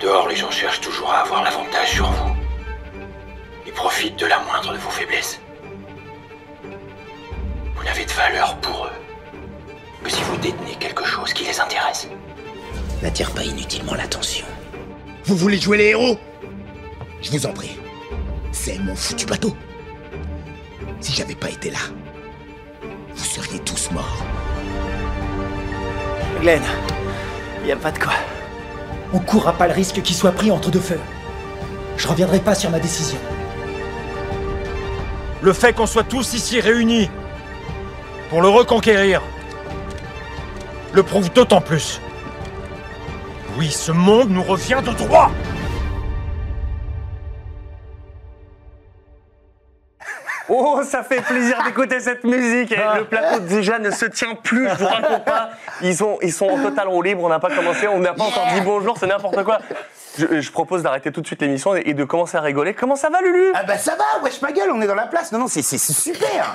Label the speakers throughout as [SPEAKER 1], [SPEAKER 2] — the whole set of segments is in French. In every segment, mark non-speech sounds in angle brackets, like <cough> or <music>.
[SPEAKER 1] Dehors, les gens cherchent toujours à avoir l'avantage sur vous. Ils profitent de la moindre de vos faiblesses. Vous n'avez de valeur pour eux que si vous détenez quelque chose qui les intéresse. N'attire pas inutilement l'attention.
[SPEAKER 2] Vous voulez jouer les héros Je vous en prie. C'est mon foutu bateau. Si j'avais pas été là, vous seriez tous morts.
[SPEAKER 3] Glenn, y a pas de quoi.
[SPEAKER 4] On courra pas le risque qu'il soit pris entre deux feux. Je reviendrai pas sur ma décision.
[SPEAKER 5] Le fait qu'on soit tous ici réunis pour le reconquérir le prouve d'autant plus. Oui, ce monde nous revient de droit.
[SPEAKER 6] Oh, ça fait plaisir d'écouter cette musique. Et le plateau déjà ne se tient plus, je vous raconte pas. Ils sont, ils sont en total roue libre, on n'a pas commencé, on n'a pas encore dit bonjour, c'est n'importe quoi. Je, je propose d'arrêter tout de suite l'émission et de commencer à rigoler. Comment ça va, Lulu
[SPEAKER 7] Ah bah ça va, wesh ma gueule, on est dans la place. Non, non, c'est c'est- c'est super.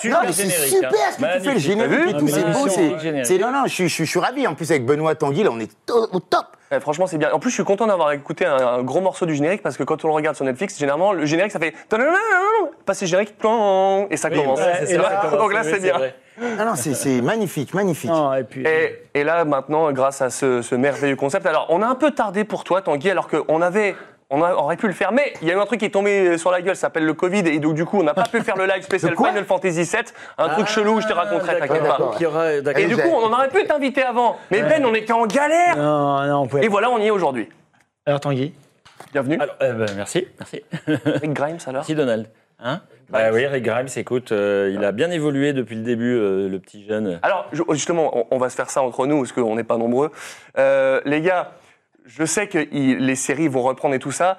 [SPEAKER 8] Super
[SPEAKER 7] non, mais c'est
[SPEAKER 8] générique,
[SPEAKER 7] super
[SPEAKER 8] hein.
[SPEAKER 7] ce que tu fais, le
[SPEAKER 8] Magnifique.
[SPEAKER 7] générique
[SPEAKER 8] T'as
[SPEAKER 7] et
[SPEAKER 8] vu
[SPEAKER 7] tout, c'est beau.
[SPEAKER 8] Magnifique
[SPEAKER 7] C'est
[SPEAKER 8] générique.
[SPEAKER 7] c'est- non, non, je suis- je suis- je suis ravi. En plus, avec Benoît Tanguy, là, on est au, au top.
[SPEAKER 6] Eh, Franchement, c'est bien. En plus, je suis content d'avoir écouté un, un gros morceau du générique parce que quand on le regarde sur Netflix, généralement, le générique, ça fait. Passer générique, plong, et ça
[SPEAKER 8] Oui,
[SPEAKER 6] commence.
[SPEAKER 8] voilà, c'est
[SPEAKER 6] Et
[SPEAKER 8] ça,
[SPEAKER 6] là-
[SPEAKER 8] ça commence,
[SPEAKER 6] donc là,
[SPEAKER 8] oui,
[SPEAKER 6] c'est bien.
[SPEAKER 8] vrai.
[SPEAKER 7] Ah non, c'est- c'est magnifique, magnifique. Ah
[SPEAKER 8] Non, et puis.
[SPEAKER 6] Et, et là, maintenant, grâce à ce, ce merveilleux concept, alors on a un peu tardé pour toi, Tanguy, alors qu'on avait. On a- aurait pu le faire, mais il y a eu un truc qui est tombé sur la gueule, ça s'appelle le Covid, et donc du coup, on n'a pas pu faire le live spécial
[SPEAKER 7] Le quoi Ah,
[SPEAKER 6] Final Fantasy VII, un truc chelou, je te raconterai, t'inquiète
[SPEAKER 7] d'accord.
[SPEAKER 6] pas.
[SPEAKER 7] ouais.
[SPEAKER 8] Donc, il y aura- d'accord.
[SPEAKER 6] Et du coup, on aurait pu t'inviter avant, mais Ben, on était en galère
[SPEAKER 8] Non, non, on pouvait.
[SPEAKER 6] Et voilà, on y est aujourd'hui.
[SPEAKER 8] Alors, Tanguy
[SPEAKER 6] Bienvenue.
[SPEAKER 8] Alors, eh ben, merci, merci.
[SPEAKER 6] Rick Grimes, alors
[SPEAKER 8] Merci, Donald. Hein bah, oui, Rick Grimes, écoute, euh, il a bien évolué depuis le début, euh, le petit jeune.
[SPEAKER 6] Alors, ju- justement, on, on va se faire ça entre nous, parce qu'on n'est pas nombreux. Euh, les gars, je sais que i- les séries vont reprendre et tout
[SPEAKER 7] <laughs>
[SPEAKER 6] ça.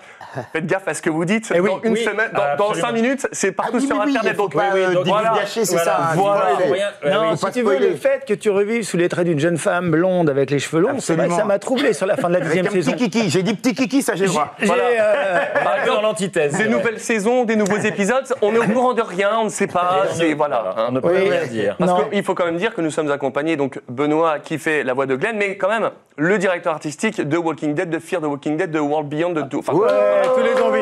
[SPEAKER 6] Faites gaffe à ce que vous dites.
[SPEAKER 8] Eh oui,
[SPEAKER 6] dans une
[SPEAKER 8] oui,
[SPEAKER 6] semaine, dans- dans,
[SPEAKER 8] absolument.
[SPEAKER 6] cinq minutes, c'est partout
[SPEAKER 7] Ah oui,
[SPEAKER 6] sur
[SPEAKER 7] oui, oui,
[SPEAKER 6] Internet.
[SPEAKER 7] faut
[SPEAKER 6] donc,
[SPEAKER 7] pas, euh,
[SPEAKER 6] donc, voilà.
[SPEAKER 7] divulgacher, c'est ça. hein,
[SPEAKER 6] Voilà.
[SPEAKER 7] divulgacher.
[SPEAKER 8] Moyen-
[SPEAKER 7] faut
[SPEAKER 9] Non,
[SPEAKER 7] pas
[SPEAKER 9] si tu veux,
[SPEAKER 7] spoiler.
[SPEAKER 9] le fait que tu revives sous les traits d'une jeune femme blonde avec les cheveux longs, c'est vrai que
[SPEAKER 7] Absolument.
[SPEAKER 9] ça m'a troublé sur la fin de la
[SPEAKER 7] Avec
[SPEAKER 9] deuxième
[SPEAKER 7] un
[SPEAKER 9] saison.
[SPEAKER 7] petit kiki, j'ai dit petit kiki, ça j'ai le droit.
[SPEAKER 9] J'ai,
[SPEAKER 6] Voilà.
[SPEAKER 9] euh,
[SPEAKER 8] Par exemple, dans l'antithèse.
[SPEAKER 6] Des
[SPEAKER 8] ouais.
[SPEAKER 6] nouvelles saisons, des
[SPEAKER 8] <laughs>
[SPEAKER 6] nouveaux épisodes, on est au courant de rien, on ne sait pas.
[SPEAKER 8] Et on
[SPEAKER 6] C'est
[SPEAKER 8] ne-
[SPEAKER 6] voilà. hein.
[SPEAKER 8] On ne peut
[SPEAKER 9] Oui.
[SPEAKER 8] rien dire.
[SPEAKER 9] Non.
[SPEAKER 6] Parce qu'il faut quand même dire que nous sommes accompagnés, donc Benoît qui fait la voix de Glenn, mais quand même le directeur artistique de Walking Dead, de Fear the Walking Dead, de World Beyond, de tout. Enfin, tous les zombies.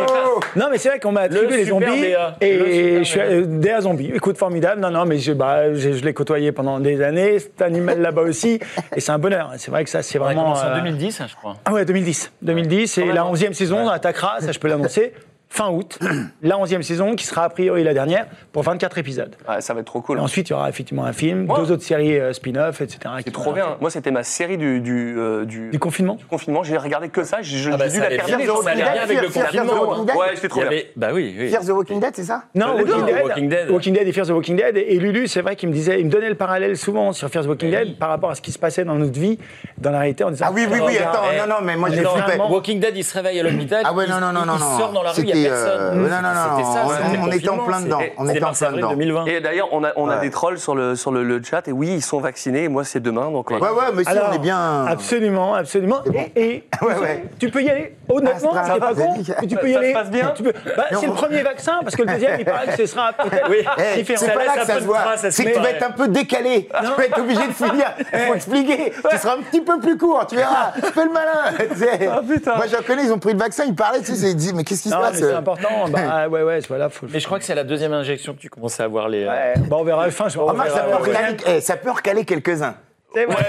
[SPEAKER 9] Non, mais c'est vrai qu'on m'a attribué
[SPEAKER 8] Oh, Le
[SPEAKER 9] les
[SPEAKER 8] super
[SPEAKER 9] zombies.
[SPEAKER 8] DA. Le super
[SPEAKER 9] Et je suis
[SPEAKER 8] DA.
[SPEAKER 9] euh, DA zombie. Écoute, formidable. Non, non, mais je, bah, je, je l'ai côtoyé pendant des années. Cet animal
[SPEAKER 8] <laughs>
[SPEAKER 9] là-bas aussi. Et c'est un bonheur. C'est vrai que ça, c'est
[SPEAKER 8] On a
[SPEAKER 9] vraiment.
[SPEAKER 8] commencé en
[SPEAKER 9] euh,
[SPEAKER 8] 2010, hein, je crois.
[SPEAKER 9] Ah ouais, 2010. 2010. Et la 11e saison, on attaquera, ça je peux
[SPEAKER 8] <clears throat>
[SPEAKER 9] l'annoncer, fin août. La 11e saison, qui sera a priori la dernière, pour 24 épisodes.
[SPEAKER 6] Ouais, Ah, ça va être trop cool.
[SPEAKER 9] Et ensuite, il y aura effectivement un film,
[SPEAKER 6] Ouais.
[SPEAKER 9] deux autres séries euh, spin-off, etc. qui
[SPEAKER 6] C'est trop bien. Moi, c'était ma série du, du, euh, du-
[SPEAKER 9] Du confinement
[SPEAKER 6] confinement. J'ai regardé que ça. J'ai j'ai
[SPEAKER 8] Ah bah,
[SPEAKER 6] dû
[SPEAKER 8] ça
[SPEAKER 6] la
[SPEAKER 8] allait bien,
[SPEAKER 6] terminer.
[SPEAKER 8] ça
[SPEAKER 6] j'en sais
[SPEAKER 8] allait
[SPEAKER 6] rien.
[SPEAKER 8] bien. avec le
[SPEAKER 7] Fear the
[SPEAKER 8] confinement,
[SPEAKER 7] Walking Dead.
[SPEAKER 6] Ouais, c'était
[SPEAKER 8] Il
[SPEAKER 6] trop
[SPEAKER 8] y
[SPEAKER 6] bien.
[SPEAKER 8] avait- Bah oui, oui.
[SPEAKER 7] Fear the Walking Dead, c'est ça
[SPEAKER 9] Non,
[SPEAKER 8] Les deux,
[SPEAKER 9] Walking Dead,
[SPEAKER 8] Walking
[SPEAKER 9] Walking
[SPEAKER 8] Dead.
[SPEAKER 9] Dead. et Fear the Walking Dead. Et Lulu, c'est vrai qu'il me disait, il me donnait le parallèle souvent sur Fear the
[SPEAKER 6] Eh
[SPEAKER 9] Walking Dead par rapport à ce qui se passait dans notre vie, dans la réalité, en disant.
[SPEAKER 7] Ah oui, oui, oui,
[SPEAKER 8] Regarde,
[SPEAKER 7] attends,
[SPEAKER 8] eh,
[SPEAKER 7] non, non, mais moi
[SPEAKER 8] on
[SPEAKER 7] j'ai
[SPEAKER 8] est
[SPEAKER 7] flippé.
[SPEAKER 9] vraiment-
[SPEAKER 8] Walking Dead, il se réveille à l'hôpital.
[SPEAKER 7] Ah ouais,
[SPEAKER 8] il-
[SPEAKER 7] non, non, non,
[SPEAKER 8] il-
[SPEAKER 7] non.
[SPEAKER 8] Il
[SPEAKER 7] non.
[SPEAKER 8] sort dans la rue, il n'y a
[SPEAKER 7] C'était, euh,
[SPEAKER 8] personne.
[SPEAKER 7] Non, non, non,
[SPEAKER 8] C'était ça,
[SPEAKER 7] on-
[SPEAKER 8] c'était
[SPEAKER 7] on
[SPEAKER 8] le
[SPEAKER 7] était en
[SPEAKER 8] confinement,
[SPEAKER 7] plein dedans,
[SPEAKER 8] c'était-
[SPEAKER 7] on
[SPEAKER 8] c'était
[SPEAKER 7] était en
[SPEAKER 8] mars,
[SPEAKER 7] plein
[SPEAKER 8] avril
[SPEAKER 7] dedans.
[SPEAKER 8] 2020.
[SPEAKER 6] Et d'ailleurs, on a, on a
[SPEAKER 7] Ouais.
[SPEAKER 6] des trolls sur le, sur le, le chat. Et oui, ils sont vaccinés. Moi, c'est demain. Donc, euh,
[SPEAKER 7] Ouais, ouais, mais si,
[SPEAKER 9] Alors,
[SPEAKER 7] on est bien.
[SPEAKER 9] Absolument, absolument.
[SPEAKER 7] <laughs>
[SPEAKER 9] Et, et-
[SPEAKER 7] Ouais, ouais.
[SPEAKER 9] tu peux y aller. Honnêtement,
[SPEAKER 7] Ah, ça
[SPEAKER 9] c'est
[SPEAKER 7] va,
[SPEAKER 9] pas
[SPEAKER 7] c'est
[SPEAKER 9] con.
[SPEAKER 7] nickel.
[SPEAKER 9] mais Tu peux y
[SPEAKER 6] Ça se
[SPEAKER 9] aller.
[SPEAKER 6] passe bien
[SPEAKER 9] Tu peux- Bah,
[SPEAKER 7] Non.
[SPEAKER 9] c'est le premier vaccin parce que le deuxième, il paraît que ce
[SPEAKER 7] <laughs>
[SPEAKER 9] sera peut-être
[SPEAKER 8] Oui.
[SPEAKER 7] Eh,
[SPEAKER 9] différent.
[SPEAKER 7] c'est pas là
[SPEAKER 8] laisse
[SPEAKER 7] que
[SPEAKER 8] un
[SPEAKER 7] ça
[SPEAKER 8] peu
[SPEAKER 7] se
[SPEAKER 8] de
[SPEAKER 7] voit.
[SPEAKER 8] traces, ça se
[SPEAKER 7] C'est que tu vas
[SPEAKER 8] paraît.
[SPEAKER 7] être un peu décalé. Tu vas être obligé de
[SPEAKER 8] <laughs>
[SPEAKER 7] finir. Il faut expliquer. Tu seras un petit peu plus court. Tu verras. Fais le malin. <laughs> tu sais.
[SPEAKER 8] Ah,
[SPEAKER 6] putain.
[SPEAKER 7] Moi, j'en connais. Ils ont pris le vaccin. Ils parlaient. Tu sais, ils se disent, mais qu'est-ce qui se
[SPEAKER 9] Non, mais
[SPEAKER 7] passe Euh,
[SPEAKER 9] c'est important. Bah, ah,
[SPEAKER 7] <laughs>
[SPEAKER 9] ouais, ouais, voilà, faut.
[SPEAKER 8] Mais je crois que c'est à la deuxième injection que tu commences à avoir les. euh,
[SPEAKER 9] Ouais, bah, on verra. Fin, je on
[SPEAKER 7] Remarque, oh, ça
[SPEAKER 9] verra.
[SPEAKER 7] peut recaler- eh, ça peut recaler quelques-uns.
[SPEAKER 9] C'est vrai.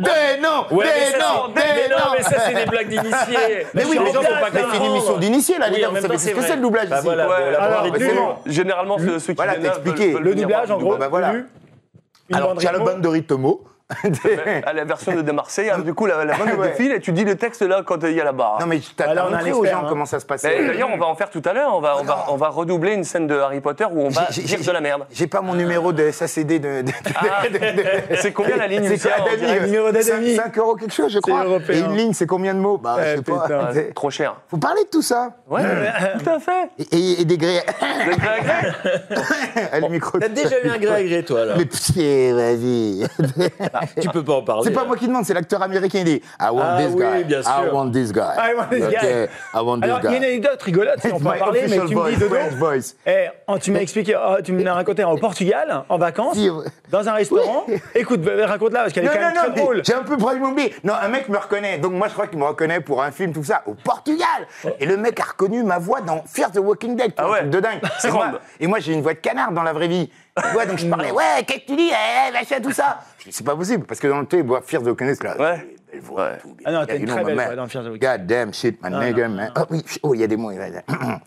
[SPEAKER 7] Des non,
[SPEAKER 8] Ouais, mais
[SPEAKER 7] des
[SPEAKER 8] ça,
[SPEAKER 7] non,
[SPEAKER 8] c'est- mais
[SPEAKER 7] des
[SPEAKER 8] non,
[SPEAKER 7] non.
[SPEAKER 8] mais ça, c'est des blagues d'initiés.
[SPEAKER 7] <laughs> Mais oui,
[SPEAKER 8] Je
[SPEAKER 7] mais
[SPEAKER 8] suis
[SPEAKER 7] gens
[SPEAKER 8] en
[SPEAKER 7] faut
[SPEAKER 8] retard,
[SPEAKER 7] pas que
[SPEAKER 8] ça,
[SPEAKER 7] c'est une
[SPEAKER 8] non.
[SPEAKER 7] émission d'initié là, les
[SPEAKER 8] Oui,
[SPEAKER 7] gars.
[SPEAKER 8] en
[SPEAKER 7] Vous
[SPEAKER 8] même
[SPEAKER 7] savez
[SPEAKER 8] temps,
[SPEAKER 7] ce que
[SPEAKER 8] vrai.
[SPEAKER 7] c'est le doublage
[SPEAKER 8] Bah
[SPEAKER 7] ici.
[SPEAKER 8] voilà,
[SPEAKER 6] Ouais,
[SPEAKER 8] bon, la
[SPEAKER 9] alors,
[SPEAKER 8] priorité,
[SPEAKER 9] dis-moi.
[SPEAKER 8] c'est- Généralement, ceux ceux qui
[SPEAKER 7] Voilà,
[SPEAKER 6] viennent là
[SPEAKER 7] t'expliquer.
[SPEAKER 6] veulent- veulent
[SPEAKER 9] Le
[SPEAKER 6] venir
[SPEAKER 9] doublage, en
[SPEAKER 6] voir du
[SPEAKER 9] gros,
[SPEAKER 7] bah voilà.
[SPEAKER 9] Lulu, une
[SPEAKER 7] Alors,
[SPEAKER 9] bande
[SPEAKER 7] tu as la
[SPEAKER 9] rythmo.
[SPEAKER 7] bande de <laughs> Ritomo.
[SPEAKER 8] Bah,
[SPEAKER 6] à la version de De Marsay, hein, du coup, la, la bande
[SPEAKER 7] Ouais.
[SPEAKER 6] de fil, et tu dis le texte là quand euh, il y a la barre.
[SPEAKER 7] Non mais tu t'as
[SPEAKER 9] Bah, là, on a un
[SPEAKER 7] montré aux
[SPEAKER 9] expert,
[SPEAKER 7] gens
[SPEAKER 9] hein.
[SPEAKER 7] comment ça se passait.
[SPEAKER 6] Mais D'ailleurs, on va en faire tout à l'heure. On va, on, va, on va redoubler une scène de Harry Potter où on va
[SPEAKER 7] J'ai- j'ai-
[SPEAKER 6] dire
[SPEAKER 7] j'ai-
[SPEAKER 6] Bah, de la merde.
[SPEAKER 7] J'ai pas mon numéro de SACD de. de- de- de- de-
[SPEAKER 6] C'est combien la ligne
[SPEAKER 7] C'est
[SPEAKER 6] Lucien,
[SPEAKER 7] quoi,
[SPEAKER 6] en direct
[SPEAKER 7] Adami,
[SPEAKER 9] numéro
[SPEAKER 7] euh,
[SPEAKER 9] d'Adami.
[SPEAKER 7] cinq- cinq euros quelque chose, je crois.
[SPEAKER 9] européen.
[SPEAKER 7] Et une ligne, c'est combien de mots Bah,
[SPEAKER 9] Eh,
[SPEAKER 7] je sais pas.
[SPEAKER 9] putain.
[SPEAKER 7] C'est-
[SPEAKER 6] Trop cher.
[SPEAKER 7] Faut parler de tout ça.
[SPEAKER 6] Ouais, tout à fait.
[SPEAKER 7] Et, et- et des grès.
[SPEAKER 6] Exact.
[SPEAKER 7] Ah, le micro. <laughs>
[SPEAKER 8] T'as déjà eu un gré à gré, toi, là.
[SPEAKER 6] <laughs>
[SPEAKER 7] Mais pitié, vas-y.
[SPEAKER 8] Tu peux pas en parler.
[SPEAKER 7] C'est pas moi qui demande, c'est l'acteur américain qui dit I want
[SPEAKER 8] Ah
[SPEAKER 7] this
[SPEAKER 8] oui,
[SPEAKER 7] guy.
[SPEAKER 8] bien
[SPEAKER 7] I
[SPEAKER 8] sûr.
[SPEAKER 7] want this guy.
[SPEAKER 9] I want this
[SPEAKER 7] Ok,
[SPEAKER 9] guy.
[SPEAKER 7] I want
[SPEAKER 9] Alors, il
[SPEAKER 7] this
[SPEAKER 9] y a une
[SPEAKER 7] guy.
[SPEAKER 9] anecdote rigolote, si on peut en
[SPEAKER 7] My
[SPEAKER 9] parler, mais
[SPEAKER 7] official
[SPEAKER 9] tu me dis
[SPEAKER 7] voice,
[SPEAKER 9] Dodo,
[SPEAKER 7] French voice.
[SPEAKER 9] eh, oh, tu m'as expliqué, oh, tu me l'as raconté au Portugal, en vacances,
[SPEAKER 7] Si, ouais.
[SPEAKER 9] dans un
[SPEAKER 7] <laughs>
[SPEAKER 9] restaurant.
[SPEAKER 7] Oui.
[SPEAKER 9] Écoute, bah, raconte-la parce qu'elle est
[SPEAKER 7] Non,
[SPEAKER 9] quand même
[SPEAKER 7] non,
[SPEAKER 9] très
[SPEAKER 7] non,
[SPEAKER 9] drôle.
[SPEAKER 7] mais j'ai un peu problème oublié. Non, un mec me reconnaît. Donc moi, je crois qu'il me reconnaît pour un film, tout ça, au Portugal. Et le mec a reconnu ma voix dans Fear the Walking Dead.
[SPEAKER 6] Oh. Ah ouais.
[SPEAKER 7] un truc de dingue.
[SPEAKER 6] C'est
[SPEAKER 7] Et moi,
[SPEAKER 6] grande.
[SPEAKER 7] et moi, j'ai une voix de canard dans la vraie vie. Tu vois, donc
[SPEAKER 6] <laughs>
[SPEAKER 7] je parlais, ouais, qu'est-ce que tu dis, eh, eh, machin, tout ça. Je dis, c'est pas possible, parce que dans le thé, bois Fear the Walking Dead, c'est là.
[SPEAKER 6] Ouais.
[SPEAKER 7] belle voix,
[SPEAKER 6] Ouais.
[SPEAKER 7] tout,
[SPEAKER 9] Ah non,
[SPEAKER 7] bien.
[SPEAKER 9] t'as une
[SPEAKER 7] Et
[SPEAKER 9] très
[SPEAKER 7] ma
[SPEAKER 9] belle
[SPEAKER 7] mère,
[SPEAKER 9] voix dans Fear the Walking
[SPEAKER 7] God damn shit, my nigga, man. Oh oui, oh, il y a des <clears throat> mots. il y a-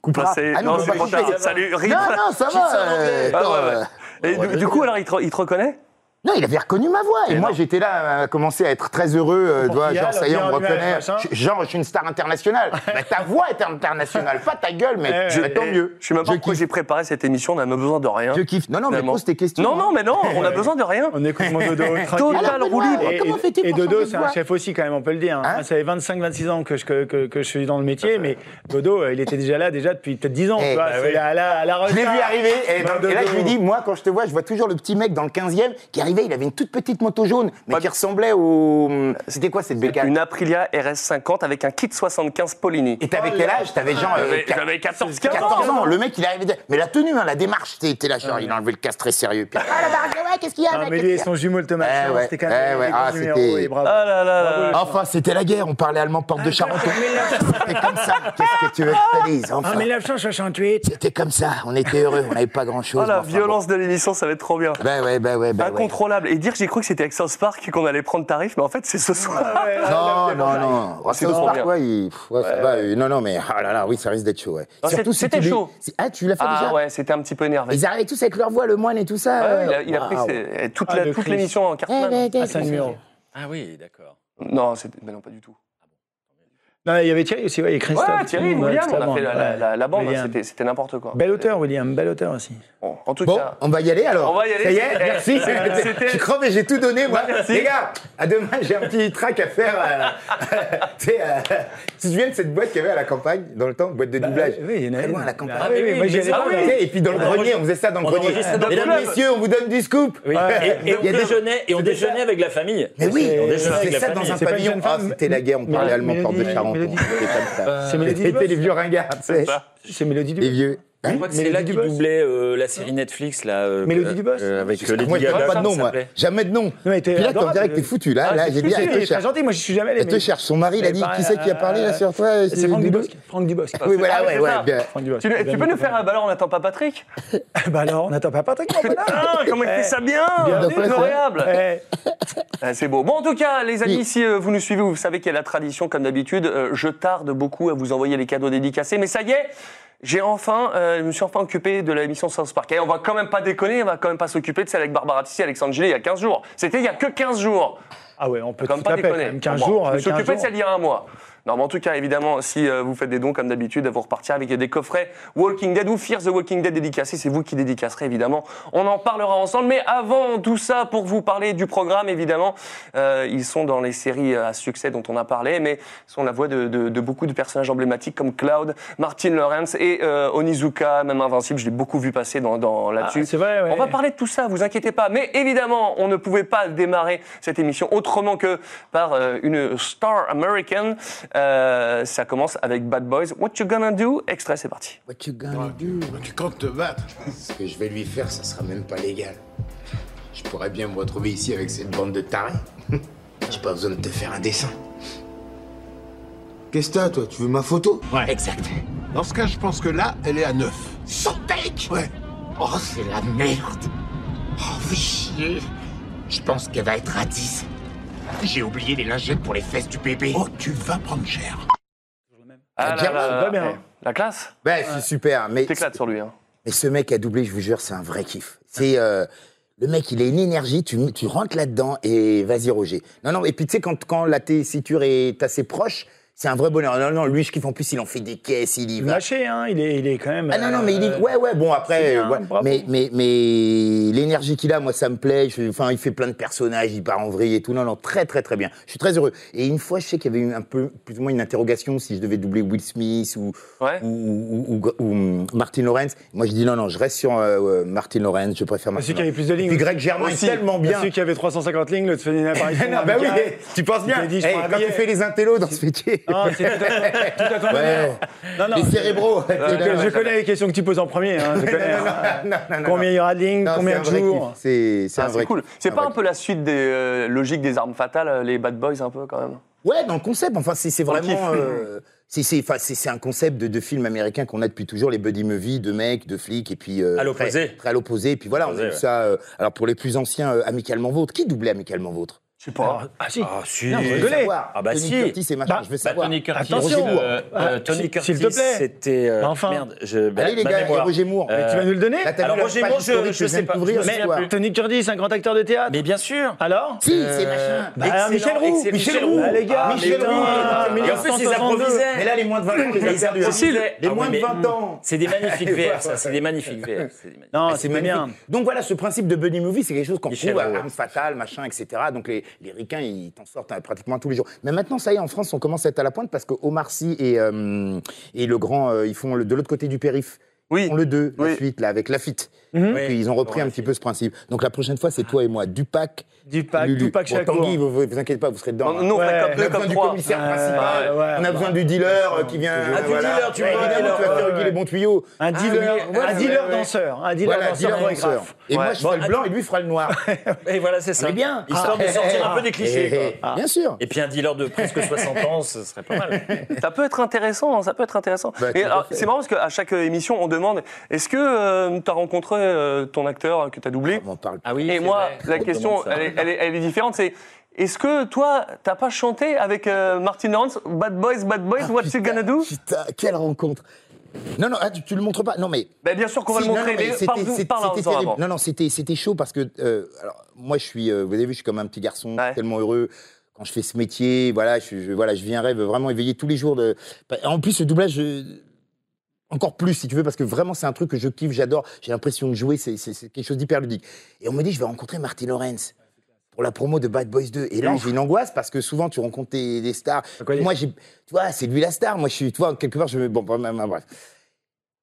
[SPEAKER 7] Coupe
[SPEAKER 6] Ah,
[SPEAKER 7] pas.
[SPEAKER 6] c'est-
[SPEAKER 7] Ah
[SPEAKER 6] Ah, non,
[SPEAKER 7] on peut
[SPEAKER 6] c'est
[SPEAKER 7] pas
[SPEAKER 6] trop
[SPEAKER 7] couper.
[SPEAKER 6] tard. Salut, rip.
[SPEAKER 7] Non, non, ça va. euh,
[SPEAKER 6] <laughs> Ah, ouais,
[SPEAKER 7] attends,
[SPEAKER 6] ouais.
[SPEAKER 7] euh,
[SPEAKER 6] Et du, du coup, alors, il te, il te reconnaît
[SPEAKER 7] non, il avait reconnu ma voix. Et moi, j'étais là à commencer à être très heureux. euh, tu vois,
[SPEAKER 9] Portugal,
[SPEAKER 7] genre, ça y est, on me
[SPEAKER 9] bien, bien,
[SPEAKER 7] reconnaît.
[SPEAKER 9] machin.
[SPEAKER 7] Je- Genre, je suis une star <laughs> internationale. Bah, ta voix est internationale, pas ta gueule, mais
[SPEAKER 9] Eh,
[SPEAKER 7] tant mieux.
[SPEAKER 6] Je sais même pas pourquoi
[SPEAKER 7] kiffe.
[SPEAKER 6] j'ai préparé cette émission, on n'a même besoin de rien.
[SPEAKER 7] Je kiffe. Non, non, mais
[SPEAKER 6] Finalement.
[SPEAKER 7] pose tes questions. hein.
[SPEAKER 6] Non, non, mais non, on
[SPEAKER 7] <laughs>
[SPEAKER 6] a besoin de rien.
[SPEAKER 9] On écoute mon <laughs> Dodo tranquille.
[SPEAKER 6] Total
[SPEAKER 7] Alors,
[SPEAKER 6] roue
[SPEAKER 7] Benoît,
[SPEAKER 6] libre.
[SPEAKER 9] Et-
[SPEAKER 7] Comment
[SPEAKER 9] et-
[SPEAKER 7] fais-tu
[SPEAKER 9] Et
[SPEAKER 7] pour
[SPEAKER 9] Dodo,
[SPEAKER 7] changer de
[SPEAKER 9] c'est
[SPEAKER 7] voix
[SPEAKER 9] un chef aussi, quand même, on peut le dire.
[SPEAKER 7] Hein
[SPEAKER 9] Moi, ça fait 25-26 ans que je, que, que- que je suis dans le métier, mais Dodo, euh, il était déjà là déjà depuis peut-être 10 ans.
[SPEAKER 7] Eh,
[SPEAKER 9] tu vois,
[SPEAKER 7] bah
[SPEAKER 9] c'est
[SPEAKER 7] oui.
[SPEAKER 9] à la, à la
[SPEAKER 7] Je l'ai vu
[SPEAKER 9] retraite.
[SPEAKER 7] arriver, et,
[SPEAKER 9] Ben,
[SPEAKER 7] donc- et là
[SPEAKER 9] Dodo.
[SPEAKER 7] je lui dis, moi quand je te vois, je vois toujours le petit mec dans le 15e qui arrivait, il avait une toute petite moto jaune, mais qui ressemblait au. euh, C'était quoi cette bécane
[SPEAKER 6] Une Aprilia RS50 avec un kit 75 Polini.
[SPEAKER 7] Et t'avais quel âge T'avais genre. euh,
[SPEAKER 6] J'avais
[SPEAKER 7] quat-
[SPEAKER 6] 14,
[SPEAKER 7] 14 ans, hein. le mec il arrivait. de- Mais la tenue, hein, la démarche, t'es t'es là, genre il a enlevé le casque très sérieux. Puis, ah la barbe, ouais, qu'est-ce qu'il y a
[SPEAKER 9] Ah,
[SPEAKER 7] mec,
[SPEAKER 9] mais
[SPEAKER 7] qu'est-ce
[SPEAKER 9] lui et
[SPEAKER 7] qu'il y a
[SPEAKER 9] son jumeau, le Thomas,
[SPEAKER 7] Eh
[SPEAKER 9] Schiller,
[SPEAKER 7] ouais,
[SPEAKER 9] c'était quand
[SPEAKER 7] eh
[SPEAKER 9] même
[SPEAKER 7] ouais,
[SPEAKER 9] des
[SPEAKER 7] ah,
[SPEAKER 9] bons numéros,
[SPEAKER 7] c'était-
[SPEAKER 9] et bravo.
[SPEAKER 6] Ah là là là.
[SPEAKER 7] Enfin, c'était la guerre, on parlait allemand, porte
[SPEAKER 6] Ah,
[SPEAKER 7] de Charenton. C'était
[SPEAKER 6] <laughs>
[SPEAKER 7] comme ça, qu'est-ce que tu veux que je te dise
[SPEAKER 9] En
[SPEAKER 7] Enfin,
[SPEAKER 9] 1968,
[SPEAKER 7] c'était comme ça, on était heureux, on n'avait pas grand chose.
[SPEAKER 6] Oh la violence de l'émission, ça va être trop bien.
[SPEAKER 7] Ben ouais, ben ouais, ben ouais.
[SPEAKER 6] Incontrôlable. Et dire que j'ai cru que c'était avec South Park qu'on allait prendre tarif, mais en fait, c'est
[SPEAKER 7] Ah,
[SPEAKER 6] ce
[SPEAKER 9] Ah,
[SPEAKER 6] soir. Ah,
[SPEAKER 7] Non, non, non.
[SPEAKER 6] c'est
[SPEAKER 7] Russell
[SPEAKER 6] trop
[SPEAKER 7] Park,
[SPEAKER 6] bien.
[SPEAKER 7] ouais, il- pff, ouais, ça va. euh, Non, non, mais ah là là, oui, ça risque d'être chaud. Ouais.
[SPEAKER 6] Ah, c'est-
[SPEAKER 7] Surtout si
[SPEAKER 6] c'était
[SPEAKER 7] tu lui-
[SPEAKER 6] chaud.
[SPEAKER 7] si- Ah, tu l'as fait
[SPEAKER 6] Ah
[SPEAKER 7] déjà
[SPEAKER 6] ouais, c'était un petit peu énervé.
[SPEAKER 7] Ils arrivaient tous avec leur voix, le moine et tout ça.
[SPEAKER 6] Ouais,
[SPEAKER 7] euh,
[SPEAKER 6] il a, il a pris
[SPEAKER 7] waouh.
[SPEAKER 6] ses- toute
[SPEAKER 9] Ah,
[SPEAKER 6] la-
[SPEAKER 9] de
[SPEAKER 6] toute
[SPEAKER 9] Chris.
[SPEAKER 6] l'émission en carte.
[SPEAKER 7] Eh, ben, t'es-
[SPEAKER 9] ah, c'est un numéro.
[SPEAKER 8] Ah oui, d'accord.
[SPEAKER 6] Non, c'était- mais non, pas du tout.
[SPEAKER 9] Non, il y avait Thierry aussi, ouais, et Christophe.
[SPEAKER 6] Ouais, Thierry,
[SPEAKER 9] tout le monde,
[SPEAKER 6] William,
[SPEAKER 9] toute
[SPEAKER 6] on a fait
[SPEAKER 9] bande,
[SPEAKER 6] la, la-
[SPEAKER 9] ouais.
[SPEAKER 6] la- la bande,
[SPEAKER 9] William.
[SPEAKER 6] c'était- c'était n'importe quoi.
[SPEAKER 9] Bel auteur, William, bel auteur aussi.
[SPEAKER 6] Bon, en tout
[SPEAKER 7] Bon,
[SPEAKER 6] cas,
[SPEAKER 7] on va y aller alors.
[SPEAKER 6] On va y aller,
[SPEAKER 7] Ça y est,
[SPEAKER 6] c'était-
[SPEAKER 7] merci.
[SPEAKER 6] c'était-
[SPEAKER 7] Je suis crevé, j'ai tout donné, moi.
[SPEAKER 6] merci.
[SPEAKER 7] Les gars, à demain, j'ai un petit track à faire. euh, <laughs> tu sais, euh, tu te souviens de cette boîte qu'il y avait à la campagne, dans le temps, boîte de doublage
[SPEAKER 9] oui, il y en a
[SPEAKER 7] Très
[SPEAKER 9] une.
[SPEAKER 7] loin à la campagne.
[SPEAKER 9] Ah oui, oui, moi, j'y allais
[SPEAKER 7] Ah
[SPEAKER 9] pas,
[SPEAKER 7] oui.
[SPEAKER 9] là.
[SPEAKER 7] Tu sais, Et puis dans le grenier, on faisait ça dans le
[SPEAKER 8] on
[SPEAKER 7] grenier.
[SPEAKER 8] enregistrait dans le
[SPEAKER 7] Mesdames,
[SPEAKER 8] club.
[SPEAKER 7] messieurs, on vous donne du scoop.
[SPEAKER 8] Et, et on
[SPEAKER 7] Il y a des-
[SPEAKER 8] déjeunait, et on déjeunait avec la famille.
[SPEAKER 7] Mais oui,
[SPEAKER 8] on
[SPEAKER 7] on
[SPEAKER 8] déjeunait avec
[SPEAKER 7] faisait
[SPEAKER 8] la
[SPEAKER 7] ça dans
[SPEAKER 8] famille.
[SPEAKER 7] un
[SPEAKER 9] C'est pas une
[SPEAKER 7] pavillon.
[SPEAKER 9] jeune
[SPEAKER 7] Ah,
[SPEAKER 9] femme.
[SPEAKER 7] c'était la guerre, on
[SPEAKER 9] Mais-
[SPEAKER 7] parlait allemand, porte de
[SPEAKER 9] Mélodie-
[SPEAKER 7] Charenton.
[SPEAKER 9] Mélodie-
[SPEAKER 7] C'était comme ça.
[SPEAKER 9] C'est Mélodie
[SPEAKER 7] C'était
[SPEAKER 9] Dubos.
[SPEAKER 7] les vieux ringards, tu sais.
[SPEAKER 9] C'est Mélodie
[SPEAKER 7] Les
[SPEAKER 9] Dubos.
[SPEAKER 7] vieux. Hein
[SPEAKER 8] Je crois que
[SPEAKER 9] Mais
[SPEAKER 8] c'est là
[SPEAKER 9] Lady
[SPEAKER 8] qu'il
[SPEAKER 9] Boss.
[SPEAKER 8] doublait euh, la série Netflix là, euh,
[SPEAKER 9] Mélodie Dubos.
[SPEAKER 8] euh, avec euh,
[SPEAKER 7] Moi,
[SPEAKER 8] Lady
[SPEAKER 7] je donne
[SPEAKER 8] Gaga.
[SPEAKER 7] pas de nom,
[SPEAKER 8] ça
[SPEAKER 7] moi.
[SPEAKER 8] s'appelait.
[SPEAKER 7] Jamais de nom.
[SPEAKER 9] Non, mais
[SPEAKER 7] Puis
[SPEAKER 9] t'es
[SPEAKER 7] là, on
[SPEAKER 9] adorable. Ah,
[SPEAKER 7] dirait que t'es foutu. Là, là, j'ai dit, ah, elle te
[SPEAKER 9] C'est très
[SPEAKER 7] cherche.
[SPEAKER 9] gentil, moi, je suis jamais allé.
[SPEAKER 7] Elle te
[SPEAKER 9] mais-
[SPEAKER 7] cherche. Eh, Son mari, il a dit,
[SPEAKER 9] Bah,
[SPEAKER 7] qui c'est qui a parlé là
[SPEAKER 9] euh,
[SPEAKER 7] sur toi
[SPEAKER 9] C'est Franck
[SPEAKER 7] Dubos
[SPEAKER 9] Dubosc. Franck Dubosc.
[SPEAKER 7] Oui, voilà,
[SPEAKER 6] Ah,
[SPEAKER 7] ouais,
[SPEAKER 6] c'est
[SPEAKER 7] ouais,
[SPEAKER 6] ça.
[SPEAKER 7] bien.
[SPEAKER 9] Franck Dubosc.
[SPEAKER 6] tu, ne- tu peux nous faire un ballon, on n'attend pas Patrick
[SPEAKER 9] Bah alors, on n'attend pas Patrick. on va là.
[SPEAKER 6] Putain, comment il fait ça bien
[SPEAKER 7] donc, ouais,
[SPEAKER 6] Incroyable
[SPEAKER 9] Eh,
[SPEAKER 6] Ah, C'est beau. Bon, en tout cas, les amis,
[SPEAKER 7] Oui.
[SPEAKER 6] si euh, vous nous suivez, vous savez qu'il y a la tradition, comme d'habitude. euh, je tarde beaucoup à vous envoyer les cadeaux dédicacés, mais ça y est, j'ai enfin, euh, je me suis enfin occupé de la mission South Park. Et on va quand même pas déconner, on va quand même pas s'occuper de celle avec Barbara Tici et Alexandre Gillet il y a 15 jours. C'était il y a que 15 jours.
[SPEAKER 9] Ah ouais, on peut
[SPEAKER 6] Comme
[SPEAKER 9] tout
[SPEAKER 6] pas
[SPEAKER 9] taper, quand
[SPEAKER 6] déconner.
[SPEAKER 9] même 15
[SPEAKER 6] Bon,
[SPEAKER 9] jours.
[SPEAKER 6] Je me
[SPEAKER 9] euh,
[SPEAKER 6] suis
[SPEAKER 9] 15
[SPEAKER 6] occupé de
[SPEAKER 9] jours.
[SPEAKER 6] celle il y a un mois. Non, mais en tout cas, évidemment, si euh, vous faites des dons, comme d'habitude, vous repartir avec des coffrets Walking Dead ou Fear the Walking Dead dédicacés. C'est vous qui dédicacerez, évidemment. On en parlera ensemble. Mais avant tout ça, pour vous parler du programme, évidemment, euh, ils sont dans les séries à succès dont on a parlé, mais ils sont la voix de, de- de beaucoup de personnages emblématiques comme Cloud, Martin Lawrence et euh, Onizuka, même Invincible. Je l'ai beaucoup vu passer dans, dans- là-dessus.
[SPEAKER 9] Ah, c'est vrai, ouais.
[SPEAKER 6] On va parler de tout ça, vous inquiétez pas. Mais évidemment, on ne pouvait pas démarrer cette émission autrement que par euh, une star American. Euh, ça commence avec Bad Boys. What you gonna do Extrait, c'est parti.
[SPEAKER 7] What you gonna do
[SPEAKER 10] Tu comptes te battre
[SPEAKER 7] Ce que je vais lui faire, ça sera même pas légal. Je pourrais bien me retrouver ici avec cette bande de tarés. <laughs> J'ai pas besoin de te faire un dessin. Qu'est-ce que t'as, toi Tu veux ma photo
[SPEAKER 11] Exact.
[SPEAKER 10] Dans ce cas, je pense que là, elle est à 9.
[SPEAKER 11] Sopec
[SPEAKER 10] Ouais.
[SPEAKER 11] Oh, c'est la merde Oh, fais chier Je pense qu'elle va être à 10. J'ai oublié les lingettes pour les fesses du bébé.
[SPEAKER 10] Oh, tu vas prendre cher.
[SPEAKER 6] Ah
[SPEAKER 7] bien,
[SPEAKER 9] va bien.
[SPEAKER 6] eh, La classe
[SPEAKER 7] Ben, c'est super, mais,
[SPEAKER 6] T'éclates sur lui. Hein.
[SPEAKER 7] mais ce mec à doublé, je vous jure, c'est un vrai kiff. C'est. euh, le mec, il a une énergie, tu, tu rentres là-dedans et vas-y, Roger. Non, non, et puis tu sais, quand, quand la tessiture est assez proche, C'est un vrai bonheur. Non, non, lui, ce qu'il fait en plus, il en fait des caisses, il y va.
[SPEAKER 9] Lâché, hein, il est, il est quand même.
[SPEAKER 7] Ah non, non, mais il est.
[SPEAKER 9] euh,
[SPEAKER 7] Ouais, ouais, bon, après.
[SPEAKER 9] c'est bien,
[SPEAKER 7] euh, voilà.
[SPEAKER 9] bravo.
[SPEAKER 7] Mais, mais, mais l'énergie qu'il a, moi, ça me plaît. Je- Enfin, il fait plein de personnages, il part en vrille et tout. Non, non, très, très, très bien. Je suis très heureux. Et une fois, je sais qu'il y avait eu un peu, plus ou moins une interrogation si je devais doubler Will Smith ou,
[SPEAKER 6] Ouais.
[SPEAKER 7] ou, ou- ou- ou, hum, Martin Lawrence. Moi, je dis non, non, je reste sur euh, euh, Martin Lawrence, je préfère Martin
[SPEAKER 9] Celui qui
[SPEAKER 7] Lawrence.
[SPEAKER 9] avait plus de
[SPEAKER 7] Et
[SPEAKER 9] lignes.
[SPEAKER 7] puis Greg Germain est
[SPEAKER 9] Aussi.
[SPEAKER 7] tellement bien.
[SPEAKER 9] Celui qui avait 350 lignes, l'autre faisait une apparition.
[SPEAKER 7] <laughs> Non, bah oui,
[SPEAKER 9] amicale.
[SPEAKER 7] tu penses bien.
[SPEAKER 9] Il t'a dit, je
[SPEAKER 7] Eh,
[SPEAKER 9] prends un
[SPEAKER 7] quand tu
[SPEAKER 9] billet.
[SPEAKER 7] fais les intellos dans ce métier.
[SPEAKER 9] Non, Ah, c'est tout à- tout à ton honneur.
[SPEAKER 7] Ouais.
[SPEAKER 9] Non, <laughs> non.
[SPEAKER 7] Les cérébros.
[SPEAKER 9] Je, je connais les questions que tu poses en premier. hein, je connais,
[SPEAKER 7] <laughs> Non, non,
[SPEAKER 9] hein.
[SPEAKER 7] non, non, non, non.
[SPEAKER 9] Combien il y aura de lignes,
[SPEAKER 7] Non,
[SPEAKER 9] combien
[SPEAKER 7] c'est
[SPEAKER 9] de
[SPEAKER 7] un vrai
[SPEAKER 9] jours
[SPEAKER 7] kiff. C'est c'est
[SPEAKER 6] Ah,
[SPEAKER 7] un
[SPEAKER 6] c'est
[SPEAKER 7] vrai
[SPEAKER 6] cool.
[SPEAKER 7] kiff.
[SPEAKER 6] C'est
[SPEAKER 7] un
[SPEAKER 6] pas
[SPEAKER 7] vrai
[SPEAKER 6] un peu la suite des euh, logiques des armes fatales, euh, les bad boys un peu quand même.
[SPEAKER 7] Ouais, dans le concept. Enfin, c'est c'est
[SPEAKER 6] Dans le
[SPEAKER 7] vraiment.
[SPEAKER 6] kiff.
[SPEAKER 7] euh, c'est- c'est enfin, c'est- c'est un concept de, de film américain qu'on a depuis toujours, les buddy movies, de mecs, de flics, et puis. euh,
[SPEAKER 8] À l'opposé.
[SPEAKER 7] Très, très à l'opposé, et puis voilà, on a
[SPEAKER 8] Opposé,
[SPEAKER 7] eu
[SPEAKER 8] ouais.
[SPEAKER 7] ça. euh, alors pour les plus anciens, euh, Amicalement Vôtre. Qui doublait Amicalement Vôtre
[SPEAKER 6] Je sais
[SPEAKER 7] Euh,
[SPEAKER 6] pas.
[SPEAKER 9] Ah si.
[SPEAKER 8] Ah, si.
[SPEAKER 9] Non,
[SPEAKER 7] Je veux
[SPEAKER 9] rigolez.
[SPEAKER 7] savoir.
[SPEAKER 8] Ah, bah
[SPEAKER 7] Tony
[SPEAKER 8] si.
[SPEAKER 7] Curtis et machin,
[SPEAKER 9] Bah,
[SPEAKER 7] je veux
[SPEAKER 8] Bah,
[SPEAKER 7] savoir.
[SPEAKER 8] Tony Curtis,
[SPEAKER 9] Attention.
[SPEAKER 8] euh, euh,
[SPEAKER 9] Ah,
[SPEAKER 8] Tony
[SPEAKER 9] s'il-
[SPEAKER 8] Curtis,
[SPEAKER 9] s'il te plaît.
[SPEAKER 8] c'était. euh,
[SPEAKER 9] Bah, enfin.
[SPEAKER 8] Merde, je. bah,
[SPEAKER 7] Allez les
[SPEAKER 8] ma
[SPEAKER 7] gars,
[SPEAKER 8] mémoire.
[SPEAKER 7] Roger Moore.
[SPEAKER 8] Euh,
[SPEAKER 9] Tu vas nous le donner euh,
[SPEAKER 7] Là, t'as
[SPEAKER 8] alors,
[SPEAKER 7] vu la
[SPEAKER 8] Roger
[SPEAKER 7] page
[SPEAKER 8] Moore, je-
[SPEAKER 7] historique
[SPEAKER 8] je
[SPEAKER 7] que
[SPEAKER 8] sais
[SPEAKER 7] viens de
[SPEAKER 8] pas,
[SPEAKER 7] couvrir
[SPEAKER 8] je me
[SPEAKER 7] ce
[SPEAKER 8] souviens
[SPEAKER 7] soir.
[SPEAKER 8] plus. Euh,
[SPEAKER 9] Tony Curtis, un grand acteur de théâtre.
[SPEAKER 8] Mais bien sûr.
[SPEAKER 9] Alors
[SPEAKER 7] Si, c'est machin.
[SPEAKER 9] Bah,
[SPEAKER 8] Excellent,
[SPEAKER 9] Michel Roux. Michel
[SPEAKER 8] excellent, Michel
[SPEAKER 9] Roux.
[SPEAKER 8] Roux.
[SPEAKER 9] les gars.
[SPEAKER 8] Ah,
[SPEAKER 7] Michel
[SPEAKER 9] putain,
[SPEAKER 7] Roux.
[SPEAKER 8] Et en fait, ils
[SPEAKER 9] 1962.
[SPEAKER 8] improvisaient.
[SPEAKER 7] Mais là, les moins de 20 ans, les a perdus. hein.
[SPEAKER 8] Si, les-
[SPEAKER 7] Les
[SPEAKER 8] Ah
[SPEAKER 7] moins
[SPEAKER 8] oui,
[SPEAKER 7] de
[SPEAKER 8] mais-
[SPEAKER 7] 20 ans.
[SPEAKER 8] C'est des magnifiques VR, ça. C'est des magnifiques VR. c'est des magnifiques.
[SPEAKER 9] Non,
[SPEAKER 7] Ah,
[SPEAKER 9] c'est
[SPEAKER 7] c'est
[SPEAKER 9] pas
[SPEAKER 7] magnifique.
[SPEAKER 9] bien.
[SPEAKER 7] Donc voilà, ce principe de buddy movie, c'est quelque chose qu'on
[SPEAKER 8] Michel
[SPEAKER 7] trouve à
[SPEAKER 8] Roux.
[SPEAKER 7] Armes Fatales, machin, etc. Donc les, les Ricains, ils t'en sortent hein, pratiquement tous les jours. Mais maintenant, ça y est, en France, on commence à être à la pointe parce que Omar Sy et, euh, et le grand, euh, ils font le, de l'autre côté du périph.
[SPEAKER 6] Oui.
[SPEAKER 7] Ils font le 2, la
[SPEAKER 6] Oui.
[SPEAKER 7] suite, là, avec Lafitte. Donc,
[SPEAKER 8] Oui.
[SPEAKER 7] Ils ont repris un petit peu ce principe. Donc la prochaine fois, c'est toi et moi, Dupac.
[SPEAKER 9] Dupac,
[SPEAKER 7] Lulu.
[SPEAKER 9] Tupac
[SPEAKER 7] Bon,
[SPEAKER 9] Shakur.
[SPEAKER 7] Tanguy, vous, vous vous inquiétez pas, vous serez dedans.
[SPEAKER 6] Non,
[SPEAKER 7] hein.
[SPEAKER 6] Nous, on
[SPEAKER 9] Ouais.
[SPEAKER 6] fait comme
[SPEAKER 7] On a
[SPEAKER 6] deux
[SPEAKER 7] besoin
[SPEAKER 6] comme
[SPEAKER 7] du
[SPEAKER 6] trois.
[SPEAKER 7] commissaire
[SPEAKER 9] Ouais,
[SPEAKER 7] principal,
[SPEAKER 9] ouais,
[SPEAKER 7] on a
[SPEAKER 9] ouais.
[SPEAKER 7] besoin du dealer euh, qui vient.
[SPEAKER 8] Ah, du dealer, tu
[SPEAKER 7] Ouais,
[SPEAKER 8] vois,
[SPEAKER 7] Évidemment, tu vas
[SPEAKER 8] dealer,
[SPEAKER 7] faire
[SPEAKER 8] ouais,
[SPEAKER 7] Guy
[SPEAKER 8] ouais.
[SPEAKER 7] les bons tuyaux.
[SPEAKER 9] Un dealer,
[SPEAKER 8] oui,
[SPEAKER 9] un
[SPEAKER 8] voilà,
[SPEAKER 9] dealer
[SPEAKER 8] ouais, ouais.
[SPEAKER 9] danseur, un dealer
[SPEAKER 7] Voilà,
[SPEAKER 9] danseur
[SPEAKER 7] dealer
[SPEAKER 9] chorégraphe.
[SPEAKER 7] danseur. Et moi, je
[SPEAKER 8] Bon,
[SPEAKER 7] ferai le blanc et lui fera le noir. <laughs>
[SPEAKER 8] Et voilà, c'est ça.
[SPEAKER 7] Mais bien. Ah,
[SPEAKER 8] Histoire de sortir un peu des clichés.
[SPEAKER 7] Eh,
[SPEAKER 8] quoi.
[SPEAKER 7] eh, Bien sûr.
[SPEAKER 8] Et puis un dealer de presque 60 ans, ce serait pas mal.
[SPEAKER 6] Ça peut être intéressant, hein, ça peut être intéressant.
[SPEAKER 7] Bah,
[SPEAKER 6] Et
[SPEAKER 7] tout à
[SPEAKER 6] alors,
[SPEAKER 7] fait.
[SPEAKER 6] c'est marrant parce qu'à chaque euh, émission, on demande est-ce que tu as rencontré euh, ton acteur que tu as doublé
[SPEAKER 7] On en parle.
[SPEAKER 8] Ah oui.
[SPEAKER 6] Et
[SPEAKER 8] c'est
[SPEAKER 6] moi,
[SPEAKER 8] vrai.
[SPEAKER 6] la question, elle est, elle est- elle est différente c'est est-ce que toi, t'as pas chanté avec euh, Martin Lawrence Bad Boys, Bad Boys, What You Gonna Do
[SPEAKER 7] Ah, Putain, quelle rencontre. Non, non, ah, tu, tu le montres pas. Non, mais.
[SPEAKER 6] Ben, Bien sûr qu'on va
[SPEAKER 7] Si,
[SPEAKER 6] le
[SPEAKER 7] non,
[SPEAKER 6] montrer,
[SPEAKER 7] non, mais
[SPEAKER 6] mais
[SPEAKER 7] c'était-
[SPEAKER 6] parle-nous-
[SPEAKER 7] c'était-
[SPEAKER 6] parle-en
[SPEAKER 7] c'était
[SPEAKER 6] en
[SPEAKER 7] terrible.
[SPEAKER 6] avant.
[SPEAKER 7] Non, non, c'était c'était chaud parce que. euh, alors, moi, je suis. euh, vous avez vu, je suis comme un petit garçon, je suis
[SPEAKER 6] Ouais.
[SPEAKER 7] tellement heureux. Quand je fais ce métier, voilà, je, je- voilà, je vis un rêve vraiment éveillé tous les jours. De... En plus, le doublage, je- encore plus, si tu veux, parce que vraiment, c'est un truc que je kiffe, j'adore. J'ai l'impression de jouer, c'est c'est- c'est quelque chose d'hyper ludique. Et on me dit, je vais rencontrer Martin Lawrence pour la promo de Bad Boys 2. Et là, j'ai une angoisse parce que souvent, tu rencontres des, des stars.
[SPEAKER 9] quoi, il-
[SPEAKER 7] Moi, j'ai, tu vois, c'est lui la star. Moi, je suis, tu vois, quelque part, je me. Bon, bah, bah, bah, bref.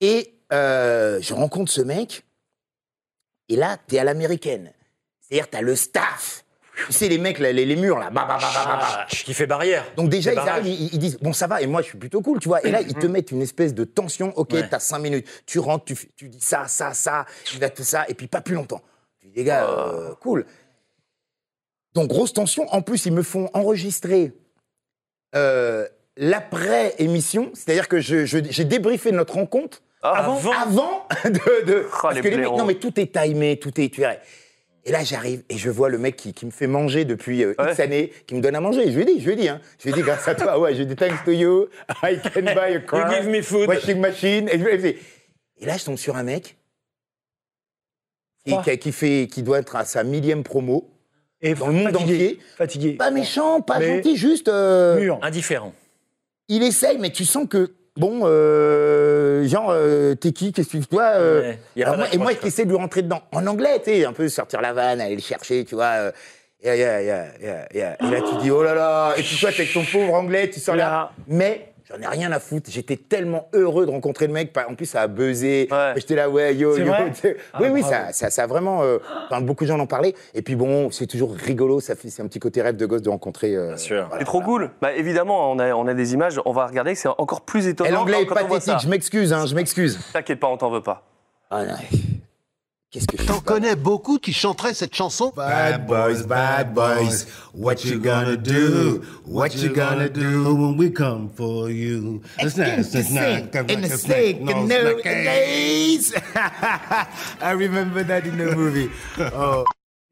[SPEAKER 7] Et euh, je rencontre ce mec. Et là, t'es à l'américaine. C'est-à-dire, t'as le staff. Tu sais, les mecs, là, les, les murs, là. Bah, bah, bah, bah, bah, bah.
[SPEAKER 8] Ah, Qui fait barrière.
[SPEAKER 7] Donc déjà, ils
[SPEAKER 8] Des barrages.
[SPEAKER 7] arrivent, ils, ils disent, bon, ça va, et moi, je suis plutôt cool, tu vois. Et là, ils te mettent une espèce de tension, ok,
[SPEAKER 8] Ouais.
[SPEAKER 7] t'as cinq minutes, tu rentres, tu, f- tu dis ça, ça, ça, il va tout ça, et puis pas plus longtemps. Tu dis, les gars, euh, cool. Donc, grosse tension. En plus, ils me font enregistrer euh, l'après-émission, c'est-à-dire que je- je- j'ai débriefé notre rencontre
[SPEAKER 6] Ah,
[SPEAKER 7] avant, avant de... de- parce
[SPEAKER 6] les
[SPEAKER 7] que les mecs,
[SPEAKER 6] blaireaux.
[SPEAKER 7] non, mais tout est timé, tout est... Tu verrais. Et là, j'arrive et je vois le mec qui, qui me fait manger depuis euh, X
[SPEAKER 6] Ouais.
[SPEAKER 7] années, qui me donne à manger. Je lui ai dit, je lui ai dit, hein. Je lui ai dit, grâce à toi, ouais, je lui ai dit, thanks to you, I can buy a car,
[SPEAKER 8] give me food.
[SPEAKER 7] washing machine. Et, je lui ai dit- et là, je tombe sur un mec qui,
[SPEAKER 9] Froid.
[SPEAKER 7] qui, a- qui fait, qui doit être à sa millième promo.
[SPEAKER 9] Et
[SPEAKER 7] Dans le monde
[SPEAKER 9] fatigué,
[SPEAKER 7] entier.
[SPEAKER 9] Fatigué.
[SPEAKER 7] Pas méchant, pas
[SPEAKER 9] Mais-
[SPEAKER 7] gentil, juste. euh,
[SPEAKER 9] Mûr.
[SPEAKER 8] Indifférent.
[SPEAKER 7] il essaye, mais tu sens que, bon, euh, genre, euh, t'es qui Qu'est-ce que tu toi euh,
[SPEAKER 8] Ouais, y a
[SPEAKER 7] alors
[SPEAKER 8] pas
[SPEAKER 7] moi- Et moi,
[SPEAKER 8] d'accroche,
[SPEAKER 7] qui essaie de lui rentrer dedans, en anglais, tu sais, un peu sortir la vanne, aller le chercher, tu vois. euh, yeah, yeah, yeah, yeah, yeah. Et là, tu dis, oh là là Et puis toi, t'es avec ton pauvre anglais, tu sors là.
[SPEAKER 9] Là.
[SPEAKER 7] Mais. J'en ai rien à foutre. J'étais tellement heureux de rencontrer le mec. En plus, ça a buzzé.
[SPEAKER 6] Ouais.
[SPEAKER 7] J'étais là, ouais, yo,
[SPEAKER 9] C'est
[SPEAKER 7] yo.
[SPEAKER 9] vrai
[SPEAKER 7] tu sais.
[SPEAKER 9] Ah,
[SPEAKER 7] <laughs> oui, oui,
[SPEAKER 9] bravo.
[SPEAKER 7] ça, ça, ça a vraiment. euh, enfin, beaucoup de gens en parlaient. Et puis bon, c'est toujours rigolo. Ça fait, c'est un petit côté rêve de gosse de rencontrer. euh,
[SPEAKER 8] Bien sûr.
[SPEAKER 6] C'est trop cool. Bah, évidemment, on a, on a des images, on va regarder, c'est encore plus étonnant.
[SPEAKER 7] Et l'anglais est
[SPEAKER 6] quand on voit
[SPEAKER 7] pathétique,
[SPEAKER 6] ça.
[SPEAKER 7] je m'excuse, hein, je m'excuse.
[SPEAKER 6] T'inquiète pas, on t'en veut pas.
[SPEAKER 7] Ah non. Qu'est-ce que je
[SPEAKER 1] T'en
[SPEAKER 7] suis pas-
[SPEAKER 1] connais beaucoup qui chanteraient cette chanson
[SPEAKER 12] Bad boys, bad boys, what you gonna do? What you gonna do when we come for you? The snake, the snake, and the snake, no snake.
[SPEAKER 7] I remember that in the movie. Oh.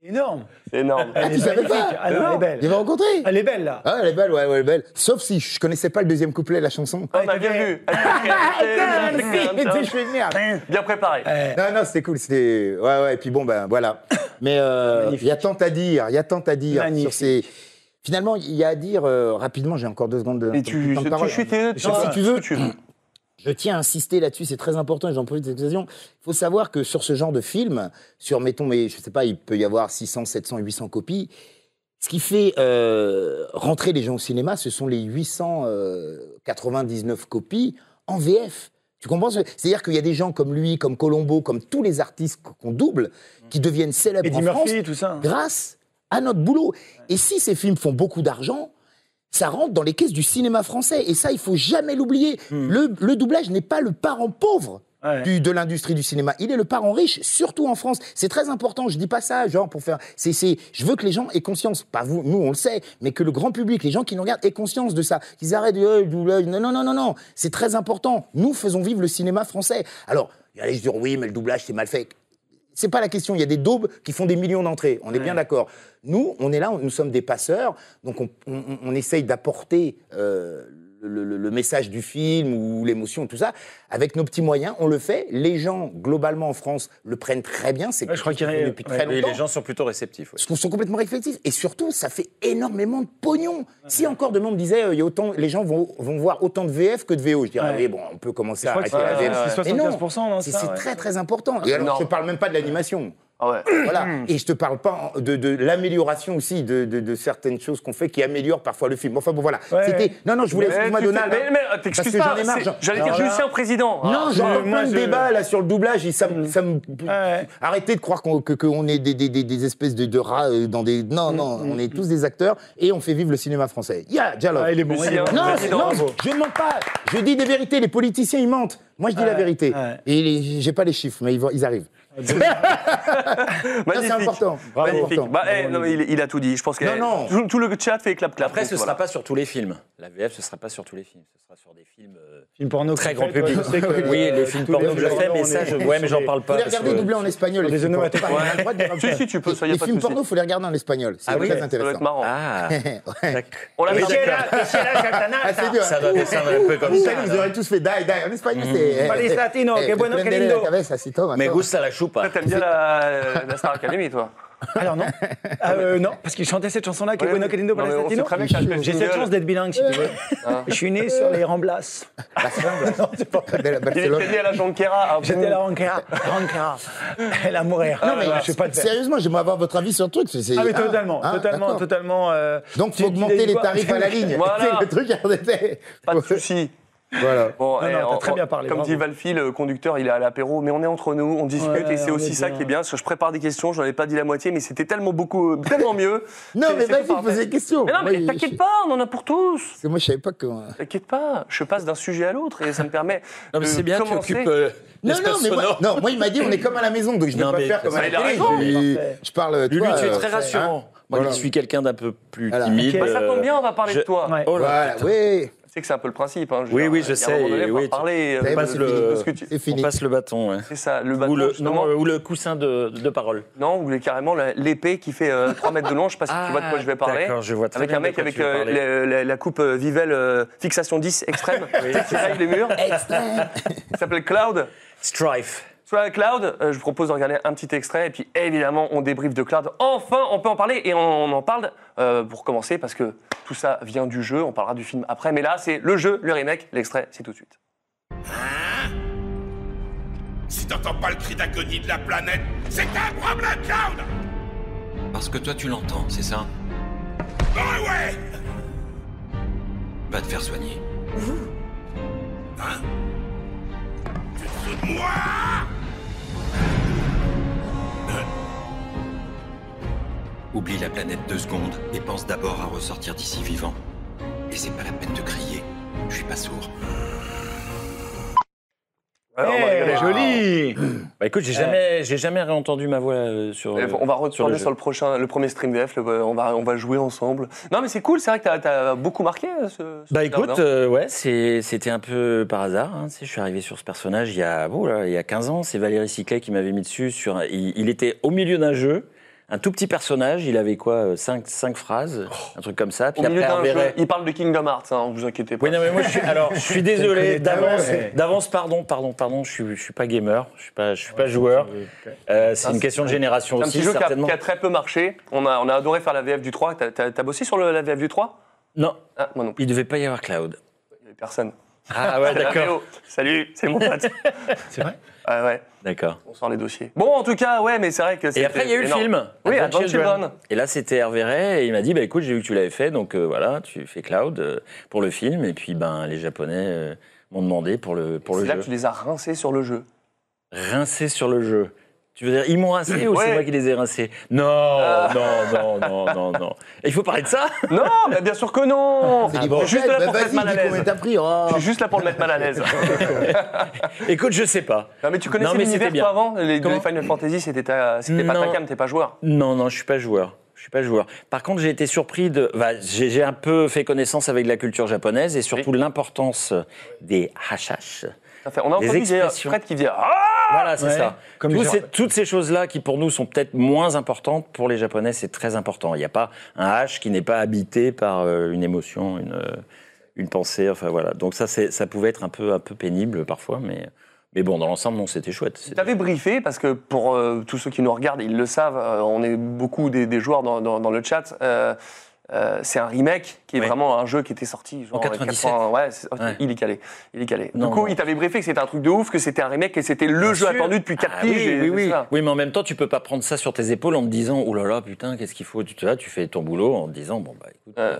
[SPEAKER 9] Énorme.
[SPEAKER 6] C'est
[SPEAKER 7] <laughs>
[SPEAKER 6] énorme.
[SPEAKER 7] Ah, tu savais
[SPEAKER 9] magnifique.
[SPEAKER 7] pas
[SPEAKER 9] Ah non, elle est
[SPEAKER 7] Il
[SPEAKER 9] belle.
[SPEAKER 7] avait rencontré
[SPEAKER 9] Elle est belle, là.
[SPEAKER 7] Ah, elle est belle, ouais, ouais, elle est belle. Sauf si je connaissais pas le deuxième couplet de la chanson.
[SPEAKER 6] on a Ah, bien vu.
[SPEAKER 7] Ah,
[SPEAKER 6] Ah,
[SPEAKER 7] <laughs> Je fais de merde.
[SPEAKER 6] Bien préparé.
[SPEAKER 7] Non, non, c'était cool, c'était... <coughs> Ouais, ouais, et puis bon, ben voilà. Mais euh, il y a tant à dire, il y a tant à dire
[SPEAKER 9] Magnifique.
[SPEAKER 7] sur ces... Finalement, il y a à dire euh, rapidement, j'ai encore deux secondes de.
[SPEAKER 6] Et tu,
[SPEAKER 7] de temps de
[SPEAKER 6] tu
[SPEAKER 7] parole.
[SPEAKER 6] chutes tes
[SPEAKER 7] Je sais pas si tu veux. Je tiens à insister là-dessus, c'est très important et j'en profite de cette occasion. Il faut savoir que sur ce genre de film, sur, mettons, mais je sais pas, il peut y avoir 600, 700, 800 copies. Ce qui fait euh, rentrer les gens au cinéma, ce sont les 899 copies en VF. Tu comprends ce- C'est-à-dire qu'il y a des gens comme lui, comme Colombo, comme tous les artistes qu'on double, qui deviennent célèbres
[SPEAKER 9] Eddie
[SPEAKER 7] en France
[SPEAKER 9] Murphy, tout ça.
[SPEAKER 7] grâce à notre boulot. Et si ces films font beaucoup d'argent, ça rentre dans les caisses du cinéma français. Et ça, il faut jamais l'oublier. Le, le doublage n'est pas le parent pauvre.
[SPEAKER 9] Ouais.
[SPEAKER 7] du- de l'industrie du cinéma. Il est le parent riche, surtout en France. C'est très important. Je dis pas ça, genre pour faire. C'est, c'est. Je veux que les gens aient conscience. Pas vous, nous, on le sait, mais que le grand public, les gens qui nous regardent, aient conscience de ça. Qu'ils arrêtent. de, euh, le doublage. Non, non, non, non, non. C'est très important. Nous faisons vivre le cinéma français. Alors, il y a les gens qui diront oui, mais le doublage c'est mal fait. C'est pas la question. Il y a des daubes qui font des millions d'entrées. On est bien d'accord. Nous, on est là, on- nous sommes des passeurs, donc on, on- on- on essaye d'apporter euh, le, le- le message du film ou l'émotion, tout ça, avec nos petits moyens. On le fait. Les gens, globalement en France, le prennent très bien. C'est
[SPEAKER 9] Ouais, je crois
[SPEAKER 7] quelque chose
[SPEAKER 9] qu'il y a-
[SPEAKER 7] qu'on fait depuis
[SPEAKER 9] ouais.
[SPEAKER 7] très
[SPEAKER 8] Oui,
[SPEAKER 7] longtemps.
[SPEAKER 8] les gens sont plutôt réceptifs. ouais.
[SPEAKER 7] Parce qu'on sont complètement réflexifs. Et surtout, ça fait énormément de pognon. Si encore demain on me disait, euh, il y a autant, les gens vont, vont voir autant de VF que de VO, je dirais,
[SPEAKER 9] Ouais.
[SPEAKER 7] ah oui, bon, on peut commencer
[SPEAKER 9] Je
[SPEAKER 7] à
[SPEAKER 9] crois que
[SPEAKER 7] arrêter
[SPEAKER 9] c'est
[SPEAKER 7] la
[SPEAKER 6] ouais,
[SPEAKER 7] VF.
[SPEAKER 9] c'est
[SPEAKER 7] Mais non,
[SPEAKER 9] 75%, non,
[SPEAKER 7] c'est
[SPEAKER 9] hein, ça,
[SPEAKER 7] c'est
[SPEAKER 9] ouais.
[SPEAKER 7] très très important. Et alors,
[SPEAKER 6] énorme.
[SPEAKER 7] je te parle même pas de l'animation.
[SPEAKER 6] Ah ouais.
[SPEAKER 7] Voilà. Et je te parle pas en- de, de l'amélioration aussi de, de- de certaines choses qu'on fait qui améliorent parfois le film. Enfin bon, voilà.
[SPEAKER 9] Ouais,
[SPEAKER 7] C'était.
[SPEAKER 9] ouais.
[SPEAKER 7] Non, non, je voulais.
[SPEAKER 6] Mais,
[SPEAKER 7] Excuse-moi,
[SPEAKER 6] tu
[SPEAKER 7] Donald.
[SPEAKER 6] fais- mais, mais,
[SPEAKER 7] hein, parce
[SPEAKER 6] t'excuses
[SPEAKER 7] que
[SPEAKER 6] pas,
[SPEAKER 7] j'en ai marre.
[SPEAKER 6] c'est-
[SPEAKER 7] j'en-
[SPEAKER 6] j'allais
[SPEAKER 9] Alors
[SPEAKER 6] dire, je
[SPEAKER 9] là-
[SPEAKER 6] suis un président.
[SPEAKER 7] non,
[SPEAKER 6] Ah,
[SPEAKER 7] j'entends
[SPEAKER 9] moi,
[SPEAKER 7] plein de
[SPEAKER 9] je- Ah.
[SPEAKER 7] débats là sur le doublage et ça, me- ça me.
[SPEAKER 9] Ouais.
[SPEAKER 7] Arrêtez de croire qu'on que- qu'on est des, des- des- des espèces de, de rats euh, dans des. Non, non, on est tous des acteurs et on fait vivre le cinéma français. Yeah, dialogue.
[SPEAKER 9] Ah, il est bon. il est bon.
[SPEAKER 6] Lucien.
[SPEAKER 7] Non,
[SPEAKER 6] Vas-y,
[SPEAKER 7] non,
[SPEAKER 6] non,
[SPEAKER 7] je ne mens pas. Je dis des vérités. Les politiciens, ils mentent. Moi, je dis la vérité.
[SPEAKER 9] ouais.
[SPEAKER 7] Et les- j'ai pas les chiffres, mais ils, vont- ils arrivent. Non, C'est
[SPEAKER 6] Magnifique.
[SPEAKER 7] important.
[SPEAKER 6] Magnifique.
[SPEAKER 7] Important.
[SPEAKER 6] Bah, eh, non, mais il, il a tout dit. Je pense que
[SPEAKER 7] Non,
[SPEAKER 6] eh,
[SPEAKER 7] non.
[SPEAKER 6] Tout, tout le chat fait clap clap.
[SPEAKER 8] Après, ce
[SPEAKER 6] Donc,
[SPEAKER 8] sera
[SPEAKER 6] voilà.
[SPEAKER 8] pas sur tous les films. La VF, ce sera pas sur tous les films. Ce sera sur des films. euh,
[SPEAKER 9] Film porno
[SPEAKER 8] Très
[SPEAKER 9] qu'on
[SPEAKER 8] grand
[SPEAKER 9] fait, toi,
[SPEAKER 8] public.
[SPEAKER 9] je sais que,
[SPEAKER 8] oui,
[SPEAKER 9] euh,
[SPEAKER 8] les films
[SPEAKER 9] tous
[SPEAKER 8] porno,
[SPEAKER 9] les
[SPEAKER 8] je sais,
[SPEAKER 9] films
[SPEAKER 8] mais
[SPEAKER 9] porno, on
[SPEAKER 8] ça,
[SPEAKER 9] est-
[SPEAKER 8] je. Ouais, mais j'en parle
[SPEAKER 7] Faut
[SPEAKER 8] pas.
[SPEAKER 7] les
[SPEAKER 8] parce
[SPEAKER 7] regarder
[SPEAKER 8] que-
[SPEAKER 7] doublés en espagnol.
[SPEAKER 9] Des
[SPEAKER 7] les films
[SPEAKER 9] onomatopées.
[SPEAKER 7] porno. On a le droit de dire-
[SPEAKER 6] Si, si, tu peux, ça y a
[SPEAKER 7] Les
[SPEAKER 6] pas de
[SPEAKER 7] films
[SPEAKER 6] souci.
[SPEAKER 7] porno, faut les regarder en espagnol. C'est
[SPEAKER 8] Ah
[SPEAKER 7] très
[SPEAKER 8] oui,
[SPEAKER 6] Ça doit
[SPEAKER 7] intéressant.
[SPEAKER 6] être marrant.
[SPEAKER 8] Ah,
[SPEAKER 7] Ouais.
[SPEAKER 8] tac.
[SPEAKER 6] On l'a fait
[SPEAKER 9] Michel,
[SPEAKER 6] d'accord.
[SPEAKER 9] là, Michel, là, Santana,
[SPEAKER 7] Ah,
[SPEAKER 9] ça.
[SPEAKER 7] c'est dur.
[SPEAKER 8] <laughs> Ça doit descendre un peu comme
[SPEAKER 7] Vous
[SPEAKER 8] ça.
[SPEAKER 7] savez, vous aurez tous fait die, die. En espagnol, c'est.
[SPEAKER 9] Feliz
[SPEAKER 7] eh,
[SPEAKER 9] latino,
[SPEAKER 7] eh,
[SPEAKER 9] qué bueno,
[SPEAKER 7] te
[SPEAKER 9] qué
[SPEAKER 7] prendele la
[SPEAKER 9] lindo.
[SPEAKER 7] cabeza, si toma,
[SPEAKER 8] Mais
[SPEAKER 7] toma.
[SPEAKER 8] gusta la hein. choupa.
[SPEAKER 6] Toi, T'aimes bien la,
[SPEAKER 9] <laughs>
[SPEAKER 6] la Star Academy, toi
[SPEAKER 9] Alors non. Ah, euh, non, parce qu'il chantait cette chanson-là, Que
[SPEAKER 6] Ouais,
[SPEAKER 9] bueno
[SPEAKER 6] mais-
[SPEAKER 9] que lindo
[SPEAKER 6] non, mais on
[SPEAKER 9] Palestino.
[SPEAKER 6] sait très bien que t'as le
[SPEAKER 9] J'ai
[SPEAKER 6] jingle.
[SPEAKER 9] cette chance d'être bilingue, si tu veux. Je suis né sur les Ramblas. Non, c'est pas vrai.
[SPEAKER 7] De la
[SPEAKER 6] Il
[SPEAKER 7] Barcelone.
[SPEAKER 6] était né à la Jonquera. hein. à
[SPEAKER 9] J'étais
[SPEAKER 6] Bourg.
[SPEAKER 9] à la Rancara. Rancara. Elle a mourir.
[SPEAKER 7] Non, mais
[SPEAKER 9] je sais pas le faire.
[SPEAKER 7] Sérieusement, j'aimerais avoir votre avis sur le truc. c'est- c'est-
[SPEAKER 9] Ah, mais
[SPEAKER 7] hein,
[SPEAKER 9] totalement,
[SPEAKER 7] hein,
[SPEAKER 9] totalement,
[SPEAKER 7] d'accord.
[SPEAKER 9] totalement. euh,
[SPEAKER 7] Donc,
[SPEAKER 9] tu-
[SPEAKER 7] faut
[SPEAKER 9] tu dis
[SPEAKER 7] augmenter les
[SPEAKER 9] quoi
[SPEAKER 7] tarifs à la ligne.
[SPEAKER 6] Voilà.
[SPEAKER 7] C'est le truc, en effet.
[SPEAKER 6] Pas de soucis.
[SPEAKER 7] Voilà.
[SPEAKER 6] Bon,
[SPEAKER 9] Non,
[SPEAKER 6] eh,
[SPEAKER 9] non, t'as
[SPEAKER 6] on-
[SPEAKER 9] très bien parlé,
[SPEAKER 6] Comme
[SPEAKER 9] bravo.
[SPEAKER 6] dit Valfi, le conducteur, il est à l'apéro, mais on est entre nous, on discute,
[SPEAKER 9] Ouais,
[SPEAKER 6] et c'est
[SPEAKER 9] on
[SPEAKER 6] aussi
[SPEAKER 9] est
[SPEAKER 6] ça
[SPEAKER 9] bien.
[SPEAKER 6] qui est bien, parce que je prépare des questions, j'en ai pas dit la moitié, mais c'était tellement beaucoup, euh,
[SPEAKER 9] <laughs>
[SPEAKER 6] tellement mieux.
[SPEAKER 7] Non,
[SPEAKER 6] C'est-
[SPEAKER 7] mais
[SPEAKER 6] c'est
[SPEAKER 7] vas-y,
[SPEAKER 6] parfait.
[SPEAKER 7] posez des questions.
[SPEAKER 6] Mais non, mais
[SPEAKER 7] Moi,
[SPEAKER 6] t'inquiète
[SPEAKER 7] je-
[SPEAKER 6] pas, on en a pour tous.
[SPEAKER 7] Parce que moi, je savais pas comment.
[SPEAKER 6] T'inquiète pas, je passe d'un sujet à l'autre et ça me permet.
[SPEAKER 8] Non, mais
[SPEAKER 6] de
[SPEAKER 8] c'est bien, tu
[SPEAKER 6] commencer.
[SPEAKER 8] occupes euh,
[SPEAKER 7] Non,
[SPEAKER 8] l'espace
[SPEAKER 7] non, mais moi,
[SPEAKER 8] sonore.
[SPEAKER 7] non, moi, il m'a dit, on est comme à la maison, donc je ne
[SPEAKER 8] Non,
[SPEAKER 7] vais pas
[SPEAKER 8] mais
[SPEAKER 7] faire comme à la
[SPEAKER 6] il a
[SPEAKER 7] télé.
[SPEAKER 6] raison.
[SPEAKER 7] Je, je parle.
[SPEAKER 8] Lulu,
[SPEAKER 7] toi,
[SPEAKER 8] tu es
[SPEAKER 7] euh,
[SPEAKER 8] très rassurant.
[SPEAKER 7] hein.
[SPEAKER 8] Moi,
[SPEAKER 7] Voilà.
[SPEAKER 8] qui suis quelqu'un d'un peu plus
[SPEAKER 7] Voilà.
[SPEAKER 8] timide.
[SPEAKER 6] Bah, ça tombe
[SPEAKER 8] <laughs> euh,
[SPEAKER 6] bien, on va parler
[SPEAKER 8] je-
[SPEAKER 6] de toi.
[SPEAKER 9] Ouais.
[SPEAKER 8] Oh là,
[SPEAKER 7] Voilà, oui.
[SPEAKER 6] Tu sais que c'est un peu le principe. Hein,
[SPEAKER 8] Oui,
[SPEAKER 6] veux
[SPEAKER 8] oui,
[SPEAKER 6] dire, il
[SPEAKER 8] je
[SPEAKER 6] y a un moment
[SPEAKER 8] sais,
[SPEAKER 6] donné,
[SPEAKER 8] et
[SPEAKER 6] faut
[SPEAKER 8] oui,
[SPEAKER 6] parler euh,
[SPEAKER 7] tu-
[SPEAKER 6] de-
[SPEAKER 7] passe
[SPEAKER 6] de-
[SPEAKER 8] le-
[SPEAKER 6] de ce que tu.
[SPEAKER 7] C'est
[SPEAKER 8] on
[SPEAKER 7] fini.
[SPEAKER 8] passe le bâton, ouais.
[SPEAKER 6] C'est ça, le
[SPEAKER 8] Ou
[SPEAKER 6] bâton,
[SPEAKER 8] le,
[SPEAKER 6] justement.
[SPEAKER 8] non, euh, ou le coussin de, de parole.
[SPEAKER 6] Non, vous voulez carrément la- l'épée qui fait euh, 3 mètres de long, je sais pas si tu vois de quoi je vais parler.
[SPEAKER 8] Ah, D'accord, je vois très
[SPEAKER 6] Avec
[SPEAKER 8] bien
[SPEAKER 6] un
[SPEAKER 8] de
[SPEAKER 6] mec
[SPEAKER 8] quoi
[SPEAKER 6] avec
[SPEAKER 8] tu veux
[SPEAKER 6] euh,
[SPEAKER 8] parler.
[SPEAKER 6] le- la, la coupe euh, Vivel euh, fixation 10 extrême <laughs> qui raille les murs. Il s'appelle Cloud.
[SPEAKER 8] Strife.
[SPEAKER 6] Sur la Cloud, euh, je vous propose de regarder un petit extrait et puis évidemment on débriefe de Cloud. Enfin, on peut en parler et on, on en parle euh, pour commencer parce que tout ça vient du jeu. On parlera du film après, mais là c'est le jeu, le remake, l'extrait, c'est tout de suite.
[SPEAKER 11] Si t'entends pas le cri d'agonie de la planète, c'est un problème, Cloud
[SPEAKER 13] Parce que toi tu l'entends, c'est ça
[SPEAKER 11] Ouais, Ah ouais
[SPEAKER 13] Va te faire soigner.
[SPEAKER 11] Hein Tu te fous de moi
[SPEAKER 13] Euh. Oublie la planète deux secondes et pense d'abord à ressortir d'ici vivant. Et c'est pas la peine de crier. Je suis pas sourd.
[SPEAKER 6] Alors, on va
[SPEAKER 9] Eh,
[SPEAKER 6] regarder.
[SPEAKER 9] Joli.
[SPEAKER 8] Bah écoute, j'ai jamais, j'ai jamais réentendu ma voix euh, sur.
[SPEAKER 6] Et
[SPEAKER 8] euh,
[SPEAKER 6] Euh. Eh, On va retourner sur
[SPEAKER 8] le
[SPEAKER 6] le,
[SPEAKER 8] jeu.
[SPEAKER 6] prochain, le premier stream VF, le- on, va, on va jouer ensemble. Non mais c'est cool, c'est vrai que t'as- t'as beaucoup marqué euh, ce, ce
[SPEAKER 8] Bah
[SPEAKER 6] Cloud,
[SPEAKER 8] écoute,
[SPEAKER 6] hein.
[SPEAKER 8] euh, ouais, c'est- c'était un peu par hasard. hein, tu sais, je suis arrivé sur ce personnage il y a, oh là, il y a 15 ans. C'est Valérie Ciclet qui m'avait mis dessus. Sur, un- il, il était au milieu d'un jeu un tout petit personnage, il avait quoi 5 cinq phrases, un truc comme ça. Puis
[SPEAKER 6] Oh. hein. Au milieu
[SPEAKER 8] après,
[SPEAKER 6] d'un
[SPEAKER 8] Hervé
[SPEAKER 6] jeu, il parle de Kingdom Hearts, hein, vous inquiétez pas.
[SPEAKER 8] Oui, non, mais moi, je suis, alors, je <laughs> suis désolé d'avance,
[SPEAKER 6] Ouais.
[SPEAKER 8] d'avance, pardon, pardon, pardon, je suis, je suis pas gamer, je suis pas, je suis pas joueur. Euh, c'est une question de génération
[SPEAKER 6] Ah, C'est un
[SPEAKER 8] aussi,
[SPEAKER 6] petit jeu qui a,
[SPEAKER 8] certainement.
[SPEAKER 6] qui a très peu marché. On a, on a adoré faire la VF du 3. T'as- T'as t'as bossé sur le- la VF du 3
[SPEAKER 8] Non.
[SPEAKER 6] Ah, moi non plus.
[SPEAKER 8] Il devait pas y avoir Cloud.
[SPEAKER 6] Il y avait personne.
[SPEAKER 8] Ah ouais,
[SPEAKER 6] C'est la
[SPEAKER 8] d'accord.
[SPEAKER 6] VO. Salut, c'est mon pote.
[SPEAKER 9] <laughs> C'est vrai
[SPEAKER 6] Ouais, ouais.
[SPEAKER 8] <laughs> D'accord.
[SPEAKER 6] On sort les dossiers. Bon, en tout cas, ouais, mais c'est vrai que
[SPEAKER 8] Et
[SPEAKER 6] c'était
[SPEAKER 8] après, il y a eu le
[SPEAKER 6] énorme.
[SPEAKER 8] film.
[SPEAKER 6] Oui,
[SPEAKER 8] Advent
[SPEAKER 6] Advent Children.
[SPEAKER 8] Et là, c'était Hervé Ray, et il m'a dit, bah écoute, j'ai vu que tu l'avais fait, donc euh, voilà, tu fais Cloud euh, pour le film, et puis ben les Japonais euh, m'ont demandé pour le pour le
[SPEAKER 6] C'est là
[SPEAKER 8] jeu.
[SPEAKER 6] que tu les as rincés sur le jeu. <laughs>
[SPEAKER 8] Rincé sur le jeu. Tu veux dire, ils m'ont rincé ou
[SPEAKER 6] Ouais.
[SPEAKER 8] c'est moi qui les ai rincés Non, Ah. non, non, non, non, non. Et il faut parler de ça
[SPEAKER 6] Non, mais bien sûr que non
[SPEAKER 8] C'est
[SPEAKER 6] Je
[SPEAKER 8] des brochettes.
[SPEAKER 6] suis juste là
[SPEAKER 8] Bah,
[SPEAKER 6] pour te
[SPEAKER 8] vas-y,
[SPEAKER 6] mettre mal à
[SPEAKER 8] dis combien
[SPEAKER 6] l'aise.
[SPEAKER 8] t'as
[SPEAKER 6] Je suis juste là pour le mettre mal à
[SPEAKER 8] <laughs>
[SPEAKER 6] l'aise.
[SPEAKER 8] Écoute, je sais pas.
[SPEAKER 6] Non, mais tu connaissais
[SPEAKER 8] Non, mais
[SPEAKER 6] l'univers,
[SPEAKER 8] c'était bien.
[SPEAKER 6] toi, avant Les
[SPEAKER 8] Comment
[SPEAKER 6] les Final Fantasy, c'était ta- c'était pas ta
[SPEAKER 8] Non.
[SPEAKER 6] cam, t'es pas joueur.
[SPEAKER 8] Non, non, je suis pas joueur. Je suis pas joueur. Par contre, j'ai été surpris de. bah, j'ai j'ai un peu fait connaissance avec la culture japonaise et surtout l'importance des hashash.
[SPEAKER 6] Ça fait- On a
[SPEAKER 8] Les
[SPEAKER 6] entendu dire-
[SPEAKER 8] expressions.
[SPEAKER 6] Fred qui dit Ah
[SPEAKER 8] Voilà, c'est
[SPEAKER 6] Ouais,
[SPEAKER 8] ça.
[SPEAKER 6] comme
[SPEAKER 8] Tous
[SPEAKER 6] les
[SPEAKER 8] ces-
[SPEAKER 6] Jap-
[SPEAKER 8] toutes ces choses-là qui pour nous sont peut-être moins importantes, pour les Japonais, c'est très important. Il n'y a pas un H qui n'est pas habité par euh, une émotion, une, euh, une pensée. Enfin voilà. Donc ça, c'est- ça pouvait être un peu, un peu pénible parfois, mais, mais bon, dans l'ensemble, non, c'était chouette. C'est-
[SPEAKER 6] T'avais briefé, parce que pour euh, tous ceux qui nous regardent, ils le savent, euh, on est beaucoup des, des joueurs dans, dans- dans le chat. euh, euh, c'est un remake qui est
[SPEAKER 8] Ouais.
[SPEAKER 6] vraiment un jeu qui était sorti genre,
[SPEAKER 8] En 97.
[SPEAKER 6] 80, ouais, c'est- oh,
[SPEAKER 8] Ouais.
[SPEAKER 6] il est calé, il est calé.
[SPEAKER 8] Non,
[SPEAKER 6] du coup,
[SPEAKER 8] non.
[SPEAKER 6] il t'avait briefé que c'était un truc de ouf, que c'était un remake et c'était le jeu
[SPEAKER 8] sûr.
[SPEAKER 6] attendu depuis 4
[SPEAKER 8] Ah
[SPEAKER 6] piges.
[SPEAKER 8] oui,
[SPEAKER 6] et-
[SPEAKER 8] oui,
[SPEAKER 6] et
[SPEAKER 8] oui.
[SPEAKER 6] ça.
[SPEAKER 8] Oui, mais en même temps, tu peux pas prendre ça sur tes épaules en te disant, oh là là, putain, qu'est-ce qu'il faut Tu te- là, tu fais ton boulot en te disant, bon bah écoute, euh,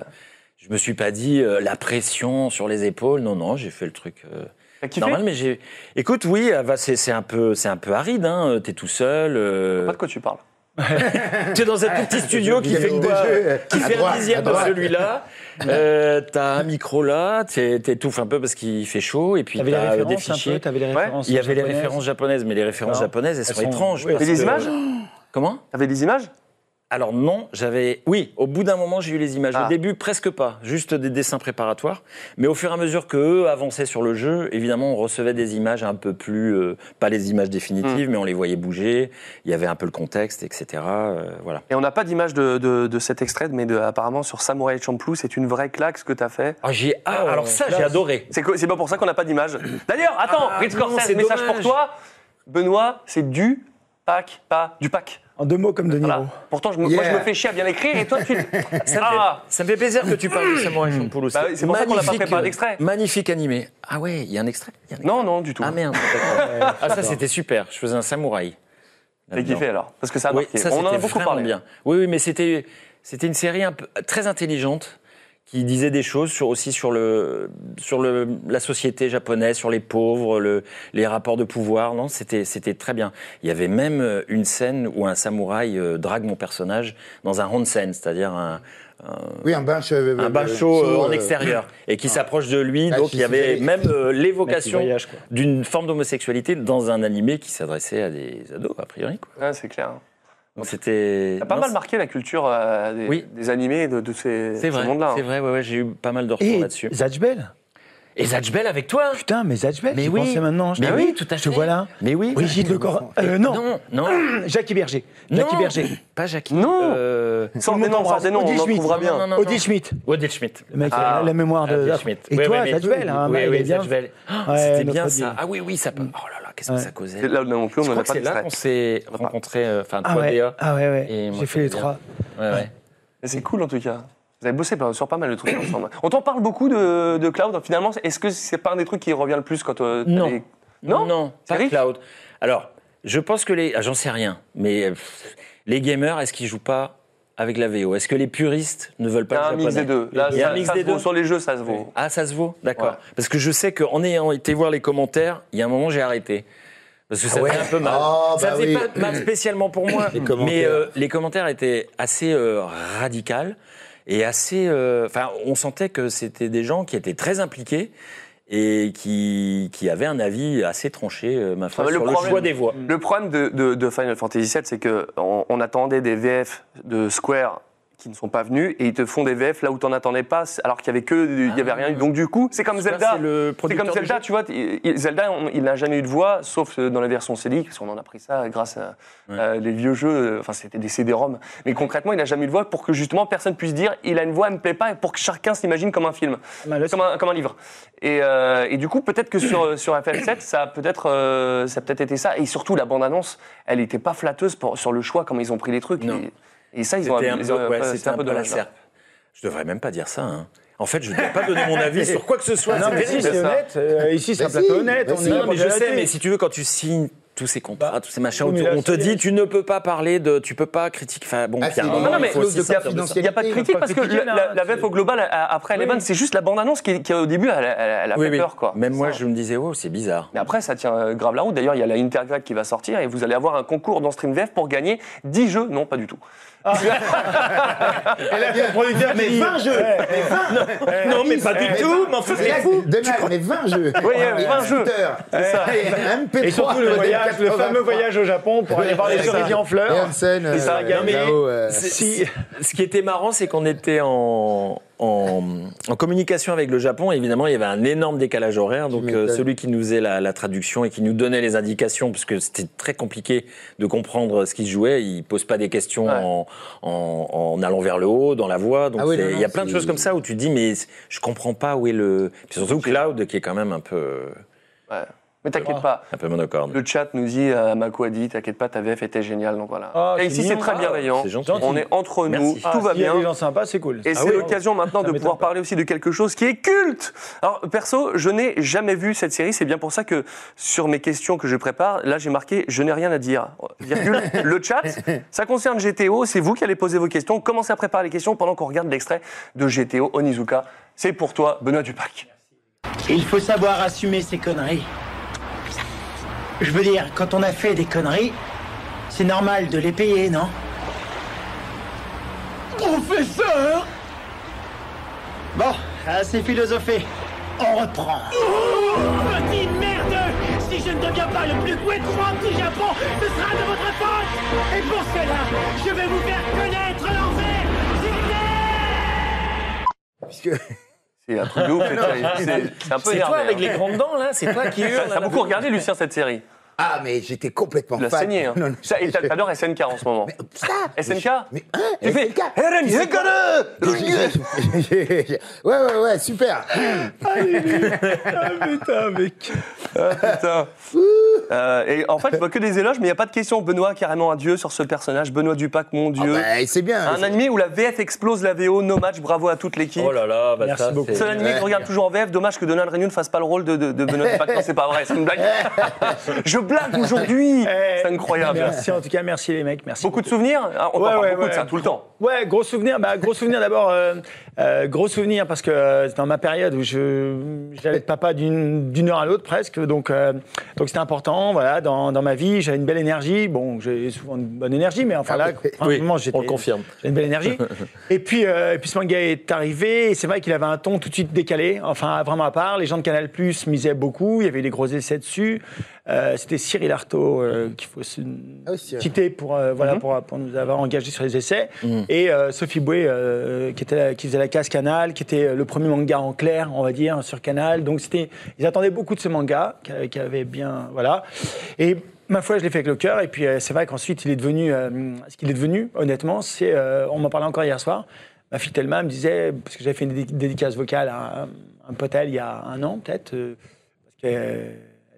[SPEAKER 8] je me suis pas dit euh, la pression sur les épaules. Non, non, j'ai fait le truc. euh,
[SPEAKER 6] kiffé
[SPEAKER 8] normal, mais j'ai. Écoute, oui, ah, bah, c'est c'est un peu, c'est un peu aride. Hein. euh, T'es tout seul.
[SPEAKER 6] Pas de quoi tu parles.
[SPEAKER 8] tu es dans un tout petit studio qui fait quoi Qui fait un dixième de celui-là. Euh, T'as un micro là. t'es- T'étouffes un peu parce qu'il fait chaud. Et puis
[SPEAKER 9] T'avais les
[SPEAKER 8] t'as euh, des
[SPEAKER 9] références un
[SPEAKER 8] fichiers.
[SPEAKER 9] peu T'avais les
[SPEAKER 8] Ouais.
[SPEAKER 9] références
[SPEAKER 8] Il y avait les
[SPEAKER 9] japonaises
[SPEAKER 8] références japonaises, mais les références
[SPEAKER 9] Non.
[SPEAKER 8] japonaises, elles,
[SPEAKER 9] Elles
[SPEAKER 8] sont,
[SPEAKER 9] sont-
[SPEAKER 8] étranges.
[SPEAKER 9] oui,
[SPEAKER 8] parce
[SPEAKER 9] t'avais des
[SPEAKER 8] que-
[SPEAKER 9] images
[SPEAKER 8] Comment
[SPEAKER 6] T'avais des images
[SPEAKER 8] Alors non, j'avais... Oui, au bout d'un moment, j'ai eu les images.
[SPEAKER 6] Ah.
[SPEAKER 8] Au début, presque pas. Juste des dessins préparatoires. Mais au fur et à mesure que eux avançaient sur le jeu, évidemment, on recevait des images un peu plus... euh, pas les images définitives, mais on les voyait bouger. Il y avait un peu le contexte, etc. euh, voilà.
[SPEAKER 6] Et on n'a pas d'image de, de- de cet extrait, mais de- apparemment sur Samurai Champloo, c'est une vraie claque ce que t'as fait.
[SPEAKER 8] Ah, j'ai... ah,
[SPEAKER 6] Euh,
[SPEAKER 8] alors ça, j'ai
[SPEAKER 6] classe.
[SPEAKER 8] adoré.
[SPEAKER 6] C'est quoi- c'est pas pour ça qu'on n'a pas
[SPEAKER 8] <coughs>
[SPEAKER 6] d'image. D'ailleurs, attends,
[SPEAKER 8] Ah,
[SPEAKER 6] Rich
[SPEAKER 8] non,
[SPEAKER 6] Cortez,
[SPEAKER 8] c'est
[SPEAKER 6] message
[SPEAKER 8] dommage.
[SPEAKER 6] pour toi. Benoît, c'est du pack, pas du pack.
[SPEAKER 4] En deux mots comme De Niro.
[SPEAKER 6] Pourtant, je me, moi, je me fais chier à bien écrire et toi,
[SPEAKER 8] <laughs>
[SPEAKER 6] tu.
[SPEAKER 8] Ça me, fait, ça me fait plaisir que tu parles de Samurai Champloo.
[SPEAKER 6] Bah oui, c'est pour ça qu'on l'a pas
[SPEAKER 8] magnifique,
[SPEAKER 6] préparé
[SPEAKER 8] euh,
[SPEAKER 6] d'extrait.
[SPEAKER 8] Magnifique animé. Ah ouais, il y a un extrait Il y a un
[SPEAKER 6] Non, non, du tout.
[SPEAKER 8] Ah merde. ah ça c'était super. Je faisais un samouraï.
[SPEAKER 6] T'as kiffé alors Parce que ça a
[SPEAKER 8] Oui,
[SPEAKER 6] marqué.
[SPEAKER 8] ça,
[SPEAKER 6] On en a
[SPEAKER 8] c'était
[SPEAKER 6] beaucoup
[SPEAKER 8] vraiment
[SPEAKER 6] parlé.
[SPEAKER 8] Bien. Oui, oui, mais c'était c'était une série un peu- très intelligente qui disait des choses sur, aussi sur le sur le la société japonaise, sur les pauvres, le, les rapports de pouvoir. Non, c'était c'était très bien. Il y avait même euh, une scène où un samouraï euh, drague mon personnage dans un onsen, c'est-à-dire un
[SPEAKER 7] Oui, un bain chauve.
[SPEAKER 8] un bain chaud euh, en extérieur et qui s'approche de lui.
[SPEAKER 7] Ah,
[SPEAKER 8] donc
[SPEAKER 7] je
[SPEAKER 8] il y avait
[SPEAKER 7] sais.
[SPEAKER 8] même euh, l'évocation
[SPEAKER 9] Mec qui voyage, quoi.
[SPEAKER 8] d'une forme d'homosexualité dans un animé qui s'adressait à des ados, a priori. Quoi.
[SPEAKER 6] Ouais, c'est clair.
[SPEAKER 8] Donc c'était.
[SPEAKER 6] T'as pas
[SPEAKER 8] non,
[SPEAKER 6] mal marqué la culture euh, des,
[SPEAKER 8] Oui.
[SPEAKER 6] des animés et de, de ces, hein.
[SPEAKER 8] C'est
[SPEAKER 6] ce
[SPEAKER 8] vrai,
[SPEAKER 6] monde-là.
[SPEAKER 8] c'est vrai, ouais, ouais, j'ai eu pas mal de retours
[SPEAKER 9] Et
[SPEAKER 8] là-dessus.
[SPEAKER 9] Zatch Bell
[SPEAKER 8] Et Zatch Bell avec toi hein.
[SPEAKER 9] Putain, mais Zatch Bell,
[SPEAKER 8] Mais
[SPEAKER 9] j'y
[SPEAKER 8] oui.
[SPEAKER 9] pensais maintenant. Je
[SPEAKER 8] Mais
[SPEAKER 9] t'ai-
[SPEAKER 8] oui, tout à
[SPEAKER 9] Je te
[SPEAKER 8] fait.
[SPEAKER 9] vois là.
[SPEAKER 8] Mais oui.
[SPEAKER 9] Brigitte Lecor... Euh, non.
[SPEAKER 8] Non, non,
[SPEAKER 9] Jackie Berger.
[SPEAKER 8] non.
[SPEAKER 9] Jackie Berger.
[SPEAKER 8] Pas Jackie.
[SPEAKER 6] Non.
[SPEAKER 8] euh,
[SPEAKER 6] Sors des noms, sors des noms,
[SPEAKER 9] Odile
[SPEAKER 6] on en
[SPEAKER 9] Schmidt.
[SPEAKER 6] trouvera bien.
[SPEAKER 8] Non, non, non,
[SPEAKER 9] Odile Schmidt.
[SPEAKER 8] Odile Schmidt.
[SPEAKER 9] Le mec,
[SPEAKER 6] Ah.
[SPEAKER 9] a la mémoire de.
[SPEAKER 8] Odile Schmidt.
[SPEAKER 9] Et
[SPEAKER 8] Oui,
[SPEAKER 9] toi,
[SPEAKER 8] oui, mais-
[SPEAKER 9] Zatch Bell. hein,
[SPEAKER 8] Oui,
[SPEAKER 9] il est
[SPEAKER 8] oui,
[SPEAKER 9] bien.
[SPEAKER 8] Zatch Bell. Ah,
[SPEAKER 9] Ouais,
[SPEAKER 8] C'était
[SPEAKER 9] notre
[SPEAKER 8] bien
[SPEAKER 9] Odile.
[SPEAKER 8] ça. Ah oui, oui, ça peut. Oh là là, qu'est-ce que
[SPEAKER 9] Ouais.
[SPEAKER 8] ça causait.
[SPEAKER 6] Là non plus,
[SPEAKER 8] Je
[SPEAKER 6] on n'en
[SPEAKER 8] crois
[SPEAKER 6] a
[SPEAKER 8] que
[SPEAKER 6] pas
[SPEAKER 8] c'est là
[SPEAKER 6] d'extrait.
[SPEAKER 8] qu'on s'est rencontrés, euh, enfin,
[SPEAKER 9] Ah
[SPEAKER 8] toi,
[SPEAKER 9] ouais.
[SPEAKER 8] Béa.
[SPEAKER 9] Ah ouais,
[SPEAKER 8] Et
[SPEAKER 9] ouais.
[SPEAKER 8] moi,
[SPEAKER 9] J'ai fait les trois.
[SPEAKER 8] Ouais, ouais.
[SPEAKER 6] Mais C'est cool en tout cas. Vous avez bossé sur pas mal de trucs ensemble. On t'en parle beaucoup de, de cloud. Finalement, est-ce que c'est pas un des trucs qui revient le plus quand euh, t'as
[SPEAKER 8] Non.
[SPEAKER 6] des- Non
[SPEAKER 8] Non, non,
[SPEAKER 6] C'est
[SPEAKER 8] pas
[SPEAKER 6] riche
[SPEAKER 8] cloud. Alors, je pense que les. ah, J'en sais rien, mais euh, pff, les gamers, est-ce qu'ils jouent pas avec la VO Est-ce que les puristes ne
[SPEAKER 6] Il
[SPEAKER 8] veulent
[SPEAKER 6] y
[SPEAKER 8] pas
[SPEAKER 6] a un
[SPEAKER 8] le
[SPEAKER 6] mix des
[SPEAKER 8] japonais
[SPEAKER 6] deux. Là,
[SPEAKER 8] Il y a
[SPEAKER 6] ça-
[SPEAKER 8] un mix
[SPEAKER 6] ça
[SPEAKER 8] des
[SPEAKER 6] se vaut
[SPEAKER 8] deux.
[SPEAKER 6] Sur les jeux, ça se vaut.
[SPEAKER 8] Ah, ça se vaut D'accord.
[SPEAKER 6] Ouais.
[SPEAKER 8] Parce que je sais qu'en ayant été voir les commentaires, il y a un moment, j'ai arrêté. Parce que ça faisait un peu mal.
[SPEAKER 7] Ah,
[SPEAKER 8] ça
[SPEAKER 7] bah
[SPEAKER 8] faisait
[SPEAKER 7] oui.
[SPEAKER 8] pas mal spécialement pour moi.
[SPEAKER 7] Les commentaires.
[SPEAKER 8] mais euh, les commentaires étaient assez euh, radicaux et assez. euh, Enfin, on sentait que c'était des gens qui étaient très impliqués et qui, qui avaient un avis assez tranché, euh, ma foi,
[SPEAKER 6] Ah, mais le
[SPEAKER 8] sur le,
[SPEAKER 6] problème-
[SPEAKER 8] choix des voix.
[SPEAKER 6] Le problème de, de- de Final Fantasy VII, c'est que on, on attendait des VF de Square qui ne sont pas venus et ils te font des VF là où t'en attendais pas alors qu'il y avait que du- il y avait
[SPEAKER 8] Ah.
[SPEAKER 6] rien eu. Donc du coup, c'est comme
[SPEAKER 8] Super,
[SPEAKER 6] Zelda.
[SPEAKER 8] c'est le
[SPEAKER 6] C'est
[SPEAKER 8] producteur
[SPEAKER 6] comme
[SPEAKER 8] du
[SPEAKER 6] Zelda,
[SPEAKER 8] jeu.
[SPEAKER 6] tu vois, t- il- Zelda on- il n'a jamais eu de voix sauf euh, dans la version CD parce qu'on en a pris ça grâce à euh, les vieux jeux, euh, enfin c'était des CD-ROM. Mais concrètement, il n'a jamais eu de voix pour que justement personne puisse dire il a une voix, elle me plaît pas et pour que chacun s'imagine comme un film,
[SPEAKER 8] Ah bah
[SPEAKER 6] comme un, comme un livre. Et, euh, et du coup, peut-être que sur euh, sur FF7, ça a peut-être euh, ça a peut-être été ça et surtout la bande-annonce, elle n'était pas flatteuse pour- sur le choix comment ils ont pris les trucs.
[SPEAKER 8] Non.
[SPEAKER 6] Et, et ça, ils ont
[SPEAKER 8] C'était un
[SPEAKER 6] ils
[SPEAKER 8] peu-
[SPEAKER 6] ont- euh,
[SPEAKER 8] ouais,
[SPEAKER 6] pas-
[SPEAKER 8] c'était
[SPEAKER 6] c'était
[SPEAKER 8] un peu la
[SPEAKER 6] dommage, hein.
[SPEAKER 8] serpe. Je devrais même pas dire ça. hein. En fait, je ne dois pas donner
[SPEAKER 6] <laughs>
[SPEAKER 8] mon avis sur quoi que ce soit.
[SPEAKER 9] Non, mais
[SPEAKER 8] terrible,
[SPEAKER 9] si, c'est
[SPEAKER 8] ça.
[SPEAKER 9] honnête. Euh, ici, c'est un
[SPEAKER 8] Bah
[SPEAKER 9] plateau
[SPEAKER 8] si,
[SPEAKER 9] honnête.
[SPEAKER 8] bah
[SPEAKER 9] on
[SPEAKER 8] si.
[SPEAKER 9] est là
[SPEAKER 8] Non,
[SPEAKER 9] pour
[SPEAKER 8] mais je
[SPEAKER 9] dire la
[SPEAKER 8] sais, mais
[SPEAKER 9] vérité.
[SPEAKER 8] si tu veux, quand tu signes tous ces contrats, tous ces machins,
[SPEAKER 9] oui, mais
[SPEAKER 8] autour,
[SPEAKER 9] là,
[SPEAKER 8] on te
[SPEAKER 9] c'est-
[SPEAKER 8] dit tu ne peux pas parler de, tu peux pas critiquer. Enfin bon,
[SPEAKER 6] Ah,
[SPEAKER 8] il y a
[SPEAKER 6] c'est
[SPEAKER 8] un
[SPEAKER 6] des-
[SPEAKER 8] moment,
[SPEAKER 6] non, mais
[SPEAKER 8] il faut aussi
[SPEAKER 6] clause de
[SPEAKER 8] sortir de ça.
[SPEAKER 6] Il n'y a pas de critique parce que la, la, la VF au global, elle- elle- après, elle est bonne. C'est juste la bande-annonce qui, qui, au début, elle, elle- elle a
[SPEAKER 8] Oui,
[SPEAKER 6] fait
[SPEAKER 8] oui.
[SPEAKER 6] peur. Quoi.
[SPEAKER 8] Même moi, je me disais, wow, c'est bizarre.
[SPEAKER 6] Mais après, ça tient euh, grave la route. D'ailleurs, il y a la Intergrade qui va sortir et vous allez avoir un concours dans Stream VF pour gagner 10 jeux. Non, pas du tout.
[SPEAKER 9] Et là, c'est le producteur qui
[SPEAKER 6] Mais
[SPEAKER 9] dit-
[SPEAKER 6] 20 jeux.
[SPEAKER 9] Ouais.
[SPEAKER 8] Non, mais pas du tout, mais enfin,
[SPEAKER 7] Mais là, demain, on est 20 jeux.
[SPEAKER 6] Oui, il y a
[SPEAKER 7] On est
[SPEAKER 6] 20 jeux.
[SPEAKER 7] acteurs.
[SPEAKER 6] C'est ça.
[SPEAKER 7] Et MP3,
[SPEAKER 9] Et surtout le
[SPEAKER 7] modèle
[SPEAKER 9] voyage, le
[SPEAKER 7] 83.
[SPEAKER 9] fameux voyage au Japon pour aller voir les
[SPEAKER 7] C'est ça.
[SPEAKER 9] cerisiers en
[SPEAKER 7] Et
[SPEAKER 9] fleurs.
[SPEAKER 7] Hansen,
[SPEAKER 9] Et ça,
[SPEAKER 7] euh,
[SPEAKER 9] gamin.
[SPEAKER 7] là-haut, euh,
[SPEAKER 8] C'est- c'est- Ce qui était marrant, c'est qu'on était en, en, en communication avec le Japon. et Évidemment, il y avait un énorme décalage horaire. Donc, euh,
[SPEAKER 7] m'étonnes.
[SPEAKER 8] celui qui nous faisait la, la traduction et qui nous donnait les indications, parce que c'était très compliqué de comprendre ce qui se jouait, il pose pas des questions en, en, en allant vers le haut, dans la voix. Donc,
[SPEAKER 7] Ah oui,
[SPEAKER 8] c'est-
[SPEAKER 7] non,
[SPEAKER 8] il
[SPEAKER 7] non,
[SPEAKER 8] y a plein de
[SPEAKER 7] c'est-
[SPEAKER 8] choses comme ça où tu te dis, mais c- je comprends pas où est le. Puis surtout Cloud, qui est quand même un peu,
[SPEAKER 6] Mais t'inquiète pas.
[SPEAKER 8] un peu monocorde.
[SPEAKER 6] Le chat nous dit, euh, Mako a dit, t'inquiète pas, ta VF était géniale. Donc voilà.
[SPEAKER 9] Ah,
[SPEAKER 6] et
[SPEAKER 9] c'est
[SPEAKER 6] ici,
[SPEAKER 9] mignon.
[SPEAKER 6] c'est très
[SPEAKER 9] Ah,
[SPEAKER 6] bienveillant.
[SPEAKER 8] c'est gentil.
[SPEAKER 6] On est entre nous.
[SPEAKER 8] Merci.
[SPEAKER 6] Tout
[SPEAKER 9] Ah,
[SPEAKER 6] va
[SPEAKER 9] s'il y a
[SPEAKER 6] bien.
[SPEAKER 9] des gens sympas, c'est cool.
[SPEAKER 6] Et
[SPEAKER 9] Ah
[SPEAKER 6] c'est
[SPEAKER 9] oui.
[SPEAKER 6] l'occasion maintenant
[SPEAKER 9] Ça
[SPEAKER 6] de
[SPEAKER 9] m'étonne
[SPEAKER 6] pouvoir
[SPEAKER 9] pas.
[SPEAKER 6] parler aussi de quelque chose qui est culte. Alors perso, je n'ai jamais vu cette série, c'est bien pour ça que sur mes questions que je prépare, là j'ai marqué je n'ai rien à dire. Virgule, le chat, ça concerne GTO, c'est vous qui allez poser vos questions, commencez à préparer les questions pendant qu'on regarde l'extrait de GTO Onizuka. C'est pour toi Benoît Dupac.
[SPEAKER 4] Il faut savoir assumer ses conneries. Je veux dire, quand on a fait des conneries, c'est normal de les payer, non Professeur Bon, assez philosophé. On reprend.
[SPEAKER 14] Petite merde Si je ne deviens pas le plus coué de France du Japon, ce sera de votre faute Et pour cela, je vais vous faire connaître l'enfer
[SPEAKER 6] C'est un truc de ouf, cette série. c'est c'est un peu
[SPEAKER 8] C'est toi
[SPEAKER 6] énervé,
[SPEAKER 8] avec
[SPEAKER 6] hein.
[SPEAKER 8] les grandes dents, là
[SPEAKER 9] <laughs>
[SPEAKER 8] C'est toi qui hurle.
[SPEAKER 6] T'as beaucoup regardé Lucien cette série,
[SPEAKER 7] Ah, mais j'étais complètement
[SPEAKER 6] tu l'as
[SPEAKER 7] fan.
[SPEAKER 6] saigné. Hein.
[SPEAKER 7] Non, non,
[SPEAKER 6] Ça, et t'a- t'adores SNK en ce moment.
[SPEAKER 7] ça,
[SPEAKER 6] SNK
[SPEAKER 7] Mais hein,
[SPEAKER 6] Tu fais
[SPEAKER 7] SNK.
[SPEAKER 6] Eren Sekara
[SPEAKER 7] Ouais, ouais, ouais, super.
[SPEAKER 9] Putain, mec.
[SPEAKER 6] Ah, Putain. Euh, et en fait, je vois que des éloges, mais il n'y a pas de question. Benoît, carrément adieu sur ce personnage. Benoît Dupac, mon
[SPEAKER 7] Ah
[SPEAKER 6] dieu.
[SPEAKER 7] bah, et c'est bien.
[SPEAKER 6] un animé où la VF explose la VO, no match, bravo à toute l'équipe.
[SPEAKER 8] Oh là là, bah
[SPEAKER 9] Merci
[SPEAKER 8] ça,
[SPEAKER 9] beaucoup.
[SPEAKER 8] c'est-
[SPEAKER 6] Seul animé que je regarde toujours en VF, dommage que Donald Renew ne fasse pas le rôle de, de, de Benoît Dupac. Non, c'est pas vrai, c'est une blague. je blague aujourd'hui C'est incroyable.
[SPEAKER 9] Eh, Merci, en tout cas, merci les mecs. Merci.
[SPEAKER 6] Beaucoup de souvenirs Ah, On en
[SPEAKER 9] Ouais,
[SPEAKER 6] parle
[SPEAKER 9] ouais,
[SPEAKER 6] beaucoup de
[SPEAKER 9] ouais.
[SPEAKER 6] ça tout le temps.
[SPEAKER 9] Ouais, gros souvenir. Bah, gros souvenir d'abord. euh, euh, gros souvenir parce que euh, c'était dans ma période où je j'allais de papa d'une d'une heure à l'autre presque. Donc euh, donc c'était important. Voilà, dans, dans ma vie, j'avais une belle énergie. Bon, j'ai souvent une bonne énergie, mais enfin là,
[SPEAKER 8] Ah Oui,
[SPEAKER 9] franchement, j'étais.
[SPEAKER 8] on le confirme.
[SPEAKER 9] J'ai une belle
[SPEAKER 8] <laughs>
[SPEAKER 9] énergie. et puis euh, et puis ce manga est arrivé. Et c'est vrai qu'il avait un ton tout de suite décalé. Enfin, vraiment à part. Les gens de Canal Plus misaient beaucoup. Il y avait eu des gros essais dessus. Euh, c'était Cyril Artaud euh, qu'il faut se-
[SPEAKER 7] Ah oui, Cyril.
[SPEAKER 9] citer pour, euh, voilà, pour, pour nous avoir engagés sur les essais. Et euh, Sophie Boué, euh, qui, était la- qui faisait la case Canal, qui était euh, le premier manga en clair, on va dire, sur Canal. Donc c'était, ils attendaient beaucoup de ce manga, qui avait, qui avait bien. Voilà. Et. Ma foi, je l'ai fait avec le cœur, et puis euh, c'est vrai qu'ensuite il est devenu, euh, ce qu'il est devenu, honnêtement, c'est, euh, on m'en parlait encore hier soir, ma fille Thelma me disait, parce que j'avais fait une dédi- dédicace vocale à un, un pote à elle il y a un an peut-être, euh, parce que, euh,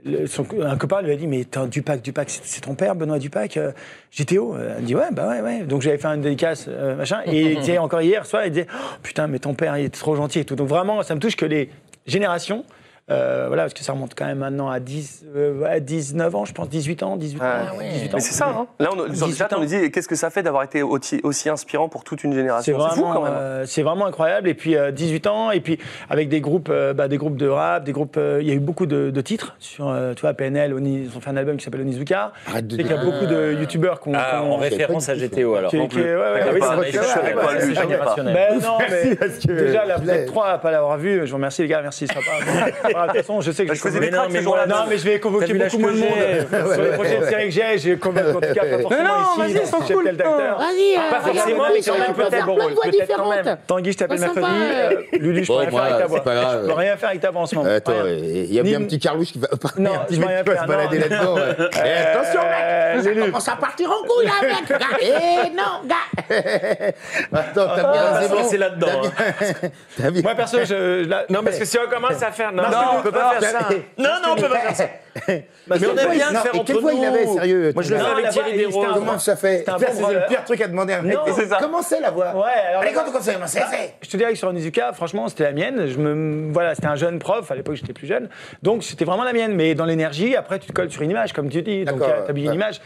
[SPEAKER 9] le- son, co- un copain lui a dit Mais attends, Dupac, Dupac, c'est c'est ton père, Benoît Dupac euh, GTO Euh, Elle dit Ouais, bah ouais, ouais. Donc j'avais fait une dédicace, euh, machin. Et il disait encore hier soir Il disait Oh, Putain, mais ton père, il est trop gentil et tout. Donc vraiment, ça me touche que les générations. euh, voilà, parce que ça remonte quand même maintenant à, 10, euh, à 19 ans, je pense, 18 ans, 18 ans.
[SPEAKER 6] Ah ouais.
[SPEAKER 9] 18 ans.
[SPEAKER 6] Mais c'est ça, hein Là, on, sur le
[SPEAKER 9] 18
[SPEAKER 6] chat, on
[SPEAKER 9] ans.
[SPEAKER 6] nous dit qu'est-ce que ça fait d'avoir été aussi, aussi inspirant pour toute une
[SPEAKER 9] C'est
[SPEAKER 6] génération.
[SPEAKER 9] vraiment,
[SPEAKER 6] Ah, C'est fou quand même.
[SPEAKER 9] euh, c'est vraiment incroyable. Et puis euh, 18 ans, et puis avec des groupes, euh, bah, des groupes de rap, des groupes. euh, Il y a eu beaucoup de, de titres sur, euh, tu vois, PNL. Oni- ils ont fait un album qui s'appelle Onizuka.
[SPEAKER 7] Arrête de
[SPEAKER 9] Il y a
[SPEAKER 7] dire.
[SPEAKER 9] beaucoup de youtubeurs qui ont.
[SPEAKER 8] Ah,
[SPEAKER 9] qui ont-
[SPEAKER 8] en référence à GTO alors. Ah
[SPEAKER 9] qui-
[SPEAKER 8] non
[SPEAKER 9] qui-
[SPEAKER 8] plus.
[SPEAKER 9] ouais, ouais,
[SPEAKER 8] T'inquiète
[SPEAKER 9] oui,
[SPEAKER 8] pas,
[SPEAKER 9] c'est vrai
[SPEAKER 8] je
[SPEAKER 9] que-
[SPEAKER 8] suis
[SPEAKER 9] ouais,
[SPEAKER 8] avec
[SPEAKER 9] ouais,
[SPEAKER 8] toi,
[SPEAKER 9] ouais,
[SPEAKER 8] lui,
[SPEAKER 9] c'est
[SPEAKER 8] c'est
[SPEAKER 9] vrai.
[SPEAKER 8] générationnel.
[SPEAKER 9] Ben non, mais
[SPEAKER 7] parce que- euh,
[SPEAKER 9] déjà, là, vous
[SPEAKER 7] Ouais.
[SPEAKER 9] êtes trois à pas l'avoir vu. Je vous remercie, les gars. Merci, c'est sympa. de toute façon, je sais que
[SPEAKER 6] Je faisais des
[SPEAKER 9] convoqué-
[SPEAKER 6] tracts ce
[SPEAKER 9] mais
[SPEAKER 6] jour-là,
[SPEAKER 9] Non,
[SPEAKER 6] donc.
[SPEAKER 9] mais je vais
[SPEAKER 6] T'as
[SPEAKER 9] convoquer
[SPEAKER 6] vu la
[SPEAKER 9] beaucoup moins de
[SPEAKER 6] chose
[SPEAKER 9] monde.
[SPEAKER 6] Ouais, ouais,
[SPEAKER 9] euh, Sur les
[SPEAKER 6] ouais,
[SPEAKER 9] prochaines
[SPEAKER 6] ouais.
[SPEAKER 9] séries que j'ai, j'ai convoqué en tout cas pas
[SPEAKER 6] Mais
[SPEAKER 9] forcément
[SPEAKER 6] non,
[SPEAKER 9] ici.
[SPEAKER 6] vas-y, ils sont
[SPEAKER 9] chez
[SPEAKER 6] cool.
[SPEAKER 9] tel acteur.
[SPEAKER 15] Vas-y, euh,
[SPEAKER 9] Pas
[SPEAKER 15] regarde,
[SPEAKER 9] forcément, mais
[SPEAKER 15] on
[SPEAKER 9] quand même
[SPEAKER 15] peut
[SPEAKER 9] peut-être
[SPEAKER 15] faire plein
[SPEAKER 9] bon
[SPEAKER 15] de
[SPEAKER 9] rôle,
[SPEAKER 15] voix
[SPEAKER 9] peut-être quand
[SPEAKER 15] différentes.
[SPEAKER 9] même. Tanguy, je t'appelle
[SPEAKER 15] Pas
[SPEAKER 9] mercredi.
[SPEAKER 15] sympa,
[SPEAKER 9] euh, Lulu, je peux
[SPEAKER 7] Bon,
[SPEAKER 9] rien faire
[SPEAKER 7] moi,
[SPEAKER 9] avec ta
[SPEAKER 7] c'est
[SPEAKER 9] voix.
[SPEAKER 7] pas grave. Eh,
[SPEAKER 9] Je peux rien faire avec ta voix en ce moment.
[SPEAKER 7] Euh, Attends,
[SPEAKER 9] Rien.
[SPEAKER 7] il y a bien un
[SPEAKER 9] Ni-
[SPEAKER 7] petit Carlouche qui va parler,
[SPEAKER 9] Non,
[SPEAKER 7] un petit
[SPEAKER 9] je
[SPEAKER 7] mec
[SPEAKER 9] vais rien
[SPEAKER 7] qui va
[SPEAKER 9] faire,
[SPEAKER 7] se balader
[SPEAKER 9] non.
[SPEAKER 7] là-dedans. ouais. Eh,
[SPEAKER 9] <laughs> Euh,
[SPEAKER 7] attention, mec
[SPEAKER 9] Lulu.
[SPEAKER 7] Ça
[SPEAKER 15] commence à partir en couille, là,
[SPEAKER 9] <laughs>
[SPEAKER 15] mec. Gars. Eh non, gars.
[SPEAKER 7] Attends, t'as bien
[SPEAKER 9] Ah,
[SPEAKER 7] raison.
[SPEAKER 9] ça, c'est là-dedans,
[SPEAKER 7] T'as bien- t'as bien-
[SPEAKER 9] Moi, perso, je. je la-
[SPEAKER 7] Non,
[SPEAKER 9] mais
[SPEAKER 7] parce que
[SPEAKER 16] si on commence à faire.
[SPEAKER 9] Non,
[SPEAKER 7] non,
[SPEAKER 9] non,
[SPEAKER 7] on peut pas
[SPEAKER 9] non,
[SPEAKER 7] faire ça.
[SPEAKER 9] ah, mais-
[SPEAKER 6] Non, non, on peut pas faire ça.
[SPEAKER 7] <laughs> Parce
[SPEAKER 6] Mais
[SPEAKER 7] que
[SPEAKER 6] on aime bien
[SPEAKER 7] voix, il-
[SPEAKER 6] le
[SPEAKER 7] non,
[SPEAKER 6] faire
[SPEAKER 7] et
[SPEAKER 6] entre
[SPEAKER 7] quelle voix
[SPEAKER 6] nous.
[SPEAKER 7] il avait, sérieux
[SPEAKER 6] Moi, je le
[SPEAKER 7] Thomas.
[SPEAKER 6] fais avec
[SPEAKER 7] Non,
[SPEAKER 6] Thierry
[SPEAKER 7] la voix,
[SPEAKER 6] Desroches.
[SPEAKER 7] Comment ça fait
[SPEAKER 9] C'est un
[SPEAKER 7] Ça,
[SPEAKER 9] bon
[SPEAKER 7] C'est le
[SPEAKER 9] voleur.
[SPEAKER 7] pire truc à demander à un mec.
[SPEAKER 9] Non, c'est ça.
[SPEAKER 7] Comment c'est la voix
[SPEAKER 9] Ouais, alors.
[SPEAKER 7] Allez, quand on commence, c'est
[SPEAKER 9] Bah,
[SPEAKER 7] c'est-
[SPEAKER 9] je te dirais que sur Onizuka, franchement, c'était la mienne. Je me, voilà, c'était un jeune prof. À l'époque, j'étais plus jeune, donc c'était vraiment la mienne. Mais dans l'énergie, après, tu te colles sur une image, comme tu dis. Donc,
[SPEAKER 7] D'accord,
[SPEAKER 9] tu as
[SPEAKER 7] ouais.
[SPEAKER 9] une image.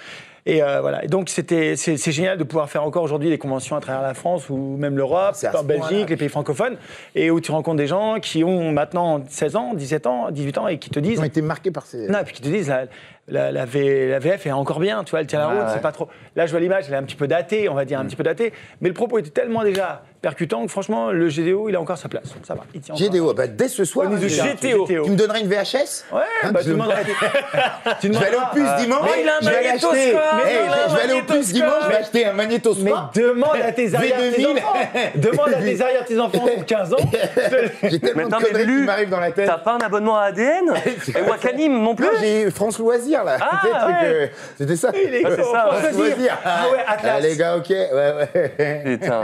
[SPEAKER 9] Et euh, voilà. Et donc, c'était, c'est, c'est génial de pouvoir faire encore aujourd'hui des conventions à travers la France ou même l'Europe,
[SPEAKER 7] C'est à
[SPEAKER 9] en
[SPEAKER 7] ce point-là.
[SPEAKER 9] Belgique, les pays francophones, et où tu rencontres des gens qui ont maintenant 16 ans, 17 ans, 18 ans, et qui te disent.
[SPEAKER 7] Ils ont été marqués par ces.
[SPEAKER 9] Non, et puis qui te disent, la, la, la V- la VF est encore bien, tu vois, elle tient la
[SPEAKER 7] Ouais,
[SPEAKER 9] route,
[SPEAKER 7] ouais. Mm.
[SPEAKER 9] c'est pas trop. Là, je vois l'image, elle est un petit peu datée, on va dire, un petit peu datée, mais le propos était tellement déjà percutant que franchement, le GDO, il a encore sa place. Ça va, il tient encore.
[SPEAKER 7] GDO, bah, dès ce soir,
[SPEAKER 9] Au niveau du
[SPEAKER 7] hein, déjà.
[SPEAKER 9] GTO.
[SPEAKER 7] tu me donnerais une VHS
[SPEAKER 9] Ouais, bah,
[SPEAKER 7] Ah, je-
[SPEAKER 9] tu
[SPEAKER 7] <laughs>
[SPEAKER 9] demanderas. tu
[SPEAKER 7] Je vais aller au
[SPEAKER 9] demanderas.
[SPEAKER 7] plus
[SPEAKER 9] Ah.
[SPEAKER 7] dimanche.
[SPEAKER 9] Mais il a un
[SPEAKER 7] je vais aller
[SPEAKER 9] magnétoscope,
[SPEAKER 7] acheter-
[SPEAKER 9] mais
[SPEAKER 7] Hey,
[SPEAKER 9] il a un
[SPEAKER 7] je vais aller au plus
[SPEAKER 9] magnétoscope.
[SPEAKER 7] dimanche, je vais acheter un magnétoscope.
[SPEAKER 9] Mais demande à tes arrières tes
[SPEAKER 7] V2000.
[SPEAKER 9] enfants Demande à tes arrières tes enfants qui ont 15 ans
[SPEAKER 7] <laughs> J'ai
[SPEAKER 6] Mais
[SPEAKER 7] tellement
[SPEAKER 6] attends,
[SPEAKER 7] de
[SPEAKER 6] mais
[SPEAKER 7] conneries qui
[SPEAKER 6] Lulu,
[SPEAKER 7] m'arrivent dans la tête.
[SPEAKER 6] t'as pas un abonnement à ADN Et Wakanim non plus
[SPEAKER 7] Non, j'ai eu France Loisirs là.
[SPEAKER 6] Ah,
[SPEAKER 7] Peut-être que-
[SPEAKER 6] ouais.
[SPEAKER 7] C'était ça.
[SPEAKER 9] Il est
[SPEAKER 6] Ah, c'est ça,
[SPEAKER 9] France
[SPEAKER 7] France
[SPEAKER 9] Loisirs.
[SPEAKER 7] Loisirs.
[SPEAKER 9] Ah ouais, Atlas.
[SPEAKER 7] les gars, ok. Ouais, ouais.
[SPEAKER 6] Putain.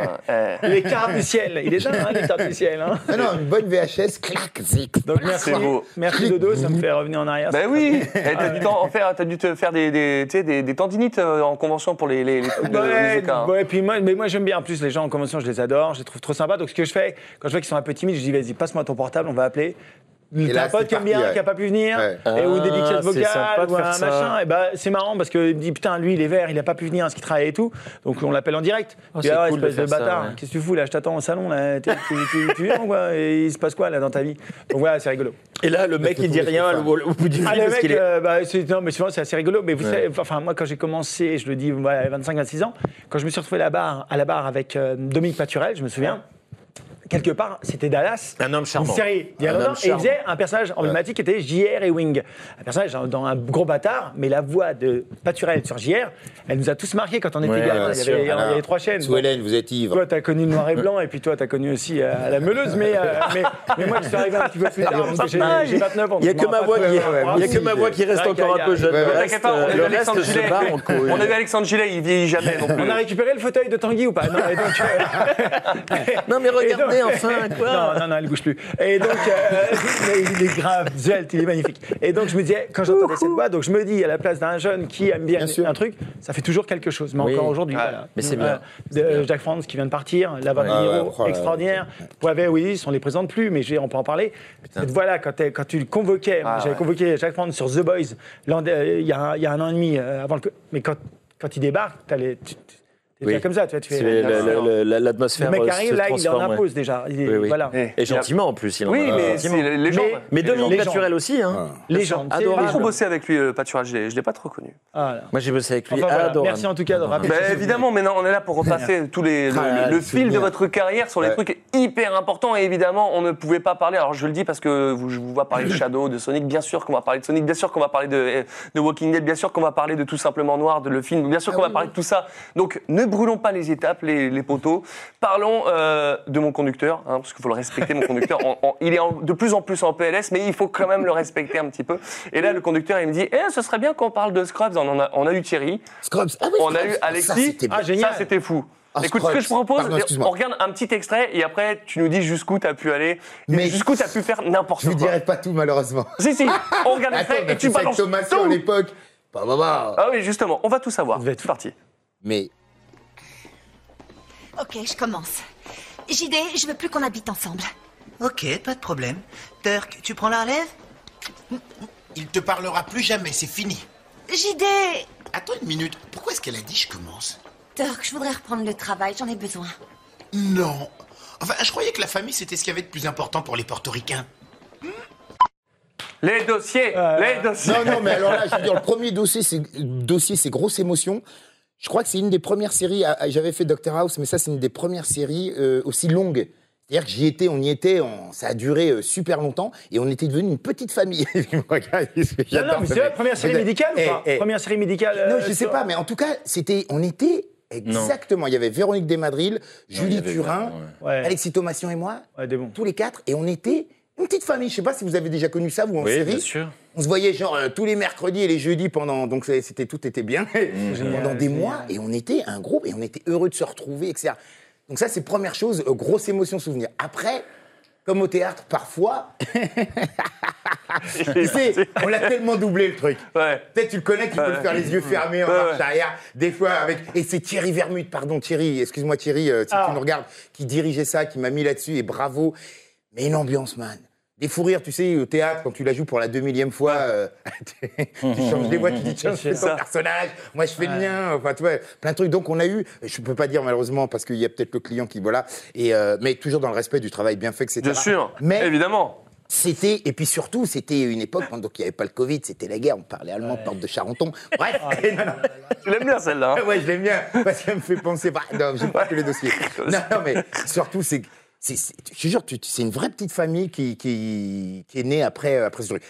[SPEAKER 6] eh.
[SPEAKER 9] Les cartes du ciel Il est dingue, hein, les cartes du ciel hein.
[SPEAKER 7] Non, non, une bonne VHS, clac, zic.
[SPEAKER 9] Donc merci,
[SPEAKER 6] C'est beau.
[SPEAKER 9] merci Dodo, ça me fait revenir en arrière.
[SPEAKER 8] Ah
[SPEAKER 6] Ben oui, Eh, t'as dû, t'en faire, t'as dû te faire des, des, tu sais, des, des tendinites euh, en convention pour les, les, les trucs de
[SPEAKER 9] Ouais,
[SPEAKER 6] Nizuka, hein.
[SPEAKER 9] ouais, puis moi, mais moi j'aime bien. En plus, les gens en convention, je les adore, je les trouve trop sympas. Donc, ce que je fais, quand je vois qu'ils sont un peu timides, je dis vas-y, passe-moi ton portable, on va appeler.
[SPEAKER 7] Et là,
[SPEAKER 9] T'as un pote
[SPEAKER 7] c'est
[SPEAKER 9] qui aime
[SPEAKER 7] parti,
[SPEAKER 9] bien,
[SPEAKER 7] ouais.
[SPEAKER 9] qui a pas pu venir,
[SPEAKER 7] Ouais.
[SPEAKER 9] et ou des
[SPEAKER 8] Ah,
[SPEAKER 9] dictates
[SPEAKER 8] c'est sympa
[SPEAKER 9] vocales,
[SPEAKER 8] de
[SPEAKER 9] ou un
[SPEAKER 8] faire ça.
[SPEAKER 9] machin. Et bah, c'est marrant parce qu'il me dit putain, lui il est vert, il a pas pu venir parce qu'il travaille et tout. Donc on l'appelle en direct.
[SPEAKER 8] Oh,
[SPEAKER 9] Puis,
[SPEAKER 8] c'est
[SPEAKER 9] ah, ouais,
[SPEAKER 8] cool de
[SPEAKER 9] espèce de,
[SPEAKER 8] faire ça,
[SPEAKER 9] bâtard,
[SPEAKER 8] ouais.
[SPEAKER 9] qu'est-ce que tu fous là Je t'attends au salon là, T'es- tu, tu- tu viens ou quoi Et il se passe quoi là dans ta vie Donc voilà, c'est rigolo.
[SPEAKER 8] Et là, le mec, il dit rien au, au bout du film
[SPEAKER 9] Ah, le
[SPEAKER 8] parce
[SPEAKER 9] mec,
[SPEAKER 8] qu'il est.
[SPEAKER 9] euh, bah, c'est, non, mais souvent, c'est assez rigolo. Mais vous
[SPEAKER 8] Ouais.
[SPEAKER 9] savez, enfin, moi, quand j'ai commencé, je le dis, voilà, 25-26 ans, quand je me suis retrouvé à la barre, à la barre avec euh, Dominique Paturel, je me souviens, quelque part, c'était Dallas.
[SPEAKER 8] Un homme charmant.
[SPEAKER 9] Une série. Il y a
[SPEAKER 8] Un
[SPEAKER 9] longtemps,
[SPEAKER 8] homme
[SPEAKER 9] et il
[SPEAKER 8] charmant.
[SPEAKER 9] faisait un personnage emblématique qui était JR Ewing. Un personnage dans- dans un gros bâtard, mais la voix de Paturel sur JR, elle nous a tous marqués quand on était
[SPEAKER 8] Ouais,
[SPEAKER 9] gamin.
[SPEAKER 8] bien
[SPEAKER 9] Il y
[SPEAKER 8] sûr.
[SPEAKER 9] avait- il y
[SPEAKER 7] Alors,
[SPEAKER 9] avait trois chaînes.
[SPEAKER 7] Sous Hélène, vous êtes ivre.
[SPEAKER 9] Toi, t'as connu le noir et blanc, et puis toi, t'as connu aussi euh, la meuleuse, mais,
[SPEAKER 8] <laughs>
[SPEAKER 9] euh, mais, mais moi, je suis arrivé un petit peu plus tard, parce que j'ai j'ai 29 ans.
[SPEAKER 8] Il y a
[SPEAKER 9] donc je
[SPEAKER 8] que
[SPEAKER 9] m'en
[SPEAKER 8] ma voix
[SPEAKER 9] rappelle.
[SPEAKER 8] qui,
[SPEAKER 7] ouais, ouais,
[SPEAKER 9] Ah,
[SPEAKER 8] il y a que
[SPEAKER 7] ouais,
[SPEAKER 8] ma voix qui reste
[SPEAKER 9] ouais,
[SPEAKER 8] encore
[SPEAKER 9] ouais,
[SPEAKER 8] un peu
[SPEAKER 9] ouais,
[SPEAKER 8] jeune.
[SPEAKER 7] ouais,
[SPEAKER 8] Le
[SPEAKER 7] ouais,
[SPEAKER 8] reste,
[SPEAKER 6] T'inquiète pas, on a
[SPEAKER 8] le
[SPEAKER 6] vu Alexandre
[SPEAKER 8] reste se
[SPEAKER 6] Gilet.
[SPEAKER 8] barre en couille.
[SPEAKER 6] On a vu Alexandre Gilet, il vieillit jamais non plus.
[SPEAKER 9] On a récupéré le fauteuil de Tanguy ou pas Non, et donc, euh,
[SPEAKER 8] <laughs> Non, mais
[SPEAKER 9] <laughs>
[SPEAKER 8] regardez,
[SPEAKER 9] et donc-
[SPEAKER 8] enfin, quoi.
[SPEAKER 9] Non, non, non, elle bouge plus. Et donc, euh, mais il est grave, Zelt, il est magnifique. Et donc, je me disais, quand j'entendais cette voix, donc je me dis, à la place d'un jeune qui aime bien,
[SPEAKER 7] Bien sûr.
[SPEAKER 9] un truc, ça fait toujours quelque chose, mais
[SPEAKER 8] Oui.
[SPEAKER 9] encore aujourd'hui.
[SPEAKER 8] Ah,
[SPEAKER 9] voilà.
[SPEAKER 8] mais c'est
[SPEAKER 9] Euh,
[SPEAKER 8] bien.
[SPEAKER 9] de- Jack Franz qui vient de partir, la voix de
[SPEAKER 7] Ah ouais,
[SPEAKER 9] Niro,
[SPEAKER 7] oh là là.
[SPEAKER 9] extraordinaire. Poivet, Willis, on les présente plus, mais j'ai- on peut en parler. Cette voix-là, quand, elle- quand tu le convoquais,
[SPEAKER 8] Ah,
[SPEAKER 9] moi, j'avais convoqué Jack Franz sur The Boys l'an- euh, il y, a un- il y a un an et demi, euh, avant le. co- Mais quand, quand il débarque, t'as les. tu- tu- T'es
[SPEAKER 8] Oui.
[SPEAKER 9] déjà comme ça, tu vois, tu
[SPEAKER 8] C'est
[SPEAKER 9] fais.
[SPEAKER 8] le- le- le- la- L'atmosphère
[SPEAKER 9] Le mec
[SPEAKER 8] euh,
[SPEAKER 9] arrive,
[SPEAKER 8] se
[SPEAKER 9] là, il en
[SPEAKER 8] transforme, ouais.
[SPEAKER 9] impose déjà. Il est-
[SPEAKER 8] Oui, oui.
[SPEAKER 9] Voilà.
[SPEAKER 7] Eh,
[SPEAKER 8] Et gentiment en plus, il en
[SPEAKER 6] Oui,
[SPEAKER 8] a-
[SPEAKER 6] mais
[SPEAKER 8] gentiment.
[SPEAKER 6] c'est les gens.
[SPEAKER 9] Mais-
[SPEAKER 8] Mais Dominique
[SPEAKER 9] Légende.
[SPEAKER 8] Naturel aussi, hein.
[SPEAKER 9] Légende.
[SPEAKER 8] Adorable.
[SPEAKER 9] C'est
[SPEAKER 6] J'ai beaucoup
[SPEAKER 9] légende.
[SPEAKER 6] bossé avec lui, le pâturage, je l'ai- je l'ai pas trop connu.
[SPEAKER 9] Ah, là.
[SPEAKER 8] Moi, j'ai bossé avec lui.
[SPEAKER 9] Enfin, voilà.
[SPEAKER 8] Adorable.
[SPEAKER 9] Merci en tout cas de rappeler.
[SPEAKER 6] Bah,
[SPEAKER 9] ce souvenir.
[SPEAKER 6] évidemment, mais non, on est là pour repasser tous les, le,
[SPEAKER 7] Ah, là,
[SPEAKER 6] le- le
[SPEAKER 7] les
[SPEAKER 6] fil de
[SPEAKER 7] souvenirs.
[SPEAKER 6] votre carrière sur les
[SPEAKER 7] Ouais.
[SPEAKER 6] trucs hyper importants. Et évidemment, on ne pouvait pas parler. Alors, je le dis parce que vous, je vous vois parler de Shadow, de Sonic. Bien sûr qu'on va parler de Sonic. Bien sûr qu'on va parler de, de Walking Dead. Bien sûr qu'on va parler de Tout Simplement Noir, de le film. Bien sûr qu'on va parler de tout ça. Donc, ne brûlons pas les étapes, les, les poteaux. Parlons euh, de mon conducteur, hein, parce qu'il faut le respecter, mon conducteur. En- en- il est en- de plus en plus en PLS, mais il faut quand même le respecter un petit peu. Et là, le conducteur, il me dit Eh, ce serait bien qu'on parle de Scrubs. On, en a, on a eu Thierry.
[SPEAKER 7] Scrubs. Ah oui,
[SPEAKER 6] On a
[SPEAKER 7] Scrubs.
[SPEAKER 6] eu Alexis.
[SPEAKER 7] Ça, c'était bien.
[SPEAKER 9] Ah, génial.
[SPEAKER 6] Ça, c'était fou.
[SPEAKER 7] Ah,
[SPEAKER 6] Écoute, ce
[SPEAKER 7] Scrubs.
[SPEAKER 6] que je propose,
[SPEAKER 7] Pardon, excuse-moi.
[SPEAKER 6] on regarde un petit extrait et après, tu nous dis jusqu'où t'as pu aller, et
[SPEAKER 7] Mais-
[SPEAKER 6] jusqu'où t'as pu faire n'importe
[SPEAKER 7] Je
[SPEAKER 6] quoi.
[SPEAKER 7] vous dirai pas tout, malheureusement.
[SPEAKER 6] Si, si, on regarde
[SPEAKER 7] Attends,
[SPEAKER 6] l'extrait
[SPEAKER 7] on a
[SPEAKER 6] et tu
[SPEAKER 7] fait ça avec
[SPEAKER 6] balances
[SPEAKER 7] Thomas
[SPEAKER 6] tout.
[SPEAKER 7] à l'époque. Bah, bah, bah.
[SPEAKER 6] Ah oui, justement, on va tout savoir. C'est parti.
[SPEAKER 7] Mais
[SPEAKER 15] Ok, je commence. JD, je veux plus qu'on habite ensemble.
[SPEAKER 5] Ok, pas de problème. Turk, tu prends la relève
[SPEAKER 1] Il te parlera plus jamais, c'est fini.
[SPEAKER 15] JD
[SPEAKER 1] Attends une minute, pourquoi est-ce qu'elle a dit je commence
[SPEAKER 15] Turk, je voudrais reprendre le travail, j'en ai besoin.
[SPEAKER 1] Non. Enfin, je croyais que la famille, c'était ce qu'il y avait de plus important pour les portoricains.
[SPEAKER 6] Les dossiers,
[SPEAKER 9] Euh,
[SPEAKER 6] les dossiers.
[SPEAKER 7] Non, non, mais alors là, je veux dire, le premier dossier, c'est dossier, c'est grosse émotion. ah, Je crois que c'est une des premières séries. à- à- J'avais fait Doctor House, mais ça, c'est une des premières séries euh, aussi longues. C'est-à-dire que j'y étais, on y était, on- ça a duré euh, super longtemps et on était devenus une petite famille. <laughs> Il me regarde, il se fait,
[SPEAKER 9] Non, non,
[SPEAKER 7] j'adore
[SPEAKER 9] mais
[SPEAKER 7] ce
[SPEAKER 9] c'est la
[SPEAKER 7] mec.
[SPEAKER 9] première série
[SPEAKER 7] Eh,
[SPEAKER 9] médicale ou
[SPEAKER 7] eh,
[SPEAKER 9] pas
[SPEAKER 7] eh.
[SPEAKER 9] Première série médicale.
[SPEAKER 7] Non,
[SPEAKER 9] euh,
[SPEAKER 7] je sais
[SPEAKER 9] sur-
[SPEAKER 7] pas, mais en tout cas, c'était, on était exactement. Il y avait Véronique Desmadrilles, Julie Turin, Alexis Thomasian et moi, tous les quatre, et on était une petite famille. Je sais pas si vous avez déjà connu ça, vous, en
[SPEAKER 8] Oui,
[SPEAKER 7] série.
[SPEAKER 8] bien sûr.
[SPEAKER 7] On se voyait genre euh, tous les mercredis et les jeudis pendant. Donc c'est- c'était tout était bien pendant des mois, et on était un groupe, et on était heureux de se retrouver, etc. Donc ça, c'est première chose, euh, grosse émotion, souvenir. Après. Comme au théâtre, parfois, tu sais, on l'a tellement doublé le truc. Peut-être tu le connais, tu peux le faire les yeux fermés en
[SPEAKER 1] Ouais,
[SPEAKER 7] marche
[SPEAKER 1] ouais.
[SPEAKER 7] arrière. Des fois avec. Et c'est Thierry Vermut, pardon Thierry, excuse-moi Thierry, euh, si
[SPEAKER 1] Ah.
[SPEAKER 7] tu nous regardes, qui dirigeait ça, qui m'a mis là-dessus et bravo. Mais une ambiance, man. Des fous rires, tu sais, au théâtre, quand tu la joues pour la deux millième fois, euh, <laughs> tu tu changes les voix, tu dis tiens, je fais
[SPEAKER 1] C'est ça.
[SPEAKER 7] ton personnage, moi je fais le mien, enfin tu vois, plein de trucs. Donc on a eu, je peux pas dire malheureusement parce qu'il y a peut-être le client qui, voilà, et, euh, mais toujours dans le respect du travail bien fait, etc.
[SPEAKER 6] Bien sûr,
[SPEAKER 7] mais
[SPEAKER 6] évidemment.
[SPEAKER 7] C'était, et puis surtout, c'était une époque, quand donc il n'y avait pas le Covid, c'était la guerre, on parlait allemand, porte de Charenton. <laughs> Bref, non, non,
[SPEAKER 6] Tu l'aimes bien celle-là.
[SPEAKER 7] <laughs>
[SPEAKER 6] hein
[SPEAKER 7] Ouais, je l'aime bien, parce qu'elle me fait penser. Bah, non, j'aime pas que les <laughs> dossiers. Non, non, mais surtout, c'est. c'est- c'est- Je te jure, tu- tu- c'est une vraie petite famille qui, qui, qui est née après, euh, après ce truc.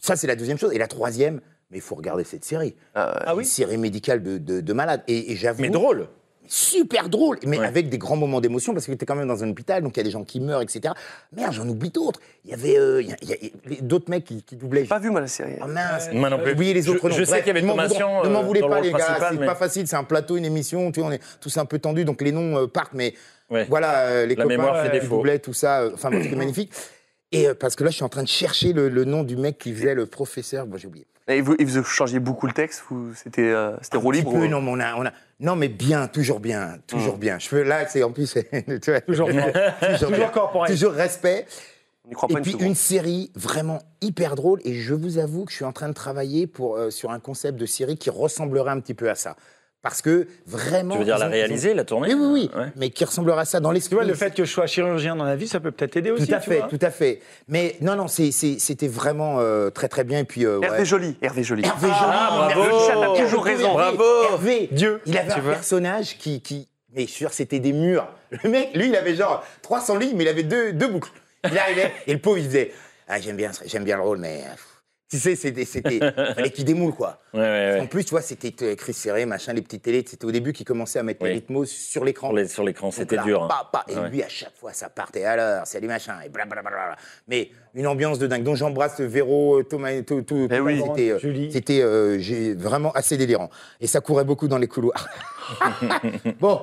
[SPEAKER 7] Ça, c'est la deuxième chose. Et la troisième, mais il faut regarder cette série. Ah oui Une série médicale de, de, de malade. Et, et j'avoue. Mais drôle Super drôle, mais avec des grands moments d'émotion parce que tu es quand même dans un hôpital, donc il y a des gens qui meurent, etc. Merde, j'en oublie d'autres. Il y avait euh, il y a- il y a- il y a d'autres mecs qui, qui doublaient.
[SPEAKER 6] Pas vu, moi, la série.
[SPEAKER 7] Oh mince.
[SPEAKER 8] Moi non plus.
[SPEAKER 7] Oubliez les
[SPEAKER 8] Je-
[SPEAKER 7] autres noms.
[SPEAKER 8] je sais
[SPEAKER 7] Bref,
[SPEAKER 8] qu'il y avait
[SPEAKER 7] ne m'en voudrez-
[SPEAKER 8] Thomasian,
[SPEAKER 7] Ne
[SPEAKER 8] euh,
[SPEAKER 7] m'en voulez
[SPEAKER 8] dans le
[SPEAKER 7] pas,
[SPEAKER 8] rôle
[SPEAKER 7] les gars.
[SPEAKER 8] principal,
[SPEAKER 7] C'est
[SPEAKER 8] mais-
[SPEAKER 7] pas facile. C'est un plateau, une émission. Tu vois, on est tous un peu tendus, donc les noms euh, partent. Mais voilà, euh, les
[SPEAKER 8] La
[SPEAKER 7] copains,
[SPEAKER 8] mémoire fait
[SPEAKER 7] les
[SPEAKER 8] défaut.
[SPEAKER 7] doublets, tout ça. euh, Enfin, bon,
[SPEAKER 8] <coughs>
[SPEAKER 7] c'était magnifique. Et euh, parce que là, je suis en train de chercher le, le nom du mec qui faisait le professeur. Bon, j'ai oublié.
[SPEAKER 6] Et vous, et vous changez beaucoup le texte ou c'était euh, c'était roue
[SPEAKER 7] Un petit
[SPEAKER 6] libre
[SPEAKER 7] peu,
[SPEAKER 6] ou-
[SPEAKER 7] non, mais on a, on a- non, mais bien, toujours bien,
[SPEAKER 8] Mm.
[SPEAKER 7] toujours bien. Je veux, là, c'est <laughs> en plus, tu vois,
[SPEAKER 9] Toujours bien. Toujours
[SPEAKER 7] bien.
[SPEAKER 9] corporel.
[SPEAKER 7] toujours respect.
[SPEAKER 6] On n'y croit
[SPEAKER 7] Et
[SPEAKER 6] pas une
[SPEAKER 7] puis
[SPEAKER 6] seconde.
[SPEAKER 7] une série vraiment hyper drôle. Et je vous avoue que je suis en train de travailler pour, euh, sur un concept de série qui ressemblerait un petit peu à ça. Parce que vraiment.
[SPEAKER 8] Tu veux dire
[SPEAKER 7] ils
[SPEAKER 8] la
[SPEAKER 7] ont- ils ont-
[SPEAKER 8] réaliser, la tournée
[SPEAKER 7] Oui, oui, oui. Mais qui ressemblera à ça dans l'esprit.
[SPEAKER 9] Tu vois, le fait que je sois chirurgien dans la vie, ça peut peut-être aider aussi.
[SPEAKER 7] Tout à
[SPEAKER 9] tu
[SPEAKER 7] fait,
[SPEAKER 9] vois.
[SPEAKER 7] tout à fait. Mais non, non, c'est- c'est- c'était vraiment euh, très, très bien. Et puis, euh,
[SPEAKER 6] Hervé
[SPEAKER 7] ouais.
[SPEAKER 6] Joly. Hervé Joly.
[SPEAKER 7] Hervé
[SPEAKER 6] Ah,
[SPEAKER 7] Joly,
[SPEAKER 6] bravo.
[SPEAKER 7] merci.
[SPEAKER 6] Le chat a toujours
[SPEAKER 7] Hervé,
[SPEAKER 6] raison.
[SPEAKER 7] Hervé,
[SPEAKER 6] Bravo.
[SPEAKER 7] Hervé,
[SPEAKER 6] Dieu.
[SPEAKER 7] Il avait
[SPEAKER 6] Tu
[SPEAKER 7] un
[SPEAKER 6] vois
[SPEAKER 7] personnage qui, qui, mais je suis sûr, c'était des murs. Le mec, lui, il avait genre 300 lignes, mais il avait deux, deux boucles. Il arrivait et le pauvre, il disait, ah, j'aime bien, ce- j'aime bien le rôle, mais euh, pff. tu sais, c'était, c'était, fallait qu'il démoule quoi. En plus, tu vois, c'était euh, Chris Serré, machin, les petites télés, c'était au début qui commençait à mettre les rythmos sur l'écran.
[SPEAKER 8] Sur les- Sur l'écran,
[SPEAKER 7] Donc
[SPEAKER 8] c'était
[SPEAKER 7] là,
[SPEAKER 8] dur. hein.
[SPEAKER 7] pa, pa, et
[SPEAKER 8] Ouais.
[SPEAKER 7] lui, à chaque fois, ça partait. Ah Alors, salut machin, et blablabla. Mais une ambiance de dingue. Donc j'embrasse Véro, euh, Thomas, tout, tout. tout-
[SPEAKER 6] Eh oui.
[SPEAKER 7] C'était, euh, c'était euh, j'ai- vraiment assez délirant. Et ça courait beaucoup dans les couloirs. <laughs> bon,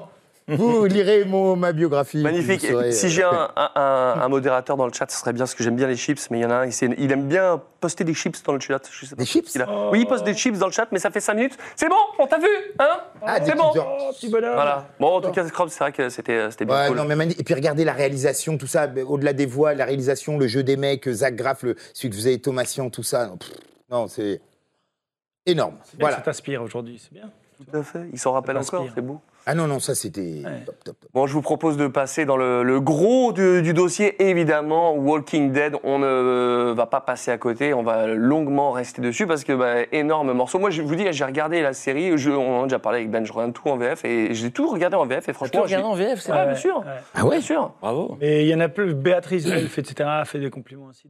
[SPEAKER 7] vous lirez mon, ma biographie.
[SPEAKER 6] Magnifique.
[SPEAKER 7] vous saurez,
[SPEAKER 6] si
[SPEAKER 7] euh,
[SPEAKER 6] j'ai un, un- un- un modérateur dans le chat, ce serait bien parce que j'aime bien les chips, mais il y en a un, il, s'est- il aime bien poster des chips dans le chat. Je sais pas des
[SPEAKER 7] chips
[SPEAKER 6] Oui, il poste des chips dans le chat, mais ça fait 5 minutes. C'est bon, on t'a vu, hein
[SPEAKER 7] Ah,
[SPEAKER 6] C'est bon.
[SPEAKER 9] Oh,
[SPEAKER 6] Voilà. Bon, en tout cas, Scrub, c'est vrai que c'était euh, c'était bien
[SPEAKER 7] Ouais,
[SPEAKER 6] cool.
[SPEAKER 7] non, mais magnifique. Et puis regardez la réalisation, tout ça, ben, au-delà des voix, la réalisation, le jeu des mecs, Zach Graff, le, celui que faisait Thomasian, tout ça. Non, pff, non, c'est énorme.
[SPEAKER 9] Bien,
[SPEAKER 7] Voilà.
[SPEAKER 9] Ça t'inspire aujourd'hui, c'est bien.
[SPEAKER 6] Tout à fait. Il s'en rappelle
[SPEAKER 9] Ça
[SPEAKER 6] encore,
[SPEAKER 9] m'inspire.
[SPEAKER 6] c'est beau.
[SPEAKER 7] Ah non, non, ça c'était top, top.
[SPEAKER 6] Bon, je vous propose de passer dans le, le gros du, du dossier, évidemment, Walking Dead. On ne euh, va pas passer à côté, on va longuement rester dessus parce que bah, énorme morceau. Moi, je vous dis, j'ai regardé la série, je- on en a déjà parlé avec Ben, je regarde tout en VF et j'ai tout regardé en VF et franchement,
[SPEAKER 8] tout regardé
[SPEAKER 6] je-
[SPEAKER 8] en VF, c'est
[SPEAKER 6] Ouais,
[SPEAKER 8] vrai
[SPEAKER 6] bien sûr.
[SPEAKER 7] Ah ouais,
[SPEAKER 6] bien sûr.
[SPEAKER 8] Bravo.
[SPEAKER 9] Et il y en a plus, Béatrice Elf, etc., a fait des compliments aussi.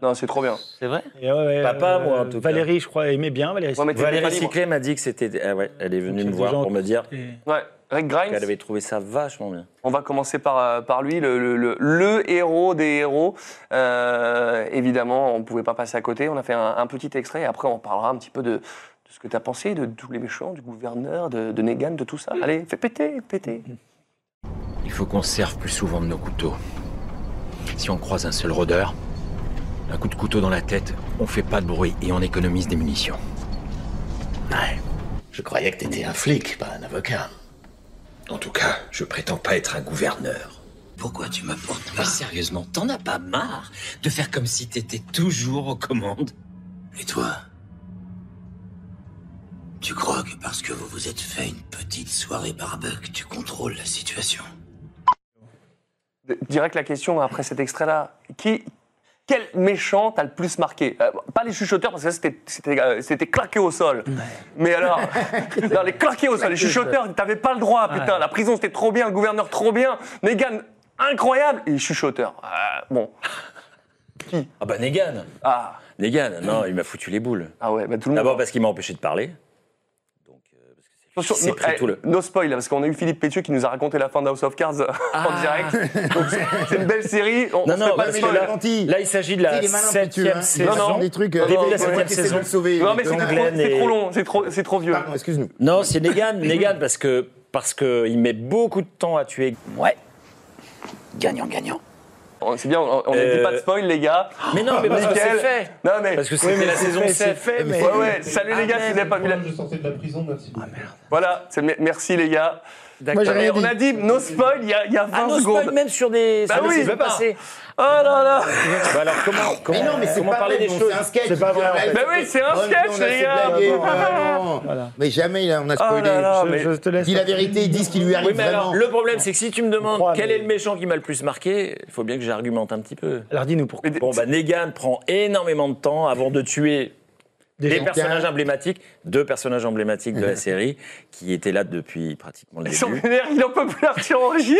[SPEAKER 6] Non, c'est trop bien.
[SPEAKER 8] C'est vrai
[SPEAKER 9] Et ouais, ouais,
[SPEAKER 8] Papa,
[SPEAKER 9] euh,
[SPEAKER 8] moi, en tout cas.
[SPEAKER 9] Valérie, je crois, aimait bien Valérie.
[SPEAKER 8] Ouais, mais
[SPEAKER 9] Cyclone.
[SPEAKER 8] Valérie Cyclé m'a dit que c'était. Ah ouais, elle est venue me
[SPEAKER 9] des
[SPEAKER 8] voir
[SPEAKER 9] gens
[SPEAKER 8] pour me dire
[SPEAKER 6] Ouais, Rick Grimes.
[SPEAKER 8] qu'elle avait trouvé ça vachement bien.
[SPEAKER 6] On va commencer par, euh, par lui, le, le- le- le héros des héros. Euh, évidemment, on ne pouvait pas passer à côté. On a fait un, un petit extrait et après, on parlera un petit peu de, de ce que tu as pensé, de tous les méchants, du gouverneur, de, de Negan, de tout ça. Allez, fais péter, péter.
[SPEAKER 13] Il faut qu'on se serve plus souvent de nos couteaux. Si on croise un seul rôdeur, un coup de couteau dans la tête, on fait pas de bruit et on économise des munitions.
[SPEAKER 1] Ouais. Je croyais que t'étais un flic, pas un avocat.
[SPEAKER 13] En tout cas, je prétends pas être un gouverneur. Pourquoi tu me portes pas Sérieusement, t'en as pas marre de faire comme si t'étais toujours aux commandes
[SPEAKER 1] Et toi Tu crois que parce que vous vous êtes fait une petite soirée barbecue, tu contrôles la situation
[SPEAKER 6] D- Direct la question après cet extrait-là. Qui, quel méchant t'a le plus marqué Euh, Pas les chuchoteurs, parce que ça, c'était- c'était euh, c'était claqué au sol. Mais
[SPEAKER 8] <laughs>
[SPEAKER 6] alors, non, les claqués au sol, les chuchoteurs, t'avais pas le droit, putain. La prison, c'était trop bien, le gouverneur, trop bien. Negan, incroyable. Et chuchoteur. Ah, bon. Qui
[SPEAKER 8] Ah bah Negan
[SPEAKER 6] Ah.
[SPEAKER 8] Negan, non, il m'a foutu les boules.
[SPEAKER 6] Ah ouais, bah tout le monde.
[SPEAKER 8] D'abord parce qu'il m'a empêché de parler. euh,
[SPEAKER 6] Attention,
[SPEAKER 8] C'est
[SPEAKER 6] no,
[SPEAKER 8] pris
[SPEAKER 6] eh,
[SPEAKER 8] tout le-
[SPEAKER 6] no spoil, là, parce qu'on a eu Philippe Pétieux qui nous a raconté la fin d'House of Cards euh, en direct. Donc, c'est- c'est une belle série. On,
[SPEAKER 8] Ah.
[SPEAKER 6] on
[SPEAKER 8] Non,
[SPEAKER 6] se
[SPEAKER 8] non,
[SPEAKER 6] fait pas de
[SPEAKER 8] parce que
[SPEAKER 6] spoil.
[SPEAKER 8] là, là, il s'agit de la
[SPEAKER 7] Il est malin, Pétieux, hein.
[SPEAKER 8] septième
[SPEAKER 7] Il
[SPEAKER 8] saison.
[SPEAKER 7] va faire des trucs, euh,
[SPEAKER 8] Début de la
[SPEAKER 7] pour
[SPEAKER 8] septième
[SPEAKER 7] essayer de
[SPEAKER 8] saison.
[SPEAKER 7] le sauver.
[SPEAKER 6] Non, mais c'est
[SPEAKER 8] Glenn
[SPEAKER 6] trop, c'est
[SPEAKER 8] et-
[SPEAKER 6] trop long, c'est trop, c'est trop vieux.
[SPEAKER 7] excuse-nous.
[SPEAKER 8] Non, c'est Negan, Negan parce que parce que il met beaucoup de temps à tuer. Ouais. Gagnant, gagnant.
[SPEAKER 6] On- Oh, C'est bien, on on a dit
[SPEAKER 8] Euh,
[SPEAKER 6] pas de spoil, les gars.
[SPEAKER 7] Ah,
[SPEAKER 8] Mais non, mais parce que
[SPEAKER 6] Nickel.
[SPEAKER 8] c'est fait.
[SPEAKER 6] Non, mais.
[SPEAKER 8] Parce que c'était la saison
[SPEAKER 6] c'est
[SPEAKER 8] 7.
[SPEAKER 6] fait, mais. Ouais, ouais, salut les gars, si vous n'avez pas vu la.
[SPEAKER 12] Je sortais de la prison, merci. beaucoup.
[SPEAKER 7] Ah,
[SPEAKER 6] Voilà, c'est- me- merci les gars.
[SPEAKER 8] D'accord.
[SPEAKER 6] Et on a dit no spoil il y a, il y a 20
[SPEAKER 8] Ah, no spoil,
[SPEAKER 6] secondes.
[SPEAKER 8] même sur des.
[SPEAKER 6] Bah
[SPEAKER 8] ça ne
[SPEAKER 6] oui,
[SPEAKER 8] s'est pas
[SPEAKER 6] bah.
[SPEAKER 8] passé.
[SPEAKER 6] Oh là là
[SPEAKER 8] Bah alors comment, comment,
[SPEAKER 7] Mais non, mais c'est
[SPEAKER 8] comment
[SPEAKER 7] pas
[SPEAKER 8] parler
[SPEAKER 7] vrai,
[SPEAKER 8] des
[SPEAKER 7] bon,
[SPEAKER 8] choses
[SPEAKER 7] c'est un sketch.
[SPEAKER 8] C'est pas vrai. en
[SPEAKER 7] Ouais,
[SPEAKER 8] fait.
[SPEAKER 6] Bah oui, c'est un
[SPEAKER 7] Oh, mais
[SPEAKER 6] sketch
[SPEAKER 7] on a
[SPEAKER 6] les
[SPEAKER 7] assez
[SPEAKER 6] gars
[SPEAKER 7] blagué,
[SPEAKER 6] Bon,
[SPEAKER 7] vraiment. Mais jamais là, on a
[SPEAKER 6] Oh
[SPEAKER 7] spoilé.
[SPEAKER 6] là là,
[SPEAKER 7] Je-
[SPEAKER 6] mais-
[SPEAKER 7] je te laisse- Dis la vérité, ils disent ce qui lui arrive
[SPEAKER 8] Oui, mais
[SPEAKER 7] vraiment.
[SPEAKER 8] alors, le problème, c'est que si tu me demandes
[SPEAKER 9] crois,
[SPEAKER 8] quel
[SPEAKER 9] mais-
[SPEAKER 8] est le méchant qui m'a le plus marqué, il faut bien que j'argumente un petit peu.
[SPEAKER 9] Alors dis-nous pourquoi.
[SPEAKER 8] Bon, bah, Negan prend énormément de temps avant de tuer des,
[SPEAKER 9] gens.
[SPEAKER 8] personnages emblématiques, deux personnages emblématiques de la série, qui étaient là depuis pratiquement le
[SPEAKER 6] Ils sont
[SPEAKER 8] début.
[SPEAKER 6] <laughs> vénères, il en peut plus Arthur en régie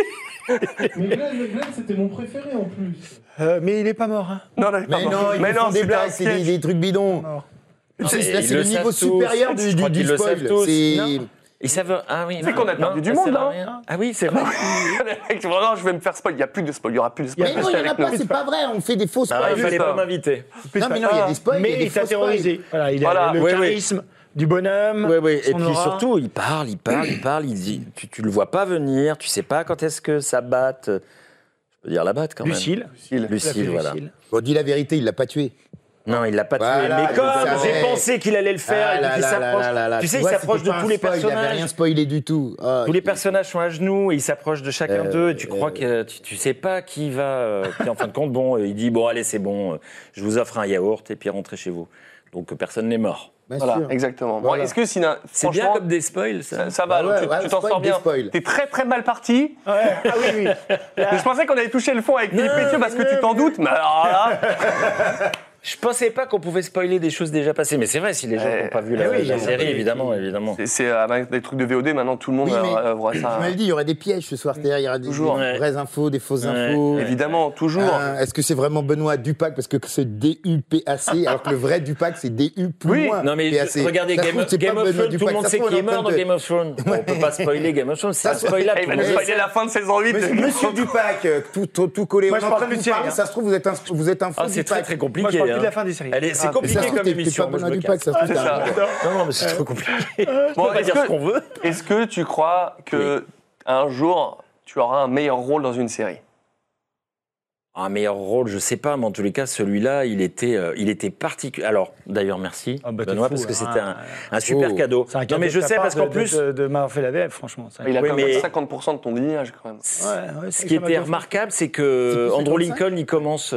[SPEAKER 12] Mais Glenn, Glenn, c'était mon préféré en plus.
[SPEAKER 9] Euh, mais il est pas mort. Hein.
[SPEAKER 6] Non, là,
[SPEAKER 7] Mais
[SPEAKER 6] pardon.
[SPEAKER 7] non, ils font des
[SPEAKER 6] c'était un
[SPEAKER 7] blagues, c'est des,
[SPEAKER 6] <laughs> sketch.
[SPEAKER 7] des trucs bidons.
[SPEAKER 8] Non,
[SPEAKER 7] C'est-
[SPEAKER 8] mais
[SPEAKER 7] là,
[SPEAKER 8] ils
[SPEAKER 7] c'est le
[SPEAKER 8] savent
[SPEAKER 7] niveau
[SPEAKER 8] tous.
[SPEAKER 7] supérieur
[SPEAKER 8] Je
[SPEAKER 7] du, du,
[SPEAKER 8] crois
[SPEAKER 7] du
[SPEAKER 8] qu'ils le
[SPEAKER 7] spoil.
[SPEAKER 8] savent tous.
[SPEAKER 7] C'est-
[SPEAKER 8] Non. Ils savent. Ah oui.
[SPEAKER 6] C'est qu'on a perdu du monde, là.
[SPEAKER 8] là. Ah oui, c'est vrai.
[SPEAKER 6] Vraiment, je vais me faire spoil. Il n'y a plus de spoil, il n'y aura plus de spoil.
[SPEAKER 7] Mais non, il n'y en a pas, c'est pas vrai, on fait des faux
[SPEAKER 8] Ah,
[SPEAKER 7] spoils.
[SPEAKER 8] il fallait
[SPEAKER 6] ça.
[SPEAKER 8] pas m'inviter.
[SPEAKER 7] Non, mais non, il y a des spoils, il y a
[SPEAKER 9] Mais
[SPEAKER 7] des
[SPEAKER 9] il t'a
[SPEAKER 7] faux spoils.
[SPEAKER 9] terrorisé. Voilà, il a
[SPEAKER 6] Voilà,
[SPEAKER 9] le
[SPEAKER 8] oui, oui.
[SPEAKER 9] charisme du bonhomme.
[SPEAKER 8] Oui, oui. Et
[SPEAKER 9] son
[SPEAKER 8] puis
[SPEAKER 9] aura.
[SPEAKER 8] surtout, il parle, il parle, il parle, il dit. Tu, tu le vois pas venir, tu sais pas quand est-ce que ça batte. Je peux dire la batte quand même.
[SPEAKER 9] Lucille.
[SPEAKER 8] Lucille,
[SPEAKER 9] Lucille,
[SPEAKER 8] voilà.
[SPEAKER 9] Lucille.
[SPEAKER 7] Bon, dis la vérité, il l'a pas tué.
[SPEAKER 8] Non, il l'a pas
[SPEAKER 7] Voilà,
[SPEAKER 8] tué. Mais
[SPEAKER 7] il
[SPEAKER 8] comme
[SPEAKER 7] savait.
[SPEAKER 8] j'ai pensé qu'il allait le faire,
[SPEAKER 7] Ah
[SPEAKER 8] et
[SPEAKER 7] là
[SPEAKER 8] qu'il
[SPEAKER 7] là
[SPEAKER 8] s'approche.
[SPEAKER 7] là là là.
[SPEAKER 8] Tu sais, il
[SPEAKER 7] vois,
[SPEAKER 8] s'approche
[SPEAKER 7] c'était
[SPEAKER 8] de
[SPEAKER 7] pas
[SPEAKER 8] tous
[SPEAKER 7] un
[SPEAKER 8] les
[SPEAKER 7] spoil, Il n'avait rien
[SPEAKER 8] personnages.
[SPEAKER 7] spoilé du tout. Ah,
[SPEAKER 8] Tous les
[SPEAKER 7] il-
[SPEAKER 8] personnages sont à genoux et ils s'approchent de chacun
[SPEAKER 7] Euh,
[SPEAKER 8] d'eux. Et tu crois
[SPEAKER 7] euh,
[SPEAKER 8] que tu, tu sais pas qui va. euh, qui, en fin de compte, bon, il dit bon, allez, c'est bon, euh, je vous offre un yaourt et puis rentrez chez vous. Donc euh, personne n'est mort.
[SPEAKER 7] Bien
[SPEAKER 6] Voilà,
[SPEAKER 7] sûr.
[SPEAKER 6] exactement. Bon,
[SPEAKER 7] Voilà.
[SPEAKER 6] est-ce que Sina,
[SPEAKER 8] C'est bien
[SPEAKER 6] franchement,
[SPEAKER 8] comme des spoils, ça.
[SPEAKER 6] ça, ça va,
[SPEAKER 7] Bah ouais,
[SPEAKER 6] donc tu-
[SPEAKER 7] ouais,
[SPEAKER 6] tu t'en
[SPEAKER 7] spoil,
[SPEAKER 6] sors bien.
[SPEAKER 7] des spoils.
[SPEAKER 6] T'es très très mal parti.
[SPEAKER 9] Ouais. Ah oui,
[SPEAKER 8] <laughs>
[SPEAKER 9] oui.
[SPEAKER 6] Mais je pensais qu'on avait touché le fond avec Philippe
[SPEAKER 8] Non,
[SPEAKER 6] Pétieux parce que
[SPEAKER 8] non,
[SPEAKER 6] tu t'en
[SPEAKER 8] mais-
[SPEAKER 6] doutes, mais alors là,
[SPEAKER 8] Je pensais pas qu'on pouvait spoiler des choses déjà passées, mais c'est vrai si les gens
[SPEAKER 6] Eh,
[SPEAKER 8] n'ont pas vu la,
[SPEAKER 9] eh oui,
[SPEAKER 8] la
[SPEAKER 9] ils ont pas
[SPEAKER 8] série,
[SPEAKER 9] vu.
[SPEAKER 8] évidemment, évidemment.
[SPEAKER 6] c'est- c'est euh, avec des trucs de VOD, maintenant tout le monde
[SPEAKER 7] Oui, mais-
[SPEAKER 6] euh, voit ça.
[SPEAKER 7] Tu m'avais dit, il y aurait des pièges ce soir. C'est-à-dire, il y aurait des,
[SPEAKER 6] Toujours.
[SPEAKER 7] des
[SPEAKER 8] Ouais.
[SPEAKER 7] vraies infos, des fausses
[SPEAKER 8] Ouais.
[SPEAKER 7] infos.
[SPEAKER 6] Évidemment, toujours.
[SPEAKER 8] Euh,
[SPEAKER 7] Ah, Est-ce que c'est vraiment Benoît Dupac Parce que c'est
[SPEAKER 8] <laughs>
[SPEAKER 7] D-U-P-A-C, alors que le vrai Dupac, c'est D-U plus
[SPEAKER 6] Oui.
[SPEAKER 7] loin.
[SPEAKER 8] Non mais
[SPEAKER 7] PAC.
[SPEAKER 8] je- regardez
[SPEAKER 7] Ça se
[SPEAKER 8] Game,
[SPEAKER 7] trouve, c'est
[SPEAKER 8] Game
[SPEAKER 7] pas
[SPEAKER 8] of
[SPEAKER 7] Benoît
[SPEAKER 8] Thrones, tout le
[SPEAKER 7] Dupac,
[SPEAKER 8] monde
[SPEAKER 7] ça se
[SPEAKER 8] sait
[SPEAKER 7] trouve,
[SPEAKER 8] qui
[SPEAKER 7] on
[SPEAKER 8] est mort dans
[SPEAKER 7] en train de-
[SPEAKER 8] Game of Thrones. On peut pas spoiler Game of Thrones, c'est
[SPEAKER 7] Ça,
[SPEAKER 8] un
[SPEAKER 7] c'est-
[SPEAKER 8] spoil
[SPEAKER 6] Eh,
[SPEAKER 8] là.
[SPEAKER 6] Il va
[SPEAKER 8] tout
[SPEAKER 6] nous
[SPEAKER 8] le monde.
[SPEAKER 6] spoiler la fin de saison 8.
[SPEAKER 7] Monsieur, monsieur Dupac, euh, tout, tout, tout collé.
[SPEAKER 9] Moi,
[SPEAKER 7] on
[SPEAKER 9] je
[SPEAKER 7] est en
[SPEAKER 9] parle
[SPEAKER 7] train de
[SPEAKER 9] plus
[SPEAKER 7] vous
[SPEAKER 9] de série,
[SPEAKER 7] parler,
[SPEAKER 9] hein.
[SPEAKER 7] Ça se trouve, vous êtes un, vous êtes un faux
[SPEAKER 8] Ah, c'est
[SPEAKER 7] Dupac.
[SPEAKER 8] très
[SPEAKER 9] Moi, je
[SPEAKER 8] très compliqué.
[SPEAKER 9] parle plus
[SPEAKER 8] hein.
[SPEAKER 9] de la fin des séries.
[SPEAKER 8] Elle est- C'est
[SPEAKER 9] Ah, bah,
[SPEAKER 7] Ça se
[SPEAKER 8] compliqué
[SPEAKER 7] trouve,
[SPEAKER 8] comme
[SPEAKER 7] t'es- t'es pas
[SPEAKER 8] émission. moi,
[SPEAKER 7] Benoît
[SPEAKER 8] je me
[SPEAKER 7] Dupac,
[SPEAKER 8] casse.
[SPEAKER 7] ça se trouve,
[SPEAKER 6] C'est
[SPEAKER 7] t'es un
[SPEAKER 6] ça.
[SPEAKER 7] acteur.
[SPEAKER 8] Non non mais c'est trop compliqué.
[SPEAKER 6] Bon,
[SPEAKER 8] On va
[SPEAKER 6] est-ce
[SPEAKER 8] dire
[SPEAKER 6] que-
[SPEAKER 8] ce qu'on veut.
[SPEAKER 6] Est-ce que tu crois que un jour tu auras un meilleur rôle dans une série
[SPEAKER 8] Un meilleur Ah, rôle, je sais pas, mais en tous les cas, celui-là, il était, euh, il était particulier. Alors, d'ailleurs, merci,
[SPEAKER 9] Ah, bah, t'es
[SPEAKER 8] Benoît,
[SPEAKER 9] fou,
[SPEAKER 8] parce que
[SPEAKER 9] hein.
[SPEAKER 8] c'était un, un super
[SPEAKER 7] Oh.
[SPEAKER 8] cadeau.
[SPEAKER 9] C'est un
[SPEAKER 8] Non, mais
[SPEAKER 9] cadeau
[SPEAKER 8] je
[SPEAKER 9] de ta
[SPEAKER 8] sais,
[SPEAKER 9] part
[SPEAKER 8] parce qu'en
[SPEAKER 9] de-
[SPEAKER 8] plus,
[SPEAKER 9] de, de m'avoir fait la VF, franchement. c'est un
[SPEAKER 6] Il a
[SPEAKER 8] Oui,
[SPEAKER 6] quand même
[SPEAKER 8] mais-
[SPEAKER 6] 50% de ton lignage quand même.
[SPEAKER 9] cadeau. Ouais, ouais,
[SPEAKER 8] Ce
[SPEAKER 9] ça
[SPEAKER 8] qui
[SPEAKER 9] m'a
[SPEAKER 8] était
[SPEAKER 9] bien
[SPEAKER 8] remarquable, c'est que
[SPEAKER 7] C'est plus
[SPEAKER 8] Andrew
[SPEAKER 7] 55?
[SPEAKER 8] Lincoln, il commence.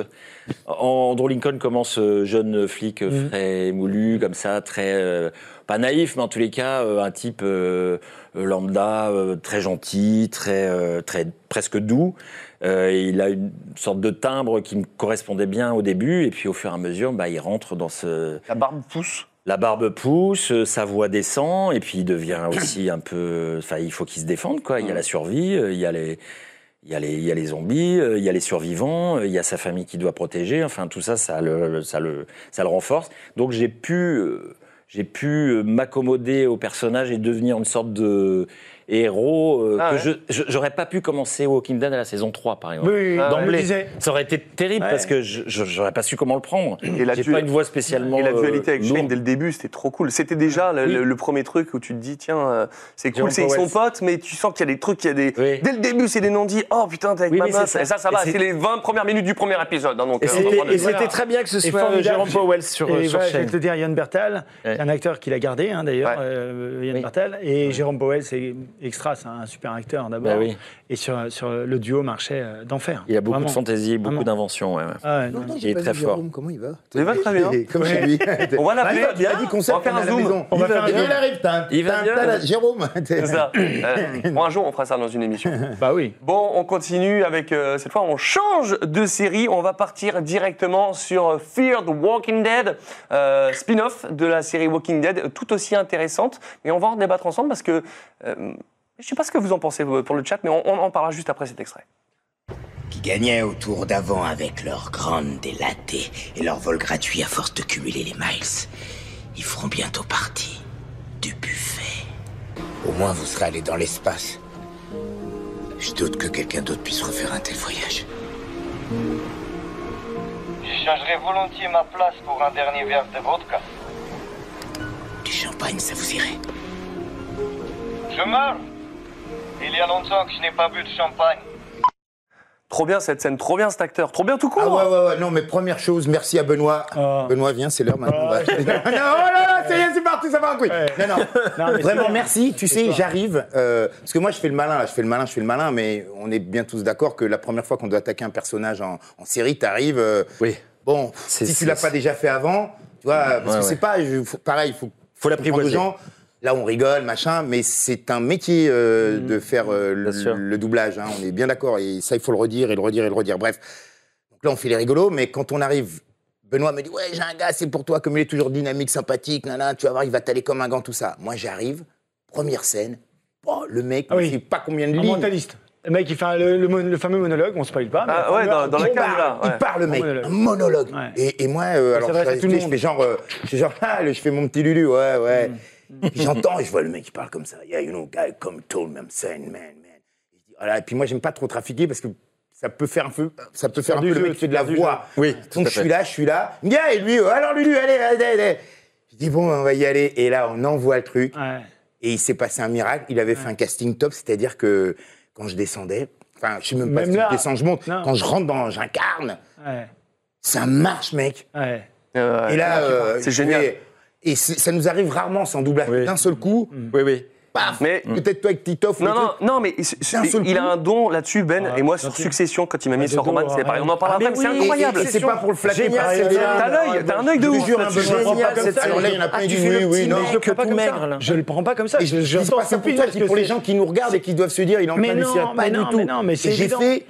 [SPEAKER 8] en- Andrew Lincoln commence euh, jeune flic euh, frais, moulu, comme ça, très euh, pas naïf, mais en tous les cas, euh, un type euh, euh, lambda, euh, très gentil, très, euh, très presque doux. Euh, il a une sorte de timbre qui me correspondait bien au début, et puis au fur et à mesure, bah, il rentre dans ce
[SPEAKER 6] La barbe pousse.
[SPEAKER 8] la barbe pousse, euh, sa voix descend, et puis il devient aussi un peu. Enfin, il faut qu'il se défende, quoi. Il
[SPEAKER 6] Mhm.
[SPEAKER 8] y a la survie, euh, il y a les. Il y, a les, il y a les zombies, euh, il y a les survivants, euh, il y a sa famille qui doit protéger. Enfin, tout ça, ça le, ça le, ça le renforce. Donc, j'ai pu, euh, j'ai pu euh, m'accommoder au personnage et devenir une sorte de héros euh,
[SPEAKER 6] Ah
[SPEAKER 8] que
[SPEAKER 6] ouais.
[SPEAKER 8] je- je j'aurais pas pu commencer Walking Dead à la saison 3, par exemple.
[SPEAKER 9] Oui, oui, oui.
[SPEAKER 6] Ah ouais.
[SPEAKER 9] Je le
[SPEAKER 8] D'emblée,
[SPEAKER 9] disais.
[SPEAKER 8] ça aurait été terrible
[SPEAKER 9] Ouais.
[SPEAKER 8] parce que je- je- j'aurais pas su comment le prendre.
[SPEAKER 6] Et la
[SPEAKER 8] J'ai
[SPEAKER 6] tu-
[SPEAKER 8] pas une voix spécialement.
[SPEAKER 6] Et la
[SPEAKER 8] euh,
[SPEAKER 6] dualité avec Shane
[SPEAKER 8] lourde.
[SPEAKER 6] dès le début, c'était trop cool. C'était déjà le,
[SPEAKER 8] Oui.
[SPEAKER 6] le- le premier truc où tu te dis, tiens, euh, c'est cool,
[SPEAKER 8] Jérôme
[SPEAKER 6] c'est son
[SPEAKER 8] Powell.
[SPEAKER 6] pote, mais tu sens qu'il y a des trucs, il y a des.
[SPEAKER 8] Oui.
[SPEAKER 6] Dès le début, c'est des non-dits. Oh putain, t'es avec
[SPEAKER 8] Oui,
[SPEAKER 6] ma
[SPEAKER 8] mais c'est
[SPEAKER 6] meuf.
[SPEAKER 8] ça.
[SPEAKER 6] Et ça, ça
[SPEAKER 8] Et
[SPEAKER 6] va,
[SPEAKER 8] c'est-
[SPEAKER 6] c'est les 20 premières minutes du premier épisode. hein, donc, euh,
[SPEAKER 8] Et c'était
[SPEAKER 6] on
[SPEAKER 8] et
[SPEAKER 6] va-
[SPEAKER 8] c'était très bien que ce
[SPEAKER 9] Et
[SPEAKER 8] soit euh,
[SPEAKER 9] formidable.
[SPEAKER 8] Jérôme Powell sur, euh,
[SPEAKER 9] Et
[SPEAKER 8] sur
[SPEAKER 9] voilà, je
[SPEAKER 8] chaîne.
[SPEAKER 9] vais te dire, Yann Bertal,
[SPEAKER 8] Ouais.
[SPEAKER 9] c'est un acteur qu'il a gardé hein, d'ailleurs,
[SPEAKER 6] Ouais.
[SPEAKER 9] euh, Yann
[SPEAKER 8] Oui.
[SPEAKER 9] Bertal. Et Jérôme Powell, c'est extra, c'est un super acteur hein, d'abord.
[SPEAKER 8] Bah oui.
[SPEAKER 9] Et sur, sur le duo marchait euh, d'enfer.
[SPEAKER 8] Il a beaucoup
[SPEAKER 9] Vraiment.
[SPEAKER 8] de fantaisie, beaucoup
[SPEAKER 9] Vraiment.
[SPEAKER 8] d'invention. ouais, ouais.
[SPEAKER 9] Ah ouais, non.
[SPEAKER 7] Longtemps que
[SPEAKER 8] Il
[SPEAKER 7] j'ai
[SPEAKER 8] est
[SPEAKER 7] pas
[SPEAKER 8] très
[SPEAKER 7] vu
[SPEAKER 8] fort.
[SPEAKER 7] Jérôme, Comment il va
[SPEAKER 6] Il va très bien.
[SPEAKER 7] Comme chez lui.
[SPEAKER 6] <laughs> On va
[SPEAKER 7] Ah,
[SPEAKER 6] l'appeler.
[SPEAKER 7] il va bien, dit concert,
[SPEAKER 6] on va faire
[SPEAKER 7] on
[SPEAKER 6] un
[SPEAKER 7] est à la
[SPEAKER 6] zoom.
[SPEAKER 7] maison.
[SPEAKER 9] On va
[SPEAKER 7] Il
[SPEAKER 9] faire un
[SPEAKER 7] vient,
[SPEAKER 9] zoom.
[SPEAKER 7] Il arrive, t'as-
[SPEAKER 8] Il vient
[SPEAKER 7] t'as- t'as-
[SPEAKER 8] bien.
[SPEAKER 7] Jérôme. <laughs>
[SPEAKER 6] C'est ça. Euh, bon, un jour, on fera ça dans une émission.
[SPEAKER 9] Bah oui.
[SPEAKER 6] Bon, on continue avec euh, cette fois, on change de série. On va partir directement sur euh, Fear the Walking Dead, euh, spin-off de la série Walking Dead, euh, tout aussi intéressante. Et on va en débattre ensemble parce que euh, je ne sais pas ce que vous en pensez euh, pour le chat, mais on, on en parlera juste après cet extrait.
[SPEAKER 1] qui gagnaient au tour d'avant avec leur grande délatée et leur vol gratuit à force de cumuler les miles. Ils feront bientôt partie du buffet. Au moins, vous serez allé dans l'espace. Je doute que quelqu'un d'autre puisse refaire un tel voyage.
[SPEAKER 17] J'échangerai volontiers ma place pour un dernier verre de vodka.
[SPEAKER 1] Du champagne, ça vous irait.
[SPEAKER 17] Je meurs Il y a longtemps que je n'ai pas bu de champagne.
[SPEAKER 6] Trop bien cette scène, trop bien cet acteur, trop bien tout court. hein.
[SPEAKER 7] Ah ouais, ouais, ouais, non, mais première chose, merci à Benoît.
[SPEAKER 6] Ah.
[SPEAKER 7] Benoît, viens, c'est l'heure maintenant. on va- <laughs> non, non, là, là, ça y est, c'est parti, ça part en couille. Non,
[SPEAKER 6] <laughs>
[SPEAKER 7] non,
[SPEAKER 9] mais
[SPEAKER 7] vraiment
[SPEAKER 9] c'est-
[SPEAKER 7] merci. Tu sais, j'arrive. euh, parce que moi, je fais le malin, là, je fais le malin, je fais le malin, mais on est bien tous d'accord que la première fois qu'on doit attaquer un personnage en, en série, t'arrives. euh, Bon, si tu
[SPEAKER 13] c'est-
[SPEAKER 7] l'as pas déjà fait avant, tu vois, parce
[SPEAKER 13] Ouais,
[SPEAKER 7] que
[SPEAKER 13] ouais.
[SPEAKER 7] c'est pas. je- faut- pareil, il faut. Faut
[SPEAKER 13] l'apprivoiser.
[SPEAKER 7] gens. Là, on rigole, machin, mais c'est un métier
[SPEAKER 13] Mm-hmm.
[SPEAKER 7] euh, de faire euh, le, le doublage. hein, on est bien d'accord. Et ça, il faut le redire et le redire et le redire. Bref. Donc là, on fait les rigolos, mais quand on arrive, Benoît me dit Ouais, j'ai un gars, c'est pour toi, comme il est toujours dynamique, sympathique, nanana, tu vas voir, il va t'aller comme un gant, tout ça. Moi, j'arrive, première scène, oh, le mec,
[SPEAKER 9] Ah oui.
[SPEAKER 7] je sais pas combien de
[SPEAKER 9] Un
[SPEAKER 7] lignes.
[SPEAKER 9] mentaliste. Le mec, il fait un- le, le mon- le fameux monologue, on spoil pas. mais
[SPEAKER 7] Ah,
[SPEAKER 9] un
[SPEAKER 7] ouais,
[SPEAKER 9] monologue,
[SPEAKER 7] dans- dans la
[SPEAKER 9] il
[SPEAKER 7] cave,
[SPEAKER 9] parle,
[SPEAKER 7] là, ouais.
[SPEAKER 9] Il parle, le mec.
[SPEAKER 7] Un monologue. Et, et moi, euh, alors,
[SPEAKER 9] s'adresse à
[SPEAKER 7] je,
[SPEAKER 9] tout le
[SPEAKER 7] je
[SPEAKER 9] monde.
[SPEAKER 7] fais genre, euh, je fais genre, <laughs> ah, je fais mon petit Lulu, ouais, ouais.
[SPEAKER 9] Mm.
[SPEAKER 7] Puis j'entends, et je vois le mec qui parle comme ça. Yeah, you know, guy comme told me I'm saying, man, man. Et je dis, voilà, et puis moi, j'aime pas trop trafiquer parce que ça peut faire un peu, ça peut faire un
[SPEAKER 9] perds
[SPEAKER 7] peu
[SPEAKER 9] du
[SPEAKER 7] le mec
[SPEAKER 9] jeu,
[SPEAKER 7] qui fait
[SPEAKER 9] tu
[SPEAKER 7] de la
[SPEAKER 9] perds du
[SPEAKER 7] voix.
[SPEAKER 9] jeu. Oui, tout à
[SPEAKER 7] Donc je
[SPEAKER 9] fait.
[SPEAKER 7] suis là, je suis là. Yeah, et lui, euh, alors Lulu, allez, allez, allez. Je dis, bon, on va y aller. Et là, on envoie le truc. Et il s'est passé un miracle. Il avait fait un casting top, c'est-à-dire que quand je descendais, enfin, je sais même pas
[SPEAKER 9] Même
[SPEAKER 7] si
[SPEAKER 9] là.
[SPEAKER 7] je descends, je monte.
[SPEAKER 9] Non.
[SPEAKER 7] Quand je rentre dans, j'incarne.
[SPEAKER 9] Ouais.
[SPEAKER 7] Ça marche, mec.
[SPEAKER 9] Ouais.
[SPEAKER 7] et là, euh,
[SPEAKER 6] c'est
[SPEAKER 7] je
[SPEAKER 6] génial.
[SPEAKER 7] vais- Et c'est- ça nous arrive rarement sans doublage. D'un seul coup.
[SPEAKER 8] Mm.
[SPEAKER 7] Oui, oui. Paf.
[SPEAKER 6] Mais
[SPEAKER 7] peut-être toi avec Titoff.
[SPEAKER 6] Non, non, non, mais il, il a un don là-dessus, Ben. et moi, sur Succession, quand il m'a mis sur Roman, c'est pareil. On en parle
[SPEAKER 7] Ah,
[SPEAKER 6] après, mais
[SPEAKER 7] mais
[SPEAKER 6] c'est
[SPEAKER 7] oui,
[SPEAKER 6] incroyable.
[SPEAKER 7] et- et c'est pas pour le flatter,
[SPEAKER 6] Génial,
[SPEAKER 7] pareil,
[SPEAKER 6] c'est-
[SPEAKER 7] là.
[SPEAKER 6] T'as l'œil, t'as un œil de
[SPEAKER 7] Je
[SPEAKER 6] ouf.
[SPEAKER 7] vous jure, un
[SPEAKER 6] là-dessus.
[SPEAKER 7] Benoît, on prend pas comme ça. Alors là, il y en
[SPEAKER 6] Ah,
[SPEAKER 7] a plein qui disent oui, oui, non.
[SPEAKER 9] Je Ah, le prends pas comme ça. Je le prends pas comme ça.
[SPEAKER 7] Et je, je dis pas ça pour toi, je dis pour les gens qui nous regardent et qui doivent se dire, il est en
[SPEAKER 9] Mais
[SPEAKER 7] train de
[SPEAKER 9] non,
[SPEAKER 7] s'y
[SPEAKER 9] mais
[SPEAKER 7] pas
[SPEAKER 9] non,
[SPEAKER 7] du tout.
[SPEAKER 9] mais non, mais
[SPEAKER 7] Et
[SPEAKER 9] c'est
[SPEAKER 7] J'ai
[SPEAKER 9] évident.
[SPEAKER 7] fait,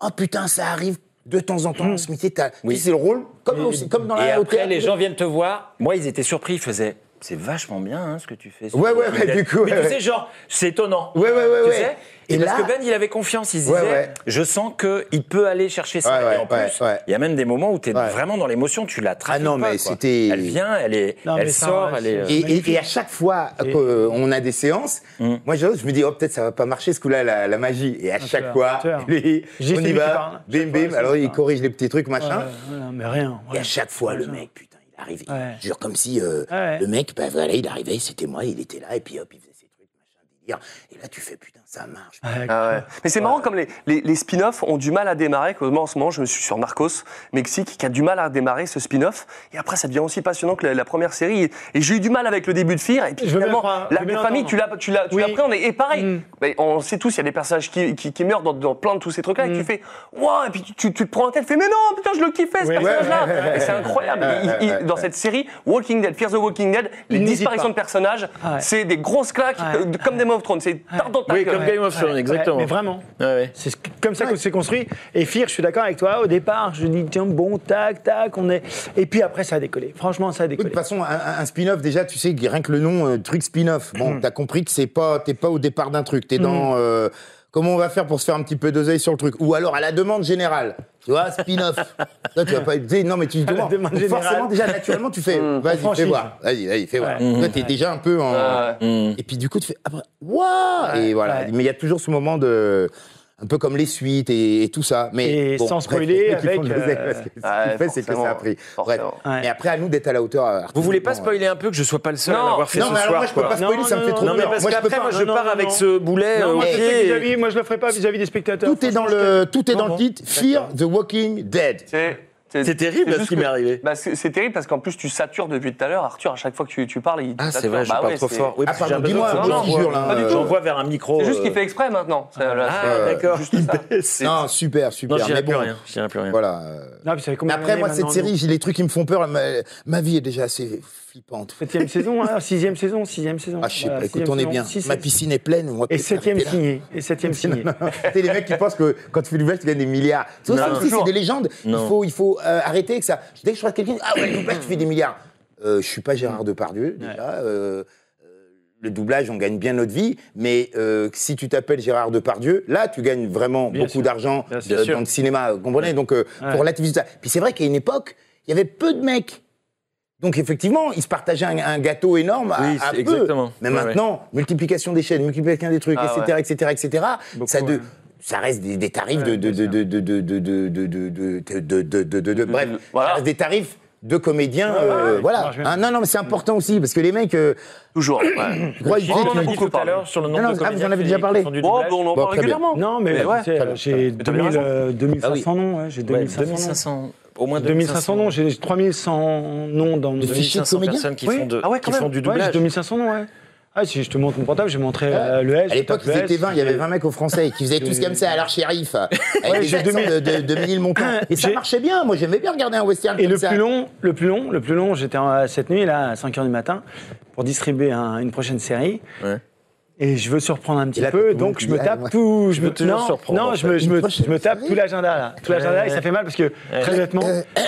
[SPEAKER 7] oh putain, ça arrive de temps en temps dans ce métier. t'as- tu sais, C'est le rôle, comme, au- comme dans
[SPEAKER 8] et
[SPEAKER 7] la
[SPEAKER 8] après,
[SPEAKER 7] hôtel.
[SPEAKER 8] les gens viennent te voir. Moi, ils étaient surpris. Ils faisaient c'est vachement bien hein, ce que tu fais.
[SPEAKER 7] Ouais, ouais, ouais, du coup,
[SPEAKER 8] Mais
[SPEAKER 7] ouais,
[SPEAKER 8] tu
[SPEAKER 7] ouais.
[SPEAKER 8] sais, genre, c'est étonnant.
[SPEAKER 7] Ouais, ouais, ouais,
[SPEAKER 8] Tu
[SPEAKER 7] ouais.
[SPEAKER 8] sais
[SPEAKER 7] Et
[SPEAKER 8] et parce
[SPEAKER 7] là-
[SPEAKER 8] que Ben, il avait confiance. Il se
[SPEAKER 7] Ouais,
[SPEAKER 8] disait
[SPEAKER 7] ouais.
[SPEAKER 8] je sens qu'il peut aller chercher ça.
[SPEAKER 7] Ouais,
[SPEAKER 8] et en
[SPEAKER 7] ouais, ouais,
[SPEAKER 8] plus, il y a même des moments où tu es vraiment dans l'émotion. Tu la trafiques.
[SPEAKER 7] Ah non,
[SPEAKER 8] pas,
[SPEAKER 7] mais
[SPEAKER 8] quoi.
[SPEAKER 7] c'était-
[SPEAKER 8] Elle vient, elle, est,
[SPEAKER 7] Non, mais
[SPEAKER 8] elle
[SPEAKER 7] ça,
[SPEAKER 8] sort,
[SPEAKER 7] ouais,
[SPEAKER 8] elle est. euh,
[SPEAKER 7] Et, et- et à chaque fois qu'on a des séances, moi je, je me dis, oh peut-être ça va pas marcher ce coup-là, la, la magie. Et à
[SPEAKER 9] tueur,
[SPEAKER 7] chaque fois,
[SPEAKER 9] Mmh. un tueur.
[SPEAKER 7] lui,
[SPEAKER 9] J'ai
[SPEAKER 7] on
[SPEAKER 9] fait
[SPEAKER 7] y
[SPEAKER 9] mes
[SPEAKER 7] va,
[SPEAKER 9] parents,
[SPEAKER 7] bim bim,
[SPEAKER 9] fois,
[SPEAKER 7] alors
[SPEAKER 9] c'est
[SPEAKER 7] il
[SPEAKER 9] ça.
[SPEAKER 7] corrige les petits trucs, machin.
[SPEAKER 9] Ouais, ouais, mais rien.
[SPEAKER 7] Et à chaque fois, le mec, putain, il arrive, il
[SPEAKER 9] Ouais.
[SPEAKER 7] jure comme si euh,
[SPEAKER 9] Ouais.
[SPEAKER 7] le mec, bah voilà, il arrivait, c'était moi, il était là, et puis hop, il faisait ses trucs, machin, délire. Et là, tu fais, putain, ça marche.
[SPEAKER 6] Ah ouais. Mais c'est marrant comme les, les, les spin-offs ont du mal à démarrer. Moi en ce moment je me suis sur Narcos Mexique qui a du mal à démarrer ce spin-off et après ça devient aussi passionnant que la, la première série. Et j'ai eu du mal avec le début de Fear et puis
[SPEAKER 9] Je veux bien
[SPEAKER 6] finalement
[SPEAKER 9] le croire, je
[SPEAKER 6] la
[SPEAKER 9] veux bien
[SPEAKER 6] famille
[SPEAKER 9] l'entendre.
[SPEAKER 6] tu l'as tu l'as tu
[SPEAKER 9] Oui. Mm.
[SPEAKER 6] l'appréhendes. et, et pareil. mais on sait tous il y a des personnages qui, qui, qui meurent dans, dans plein de tous ces trucs là et
[SPEAKER 9] Mm.
[SPEAKER 6] tu fais waouh et puis tu, tu te prends la tête tu fais mais non putain je le kiffais ce
[SPEAKER 9] Oui, ouais,
[SPEAKER 6] personnage là
[SPEAKER 9] ouais, ouais,
[SPEAKER 6] et c'est
[SPEAKER 9] ouais,
[SPEAKER 6] incroyable.
[SPEAKER 9] ouais,
[SPEAKER 6] Il-
[SPEAKER 9] ouais,
[SPEAKER 6] il-
[SPEAKER 9] ouais,
[SPEAKER 6] dans
[SPEAKER 9] ouais.
[SPEAKER 6] cette série Walking Dead Fear the Walking Dead les
[SPEAKER 9] Il n'hésite
[SPEAKER 6] disparitions
[SPEAKER 9] pas.
[SPEAKER 6] de personnages
[SPEAKER 9] Ah ouais.
[SPEAKER 6] c'est des grosses claques
[SPEAKER 9] Ouais.
[SPEAKER 6] euh, comme Game of Thrones c'est tarte dans ta
[SPEAKER 8] Oui,
[SPEAKER 6] gueule.
[SPEAKER 8] comme Game of Thrones,
[SPEAKER 9] Ouais,
[SPEAKER 8] exactement.
[SPEAKER 9] Mais vraiment.
[SPEAKER 8] euh, Ouais, ouais.
[SPEAKER 9] C'est ce- comme ça que c'est construit. Et Fir, je suis d'accord avec toi. Au départ, je dis tiens bon tac tac, on est. Et puis après, ça a décollé. Franchement, ça a
[SPEAKER 7] Oui, de
[SPEAKER 9] décollé.
[SPEAKER 7] toute façon, un, un- un spin-off, déjà, tu sais, rien que le nom, euh, truc spin-off,
[SPEAKER 9] Mm.
[SPEAKER 7] bon, t'as compris que c'est pas, t'es pas au départ d'un truc, t'es dans euh, comment on va faire pour se faire un petit peu d'oseille sur le truc, ou alors à la demande générale, tu
[SPEAKER 9] <laughs>
[SPEAKER 7] vois, spin-off. Là, tu vas pas dire, non, mais tu te demandes.
[SPEAKER 9] demande
[SPEAKER 7] Donc, forcément,
[SPEAKER 9] générale. Mm.
[SPEAKER 7] déjà, naturellement, tu fais, vas-y, fais
[SPEAKER 9] franchise.
[SPEAKER 7] voir, vas-y, vas-y, fais voir.
[SPEAKER 9] Ouais.
[SPEAKER 7] Toi, t'es
[SPEAKER 9] Ouais.
[SPEAKER 7] déjà un peu en.
[SPEAKER 8] Hmm.
[SPEAKER 7] Et puis, du coup, tu fais, après, waouh
[SPEAKER 9] Ouais.
[SPEAKER 7] Et voilà.
[SPEAKER 9] Ouais.
[SPEAKER 7] Mais il y a toujours ce moment de. Un peu comme les suites et, et tout ça. Mais
[SPEAKER 9] Et
[SPEAKER 7] bon,
[SPEAKER 9] sans
[SPEAKER 7] bref,
[SPEAKER 9] spoiler,
[SPEAKER 7] les mecs, ils font
[SPEAKER 9] avec,
[SPEAKER 7] de l'oseille,
[SPEAKER 9] euh,
[SPEAKER 7] parce que Ce
[SPEAKER 6] ouais,
[SPEAKER 7] qu'ils fait, c'est que ça a
[SPEAKER 6] forcément.
[SPEAKER 7] pris. Bref. Mais après, à nous d'être à la hauteur. euh,
[SPEAKER 13] Vous voulez pas
[SPEAKER 7] artistiquement,
[SPEAKER 13] spoiler un peu que je sois pas le seul
[SPEAKER 7] Non.
[SPEAKER 13] à l'avoir fait
[SPEAKER 7] Non,
[SPEAKER 13] ce
[SPEAKER 7] mais alors
[SPEAKER 13] soir
[SPEAKER 7] moi, je peux
[SPEAKER 13] quoi.
[SPEAKER 7] pas spoiler, ça me fait trop
[SPEAKER 13] Non, mais
[SPEAKER 7] peur.
[SPEAKER 13] parce
[SPEAKER 7] Moi, je peux
[SPEAKER 13] qu'après,
[SPEAKER 7] pas.
[SPEAKER 13] moi, je
[SPEAKER 7] Non,
[SPEAKER 13] pars
[SPEAKER 7] non,
[SPEAKER 13] avec
[SPEAKER 7] non.
[SPEAKER 13] ce boulet.
[SPEAKER 9] Non,
[SPEAKER 13] euh,
[SPEAKER 9] moi,
[SPEAKER 13] au
[SPEAKER 9] je
[SPEAKER 13] pied.
[SPEAKER 9] fais vis-à-vis- moi, je le ferai pas vis-à-vis des spectateurs.
[SPEAKER 7] Tout est dans le, tout est dans le titre. Fear the Walking Dead.
[SPEAKER 6] C'est-
[SPEAKER 13] C'est terrible,
[SPEAKER 6] juste
[SPEAKER 13] ce qui
[SPEAKER 6] que-
[SPEAKER 13] m'est arrivé.
[SPEAKER 6] Bah, c'est c'est terrible parce qu'en plus tu satures depuis tout à l'heure, Arthur. À chaque fois que tu, tu parles, il
[SPEAKER 13] Ah, c'est
[SPEAKER 6] sature.
[SPEAKER 13] vrai, je
[SPEAKER 6] Bah
[SPEAKER 13] parle
[SPEAKER 6] ouais,
[SPEAKER 13] trop
[SPEAKER 6] c'est-
[SPEAKER 13] fort.
[SPEAKER 6] Ah,
[SPEAKER 13] Oui, parce que
[SPEAKER 6] pardon,
[SPEAKER 13] j'ai un
[SPEAKER 6] dis-moi,
[SPEAKER 13] besoin de
[SPEAKER 6] moi
[SPEAKER 13] voix.
[SPEAKER 6] aussi, jure, là,
[SPEAKER 13] Pas du
[SPEAKER 6] euh,
[SPEAKER 13] tout. J'envoie vers un micro.
[SPEAKER 8] Oh,
[SPEAKER 6] C'est juste qu'il
[SPEAKER 13] euh,
[SPEAKER 6] fait exprès maintenant. Ça, là,
[SPEAKER 13] Ah,
[SPEAKER 6] c'est-
[SPEAKER 13] d'accord.
[SPEAKER 6] juste ça.
[SPEAKER 7] Non, super, super.
[SPEAKER 13] Non, je dirai
[SPEAKER 7] mais
[SPEAKER 13] plus
[SPEAKER 7] bon.
[SPEAKER 13] rien. Je dirai plus rien.
[SPEAKER 7] Voilà. euh,
[SPEAKER 9] Non, puis ça fait
[SPEAKER 7] Mais
[SPEAKER 9] combien
[SPEAKER 7] après,
[SPEAKER 9] d'années
[SPEAKER 7] moi, cette
[SPEAKER 9] maintenant,
[SPEAKER 7] série, j'ai les trucs qui me font peur. Ma, ma vie est déjà assez flippante.
[SPEAKER 9] nous Septième saison, hein, sixième saison, sixième saison.
[SPEAKER 7] Ah, je sais
[SPEAKER 9] Voilà,
[SPEAKER 7] pas, écoute,
[SPEAKER 9] sixième
[SPEAKER 7] on est
[SPEAKER 9] saison,
[SPEAKER 7] bien.
[SPEAKER 9] six-
[SPEAKER 7] Ma piscine est pleine. moi,
[SPEAKER 9] Et
[SPEAKER 7] putain,
[SPEAKER 9] septième
[SPEAKER 7] t'es là.
[SPEAKER 9] signé. Et septième signé.
[SPEAKER 7] <laughs> T'es les mecs qui pensent que quand tu fais du bluff, tu gagnes des milliards. Tu vois,
[SPEAKER 9] Non,
[SPEAKER 7] ça aussi,
[SPEAKER 9] toujours.
[SPEAKER 7] c'est des légendes. Il
[SPEAKER 9] Non.
[SPEAKER 7] faut, il faut euh, arrêter avec ça. Dès que je crois quelqu'un, ah ouais, le bluff, tu fais des milliards. Euh, je suis pas Gérard Depardieu, déjà. Euh, euh, le doublage, on gagne bien notre vie, mais euh, si tu t'appelles Gérard Depardieu, là, tu gagnes vraiment
[SPEAKER 9] Bien
[SPEAKER 7] beaucoup
[SPEAKER 9] sûr.
[SPEAKER 7] d'argent
[SPEAKER 9] Bien
[SPEAKER 7] euh,
[SPEAKER 9] sûr.
[SPEAKER 7] dans le cinéma, vous comprenez Donc, euh,
[SPEAKER 9] Ouais.
[SPEAKER 7] pour relativiser ça. Puis c'est vrai qu'à une époque, il y avait peu de mecs. Donc, effectivement, ils se partageaient un, un gâteau énorme à,
[SPEAKER 8] Oui,
[SPEAKER 7] à
[SPEAKER 8] c'est-
[SPEAKER 7] peu.
[SPEAKER 8] exactement.
[SPEAKER 7] Mais
[SPEAKER 8] Ouais,
[SPEAKER 7] maintenant, multiplication des chaînes, multiplication des trucs,
[SPEAKER 8] Ah,
[SPEAKER 7] etc.,
[SPEAKER 8] ouais.
[SPEAKER 7] etc., etc., ça, de- ça reste des, des tarifs de- de- de- de- de- de- de- de- de- de- de- de- de- de- de- Bref, ça reste des tarifs de comédiens. euh, Voilà. Hein, Non, non, mais c'est important aussi, parce que les mecs. euh,
[SPEAKER 6] Toujours.
[SPEAKER 9] On en a dit tout à l'heure sur le nombre de
[SPEAKER 7] Ah, vous
[SPEAKER 9] comédiens
[SPEAKER 7] en avez
[SPEAKER 9] qui-
[SPEAKER 7] déjà
[SPEAKER 9] qui
[SPEAKER 7] parlé
[SPEAKER 9] font du Bon, doublage. <laughs> on en parle
[SPEAKER 7] très bien.
[SPEAKER 9] régulièrement. Non, mais tu sais,
[SPEAKER 7] très bien,
[SPEAKER 9] j'ai
[SPEAKER 7] très bien.
[SPEAKER 9] 2000, euh, 2500
[SPEAKER 7] Ah oui.
[SPEAKER 9] noms, ouais, j'ai
[SPEAKER 8] Ouais,
[SPEAKER 9] 2500
[SPEAKER 8] 2500,
[SPEAKER 9] Au
[SPEAKER 8] au moins
[SPEAKER 9] 2500
[SPEAKER 8] 2500
[SPEAKER 9] noms, j'ai 3100 noms dans mon
[SPEAKER 8] De fichiers de 2500 comédiens personnes qui
[SPEAKER 9] Oui.
[SPEAKER 8] font de-
[SPEAKER 9] ah ouais,
[SPEAKER 8] qui
[SPEAKER 9] quand même.
[SPEAKER 8] font du
[SPEAKER 9] Ouais,
[SPEAKER 8] doublage.
[SPEAKER 9] j'ai 2500 noms, ouais. Ah, si je te montre mon portable, j'ai montré euh, le S.
[SPEAKER 7] À l'époque, ils
[SPEAKER 9] le S,
[SPEAKER 7] étaient 20, il y avait
[SPEAKER 9] j'ai-
[SPEAKER 7] 20 mecs aux Français qui faisaient
[SPEAKER 9] j'ai-
[SPEAKER 7] tous comme ça à leur shérif, avec
[SPEAKER 9] Ouais,
[SPEAKER 7] des
[SPEAKER 9] j'ai
[SPEAKER 7] accents
[SPEAKER 9] 2000.
[SPEAKER 7] de, de, de Ménilmontant. Et ça
[SPEAKER 9] J'ai-
[SPEAKER 7] marchait bien, moi j'aimais bien regarder un western
[SPEAKER 9] Et
[SPEAKER 7] comme
[SPEAKER 9] le
[SPEAKER 7] ça.
[SPEAKER 9] plus long, le plus long, le plus long, j'étais en- cette nuit là à 5 h du matin pour distribuer un- une prochaine série. Et je veux surprendre un petit
[SPEAKER 7] là,
[SPEAKER 9] peu,
[SPEAKER 7] tout le monde
[SPEAKER 9] donc je me
[SPEAKER 7] dit,
[SPEAKER 9] tape
[SPEAKER 7] ah, ouais.
[SPEAKER 9] tout, je
[SPEAKER 7] Tu
[SPEAKER 9] me
[SPEAKER 7] veux toujours
[SPEAKER 9] non,
[SPEAKER 7] surprendre,
[SPEAKER 9] non,
[SPEAKER 7] en
[SPEAKER 9] je me,
[SPEAKER 7] fait.
[SPEAKER 9] je me,
[SPEAKER 7] Une prochaine
[SPEAKER 9] je me tape
[SPEAKER 7] série
[SPEAKER 9] tout l'agenda là, tout l'agenda
[SPEAKER 7] Ouais.
[SPEAKER 9] et ça fait mal parce que très honnêtement,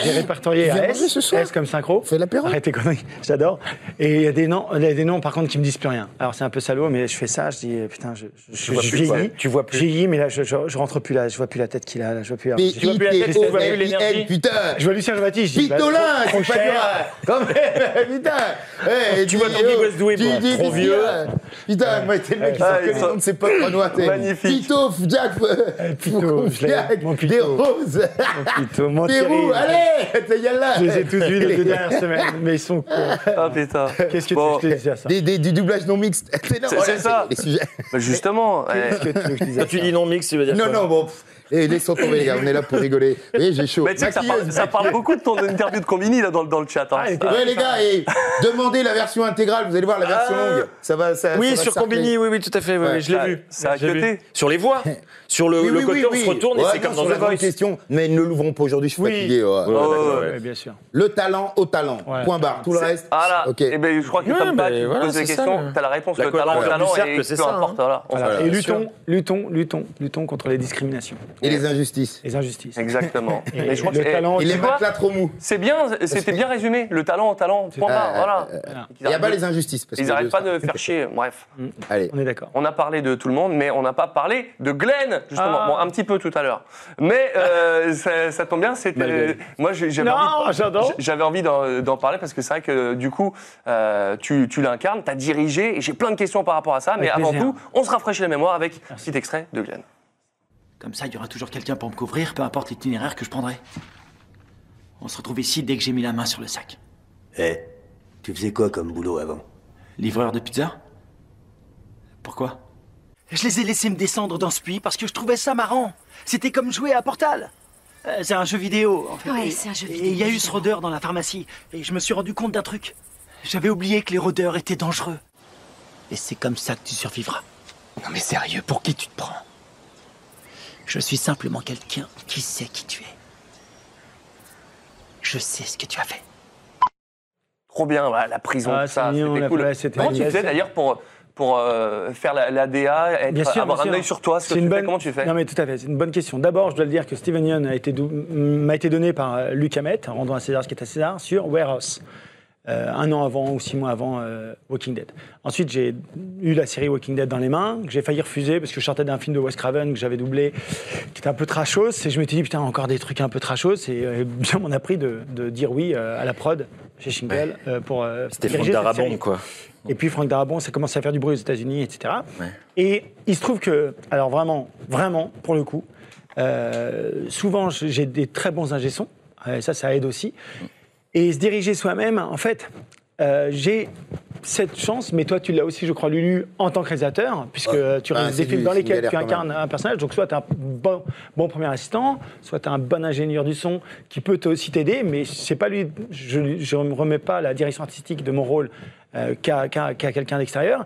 [SPEAKER 9] j'ai répertorié
[SPEAKER 7] viens
[SPEAKER 9] à
[SPEAKER 7] manger
[SPEAKER 9] S,
[SPEAKER 7] ce soir
[SPEAKER 9] S comme synchro.
[SPEAKER 7] Fais l'apéro.
[SPEAKER 9] Arrêtez conneries, <laughs> j'adore. Et il y a des noms, il y a des noms par contre qui me disent plus rien. Alors c'est un peu salaud, mais je fais ça, je dis euh, putain, je, je,
[SPEAKER 8] Tu vois
[SPEAKER 9] je
[SPEAKER 8] plus,
[SPEAKER 9] vieillis,
[SPEAKER 8] quoi. Tu vois plus.
[SPEAKER 9] je vieillis, mais là je, je, je rentre plus là, je vois plus la tête qu'il a, là, je vois plus. la-
[SPEAKER 7] Mais
[SPEAKER 9] je vois plus la tête, je vois plus l'énergie.
[SPEAKER 7] IPOLIL, putain
[SPEAKER 9] Je vois Lucien Jovati, je dis bah,
[SPEAKER 7] Pitolin,
[SPEAKER 9] trop- trop
[SPEAKER 7] c'est pas
[SPEAKER 9] cher.
[SPEAKER 7] dur. hein. Quand même, <laughs> putain Eh,
[SPEAKER 8] Tu vois
[SPEAKER 7] dis,
[SPEAKER 8] ton petit
[SPEAKER 7] oh,
[SPEAKER 8] gosse doué,
[SPEAKER 7] dis,
[SPEAKER 8] moi.
[SPEAKER 7] dis,
[SPEAKER 8] Trop
[SPEAKER 7] dis,
[SPEAKER 8] vieux.
[SPEAKER 7] euh, Putain, moi, t'es le mec qui sort
[SPEAKER 6] Ah,
[SPEAKER 7] que
[SPEAKER 6] ils
[SPEAKER 7] les
[SPEAKER 6] sont-
[SPEAKER 7] noms de ses potes renois. t'es.
[SPEAKER 6] Magnifique.
[SPEAKER 7] Pito, Jack,
[SPEAKER 9] Pito, je l'ai- mon Pito.
[SPEAKER 7] des roses,
[SPEAKER 9] Putain,
[SPEAKER 7] <laughs>
[SPEAKER 9] mon
[SPEAKER 7] des
[SPEAKER 9] Thierry.
[SPEAKER 7] roues, allez, t'es yalla
[SPEAKER 9] Je les ai tous vus les deux
[SPEAKER 7] <laughs>
[SPEAKER 9] dernières semaines, mais ils sont cons.
[SPEAKER 6] Ah putain.
[SPEAKER 9] Qu'est-ce que
[SPEAKER 6] Bon.
[SPEAKER 9] tu veux que je te dise à ça
[SPEAKER 7] Des- des- Du doublage non mixte. <laughs> Non,
[SPEAKER 6] C'est-
[SPEAKER 7] voilà,
[SPEAKER 6] C'est ça. <laughs>
[SPEAKER 7] Les sujets.
[SPEAKER 6] Bah, Justement. eh.
[SPEAKER 9] Qu'est-ce que tu veux que je te dise à
[SPEAKER 8] Quand tu dis non mix, tu veux dire
[SPEAKER 7] Non,
[SPEAKER 8] quoi
[SPEAKER 7] non, bon. pff, eh, laissons tomber, les gars, on est là pour rigoler. Vous voyez, j'ai chaud.
[SPEAKER 6] Mais tu sais que ça parle,
[SPEAKER 7] Maquilleuse,
[SPEAKER 6] ça parle
[SPEAKER 7] maquilleuse.
[SPEAKER 6] beaucoup de ton interview de Combini là dans, le- dans le chat. hein.
[SPEAKER 9] Ah, elle était-
[SPEAKER 6] Ah.
[SPEAKER 7] Ouais, les gars, et demandez la version intégrale, vous allez voir la version
[SPEAKER 6] Ah.
[SPEAKER 8] Euh,
[SPEAKER 7] longue. Ça va, ça, ça
[SPEAKER 8] Oui,
[SPEAKER 7] va
[SPEAKER 8] sur
[SPEAKER 7] sarcler.
[SPEAKER 8] Combini, oui, oui, tout à fait, oui,
[SPEAKER 7] Ouais.
[SPEAKER 8] oui, je l'ai
[SPEAKER 6] Ça-
[SPEAKER 8] vu.
[SPEAKER 6] ça a
[SPEAKER 8] Je l'ai
[SPEAKER 6] cuté.
[SPEAKER 8] vu. Sur les voix. Sur le, le côté, on se retourne et
[SPEAKER 7] Ouais,
[SPEAKER 8] c'est comme
[SPEAKER 7] non,
[SPEAKER 8] dans
[SPEAKER 7] sur
[SPEAKER 8] The
[SPEAKER 7] la grande
[SPEAKER 8] Voice.
[SPEAKER 7] question, mais ne l'ouvrons pas aujourd'hui, je suis fatigué. ouais.
[SPEAKER 6] d'accord, ouais.
[SPEAKER 9] Ouais, bien sûr.
[SPEAKER 7] Le talent au talent.
[SPEAKER 9] Ouais.
[SPEAKER 7] Point barre. Tout le reste.
[SPEAKER 6] Ah là,
[SPEAKER 7] Ok.
[SPEAKER 6] eh ben, je crois que
[SPEAKER 8] Ouais,
[SPEAKER 6] t'as pas
[SPEAKER 8] ben,
[SPEAKER 6] tu
[SPEAKER 8] voilà,
[SPEAKER 6] poses des
[SPEAKER 8] c'est ça,
[SPEAKER 6] questions,
[SPEAKER 8] le-
[SPEAKER 6] t'as la réponse,
[SPEAKER 8] la
[SPEAKER 6] le talent, le
[SPEAKER 8] quadrature du
[SPEAKER 6] talent,
[SPEAKER 8] cercle,
[SPEAKER 6] et
[SPEAKER 8] c'est
[SPEAKER 6] peu
[SPEAKER 8] ça,
[SPEAKER 6] importe,
[SPEAKER 8] hein.
[SPEAKER 6] voilà. on
[SPEAKER 9] Voilà.
[SPEAKER 6] fait-
[SPEAKER 9] Et luttons, luttons, luttons, luttons contre les discriminations,
[SPEAKER 7] Et les injustices.
[SPEAKER 9] les injustices.
[SPEAKER 6] Exactement.
[SPEAKER 9] <laughs> Et
[SPEAKER 6] Mais je crois
[SPEAKER 9] le
[SPEAKER 6] que- eh,
[SPEAKER 9] talent,
[SPEAKER 7] Et
[SPEAKER 6] tu
[SPEAKER 7] les
[SPEAKER 6] vois,
[SPEAKER 7] matelas trop mous.
[SPEAKER 6] C'est bien, c'était bien résumé. Le talent au talent, point barre, voilà.
[SPEAKER 9] euh,
[SPEAKER 7] Il n'y a pas les injustices. parce
[SPEAKER 6] Ils
[SPEAKER 7] que-
[SPEAKER 6] n'arrêtent pas de faire chier, bref.
[SPEAKER 7] Allez.
[SPEAKER 9] on est d'accord.
[SPEAKER 6] On a parlé de tout le monde, mais on n'a pas parlé de Glenn, justement.
[SPEAKER 9] Ah.
[SPEAKER 6] Bon, un petit peu tout à l'heure. Mais
[SPEAKER 9] <laughs>
[SPEAKER 6] euh, ça, ça tombe bien, c'était.
[SPEAKER 9] Malgré.
[SPEAKER 6] Moi, j'ai- j'avais
[SPEAKER 9] Non,
[SPEAKER 6] envie,
[SPEAKER 9] j'adore.
[SPEAKER 6] j'avais envie d'en d'en parler parce que c'est vrai que du coup, euh, tu, tu l'incarnes, tu as dirigé, et j'ai plein de questions par rapport à ça. mais avant
[SPEAKER 9] plaisir.
[SPEAKER 6] tout, on se rafraîchit la mémoire avec un petit extrait de Glenn.
[SPEAKER 5] Comme ça, il y aura toujours quelqu'un pour me couvrir, peu importe l'itinéraire que je prendrai. On se retrouve ici dès que j'ai mis la main sur le sac.
[SPEAKER 18] Eh, tu faisais quoi comme boulot avant
[SPEAKER 5] Livreur de pizza Pourquoi Je les ai laissés me descendre dans ce puits parce que je trouvais ça marrant. C'était comme jouer à Portal. Euh, C'est un jeu vidéo, en fait.
[SPEAKER 19] Ouais,
[SPEAKER 5] Et-
[SPEAKER 19] c'est un jeu
[SPEAKER 5] et
[SPEAKER 19] vidéo,
[SPEAKER 5] il y a eu
[SPEAKER 19] évidemment.
[SPEAKER 5] ce rôdeur dans la pharmacie, et je me suis rendu compte d'un truc. J'avais oublié que les rôdeurs étaient dangereux. Et c'est comme ça que tu survivras.
[SPEAKER 1] Non mais sérieux, pour qui tu te prends
[SPEAKER 5] Je suis simplement quelqu'un qui sait qui tu es. Je sais ce que tu as fait.
[SPEAKER 6] Trop bien, voilà, la prison,
[SPEAKER 9] Ah,
[SPEAKER 6] tout ça,
[SPEAKER 9] c'est mignon,
[SPEAKER 6] c'était
[SPEAKER 9] la
[SPEAKER 6] cool.
[SPEAKER 9] place, c'était
[SPEAKER 6] Comment tu
[SPEAKER 9] magnifique.
[SPEAKER 6] faisais d'ailleurs pour, pour euh, faire la, la DA, être,
[SPEAKER 9] Bien sûr,
[SPEAKER 6] avoir
[SPEAKER 9] bien
[SPEAKER 6] un
[SPEAKER 9] sûr.
[SPEAKER 6] œil sur toi, ce que
[SPEAKER 9] C'est
[SPEAKER 6] tu
[SPEAKER 9] une
[SPEAKER 6] fais,
[SPEAKER 9] bonne-
[SPEAKER 6] comment tu fais
[SPEAKER 9] Non mais tout à fait, c'est une bonne question. D'abord, je dois le dire que Steven Yeun a été dou- m'a été donné par euh, Luc Hamet, en rendant à César ce qui est à César, sur Warehouse. euh, un an avant ou six mois avant euh, Walking Dead. Ensuite, j'ai eu la série Walking Dead dans les mains, que j'ai failli refuser parce que je sortais d'un film de Wes Craven que j'avais doublé, qui était un peu trashos, et je m'étais dit, putain, encore des trucs un peu trashos, et euh, <laughs> bien on a pris de, de dire oui euh, à la prod chez Shingle euh, pour euh,
[SPEAKER 8] C'était Franck
[SPEAKER 9] diriger cette
[SPEAKER 8] Darabon,
[SPEAKER 9] série.
[SPEAKER 8] quoi.
[SPEAKER 9] Et puis Franck Darabon, ça commençait à faire du bruit aux États-Unis, etc.
[SPEAKER 8] Ouais.
[SPEAKER 9] Et il se trouve que, alors vraiment, vraiment, pour le coup, euh, souvent j- j'ai des très bons ingé-sons, euh, ça, ça aide aussi. Et se diriger soi-même, en fait, euh, j'ai cette chance, mais toi tu l'as aussi, je crois, Lulu, en tant que réalisateur, puisque
[SPEAKER 7] Ouais.
[SPEAKER 9] euh, tu
[SPEAKER 7] Ah,
[SPEAKER 9] réalises des
[SPEAKER 7] c'est
[SPEAKER 9] films
[SPEAKER 7] du-
[SPEAKER 9] dans
[SPEAKER 7] c'est une
[SPEAKER 9] lesquels
[SPEAKER 7] galère
[SPEAKER 9] tu
[SPEAKER 7] quand
[SPEAKER 9] incarnes un personnage, donc soit tu es un bon, bon premier assistant, soit tu es un bon ingénieur du son qui peut t- aussi t'aider, mais c'est pas lui, je ne me remets pas la direction artistique de mon rôle euh, qu'à qu'à- qu'à quelqu'un d'extérieur.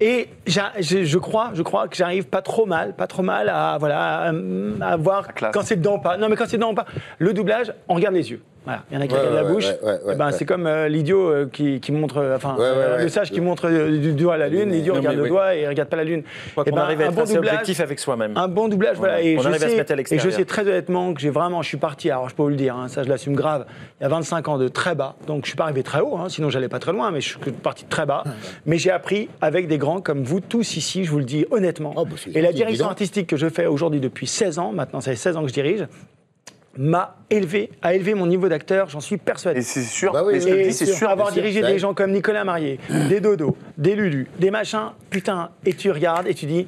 [SPEAKER 9] Et j'a- je, je crois, je crois que j'arrive pas trop mal, pas trop mal à voilà à, à voir
[SPEAKER 6] classe.
[SPEAKER 9] quand c'est dedans ou pas. Non mais quand c'est dedans ou pas. Le doublage, on regarde les yeux. Voilà. Il y en a qui
[SPEAKER 7] Ouais,
[SPEAKER 9] regardent la
[SPEAKER 7] ouais,
[SPEAKER 9] bouche.
[SPEAKER 7] ouais, ouais, ouais,
[SPEAKER 9] Eh ben,
[SPEAKER 7] ouais.
[SPEAKER 9] C'est comme euh, l'idiot euh, qui, qui montre, euh, enfin,
[SPEAKER 7] Ouais, ouais,
[SPEAKER 9] euh, le
[SPEAKER 7] ouais.
[SPEAKER 9] sage qui montre euh, du doigt à la lune, l'idiot
[SPEAKER 8] Non,
[SPEAKER 9] regarde
[SPEAKER 8] mais
[SPEAKER 9] le
[SPEAKER 8] oui.
[SPEAKER 9] doigt et il regarde pas la lune.
[SPEAKER 8] crois
[SPEAKER 9] Eh
[SPEAKER 8] qu'on
[SPEAKER 9] ben,
[SPEAKER 8] arrive à
[SPEAKER 9] un
[SPEAKER 8] être
[SPEAKER 9] bon
[SPEAKER 8] assez
[SPEAKER 9] doublage-
[SPEAKER 8] objectif avec soi-même.
[SPEAKER 9] Un bon doublage, voilà.
[SPEAKER 8] Voilà.
[SPEAKER 9] Et
[SPEAKER 8] On
[SPEAKER 9] je
[SPEAKER 8] arrive à
[SPEAKER 9] sais,
[SPEAKER 8] se mettre à
[SPEAKER 9] Et je
[SPEAKER 8] l'extérieur.
[SPEAKER 9] sais très honnêtement que j'ai vraiment, je suis parti, alors je peux vous le dire, hein, ça je l'assume grave, il y a 25 ans de très bas, donc je suis pas arrivé très haut, hein, sinon j'allais pas très loin, mais je suis parti de très bas. Mais j'ai appris avec des grands comme vous tous ici, je vous le dis honnêtement. et la
[SPEAKER 7] gentil, dis
[SPEAKER 9] direction
[SPEAKER 7] donc.
[SPEAKER 9] artistique que je fais aujourd'hui depuis 16 ans, maintenant ça fait 16 ans que je dirige, m'a élevé, a élevé mon niveau d'acteur, j'en suis persuadé.
[SPEAKER 6] Et c'est sûr,
[SPEAKER 9] Bah oui,
[SPEAKER 6] mais je te
[SPEAKER 9] et
[SPEAKER 6] le dis, c'est sûr,
[SPEAKER 9] Avoir
[SPEAKER 6] bien sûr.
[SPEAKER 9] dirigé des
[SPEAKER 6] Ouais.
[SPEAKER 9] gens comme Nicolas
[SPEAKER 7] <clears throat>
[SPEAKER 9] Marié, des Dodo, des Lulu, des machins, putain, et tu regardes et tu dis.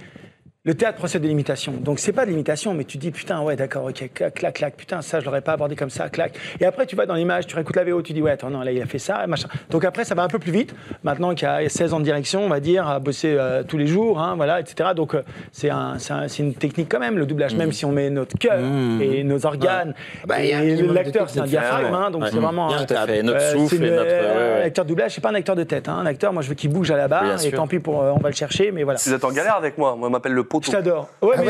[SPEAKER 9] Le théâtre procède de l'imitation. Donc, c'est pas de l'imitation, mais tu dis, putain, ouais, d'accord, ok, clac, clac, clac, putain, ça, je l'aurais pas abordé comme ça, clac. Et après, tu vas dans l'image, tu réécoutes la VO, tu dis, ouais, attends, non, là, il a fait ça, machin. Donc, après, ça va un peu plus vite. Maintenant qu'il y a 16 ans de direction, on va dire, à bosser euh, tous les jours, hein, voilà, etc. Donc, euh, c'est un- c'est un- c'est une technique quand même, le doublage, même si on met notre cœur et nos organes.
[SPEAKER 7] Mm. Bah, il y a un
[SPEAKER 9] et
[SPEAKER 7] minimum de
[SPEAKER 9] l'acteur,
[SPEAKER 7] technique
[SPEAKER 9] c'est un
[SPEAKER 7] de
[SPEAKER 9] diaphragme,
[SPEAKER 7] faire,
[SPEAKER 9] hein, donc
[SPEAKER 7] ouais. Mm.
[SPEAKER 9] c'est vraiment.
[SPEAKER 7] Bien
[SPEAKER 9] un- Euh,
[SPEAKER 7] tout à fait, notre
[SPEAKER 9] c'est
[SPEAKER 7] souffle et
[SPEAKER 9] une-
[SPEAKER 7] notre- ouais,
[SPEAKER 9] Un
[SPEAKER 7] ouais.
[SPEAKER 9] acteur de doublage, c'est pas un acteur de tête. hein. Un acteur, moi, je veux qu'il bouge à la barre,
[SPEAKER 6] Bien
[SPEAKER 9] et
[SPEAKER 6] sûr.
[SPEAKER 9] tant pis pour. euh, on va le chercher, mais voilà.
[SPEAKER 6] Si vous êtes en galère avec moi, moi, on m'appelle le poteau.
[SPEAKER 9] Je t'adore. Ouais, mais,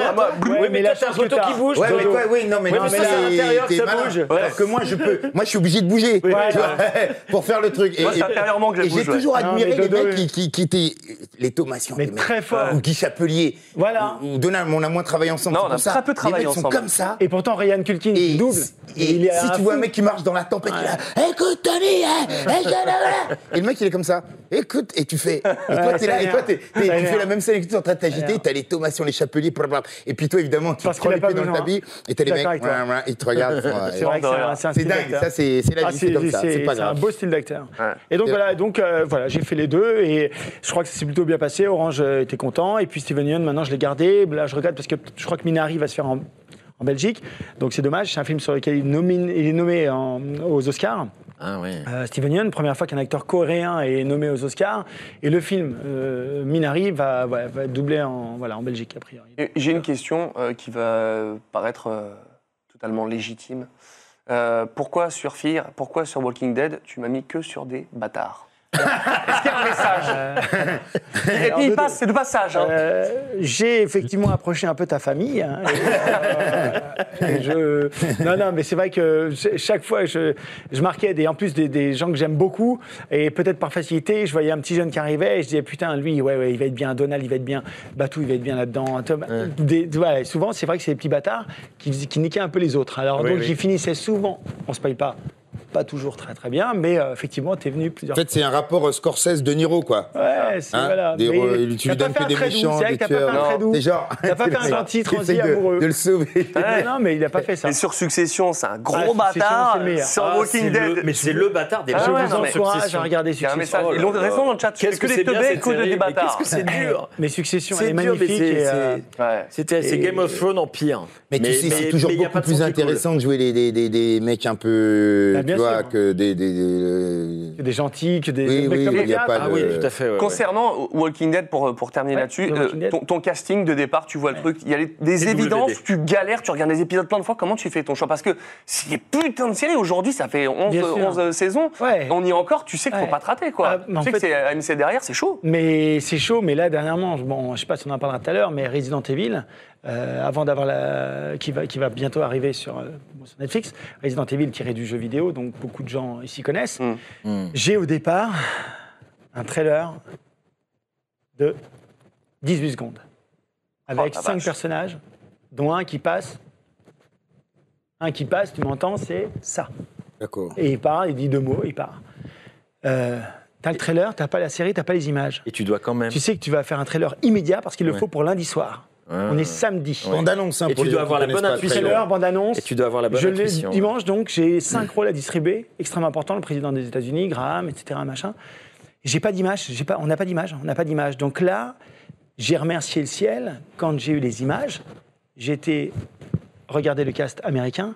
[SPEAKER 6] Ah, moi,
[SPEAKER 9] Ouais, mais la chance que t'as.
[SPEAKER 7] Ouais, mais
[SPEAKER 9] Dodo.
[SPEAKER 7] ouais, oui, non, mais
[SPEAKER 9] Ouais,
[SPEAKER 7] non,
[SPEAKER 9] mais
[SPEAKER 7] mais
[SPEAKER 9] ça, c'est à
[SPEAKER 7] là,
[SPEAKER 9] l'intérieur,
[SPEAKER 7] t'es
[SPEAKER 9] ça
[SPEAKER 7] malin.
[SPEAKER 9] bouge.
[SPEAKER 7] Alors que moi, je peux, moi, je suis obligé de bouger tu vois,
[SPEAKER 6] ouais.
[SPEAKER 7] pour faire le truc.
[SPEAKER 6] Moi, c'est intérieurement que je
[SPEAKER 7] et j'ai
[SPEAKER 6] bouge,
[SPEAKER 7] toujours
[SPEAKER 6] ouais.
[SPEAKER 7] admiré
[SPEAKER 6] Non, mais
[SPEAKER 7] les
[SPEAKER 6] Dodo,
[SPEAKER 7] mecs
[SPEAKER 6] oui.
[SPEAKER 7] qui, qui, qui étaient les Thomasiens, les mecs.
[SPEAKER 9] très forts.
[SPEAKER 7] ou Guy Chapelier,
[SPEAKER 9] Voilà.
[SPEAKER 7] ou, ou Donald, mais on a moins travaillé ensemble.
[SPEAKER 6] Non,
[SPEAKER 7] c'est
[SPEAKER 6] on a
[SPEAKER 7] pour ça.
[SPEAKER 6] très peu travaillé
[SPEAKER 7] Les mecs
[SPEAKER 6] ensemble.
[SPEAKER 7] sont comme ça.
[SPEAKER 9] Et pourtant, Ryan Culkin, il double.
[SPEAKER 7] Et
[SPEAKER 9] il est
[SPEAKER 7] si
[SPEAKER 9] un
[SPEAKER 7] tu vois
[SPEAKER 9] fou.
[SPEAKER 7] un mec qui marche dans la tempête, il est là, écoute Tony, hein, hein, je- voilà. et le mec il est comme ça, écoute, et tu fais, et toi
[SPEAKER 9] Ouais,
[SPEAKER 7] t'es là,
[SPEAKER 9] ça
[SPEAKER 7] et toi,
[SPEAKER 9] énerve.
[SPEAKER 7] t'es- t'es-
[SPEAKER 9] Ça
[SPEAKER 7] tu fais
[SPEAKER 9] énerve.
[SPEAKER 7] la même scène et tout, t'es en train de t'agiter, t'as les Thomasiens, les Chapeliers, blablabla. et puis toi évidemment tu
[SPEAKER 9] Parce
[SPEAKER 7] te prends
[SPEAKER 9] qu'il
[SPEAKER 7] les
[SPEAKER 9] a pas
[SPEAKER 7] pieds dans le
[SPEAKER 9] besoin,
[SPEAKER 7] tapis,
[SPEAKER 9] hein.
[SPEAKER 7] et t'as les
[SPEAKER 9] Je suis d'accord
[SPEAKER 7] mecs,
[SPEAKER 9] avec toi.
[SPEAKER 7] ouais, ouais, ils te regardent, ouais.
[SPEAKER 9] C'est vrai que c'est un- c'est un
[SPEAKER 7] c'est
[SPEAKER 9] style
[SPEAKER 7] dingue,
[SPEAKER 9] d'acteur.
[SPEAKER 7] ça c'est c'est la
[SPEAKER 9] Ah,
[SPEAKER 7] vie, c'est comme ça, c'est pas
[SPEAKER 9] c'est un
[SPEAKER 7] grave.
[SPEAKER 9] beau style d'acteur. Et donc voilà, donc euh, voilà, j'ai fait les deux et je crois que c'est plutôt bien passé. Orange euh, était content et puis Steven Yeun, maintenant je l'ai gardé. Là, je regarde parce que je crois que Minari va se faire en, en Belgique, donc c'est dommage. C'est un film sur lequel il, nomine- il est nommé en- aux Oscars.
[SPEAKER 8] Ah oui.
[SPEAKER 9] Euh, Steven Yeun, première fois qu'un acteur coréen est nommé aux Oscars et le film euh, Minari va, ouais, va doubler en voilà en Belgique a priori.
[SPEAKER 6] Et J'ai une question euh, qui va paraître euh, totalement légitime. Euh, pourquoi sur Fear, pourquoi sur Walking Dead, tu m'as mis que sur des bâtards Est-ce qu'il y a un message Et puis il passe, c'est de passage. hein.
[SPEAKER 9] Euh, j'ai effectivement approché un peu ta famille. hein, et, euh, et je- Non, non, mais c'est vrai que ch- chaque fois, je, je marquais des, en plus des, des gens que j'aime beaucoup, et peut-être par facilité, je voyais un petit jeune qui arrivait, et je disais putain, lui, ouais, ouais, il va être bien, Donald, il va être bien, Batou, il va être bien là-dedans. Tom, des- voilà, et souvent, c'est vrai que c'est des petits bâtards qui, qui niquaient un peu les autres. Alors
[SPEAKER 7] Oui,
[SPEAKER 9] donc,
[SPEAKER 7] oui.
[SPEAKER 9] j'y finissais souvent. On se paye pas, pas toujours très très bien, mais euh, effectivement, t'es venu plusieurs
[SPEAKER 7] En fait, c'est un rapport euh, Scorsese de Niro, quoi.
[SPEAKER 9] Ouais, Ah, c'est
[SPEAKER 7] Hein,
[SPEAKER 9] voilà.
[SPEAKER 7] des
[SPEAKER 9] Mais
[SPEAKER 7] re- il- tu
[SPEAKER 9] t'as
[SPEAKER 7] lui
[SPEAKER 9] pas
[SPEAKER 7] donnes
[SPEAKER 9] fait
[SPEAKER 7] que
[SPEAKER 9] un
[SPEAKER 7] des
[SPEAKER 9] très doux,
[SPEAKER 7] méchants,
[SPEAKER 9] c'est vrai
[SPEAKER 7] des
[SPEAKER 9] que t'as pas fait un
[SPEAKER 7] tueurs.
[SPEAKER 9] très doux.
[SPEAKER 7] C'est genre.
[SPEAKER 9] T'as
[SPEAKER 7] <laughs>
[SPEAKER 9] pas fait un
[SPEAKER 7] c'est ça.
[SPEAKER 9] gentil transi
[SPEAKER 7] T'essayes de-
[SPEAKER 9] amoureux.
[SPEAKER 7] De le sauver.
[SPEAKER 9] Ah, non, mais il a pas fait ça.
[SPEAKER 6] Et sur Succession, c'est un
[SPEAKER 9] Ah,
[SPEAKER 6] gros
[SPEAKER 9] Succession, c'est
[SPEAKER 6] bâtard.
[SPEAKER 9] le meilleur.
[SPEAKER 6] Sur
[SPEAKER 8] Ah, c'est
[SPEAKER 6] Walking Dead.
[SPEAKER 8] le- mais c'est le bâtard des
[SPEAKER 6] Ah
[SPEAKER 9] Je
[SPEAKER 8] bâtards.
[SPEAKER 6] ouais,
[SPEAKER 9] vous
[SPEAKER 6] non, mais-
[SPEAKER 9] encourage à regarder
[SPEAKER 6] Il y a un
[SPEAKER 9] Succession. Oh
[SPEAKER 6] message. Ils l'ont
[SPEAKER 8] là
[SPEAKER 6] raison
[SPEAKER 8] là.
[SPEAKER 6] dans le chat. C'est
[SPEAKER 8] Qu'est-ce
[SPEAKER 6] que
[SPEAKER 8] que
[SPEAKER 6] des
[SPEAKER 8] c'est bien,
[SPEAKER 6] teubés
[SPEAKER 8] cette
[SPEAKER 6] ou
[SPEAKER 8] série,
[SPEAKER 6] des
[SPEAKER 8] mais
[SPEAKER 6] bâtards.
[SPEAKER 8] Qu'est-ce que c'est dur
[SPEAKER 9] Eh, Mais Succession, elle
[SPEAKER 8] C'est
[SPEAKER 9] est
[SPEAKER 8] dur, mais
[SPEAKER 9] magnifique.
[SPEAKER 8] c'est-
[SPEAKER 9] et, euh,
[SPEAKER 8] c'est-
[SPEAKER 6] Ouais.
[SPEAKER 8] C'était c'est
[SPEAKER 9] Et-
[SPEAKER 8] Game of Thrones en pire.
[SPEAKER 7] Mais, tu sais, c'est
[SPEAKER 8] mais-
[SPEAKER 7] toujours
[SPEAKER 8] mais y a
[SPEAKER 7] beaucoup
[SPEAKER 8] pas de
[SPEAKER 7] plus
[SPEAKER 8] son qui
[SPEAKER 7] intéressant de jouer des, des, des, des mecs un peu.
[SPEAKER 9] Bah, bien
[SPEAKER 7] tu vois,
[SPEAKER 9] sûr.
[SPEAKER 7] que des. des, des-
[SPEAKER 9] que euh, des gentils, que des.
[SPEAKER 7] Oui,
[SPEAKER 9] des mecs
[SPEAKER 7] oui,
[SPEAKER 9] comme
[SPEAKER 7] il y a
[SPEAKER 9] Lucas.
[SPEAKER 7] pas de-
[SPEAKER 8] Ah oui, tout à fait. ouais, ouais.
[SPEAKER 6] Concernant Walking Dead, pour, pour terminer
[SPEAKER 9] Ouais,
[SPEAKER 6] là-dessus,
[SPEAKER 9] The
[SPEAKER 6] euh,
[SPEAKER 9] Walking Dead.
[SPEAKER 6] ton, ton casting de départ, tu vois le truc, il y a les- des
[SPEAKER 8] Et
[SPEAKER 6] évidences,
[SPEAKER 8] WD.
[SPEAKER 6] tu galères, tu regardes les épisodes plein de fois, comment tu fais ton choix Parce que si les putains de séries, aujourd'hui, ça fait 11,
[SPEAKER 9] Bien sûr.
[SPEAKER 6] 11 saisons,
[SPEAKER 9] Ouais.
[SPEAKER 6] on y est encore, tu sais qu'il
[SPEAKER 9] Ouais.
[SPEAKER 6] faut pas te rater, quoi.
[SPEAKER 9] Ah, mais en
[SPEAKER 6] tu sais que
[SPEAKER 9] fait-
[SPEAKER 6] c'est AMC derrière, c'est chaud.
[SPEAKER 9] Mais c'est chaud, mais là dernièrement, bon, je sais pas si on en parlera tout à l'heure, mais Resident Evil, euh, avant d'avoir la. Qui va, qui va bientôt arriver sur, euh, bon, sur Netflix, Resident Evil tiré du jeu vidéo, donc beaucoup de gens ici connaissent. J'ai au départ un trailer de 18 secondes, avec
[SPEAKER 6] Oh, la
[SPEAKER 9] 5
[SPEAKER 6] vache.
[SPEAKER 9] personnages, dont un qui passe. Un qui passe, tu m'entends, c'est ça.
[SPEAKER 7] D'accord.
[SPEAKER 9] Et il part, il dit deux mots, il part. Euh, t'as le trailer, t'as pas la série, t'as pas les images.
[SPEAKER 8] Et tu dois quand même.
[SPEAKER 9] Tu sais que tu vas faire un trailer immédiat parce qu'il le
[SPEAKER 8] Ouais.
[SPEAKER 9] faut pour lundi soir.
[SPEAKER 8] hein.
[SPEAKER 9] On est samedi.
[SPEAKER 7] Bande annonce, hein,
[SPEAKER 8] Et
[SPEAKER 7] pour
[SPEAKER 8] tu
[SPEAKER 7] les
[SPEAKER 8] dois
[SPEAKER 7] gens
[SPEAKER 8] avoir
[SPEAKER 7] qui
[SPEAKER 8] la bonne
[SPEAKER 7] connaissent pas très
[SPEAKER 8] intuition.
[SPEAKER 7] bien.
[SPEAKER 9] Trailer, bande-annonce.
[SPEAKER 8] Et tu dois avoir la bonne
[SPEAKER 9] Je l'ai
[SPEAKER 8] intuition.
[SPEAKER 9] dimanche, donc j'ai cinq rôles à distribuer, extrêmement important, le président des États-Unis, Graham, etc. Machin. J'ai pas d'image, j'ai pas, on n'a pas d'image, on n'a pas d'image. Donc là, j'ai remercié le ciel quand j'ai eu les images. J'ai été regarder le cast américain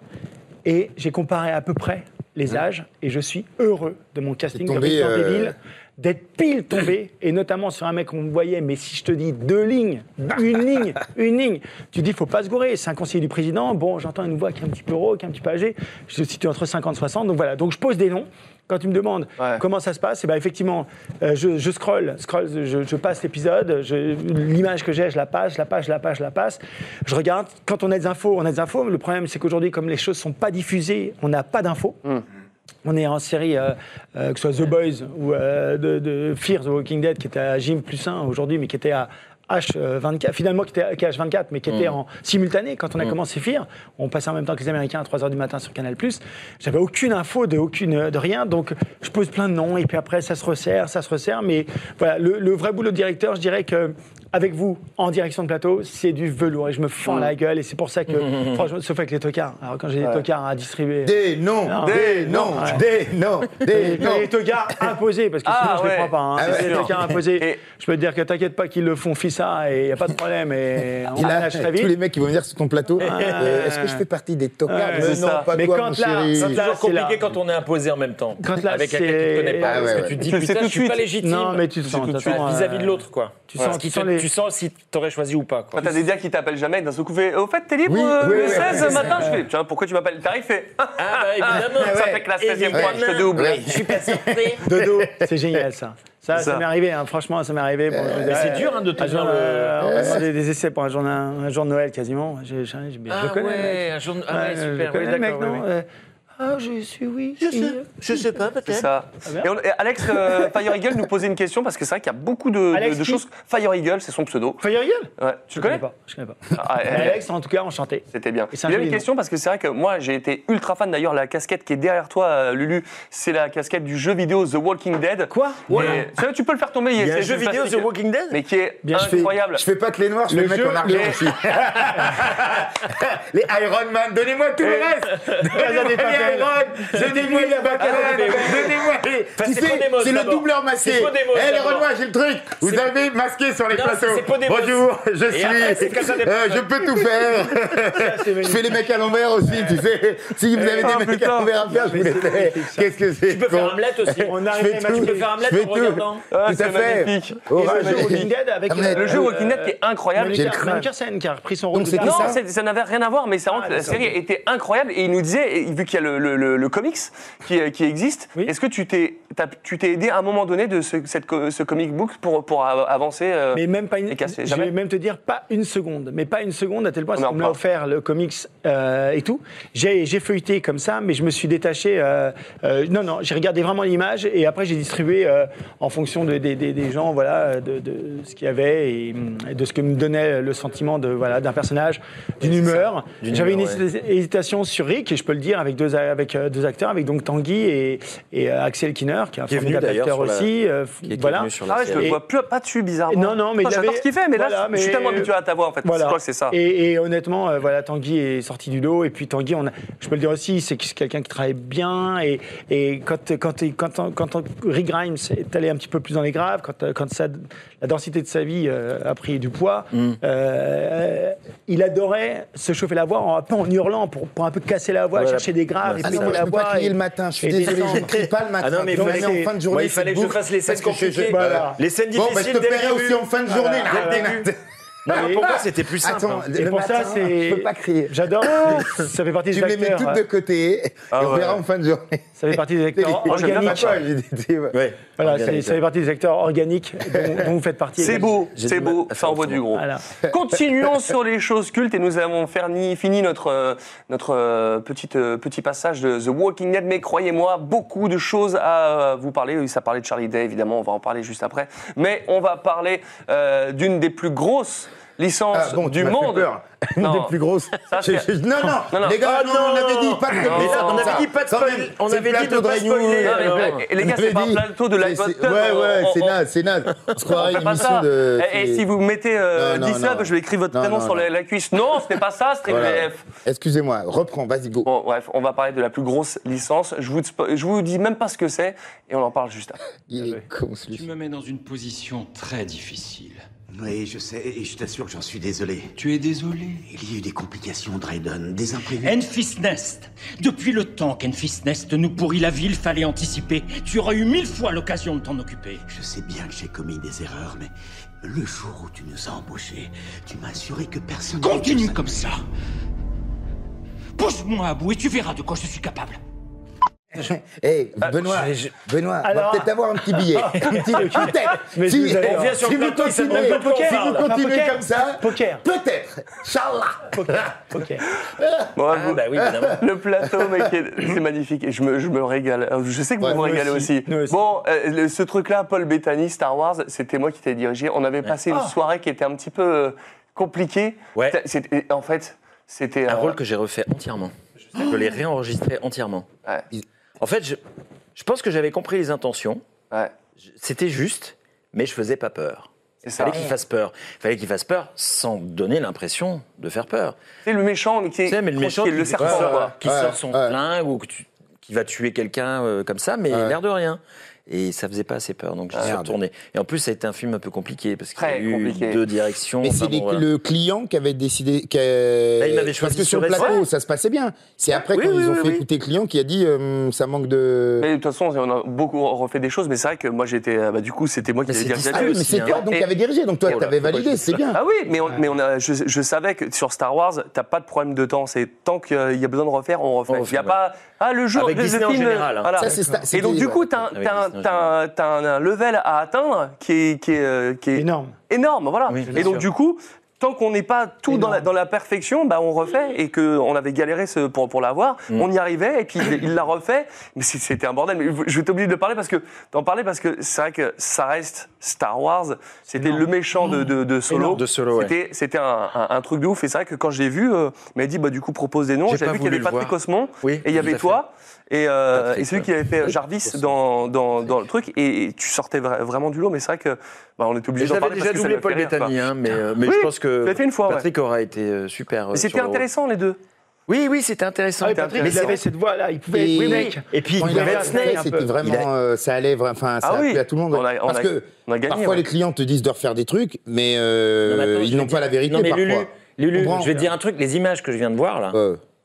[SPEAKER 9] et j'ai comparé à peu près
[SPEAKER 8] Mmh.
[SPEAKER 9] les âges et je suis heureux de mon casting
[SPEAKER 7] T'es tombé,
[SPEAKER 9] de Resident
[SPEAKER 7] euh,
[SPEAKER 9] Evil, d'être pile tombé et notamment sur un mec qu'on voyait mais si je te dis deux lignes une ligne une ligne tu dis faut pas se gourer c'est un conseiller du président bon j'entends une voix qui est un petit peu rauque un petit peu âgée je te situe entre 50 et 60 donc voilà donc je pose des noms Quand tu me demandes comment ça se passe, et ben effectivement, euh, je, je scroll, scroll, je, je passe l'épisode, je- l'image que j'ai, je la passe, je la passe, je la passe, je la passe. Je regarde. Quand on a des infos, on a des infos. Le problème, c'est qu'aujourd'hui, comme les choses sont pas diffusées, on n'a pas d'infos. On est en série, euh, euh, que ce soit The Boys ou euh, de, de Fear the Walking Dead, qui était à Jim plus 1 aujourd'hui, mais qui était à H24, finalement qui était à H24, mais qui était
[SPEAKER 8] Mm.
[SPEAKER 9] en simultané. Quand on a
[SPEAKER 8] Mm.
[SPEAKER 9] commencé Fear, on passait en même temps que les Américains à 3h du matin sur Canal+. J'avais aucune info de, aucune, de rien, donc je pose plein de noms, et puis après, ça se resserre, ça se resserre. Mais voilà, le, le vrai boulot de directeur, je dirais que avec vous, en direction de plateau, c'est du velours, et je me fends la gueule, et c'est pour ça que, franchement, sauf avec les tocards. Alors quand j'ai des
[SPEAKER 7] Ouais.
[SPEAKER 9] tocards à distribuer...
[SPEAKER 7] Des noms,
[SPEAKER 9] Non.
[SPEAKER 7] des noms,
[SPEAKER 9] Ouais.
[SPEAKER 7] des noms, des
[SPEAKER 9] Il y a <laughs>
[SPEAKER 7] noms.
[SPEAKER 9] Les tocards imposés, parce que sinon
[SPEAKER 7] Ah,
[SPEAKER 9] je ne les
[SPEAKER 7] ouais.
[SPEAKER 9] crois pas. hein.
[SPEAKER 7] Ah,
[SPEAKER 9] Si
[SPEAKER 7] ouais,
[SPEAKER 9] c'est les
[SPEAKER 7] non.
[SPEAKER 9] tocards imposés, je peux te dire que t'inquiète pas qu'ils le font fissa et il n'y a pas de problème. Et on
[SPEAKER 7] Il a
[SPEAKER 9] lâche très vite.
[SPEAKER 7] tous les mecs qui vont venir sur ton plateau.
[SPEAKER 9] Ouais.
[SPEAKER 7] euh, Est-ce que je fais partie des tocards
[SPEAKER 9] Ouais,
[SPEAKER 7] Mais
[SPEAKER 9] c'est
[SPEAKER 7] Non,
[SPEAKER 9] ça.
[SPEAKER 7] pas
[SPEAKER 9] Mais
[SPEAKER 7] toi,
[SPEAKER 9] quand
[SPEAKER 7] mon
[SPEAKER 9] là,
[SPEAKER 7] chéri.
[SPEAKER 9] c'est
[SPEAKER 8] C'est toujours
[SPEAKER 9] là, c'est là.
[SPEAKER 8] compliqué quand on est imposé en même temps.
[SPEAKER 9] Quand là,
[SPEAKER 8] Avec quelqu'un que tu
[SPEAKER 9] c'est-
[SPEAKER 8] connais pas.
[SPEAKER 9] Ah,
[SPEAKER 8] parce
[SPEAKER 9] ouais,
[SPEAKER 8] que tu
[SPEAKER 9] ouais.
[SPEAKER 8] te dis,
[SPEAKER 9] Tu le sais tout
[SPEAKER 8] putain, je
[SPEAKER 9] de
[SPEAKER 8] suis pas
[SPEAKER 9] suite.
[SPEAKER 8] légitime.
[SPEAKER 9] Non, mais tu le sens,
[SPEAKER 8] Enfin,
[SPEAKER 9] t'attends, euh,
[SPEAKER 8] Vis-à-vis de l'autre, quoi.
[SPEAKER 9] tu sens-
[SPEAKER 8] Parce qu'il
[SPEAKER 9] tu sens
[SPEAKER 8] te-
[SPEAKER 9] les-
[SPEAKER 8] tu sens si t'aurais choisi ou pas, quoi.
[SPEAKER 6] T'as des gars qui t'appellent jamais et d'un seul coup fait Au fait, t'es libre
[SPEAKER 8] Oui,
[SPEAKER 6] euh,
[SPEAKER 8] oui,
[SPEAKER 6] le
[SPEAKER 8] oui,
[SPEAKER 6] 16
[SPEAKER 8] oui, oui,
[SPEAKER 6] matin
[SPEAKER 8] oui.
[SPEAKER 6] Je fais Tiens, pourquoi tu m'appelles Le tarif fait Ah
[SPEAKER 8] bah évidemment.
[SPEAKER 6] Ça
[SPEAKER 8] Ouais.
[SPEAKER 6] fait que la 16ème
[SPEAKER 8] Évidemment.
[SPEAKER 6] fois, je te double.
[SPEAKER 8] Ouais. Je suis pas surpris.
[SPEAKER 9] <laughs> Dodo, c'est génial ça. Ça,
[SPEAKER 8] C'est ça.
[SPEAKER 9] ça m'est arrivé, hein. franchement, ça m'est arrivé.
[SPEAKER 7] Euh,
[SPEAKER 9] Bon, je vous
[SPEAKER 8] Mais
[SPEAKER 9] dirais,
[SPEAKER 8] c'est dur, hein, de
[SPEAKER 9] un jour,
[SPEAKER 8] tenir le-
[SPEAKER 9] euh, on m'a
[SPEAKER 8] Euh.
[SPEAKER 9] demandé des essais pour un jour, d'un- un jour de Noël quasiment. Je, je- je- je- je
[SPEAKER 8] Ah
[SPEAKER 9] connais. le
[SPEAKER 8] ouais,
[SPEAKER 9] mec.
[SPEAKER 8] un jour de- ah ouais,
[SPEAKER 9] je
[SPEAKER 8] super,
[SPEAKER 9] connais
[SPEAKER 8] ouais,
[SPEAKER 9] le mec,
[SPEAKER 8] d'accord,
[SPEAKER 9] non
[SPEAKER 8] ouais,
[SPEAKER 9] euh, Ah, je suis, oui. Je sais,
[SPEAKER 6] pas, peut-être. C'est ça.
[SPEAKER 9] Ah,
[SPEAKER 6] Et, on- et Alex
[SPEAKER 9] <laughs>
[SPEAKER 6] euh, Fire Eagle nous posait une question parce que c'est vrai qu'il y a beaucoup de, de-
[SPEAKER 9] Alex
[SPEAKER 6] de
[SPEAKER 9] qui
[SPEAKER 6] choses. Fire Eagle, c'est son pseudo.
[SPEAKER 9] Fire Eagle
[SPEAKER 6] Ouais. Tu le connais
[SPEAKER 9] pas, je connais pas.
[SPEAKER 6] Ah,
[SPEAKER 8] Eh.
[SPEAKER 9] Mais
[SPEAKER 6] ouais.
[SPEAKER 9] Alex, en tout cas, enchanté.
[SPEAKER 6] C'était bien.
[SPEAKER 9] c'est un
[SPEAKER 6] Il y a
[SPEAKER 9] joli
[SPEAKER 6] une
[SPEAKER 9] nom.
[SPEAKER 6] question parce que c'est vrai que moi j'ai été ultra fan d'ailleurs la casquette qui est derrière toi euh, Lulu, c'est la casquette du jeu vidéo The Walking Dead. Quoi Tu peux le faire tomber.
[SPEAKER 8] Il y a un
[SPEAKER 6] c'est
[SPEAKER 8] jeu
[SPEAKER 6] du
[SPEAKER 8] vidéo
[SPEAKER 6] plastique.
[SPEAKER 8] The Walking Dead
[SPEAKER 6] Mais qui est
[SPEAKER 7] Bien, je fais-
[SPEAKER 6] incroyable.
[SPEAKER 7] je fais pas que les noirs, je fais le mec en argent aussi. <laughs> Les Iron Man, donnez-moi tout le reste Donnez-moi les Iron Donnez-moi les Baccarat Donnez-moi les...
[SPEAKER 8] Enfin,
[SPEAKER 7] Tu
[SPEAKER 8] c'est
[SPEAKER 7] sais,
[SPEAKER 8] Podemos
[SPEAKER 7] c'est le
[SPEAKER 8] d'abord.
[SPEAKER 7] doubleur masqué
[SPEAKER 8] C'est Podemos
[SPEAKER 7] Eh les
[SPEAKER 8] d'abord.
[SPEAKER 7] Renois, j'ai le truc Vous
[SPEAKER 8] C'est-
[SPEAKER 7] avez masqué sur les
[SPEAKER 8] Non,
[SPEAKER 7] plateaux
[SPEAKER 8] c'est Podemos.
[SPEAKER 7] Bonjour, je
[SPEAKER 8] Et après, c'est
[SPEAKER 7] suis...
[SPEAKER 8] Casa de
[SPEAKER 7] Euh,
[SPEAKER 8] Papel.
[SPEAKER 7] Je peux tout faire Je fais les mecs à l'envers aussi, tu sais Si vous avez
[SPEAKER 8] Ah,
[SPEAKER 7] des mecs à
[SPEAKER 8] putain.
[SPEAKER 7] l'envers à faire, je vous les fais Qu'est-ce que c'est
[SPEAKER 8] Tu peux faire
[SPEAKER 7] con.
[SPEAKER 8] Hamlet
[SPEAKER 7] <laughs>
[SPEAKER 8] aussi. On
[SPEAKER 7] Je
[SPEAKER 8] arrive
[SPEAKER 7] fais
[SPEAKER 8] à
[SPEAKER 7] tout.
[SPEAKER 8] imaginer- Tu peux faire Hamlet
[SPEAKER 7] Je fais
[SPEAKER 8] en
[SPEAKER 7] tout.
[SPEAKER 8] regardant.
[SPEAKER 6] Ah,
[SPEAKER 7] Tout à
[SPEAKER 6] c'est
[SPEAKER 7] fait
[SPEAKER 6] magnifique.
[SPEAKER 9] Et
[SPEAKER 7] Orage.
[SPEAKER 9] le jeu Walking Dead avec. euh,
[SPEAKER 7] Hamlet.
[SPEAKER 6] Le
[SPEAKER 8] Euh,
[SPEAKER 6] jeu Walking Dead qui est incroyable.
[SPEAKER 7] J'ai le craint.
[SPEAKER 9] Manu Carson qui a repris son rôle.
[SPEAKER 7] Donc,
[SPEAKER 9] de
[SPEAKER 7] c'est
[SPEAKER 9] Carson.
[SPEAKER 7] qui
[SPEAKER 6] Non,
[SPEAKER 7] ça
[SPEAKER 6] c'est- ça n'avait rien à voir, mais ça
[SPEAKER 8] Ah,
[SPEAKER 6] rend que la
[SPEAKER 9] d'accord.
[SPEAKER 6] série était incroyable et il nous disait, et vu qu'il y a le, le- le- le comics qui, qui existe, est-ce que tu t'es t'as- tu t'es aidé à un moment donné de ce, cette co- ce comic book pour, pour av- avancer euh,
[SPEAKER 9] Mais même pas une.
[SPEAKER 6] et casser
[SPEAKER 9] Je vais
[SPEAKER 6] jamais
[SPEAKER 9] même te dire pas une seconde, mais pas une seconde à tel point
[SPEAKER 6] On est
[SPEAKER 9] qu'on
[SPEAKER 6] en
[SPEAKER 9] me l'a
[SPEAKER 6] plein.
[SPEAKER 9] offert le comics euh, et tout. J'ai j'ai feuilleté comme ça, mais je me suis détaché. euh, euh, non, non, j'ai regardé vraiment l'image et après j'ai distribué euh, en fonction de- des- des- des gens, voilà, de, de ce qu'il y avait et, hum, de ce que me donnait le sentiment de voilà d'un personnage, d'une humeur.
[SPEAKER 8] D'une
[SPEAKER 9] J'avais une
[SPEAKER 8] humeur, ouais.
[SPEAKER 9] hési- hésitation sur Rick et je peux le dire avec deux a- avec euh, deux acteurs, avec donc Tanguy et, et, euh, Axel Kinner qui est un
[SPEAKER 8] Qui est venu
[SPEAKER 9] formidable
[SPEAKER 8] d'ailleurs
[SPEAKER 9] acteur
[SPEAKER 8] sur la-
[SPEAKER 9] aussi. euh,
[SPEAKER 8] qui est
[SPEAKER 9] voilà.
[SPEAKER 8] venu sur la
[SPEAKER 6] Ah ouais, je le
[SPEAKER 9] Et-
[SPEAKER 6] vois plus, pas dessus, bizarrement.
[SPEAKER 9] non, non, mais
[SPEAKER 6] Ah Putain,
[SPEAKER 9] il
[SPEAKER 6] j'adore
[SPEAKER 9] avait-
[SPEAKER 6] ce qu'il fait, mais là,
[SPEAKER 9] Voilà,
[SPEAKER 6] je suis
[SPEAKER 9] mais-
[SPEAKER 6] tellement habitué à t'avoir, en fait.
[SPEAKER 9] Voilà.
[SPEAKER 6] Je crois que c'est ça.
[SPEAKER 9] Et, et honnêtement, euh, voilà, Tanguy est sorti du lot. Et puis Tanguy, on a- je peux le dire aussi, c'est que c'est quelqu'un qui travaille bien. Et, et quand, quand, quand, quand, quand Rick Grimes est allé un petit peu plus dans les graves, quand, euh, quand sa- la densité de sa vie euh, a pris du poids,
[SPEAKER 7] Mm.
[SPEAKER 9] euh, il adorait se chauffer la voix en, un peu en hurlant pour, pour un peu casser la voix,
[SPEAKER 7] Voilà.
[SPEAKER 9] chercher des graves,
[SPEAKER 7] Ah
[SPEAKER 9] et péter
[SPEAKER 7] non, je
[SPEAKER 9] la
[SPEAKER 7] peux pas
[SPEAKER 9] voix.
[SPEAKER 7] crier
[SPEAKER 9] et-
[SPEAKER 7] le matin, je suis
[SPEAKER 9] et
[SPEAKER 7] désolé, je
[SPEAKER 9] descendre.
[SPEAKER 7] ne crie pas le matin.
[SPEAKER 8] Ah non, mais il
[SPEAKER 7] Donc,
[SPEAKER 8] fallait
[SPEAKER 7] on est
[SPEAKER 8] que-
[SPEAKER 7] en fin de
[SPEAKER 8] moi,
[SPEAKER 7] journée.
[SPEAKER 8] il fallait
[SPEAKER 7] cette
[SPEAKER 8] que je
[SPEAKER 7] boucle,
[SPEAKER 8] fasse les scènes
[SPEAKER 7] parce que je-
[SPEAKER 8] compliquées.
[SPEAKER 7] voilà.
[SPEAKER 8] Les scènes
[SPEAKER 7] Bon, bah,
[SPEAKER 8] difficiles
[SPEAKER 7] je
[SPEAKER 8] dès
[SPEAKER 7] te
[SPEAKER 8] le
[SPEAKER 7] paierai
[SPEAKER 8] début.
[SPEAKER 7] aussi en fin de journée.
[SPEAKER 8] Voilà.
[SPEAKER 7] là,
[SPEAKER 8] Dès le
[SPEAKER 7] là,
[SPEAKER 8] début.
[SPEAKER 7] là.
[SPEAKER 8] Non, mais pour moi, c'était plus simple.
[SPEAKER 7] Attends,
[SPEAKER 8] hein.
[SPEAKER 7] le
[SPEAKER 9] Et pour ça,
[SPEAKER 7] matin,
[SPEAKER 9] c'est-
[SPEAKER 7] Je peux pas crier. <laughs>
[SPEAKER 9] J'adore, ça fait partie des
[SPEAKER 7] Tu me les mets
[SPEAKER 9] acteurs. euh,
[SPEAKER 7] toutes de côté et
[SPEAKER 9] Ah
[SPEAKER 7] on
[SPEAKER 9] ouais.
[SPEAKER 7] verra en fin de journée.
[SPEAKER 9] Ça fait partie des
[SPEAKER 7] <laughs>
[SPEAKER 9] acteurs
[SPEAKER 7] Oh, j'aime bien
[SPEAKER 9] organiques.
[SPEAKER 7] ma poche, j'ai dit, tu vois.
[SPEAKER 9] Voilà, c'est-
[SPEAKER 7] Organique.
[SPEAKER 9] ça fait partie des acteurs organiques dont, dont vous faites partie.
[SPEAKER 6] C'est
[SPEAKER 9] également.
[SPEAKER 6] beau, c'est beau, ça envoie du gros.
[SPEAKER 9] Voilà.
[SPEAKER 6] <laughs> Continuons sur les choses cultes et nous avons ferni- fini notre, euh, notre euh, petite, euh, petit passage de The Walking Dead, mais croyez-moi, beaucoup de choses à euh, vous parler. Oui, Ça parlait de Charlie Day, évidemment, on va en parler juste après. Mais on va parler euh, d'une des plus grosses licences
[SPEAKER 7] Ah, bon, tu
[SPEAKER 6] du
[SPEAKER 7] m'as fait
[SPEAKER 6] monde.
[SPEAKER 7] peur. Une des plus grosses.
[SPEAKER 6] Ça, c'est-
[SPEAKER 7] Je- je- non, non, les gars,
[SPEAKER 6] Ah,
[SPEAKER 7] non, on avait dit pas de
[SPEAKER 6] Non.
[SPEAKER 7] Mais ça,
[SPEAKER 6] On
[SPEAKER 7] comme
[SPEAKER 6] avait
[SPEAKER 7] ça.
[SPEAKER 6] dit pas de
[SPEAKER 7] Quand
[SPEAKER 6] spoil-
[SPEAKER 7] même,
[SPEAKER 6] on
[SPEAKER 7] c'est
[SPEAKER 6] avait
[SPEAKER 7] le
[SPEAKER 6] dit de
[SPEAKER 7] plateau
[SPEAKER 6] pas
[SPEAKER 7] Réunion.
[SPEAKER 6] spoiler.
[SPEAKER 7] Ouais,
[SPEAKER 6] Non, mais,
[SPEAKER 7] ouais.
[SPEAKER 6] les gars,
[SPEAKER 7] On
[SPEAKER 6] c'est
[SPEAKER 7] avait
[SPEAKER 6] pas un
[SPEAKER 7] euh, dit.
[SPEAKER 6] plateau de Live
[SPEAKER 7] C'est- c'est-
[SPEAKER 6] Button,
[SPEAKER 7] Ouais,
[SPEAKER 6] on-
[SPEAKER 7] ouais,
[SPEAKER 6] on-
[SPEAKER 7] c'est
[SPEAKER 6] on-
[SPEAKER 7] naze, c'est naze. On se croirait
[SPEAKER 6] On
[SPEAKER 7] une
[SPEAKER 6] fait pas ça.
[SPEAKER 7] émission de.
[SPEAKER 6] Et, et si vous mettez euh,
[SPEAKER 7] Non, non,
[SPEAKER 6] 10
[SPEAKER 7] non.
[SPEAKER 6] subs, je vais écrire votre
[SPEAKER 7] Non,
[SPEAKER 6] prénom
[SPEAKER 7] non,
[SPEAKER 6] sur
[SPEAKER 7] non.
[SPEAKER 6] la, la cuisse. Non, c'était pas ça, c'était
[SPEAKER 7] Voilà.
[SPEAKER 6] VF.
[SPEAKER 7] Excusez-moi, reprends, vas-y, go.
[SPEAKER 6] Bon, bref, on va parler de la plus grosse licence. Je vous, spo- je vous dis même pas ce que c'est et on en parle juste après.
[SPEAKER 7] Il est con, celui-là.
[SPEAKER 13] Tu me mets dans une position très difficile.
[SPEAKER 18] Oui, je sais, et je t'assure que j'en suis désolé.
[SPEAKER 13] Tu es désolé
[SPEAKER 18] Il y a eu des complications, Dryden, des imprévus.
[SPEAKER 5] Eh.
[SPEAKER 14] Enfis Nest Depuis le temps qu'Enfis Nest nous pourrit la ville, fallait anticiper. Tu aurais eu mille fois l'occasion de t'en occuper.
[SPEAKER 18] Je sais bien que j'ai commis des erreurs, mais le jour où tu nous as embauchés, tu m'as assuré que personne...
[SPEAKER 14] Continue comme ça Pousse-moi à bout et tu verras de quoi je suis capable.
[SPEAKER 7] Hey, Benoît, Benoît, on va peut-être avoir un petit billet. Un petit peut-être.
[SPEAKER 9] Mais
[SPEAKER 7] si,
[SPEAKER 9] vous allez-
[SPEAKER 7] si
[SPEAKER 9] sur le
[SPEAKER 7] vous
[SPEAKER 9] plateau, il s'appelle
[SPEAKER 7] continuez,
[SPEAKER 9] le poker,
[SPEAKER 7] si
[SPEAKER 9] là.
[SPEAKER 7] vous continuez
[SPEAKER 9] Poker.
[SPEAKER 7] comme ça, peut-être. Inch'Allah.
[SPEAKER 6] Bon,
[SPEAKER 8] Ah
[SPEAKER 6] vous-
[SPEAKER 7] bah oui, évidemment.
[SPEAKER 9] <laughs>
[SPEAKER 6] Le plateau, mec, c'est magnifique. Et je me, je me régale. Euh, Je sais que vous
[SPEAKER 8] Ouais,
[SPEAKER 6] vous
[SPEAKER 8] nous
[SPEAKER 6] régalez
[SPEAKER 8] aussi,
[SPEAKER 6] aussi. Bon, euh, le- ce truc-là, Paul Bettany, Star Wars, c'était moi qui t'ai dirigé. On avait passé
[SPEAKER 8] Ah.
[SPEAKER 6] une soirée qui était un petit peu euh, compliquée.
[SPEAKER 8] Ouais.
[SPEAKER 6] C'était- En fait, c'était.
[SPEAKER 8] Un
[SPEAKER 6] euh,
[SPEAKER 8] rôle que j'ai refait entièrement. Je l'ai réenregistré entièrement. En fait, je, je pense que j'avais compris les intentions. Je- C'était juste, mais je faisais pas peur. Il
[SPEAKER 6] ça.
[SPEAKER 8] fallait qu'il fasse peur. Il fallait qu'il fasse peur sans donner l'impression de faire peur.
[SPEAKER 6] C'est le méchant, mais qui est,
[SPEAKER 8] Tu sais, mais le méchant
[SPEAKER 6] qui est le
[SPEAKER 8] qui- euh,
[SPEAKER 6] serpent,
[SPEAKER 8] qui sort-
[SPEAKER 6] quoi.
[SPEAKER 8] qui sort son flingue ou que tu- qui va tuer quelqu'un euh, comme ça, mais l'air de rien. Et ça faisait pas assez peur, donc je suis retourné. Et en plus, ça a été un film un peu compliqué parce qu'il y a eu deux directions.
[SPEAKER 7] Mais c'est
[SPEAKER 8] enfin bon,
[SPEAKER 7] les-
[SPEAKER 8] voilà.
[SPEAKER 7] le client qui avait décidé. qui a-
[SPEAKER 8] Là, il m'avait
[SPEAKER 7] Parce
[SPEAKER 8] choisi
[SPEAKER 7] que sur
[SPEAKER 8] sur
[SPEAKER 7] le
[SPEAKER 8] Rest-
[SPEAKER 7] plateau,
[SPEAKER 8] Ouais.
[SPEAKER 7] ça se passait bien. C'est après
[SPEAKER 6] Oui,
[SPEAKER 7] quand
[SPEAKER 6] oui,
[SPEAKER 7] ils ont
[SPEAKER 6] oui,
[SPEAKER 7] fait
[SPEAKER 6] oui.
[SPEAKER 7] écouter le client qui a dit euh, ça manque de.
[SPEAKER 6] Mais de toute façon, on a beaucoup refait des choses, mais c'est vrai que moi j'étais. euh, Bah, du coup, c'était moi qui l'ai dirigé.
[SPEAKER 7] Ah oui, mais c'est toi donc qui avais dirigé, donc toi
[SPEAKER 6] Oh là,
[SPEAKER 7] t'avais
[SPEAKER 6] pourquoi je
[SPEAKER 7] validé,
[SPEAKER 6] dis
[SPEAKER 7] c'est
[SPEAKER 6] ça
[SPEAKER 7] bien.
[SPEAKER 6] Ah oui, mais, on- mais on a, je, je savais que sur Star Wars, t'as pas de problème de temps. C'est tant qu'il y a besoin de refaire, on refait. Il y a pas. Ah, le jour,
[SPEAKER 8] Avec
[SPEAKER 6] le, le
[SPEAKER 8] Disney en
[SPEAKER 6] film.
[SPEAKER 8] général, hein.
[SPEAKER 6] voilà.
[SPEAKER 8] Ça, c'est Star-
[SPEAKER 6] Et donc,
[SPEAKER 8] c'était-
[SPEAKER 6] du coup, t'as un-
[SPEAKER 8] Avec
[SPEAKER 6] t'as un-
[SPEAKER 8] Disney en
[SPEAKER 6] t'as un- t'as un un level à atteindre qui est, qui est, euh, qui est énorme. Énorme, voilà.
[SPEAKER 8] bien
[SPEAKER 6] Et donc,
[SPEAKER 8] sûr.
[SPEAKER 6] du coup. Tant qu'on n'est pas tout dans la, dans la perfection, bah on refait et que on avait galéré ce, pour, pour l'avoir,
[SPEAKER 8] Mm.
[SPEAKER 6] on y arrivait et puis il il l'a refait. Mais c'est- c'était un bordel. Mais je vais t'oublier de parler parce que d'en parler parce que c'est vrai que ça reste Star Wars. C'était le méchant de, de, de Solo.
[SPEAKER 8] Énorme. De Solo, ouais.
[SPEAKER 6] C'était c'était un, un- un truc de ouf. Et c'est vrai que quand j'ai vu, euh, il m'a dit bah du coup propose des noms.
[SPEAKER 8] J'ai
[SPEAKER 6] J'ai
[SPEAKER 8] pas
[SPEAKER 6] vu qu'il y
[SPEAKER 8] voulu
[SPEAKER 6] avait
[SPEAKER 8] le
[SPEAKER 6] Patrick
[SPEAKER 8] voir.
[SPEAKER 6] Osmond
[SPEAKER 8] Oui,
[SPEAKER 6] et il y
[SPEAKER 8] tout
[SPEAKER 6] avait
[SPEAKER 8] à fait.
[SPEAKER 6] toi et, euh,
[SPEAKER 8] Patrick,
[SPEAKER 6] et celui qui avait fait Jarvis dans, dans, dans le truc. Et, et tu sortais vra- vraiment du lot. Mais c'est vrai que bah, on était obligé
[SPEAKER 8] Et
[SPEAKER 6] d'en
[SPEAKER 8] J'avais
[SPEAKER 6] parler
[SPEAKER 8] déjà
[SPEAKER 6] parce que ça
[SPEAKER 8] doublé
[SPEAKER 6] m'a
[SPEAKER 8] Paul
[SPEAKER 6] fait rire, quoi.
[SPEAKER 8] Bettany, hein, mais, euh, mais
[SPEAKER 6] Oui,
[SPEAKER 8] je pense
[SPEAKER 6] tu
[SPEAKER 8] que
[SPEAKER 6] l'as fait une fois, ouais.
[SPEAKER 8] Patrick aura été euh, super. euh,
[SPEAKER 6] Mais c'était
[SPEAKER 8] sur le-
[SPEAKER 6] intéressant les deux.
[SPEAKER 8] Oui, oui, c'était intéressant.
[SPEAKER 9] Ah oui, Patrick,
[SPEAKER 8] Mais
[SPEAKER 9] il
[SPEAKER 8] c'est-
[SPEAKER 9] avait cette voix-là, il pouvait
[SPEAKER 7] Et-
[SPEAKER 9] être Snake.
[SPEAKER 8] Et puis,
[SPEAKER 7] Quand
[SPEAKER 8] il
[SPEAKER 7] il
[SPEAKER 8] avait
[SPEAKER 7] avait
[SPEAKER 8] un
[SPEAKER 7] Snake,
[SPEAKER 8] peu.
[SPEAKER 7] c'était
[SPEAKER 8] Il a-
[SPEAKER 7] vraiment, euh, ça allait, vra- enfin, ça
[SPEAKER 8] Ah
[SPEAKER 7] a
[SPEAKER 8] oui.
[SPEAKER 7] plu à tout le monde.
[SPEAKER 8] On a- on
[SPEAKER 7] Parce
[SPEAKER 8] a-
[SPEAKER 7] que
[SPEAKER 8] on a gagné,
[SPEAKER 7] parfois
[SPEAKER 8] ouais.
[SPEAKER 7] les clients te disent de refaire des trucs, mais euh,
[SPEAKER 8] Non, mais attends, je
[SPEAKER 7] ils
[SPEAKER 8] vais
[SPEAKER 7] n'ont
[SPEAKER 8] dire-
[SPEAKER 7] pas la vérité
[SPEAKER 8] Non, mais
[SPEAKER 7] parfois.
[SPEAKER 8] Lulu, Lulu,
[SPEAKER 7] Tu comprends
[SPEAKER 8] je vais te dire un truc. Les images que je viens de voir là,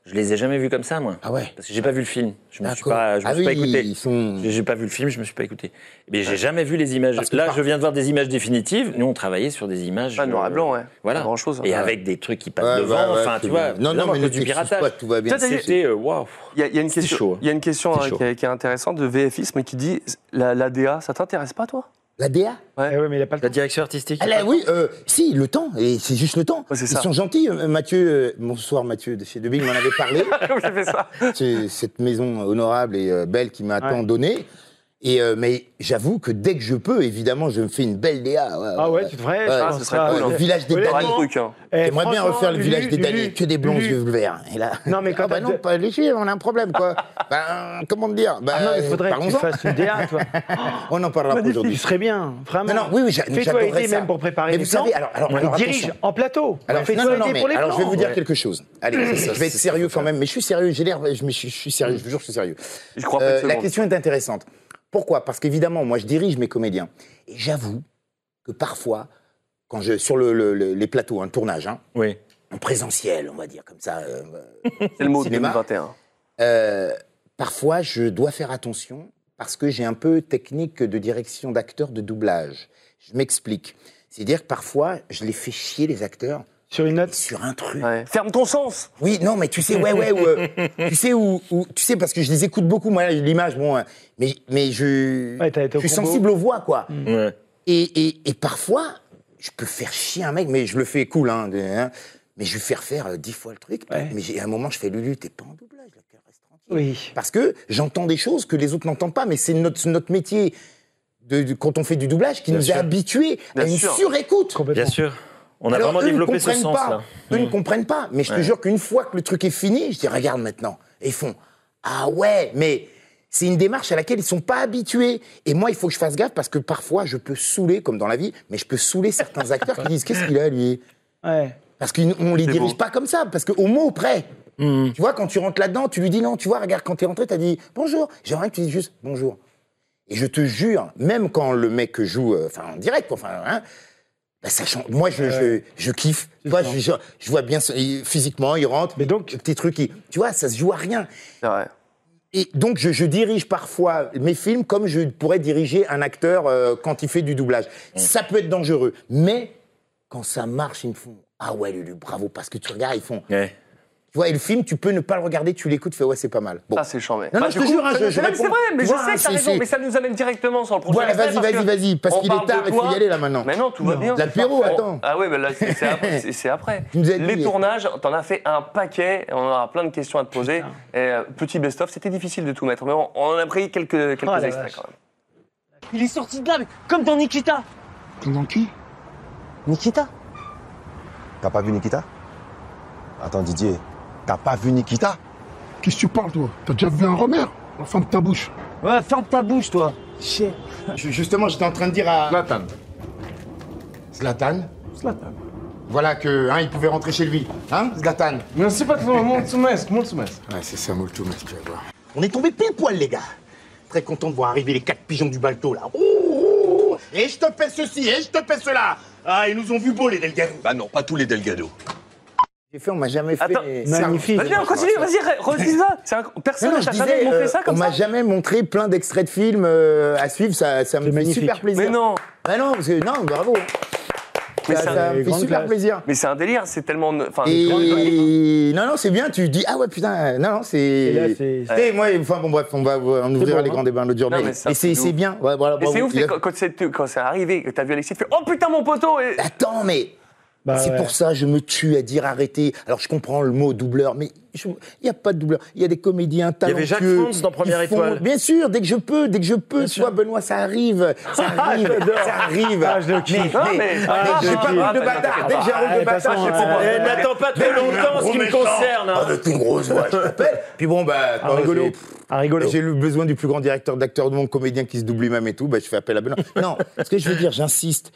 [SPEAKER 8] je les ai jamais vues comme ça, moi.
[SPEAKER 7] Hein. Ah ouais.
[SPEAKER 8] Parce que j'ai pas vu le film. Je me suis
[SPEAKER 7] D'accord.
[SPEAKER 8] pas, je me
[SPEAKER 7] Ah
[SPEAKER 8] suis pas
[SPEAKER 7] oui,
[SPEAKER 8] écouté.
[SPEAKER 7] ils sont-
[SPEAKER 8] J'ai- J'ai pas vu le film, je me suis pas écouté. Mais j'ai jamais vu les images.
[SPEAKER 7] Mm. Parce que
[SPEAKER 8] Là,
[SPEAKER 7] par-
[SPEAKER 8] je viens de voir des images définitives. Nous, on travaillait sur des images.
[SPEAKER 6] noir à
[SPEAKER 8] euh,
[SPEAKER 6] blanc, ouais.
[SPEAKER 8] Voilà.
[SPEAKER 6] Pas grand-chose.
[SPEAKER 8] Et
[SPEAKER 6] Ouais.
[SPEAKER 8] avec des trucs qui
[SPEAKER 6] Ouais,
[SPEAKER 8] passent
[SPEAKER 6] ouais,
[SPEAKER 7] bah,
[SPEAKER 8] devant.
[SPEAKER 6] ouais,
[SPEAKER 8] Enfin, tu
[SPEAKER 6] c'est
[SPEAKER 8] vois.
[SPEAKER 6] bien. Non, non,
[SPEAKER 8] vraiment,
[SPEAKER 6] mais
[SPEAKER 8] à
[SPEAKER 6] ne
[SPEAKER 8] cause
[SPEAKER 6] t'excuse
[SPEAKER 8] du piratage.
[SPEAKER 6] pas, tout va bien. T'as- t'as-
[SPEAKER 8] C'était euh, waouh.
[SPEAKER 6] Il y a, il y a une
[SPEAKER 8] C'est
[SPEAKER 6] question,
[SPEAKER 8] chaud.
[SPEAKER 6] il y a une question
[SPEAKER 8] C'est
[SPEAKER 6] hein,
[SPEAKER 8] chaud.
[SPEAKER 6] qui, est- qui est intéressante de VFX, mais qui dit la, la DA, ça t'intéresse pas, toi <laughs>
[SPEAKER 7] La DA
[SPEAKER 6] ouais.
[SPEAKER 9] mais il a pas le
[SPEAKER 8] La direction artistique.
[SPEAKER 7] Ah là, oui, euh, si, le temps, et c'est juste le temps. Ils
[SPEAKER 6] ça.
[SPEAKER 7] sont gentils, euh, Mathieu. euh, bonsoir Mathieu de chez Dubing, on en avait parlé. C'est cette maison honorable et euh, belle qui m'a tant donné. Et euh, mais j'avoue que dès que je peux, évidemment, je me fais une belle DA.
[SPEAKER 9] Ah ouais, tu devrais, je pense, ça, ouais.
[SPEAKER 7] Le village des
[SPEAKER 9] Honnêtement,
[SPEAKER 7] damnés.
[SPEAKER 9] truc, hein. eh,
[SPEAKER 7] J'aimerais bien
[SPEAKER 9] franchement,
[SPEAKER 7] refaire le
[SPEAKER 9] Lulu,
[SPEAKER 7] village des
[SPEAKER 9] Lulu,
[SPEAKER 7] damnés. Que des blonds
[SPEAKER 9] Lulu.
[SPEAKER 7] yeux verts. Et là,
[SPEAKER 9] Non, mais quand
[SPEAKER 7] ah bah
[SPEAKER 9] t'as-
[SPEAKER 7] non, pas les filles, on a un problème quoi. ben, comment te dire Ben,
[SPEAKER 9] Ah non, mais faudrait que tu
[SPEAKER 7] parlons-en.
[SPEAKER 9] fasses une DA, toi.
[SPEAKER 7] On en parlera pas
[SPEAKER 9] Magnifique.
[SPEAKER 7] aujourd'hui.
[SPEAKER 9] Tu serais bien, vraiment.
[SPEAKER 7] Non, non, oui, oui, j'a-
[SPEAKER 9] Fais-toi
[SPEAKER 7] j'adorerais
[SPEAKER 9] aider
[SPEAKER 7] ça.
[SPEAKER 9] même pour préparer
[SPEAKER 7] Mais
[SPEAKER 9] les
[SPEAKER 7] vous
[SPEAKER 9] plans.
[SPEAKER 7] savez, alors- alors-
[SPEAKER 9] Et
[SPEAKER 7] alors,
[SPEAKER 9] dirige
[SPEAKER 7] attention.
[SPEAKER 9] en plateau.
[SPEAKER 7] Alors,
[SPEAKER 9] Fais-toi
[SPEAKER 7] non, non, non,
[SPEAKER 9] aider
[SPEAKER 7] mais
[SPEAKER 9] pour les
[SPEAKER 7] alors je vais
[SPEAKER 9] plans.
[SPEAKER 7] vous dire
[SPEAKER 9] Ouais.
[SPEAKER 7] quelque chose. Allez,
[SPEAKER 9] C'est ça,
[SPEAKER 7] je vais être
[SPEAKER 9] c'est ça,
[SPEAKER 7] sérieux quand même, mais je suis sérieux, j'ai l'air, je, me suis- je suis sérieux, je vous jure, je suis sérieux. Euh,
[SPEAKER 6] Je crois pas une seconde.
[SPEAKER 7] La question est intéressante. Pourquoi Parce qu'évidemment, moi, je dirige mes comédiens. Et j'avoue que parfois, quand je, sur le- le- le- les plateaux, un tournage, hein,
[SPEAKER 8] Oui.
[SPEAKER 7] en présentiel, on va dire comme ça, euh,
[SPEAKER 6] C'est le mot de
[SPEAKER 7] Cinéma.
[SPEAKER 6] 2021.
[SPEAKER 7] euh, parfois, je dois faire attention parce que j'ai un peu technique de direction d'acteur de doublage. Je m'explique. C'est-à-dire que parfois, je les fais chier, les acteurs.
[SPEAKER 9] Sur une note
[SPEAKER 7] Sur un truc.
[SPEAKER 6] Ferme ton sens
[SPEAKER 7] Oui, non, mais tu sais, ouais, ouais, ou, euh, tu sais où, où- tu sais, parce que je les écoute beaucoup, moi, là, l'image, bon, euh, mais, mais je,
[SPEAKER 9] Ouais, t'as été
[SPEAKER 7] je
[SPEAKER 9] au
[SPEAKER 7] suis
[SPEAKER 9] combo. Mm.
[SPEAKER 7] sensible aux voix, quoi.
[SPEAKER 8] Ouais.
[SPEAKER 7] Et, et- et parfois, je peux faire chier un mec, mais je le fais cool, hein, de- hein, mais je vais faire faire euh, dix fois le truc, mais j'ai- à un moment, je fais Lulu, t'es pas en doublage, là, que reste tranquille.
[SPEAKER 9] Oui.
[SPEAKER 7] Parce que j'entends des choses que les autres n'entendent pas, mais c'est notre, notre métier. de- de- quand on fait du doublage, qui
[SPEAKER 8] Bien
[SPEAKER 7] nous
[SPEAKER 8] sûr.
[SPEAKER 7] a habitués à
[SPEAKER 8] Bien
[SPEAKER 7] une
[SPEAKER 8] sûr.
[SPEAKER 7] surécoute.
[SPEAKER 8] Bien sûr. On a
[SPEAKER 7] Alors,
[SPEAKER 8] vraiment
[SPEAKER 7] eux ne
[SPEAKER 8] développé ce
[SPEAKER 7] comprennent
[SPEAKER 8] sens
[SPEAKER 7] pas.
[SPEAKER 8] là. Mm.
[SPEAKER 7] Eux ne comprennent pas. Mais je te
[SPEAKER 8] Ouais.
[SPEAKER 7] jure qu'une fois que le truc est fini, je dis regarde maintenant. Et ils font ah ouais, mais c'est une démarche à laquelle ils sont pas habitués. Et moi, il faut que je fasse gaffe parce que parfois, je peux saouler, comme dans la vie, mais je peux saouler certains acteurs qui disent qu'est-ce qu'il a lui
[SPEAKER 9] Ouais.
[SPEAKER 7] Parce qu'on les
[SPEAKER 9] C'est
[SPEAKER 7] dirige
[SPEAKER 9] beau.
[SPEAKER 7] pas comme ça, parce qu'au mot près. Tu vois, quand tu rentres là-dedans, tu lui dis non, tu vois, regarde, quand t'es rentré, t'as dit bonjour. J'aimerais que tu dises juste bonjour. Et je te jure, même quand le mec joue, euh, enfin, en direct, quoi, enfin, hein, bah, ça change. Moi, je, je, je kiffe. Tu vois, je, je, je vois bien ce- il- physiquement, il rentre. Mais donc, petit truc, il- tu vois, ça se joue à rien. Et donc, je, je dirige parfois mes films comme je pourrais diriger un acteur euh, quand il fait du doublage. Ça peut être dangereux, mais quand ça marche, ils me font ah ouais, Lulu, bravo, parce que tu regardes, ils font.
[SPEAKER 8] Ouais.
[SPEAKER 7] Tu Tu vois, et le film, tu peux ne pas le regarder, tu l'écoutes, tu fais ouais, c'est pas mal. Bon.
[SPEAKER 6] Ça, c'est chiant, mais.
[SPEAKER 7] Non, non,
[SPEAKER 6] Bah, du
[SPEAKER 7] je te
[SPEAKER 6] coup,
[SPEAKER 7] jure, hein,
[SPEAKER 6] ça-
[SPEAKER 7] je- je
[SPEAKER 6] non, mais
[SPEAKER 7] réponds.
[SPEAKER 6] C'est vrai, mais je
[SPEAKER 7] Voilà,
[SPEAKER 6] sais que t'as
[SPEAKER 7] c'est-
[SPEAKER 6] raison,
[SPEAKER 7] c'est-
[SPEAKER 6] mais ça nous amène directement sur le prochain.
[SPEAKER 7] Voilà,
[SPEAKER 6] aspect,
[SPEAKER 7] bah, vas-y, vas-y,
[SPEAKER 6] que
[SPEAKER 7] vas-y, parce
[SPEAKER 6] on
[SPEAKER 7] qu'il est
[SPEAKER 6] parle
[SPEAKER 7] tard,
[SPEAKER 6] de
[SPEAKER 7] il faut
[SPEAKER 6] toi.
[SPEAKER 7] y aller, là, maintenant.
[SPEAKER 6] Mais non, tout va bien. c'est
[SPEAKER 7] L'apéro,
[SPEAKER 6] parfait.
[SPEAKER 7] attends.
[SPEAKER 6] Ah oui, mais là, c'est c'est
[SPEAKER 7] <laughs>
[SPEAKER 6] après. c'est- c'est après.
[SPEAKER 7] Tu nous as
[SPEAKER 6] Les
[SPEAKER 7] dit-
[SPEAKER 6] tournages, t'en as fait un paquet, on aura plein de questions à te poser. Et, euh, petit best-of, c'était difficile de tout mettre, mais on, on en a pris quelques, quelques
[SPEAKER 14] Oh, la
[SPEAKER 6] extraits
[SPEAKER 14] vache.
[SPEAKER 6] quand même.
[SPEAKER 14] Il est sorti de là, mais comme dans Nikita.
[SPEAKER 19] Comme dans qui Nikita T'as pas vu Nikita Attends Didier, t'as pas vu Nikita
[SPEAKER 20] Qu'est-ce que tu parles, toi T'as déjà vu un Romer Ferme ta bouche.
[SPEAKER 19] Ouais, ferme ta bouche, toi.
[SPEAKER 7] Justement, j'étais en train de dire à.
[SPEAKER 20] Zlatan.
[SPEAKER 7] Zlatan Zlatan. Voilà que, hein, il pouvait rentrer chez lui. Hein, Zlatan
[SPEAKER 19] Merci patron,
[SPEAKER 9] Ah,
[SPEAKER 19] mulțumesc, mulțumesc.
[SPEAKER 7] Ouais, c'est ça, Multumas, tu vas voir. On est tombé pile poil, les gars. Très content de voir arriver les quatre pigeons du Balto, là. Oh, oh, oh. Et je te fais ceci, et je te fais cela. Ah, ils nous ont vu beau, les Delgado.
[SPEAKER 19] Bah non, pas tous les Delgado.
[SPEAKER 7] J'ai fait, on m'a jamais fait.
[SPEAKER 6] Attends,
[SPEAKER 7] magnifique.
[SPEAKER 6] Vas-y, on continue, vas-y, re-
[SPEAKER 7] <laughs>
[SPEAKER 6] redis ça. C'est inc- Personne
[SPEAKER 7] Non,
[SPEAKER 6] ne
[SPEAKER 7] non,
[SPEAKER 6] t'a
[SPEAKER 7] je
[SPEAKER 6] jamais
[SPEAKER 7] disais,
[SPEAKER 6] montré
[SPEAKER 7] euh,
[SPEAKER 6] ça comme
[SPEAKER 7] on
[SPEAKER 6] ça.
[SPEAKER 7] m'a jamais montré plein d'extraits de films euh, à suivre, ça, ça me fait
[SPEAKER 6] magnifique.
[SPEAKER 7] super plaisir.
[SPEAKER 6] Mais non.
[SPEAKER 7] Mais non, parce que, non, bravo. ça
[SPEAKER 6] c'est
[SPEAKER 7] ça me fait super plaisir.
[SPEAKER 6] Mais c'est un délire, c'est tellement. Enfin, hein.
[SPEAKER 7] Et non, non, c'est bien, tu dis, ah ouais, putain, non, non, c'est.
[SPEAKER 6] là, c'est-
[SPEAKER 7] Tu sais, moi, enfin, bon, bref, on va en ouvrir les grands débats l'autre journée.
[SPEAKER 6] Non, mais ça,
[SPEAKER 7] Mais c'est
[SPEAKER 6] c'est
[SPEAKER 7] c'est
[SPEAKER 6] ouf.
[SPEAKER 7] bien. Ouais, voilà,
[SPEAKER 6] Mais
[SPEAKER 7] bravo.
[SPEAKER 6] c'est ouf,
[SPEAKER 7] Il
[SPEAKER 6] c'est
[SPEAKER 7] a-
[SPEAKER 6] quand, quand c'est quand c'est arrivé, que t'as vu Alexis, tu fais Oh putain, mon poteau et-
[SPEAKER 7] Attends, mais. c'est
[SPEAKER 6] ouais.
[SPEAKER 7] pour ça je me tue à dire arrêtez. Alors je comprends le mot doubleur, mais je- il n'y a pas de doubleur. Il y a des comédiens
[SPEAKER 8] Il y
[SPEAKER 7] talentueux.
[SPEAKER 8] avait Jacques Frantz dans
[SPEAKER 7] qui
[SPEAKER 8] Première Étoile.
[SPEAKER 7] Bien sûr, dès que je peux, dès que je peux. tu vois, Benoît, ça arrive, ça arrive, ça arrive.
[SPEAKER 9] Ah, je le kiffe.
[SPEAKER 7] Mais, mais, mais, j'ai pas
[SPEAKER 9] Ah,
[SPEAKER 7] de
[SPEAKER 9] mais t'inquiète
[SPEAKER 7] bâtard. Dès
[SPEAKER 9] pas.
[SPEAKER 7] que j'ai un rôle
[SPEAKER 9] Ah,
[SPEAKER 7] de bâtard,
[SPEAKER 9] de toute
[SPEAKER 7] je
[SPEAKER 9] façon,
[SPEAKER 7] fais
[SPEAKER 9] euh,
[SPEAKER 7] pas.
[SPEAKER 9] n'attends pas trop
[SPEAKER 7] Mais le
[SPEAKER 9] longtemps, ce
[SPEAKER 7] gros
[SPEAKER 9] qui me
[SPEAKER 7] méchant,
[SPEAKER 9] concerne,
[SPEAKER 8] Ah,
[SPEAKER 9] hein.
[SPEAKER 7] Avec une grosse voix, je t'appelle. Ah, <laughs> Puis bon, bah, quand
[SPEAKER 9] rigolo.
[SPEAKER 7] j'ai- J'ai eu besoin du plus grand directeur d'acteur de mon comédien qui se double même et tout, bah, je fais appel à
[SPEAKER 8] <laughs>
[SPEAKER 7] Benoît. Non, ce que je veux dire, j'insiste.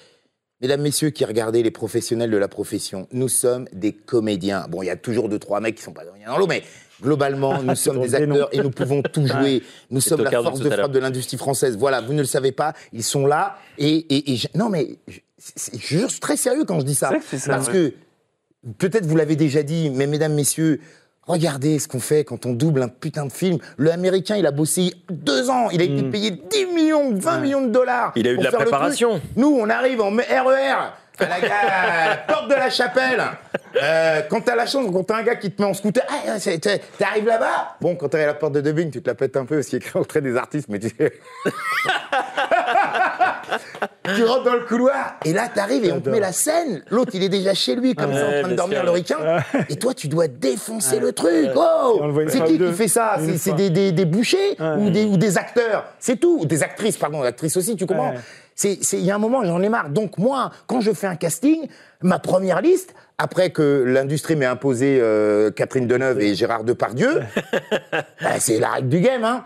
[SPEAKER 7] Mesdames, messieurs qui regardez les professionnels de la profession, nous sommes des comédiens. Bon, il y a toujours deux, trois mecs qui sont pas dans rien dans l'eau, mais
[SPEAKER 8] <laughs>
[SPEAKER 7] globalement, nous sommes des acteurs et nous pouvons tout jouer. Nous
[SPEAKER 8] C'est
[SPEAKER 7] sommes la
[SPEAKER 8] Tocard de
[SPEAKER 7] force
[SPEAKER 8] tout
[SPEAKER 7] de
[SPEAKER 8] à l'heure.
[SPEAKER 7] frappe de l'industrie française. Voilà, vous ne le savez pas, ils sont là. Et, et- et je- non, mais je, c'est- je jure, je suis très sérieux quand je dis ça.
[SPEAKER 8] C'est vrai que c'est ça,
[SPEAKER 7] parce
[SPEAKER 8] ouais.
[SPEAKER 7] que peut-être vous l'avez déjà dit, mais mesdames, messieurs, regardez ce qu'on fait quand on double un putain de film. Le Américain, il a bossé deux ans, il a été payé 10 millions, 20 millions de dollars.
[SPEAKER 8] Hmm. Il a eu de
[SPEAKER 7] pour
[SPEAKER 8] la
[SPEAKER 7] faire le truc.
[SPEAKER 8] préparation.
[SPEAKER 7] Nous, on arrive en RER. À la, à
[SPEAKER 8] <laughs>
[SPEAKER 7] la porte de la chapelle. Euh, quand t'as la chance, quand t'as un gars qui te met en scooter, ah, c'est- t'es- t'arrives là-bas. Bon, quand t'es à la porte de Dubbing, tu te la pètes un peu parce qu'il <laughs> écrit au trait des artistes, mais tu sais. tu rentres dans le couloir et là t'arrives et on te met la scène. L'autre il est déjà chez lui comme ça
[SPEAKER 9] Ouais,
[SPEAKER 7] en train de
[SPEAKER 9] bien
[SPEAKER 7] dormir
[SPEAKER 9] sûr.
[SPEAKER 7] le ricain. Et toi tu dois défoncer
[SPEAKER 9] Ouais.
[SPEAKER 7] le truc.
[SPEAKER 9] Ouais.
[SPEAKER 7] Oh
[SPEAKER 9] Et on le voit une
[SPEAKER 7] C'est
[SPEAKER 9] fois
[SPEAKER 7] qui
[SPEAKER 9] ou
[SPEAKER 7] qui
[SPEAKER 9] deux.
[SPEAKER 7] fait ça
[SPEAKER 9] Une
[SPEAKER 7] C'est- C'est
[SPEAKER 9] fois.
[SPEAKER 7] des, des- des bouchers ou, des, ou des acteurs C'est tout. Ou des actrices, pardon, actrices aussi, tu comprends
[SPEAKER 9] Ouais.
[SPEAKER 7] C'est c'est- Il y a un moment j'en ai marre. Donc moi, quand je fais un casting, ma première liste, après que l'industrie m'ait imposé euh, Catherine Deneuve et
[SPEAKER 9] <laughs>
[SPEAKER 7] Gérard Depardieu, bah, c'est la règle du game, hein.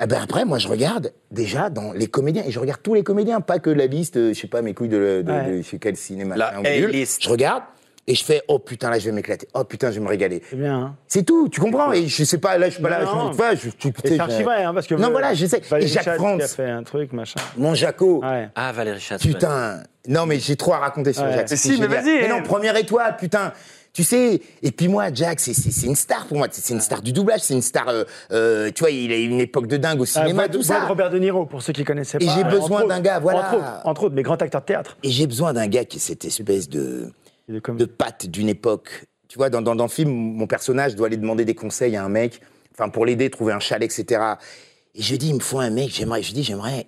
[SPEAKER 7] Eh ben après, moi, je regarde déjà dans les comédiens et je regarde tous les comédiens, pas que la liste, euh, je sais pas, mes couilles de, de- de-
[SPEAKER 9] Ouais.
[SPEAKER 7] je sais quel cinéma.
[SPEAKER 9] La
[SPEAKER 7] un bidule.
[SPEAKER 9] A-list.
[SPEAKER 7] Je regarde et je fais oh putain là, je vais m'éclater. Oh putain, je vais me régaler.
[SPEAKER 9] C'est bien, hein.
[SPEAKER 7] C'est tout, tu comprends Et je sais pas, là, je suis pas là,
[SPEAKER 9] Non, non.
[SPEAKER 7] je me dis, ouais, je, tu- tu
[SPEAKER 9] Et
[SPEAKER 7] sais,
[SPEAKER 9] c'est
[SPEAKER 7] je-
[SPEAKER 9] archivé, hein, parce que.
[SPEAKER 7] non,
[SPEAKER 9] euh,
[SPEAKER 7] voilà, j'essaie. Et
[SPEAKER 9] Valérie
[SPEAKER 7] Jacques
[SPEAKER 9] Chaz qui a
[SPEAKER 7] France,
[SPEAKER 9] fait un truc, machin.
[SPEAKER 7] mon Jaco.
[SPEAKER 8] Ah, Valérie Chasson.
[SPEAKER 7] Putain, non mais j'ai trop à raconter sur
[SPEAKER 8] Ouais.
[SPEAKER 7] Jack. c'est
[SPEAKER 8] Mais si, mais
[SPEAKER 7] génial.
[SPEAKER 8] vas-y,
[SPEAKER 7] Mais
[SPEAKER 8] eh.
[SPEAKER 7] non, première étoile, putain. Tu sais, et puis moi, Jack, c'est- c'est c'est une star pour moi. C'est c'est une star du doublage, c'est une star. euh, euh, tu vois, il a eu une époque de dingue au
[SPEAKER 9] Ah,
[SPEAKER 7] cinéma,
[SPEAKER 9] voix de-
[SPEAKER 7] tout
[SPEAKER 9] voix
[SPEAKER 7] ça.
[SPEAKER 9] de Robert De Niro, pour ceux qui connaissaient pas.
[SPEAKER 7] Et j'ai
[SPEAKER 9] euh,
[SPEAKER 7] besoin
[SPEAKER 9] entre
[SPEAKER 7] d'un
[SPEAKER 9] autres.
[SPEAKER 7] gars, voilà.
[SPEAKER 9] Entre autres, entre autres, mais grand acteur de théâtre.
[SPEAKER 7] Et j'ai besoin d'un gars qui est cette espèce de, de patte d'une époque. Tu vois, dans, dans, dans le film, mon personnage doit aller demander des conseils à un mec, enfin pour l'aider, trouver un chalet, etc. Et je dis, il me faut un mec, j'aimerais, je dis, j'aimerais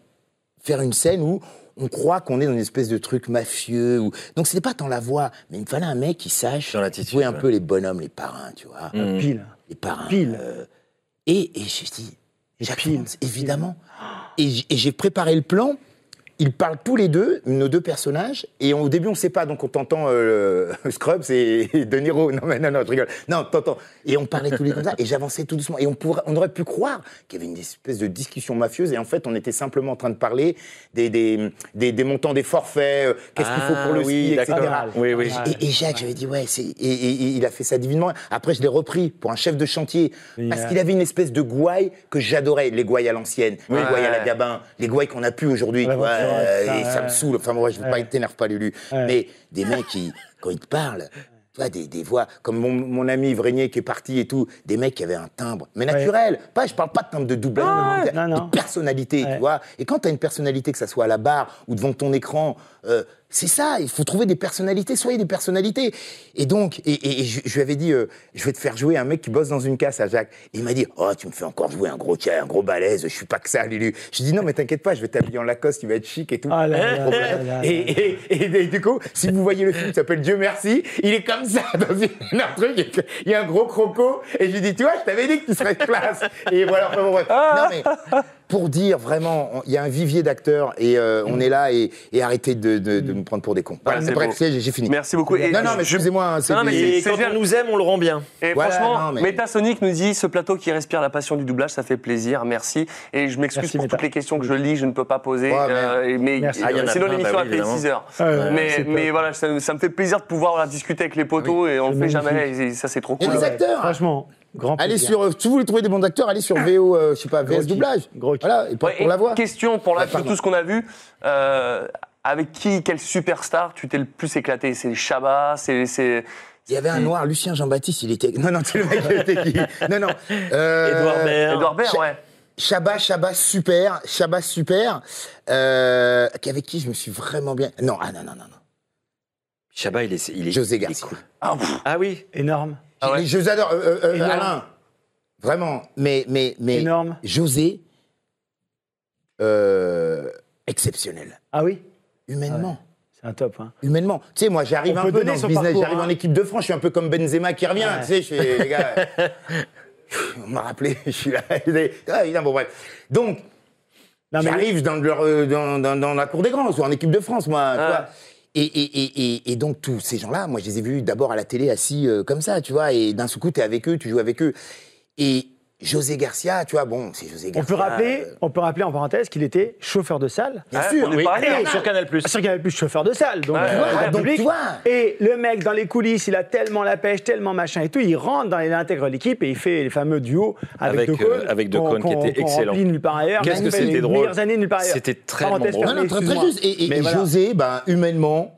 [SPEAKER 7] faire une scène où on croit qu'on est dans une espèce de truc mafieux. Ou... Donc c'était pas tant la voix, mais il me fallait un mec qui sache jouer un peu les bonhommes, les parrains, tu vois.
[SPEAKER 9] Mm. Pile.
[SPEAKER 7] Les parrains.
[SPEAKER 9] Pile.
[SPEAKER 7] euh, Et, et je dis, Jacques Frantz, évidemment. Et j- et j'ai préparé le plan. Ils parlent tous les deux, nos deux personnages, et on- au début on ne sait pas, donc on t'entend euh, <laughs> Scrubs et, et De Niro. <laughs> Non, mais non, non, je rigole. Non, t'entends. Et on parlait tous les deux comme ça, et j'avançais tout doucement. Et on, pourrait, on aurait pu croire qu'il y avait une espèce de discussion mafieuse, et en fait on était simplement en train de parler des, des, des, des montants des forfaits, euh, qu'est-ce qu'il faut
[SPEAKER 8] Ah,
[SPEAKER 7] pour le
[SPEAKER 8] oui,
[SPEAKER 7] ski, etc.
[SPEAKER 8] d'accord. Oui, oui.
[SPEAKER 7] Et, et Jacques, j'avais dit, ouais, c'est- et, et- et il a fait ça divinement. Après, je l'ai repris pour un chef de chantier, parce
[SPEAKER 9] euh,
[SPEAKER 7] qu'il avait une espèce de gouaille que j'adorais, les gouailles à l'ancienne,
[SPEAKER 9] Oui.
[SPEAKER 7] les gouailles à la
[SPEAKER 9] Ouais.
[SPEAKER 7] gabin, les gouailles qu'on a plus aujourd'hui.
[SPEAKER 9] Ouais,
[SPEAKER 7] tu vois,
[SPEAKER 9] ouais, ouais,
[SPEAKER 7] euh, et
[SPEAKER 9] ouais.
[SPEAKER 7] ça me saoule. Enfin, moi, je veux pas,
[SPEAKER 9] Ouais.
[SPEAKER 7] t'énerve pas, Lulu.
[SPEAKER 9] Ouais.
[SPEAKER 7] Mais des mecs qui, quand ils te parlent, tu vois, des, des voix, comme mon, mon ami Vrenier qui est parti et tout, des mecs qui avaient un timbre, mais naturel. Pas, je parle pas de timbre de doublage, mais de personnalité, tu vois. Et quand t'as une personnalité, que ça soit à la barre ou devant ton écran, euh, C'est ça, il faut trouver des personnalités, soyez des personnalités. Et donc, et, et- et je, je lui avais dit, euh, je vais te faire jouer un mec qui bosse dans une casse à Jacques. Et il m'a dit, oh, tu me fais encore jouer un gros tiens, un gros balèze, je suis pas que ça, Lulu. J'ai dit, non, mais t'inquiète pas, je vais t'habiller en Lacoste, tu vas être chic et tout.
[SPEAKER 9] Ah là là
[SPEAKER 7] Pas de problème.
[SPEAKER 9] là là là
[SPEAKER 7] Hein Et- et, et- et- et du coup, si vous voyez le film qui s'appelle Dieu merci, il est comme ça <laughs> dans une- un truc. et que- Il y a un gros croco et je lui dis, tu vois, je t'avais dit que tu serais classe. Et voilà, enfin, bon, bref.
[SPEAKER 9] Ah.
[SPEAKER 7] Non, mais pour dire vraiment, on- il y a un vivier d'acteurs et euh, on est là et, et arrêtez de, de, de nous prendre pour des cons. Voilà,
[SPEAKER 6] Ouais,
[SPEAKER 7] c'est
[SPEAKER 6] c'est
[SPEAKER 7] bref,
[SPEAKER 6] beau.
[SPEAKER 7] c'est- j'ai j'ai fini.
[SPEAKER 6] Merci beaucoup. Et
[SPEAKER 7] Non, non, mais
[SPEAKER 6] je-
[SPEAKER 7] excusez-moi. hein, c'est
[SPEAKER 6] Non, mais
[SPEAKER 7] des-
[SPEAKER 6] c'est- c'est génial.
[SPEAKER 8] nous aime, on le rend bien.
[SPEAKER 6] Et
[SPEAKER 7] Voilà,
[SPEAKER 6] franchement,
[SPEAKER 7] non, mais-
[SPEAKER 6] Métasonic nous dit ce plateau qui respire la passion du doublage, ça fait plaisir, merci. Et je m'excuse
[SPEAKER 9] Merci,
[SPEAKER 6] pour
[SPEAKER 9] Meta.
[SPEAKER 6] toutes les questions que je lis, je ne peux pas poser. euh, mais
[SPEAKER 9] Merci.
[SPEAKER 6] euh,
[SPEAKER 9] Ah, il y en a
[SPEAKER 6] sinon,
[SPEAKER 9] plein,
[SPEAKER 6] l'émission
[SPEAKER 9] bah
[SPEAKER 6] a
[SPEAKER 9] oui,
[SPEAKER 6] fait
[SPEAKER 9] évidemment.
[SPEAKER 6] 6 heures.
[SPEAKER 9] Ah ouais,
[SPEAKER 6] mais,
[SPEAKER 9] c'est
[SPEAKER 6] mais
[SPEAKER 9] top. Ah
[SPEAKER 6] voilà, ça, ça me fait plaisir de pouvoir voilà, discuter avec les poteaux et on le fait jamais. Et ça, c'est trop
[SPEAKER 7] Il y
[SPEAKER 6] cool.
[SPEAKER 7] a des acteurs. hein.
[SPEAKER 9] Franchement, grand
[SPEAKER 7] ah. Allez
[SPEAKER 6] plaisir.
[SPEAKER 7] sur, euh, si vous voulez trouver des bons acteurs, allez sur VO, euh, je sais pas, VS doublage. Voilà, et pour,
[SPEAKER 6] Ouais,
[SPEAKER 7] pour
[SPEAKER 6] et
[SPEAKER 7] la voix.
[SPEAKER 6] Question pour la,
[SPEAKER 7] Ouais, pardon.
[SPEAKER 6] tout ce qu'on a vu. euh, avec qui, quelle superstar tu t'es le plus éclaté C'est Chabat C'est. c'est-
[SPEAKER 7] Il y avait un
[SPEAKER 9] Mm.
[SPEAKER 6] c'est-
[SPEAKER 7] noir, Lucien Jean-Baptiste, il était. Non, non, c'est le mec qui était qui Non, non. Euh,
[SPEAKER 6] Édouard Baird. Édouard Baird,
[SPEAKER 7] Cha-
[SPEAKER 6] ouais.
[SPEAKER 7] Chabat, Chabat, super. Chabat, super. Euh, avec qui je me suis vraiment bien. Non, ah non, non, non. non.
[SPEAKER 13] Chabat, il est, il est,
[SPEAKER 7] José
[SPEAKER 13] il est
[SPEAKER 7] Garcia.
[SPEAKER 13] cool.
[SPEAKER 6] Ah,
[SPEAKER 13] oui
[SPEAKER 9] Énorme.
[SPEAKER 7] Je vous adore. euh, euh, euh,
[SPEAKER 9] Énorme.
[SPEAKER 7] Alain. Vraiment. Mais, mais, mais.
[SPEAKER 9] Énorme.
[SPEAKER 7] José. euh, exceptionnel.
[SPEAKER 9] Ah oui
[SPEAKER 7] Humainement.
[SPEAKER 9] C'est un top. Hein.
[SPEAKER 7] Humainement. Tu sais, moi, j'arrive
[SPEAKER 9] On
[SPEAKER 7] un
[SPEAKER 9] peut
[SPEAKER 7] peu
[SPEAKER 9] donner
[SPEAKER 7] dans ce
[SPEAKER 9] son
[SPEAKER 7] business,
[SPEAKER 9] parcours,
[SPEAKER 7] j'arrive
[SPEAKER 9] hein.
[SPEAKER 7] en équipe de France, je suis un peu comme Benzema qui revient,
[SPEAKER 9] Ouais.
[SPEAKER 7] tu sais, je suis,
[SPEAKER 9] <laughs>
[SPEAKER 7] les gars. On m'a rappelé, je suis là. <laughs> Ah, évidemment, bon, bref. Donc, j'arrive dans, leur- euh, dans, dans- dans la cour des grands, soit en équipe de France, moi, tu vois. Et, et- et- et- et donc, tous ces gens-là, moi, je les ai vus d'abord à la télé assis euh, comme ça, tu vois, et d'un seul coup, t'es avec eux, tu joues avec eux. Et José Garcia, tu vois, bon, c'est José
[SPEAKER 9] On
[SPEAKER 7] Garcia. euh,
[SPEAKER 9] peut, rappeler, on peut rappeler en parenthèse qu'il était chauffeur de salle.
[SPEAKER 7] Bien Ah, sûr, on est oui. pareil,
[SPEAKER 9] Et-
[SPEAKER 7] hein. Sur Canal+.
[SPEAKER 9] Sur Canal Plus, chauffeur de salle. Donc,
[SPEAKER 7] Ouais,
[SPEAKER 9] tu vois,
[SPEAKER 7] ouais,
[SPEAKER 9] grand
[SPEAKER 7] donc,
[SPEAKER 9] public.
[SPEAKER 7] tu vois.
[SPEAKER 9] Et le mec dans les coulisses, il a tellement la pêche, tellement machin et tout, il rentre dans les intègre l'équipe et il fait les fameux duos avec,
[SPEAKER 8] Avec,
[SPEAKER 9] De Caunes.
[SPEAKER 8] euh, avec De
[SPEAKER 9] qu'on-
[SPEAKER 8] Caunes, qui
[SPEAKER 9] qu'on-
[SPEAKER 8] était
[SPEAKER 9] qu'on
[SPEAKER 8] excellent.
[SPEAKER 9] remplit nulle part ailleurs.
[SPEAKER 8] Qu'est-ce
[SPEAKER 9] On
[SPEAKER 8] que
[SPEAKER 9] fait les
[SPEAKER 8] c'était drôle.
[SPEAKER 9] meilleures années nulle part ailleurs.
[SPEAKER 8] C'était très
[SPEAKER 9] Parenthèse
[SPEAKER 8] bon.
[SPEAKER 9] fermée,
[SPEAKER 7] Non, non, très, très
[SPEAKER 9] excuse-moi.
[SPEAKER 7] juste. Et, et-
[SPEAKER 9] Mais
[SPEAKER 7] et
[SPEAKER 9] voilà.
[SPEAKER 7] José, ben, humainement,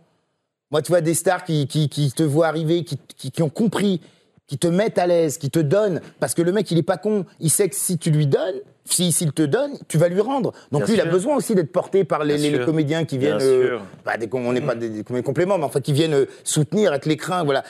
[SPEAKER 7] moi, tu vois, des stars qui, qui, qui te voient arriver, qui, qui, qui ont compris, qui te mettent à l'aise, qui te donnent. Parce que le mec, il est pas con. Il sait que si tu lui donnes, si- s'il te donne, tu vas lui rendre. Donc
[SPEAKER 8] Bien
[SPEAKER 7] lui, il a
[SPEAKER 8] sûr.
[SPEAKER 7] besoin aussi d'être porté par les,
[SPEAKER 8] Bien
[SPEAKER 7] les- les
[SPEAKER 8] sûr.
[SPEAKER 7] comédiens qui
[SPEAKER 8] Bien
[SPEAKER 7] viennent. euh,
[SPEAKER 8] sûr. Mm.
[SPEAKER 7] pas des, com- on n'est pas des, des compléments, mais enfin, qui viennent euh, soutenir, être l'écrin, voilà.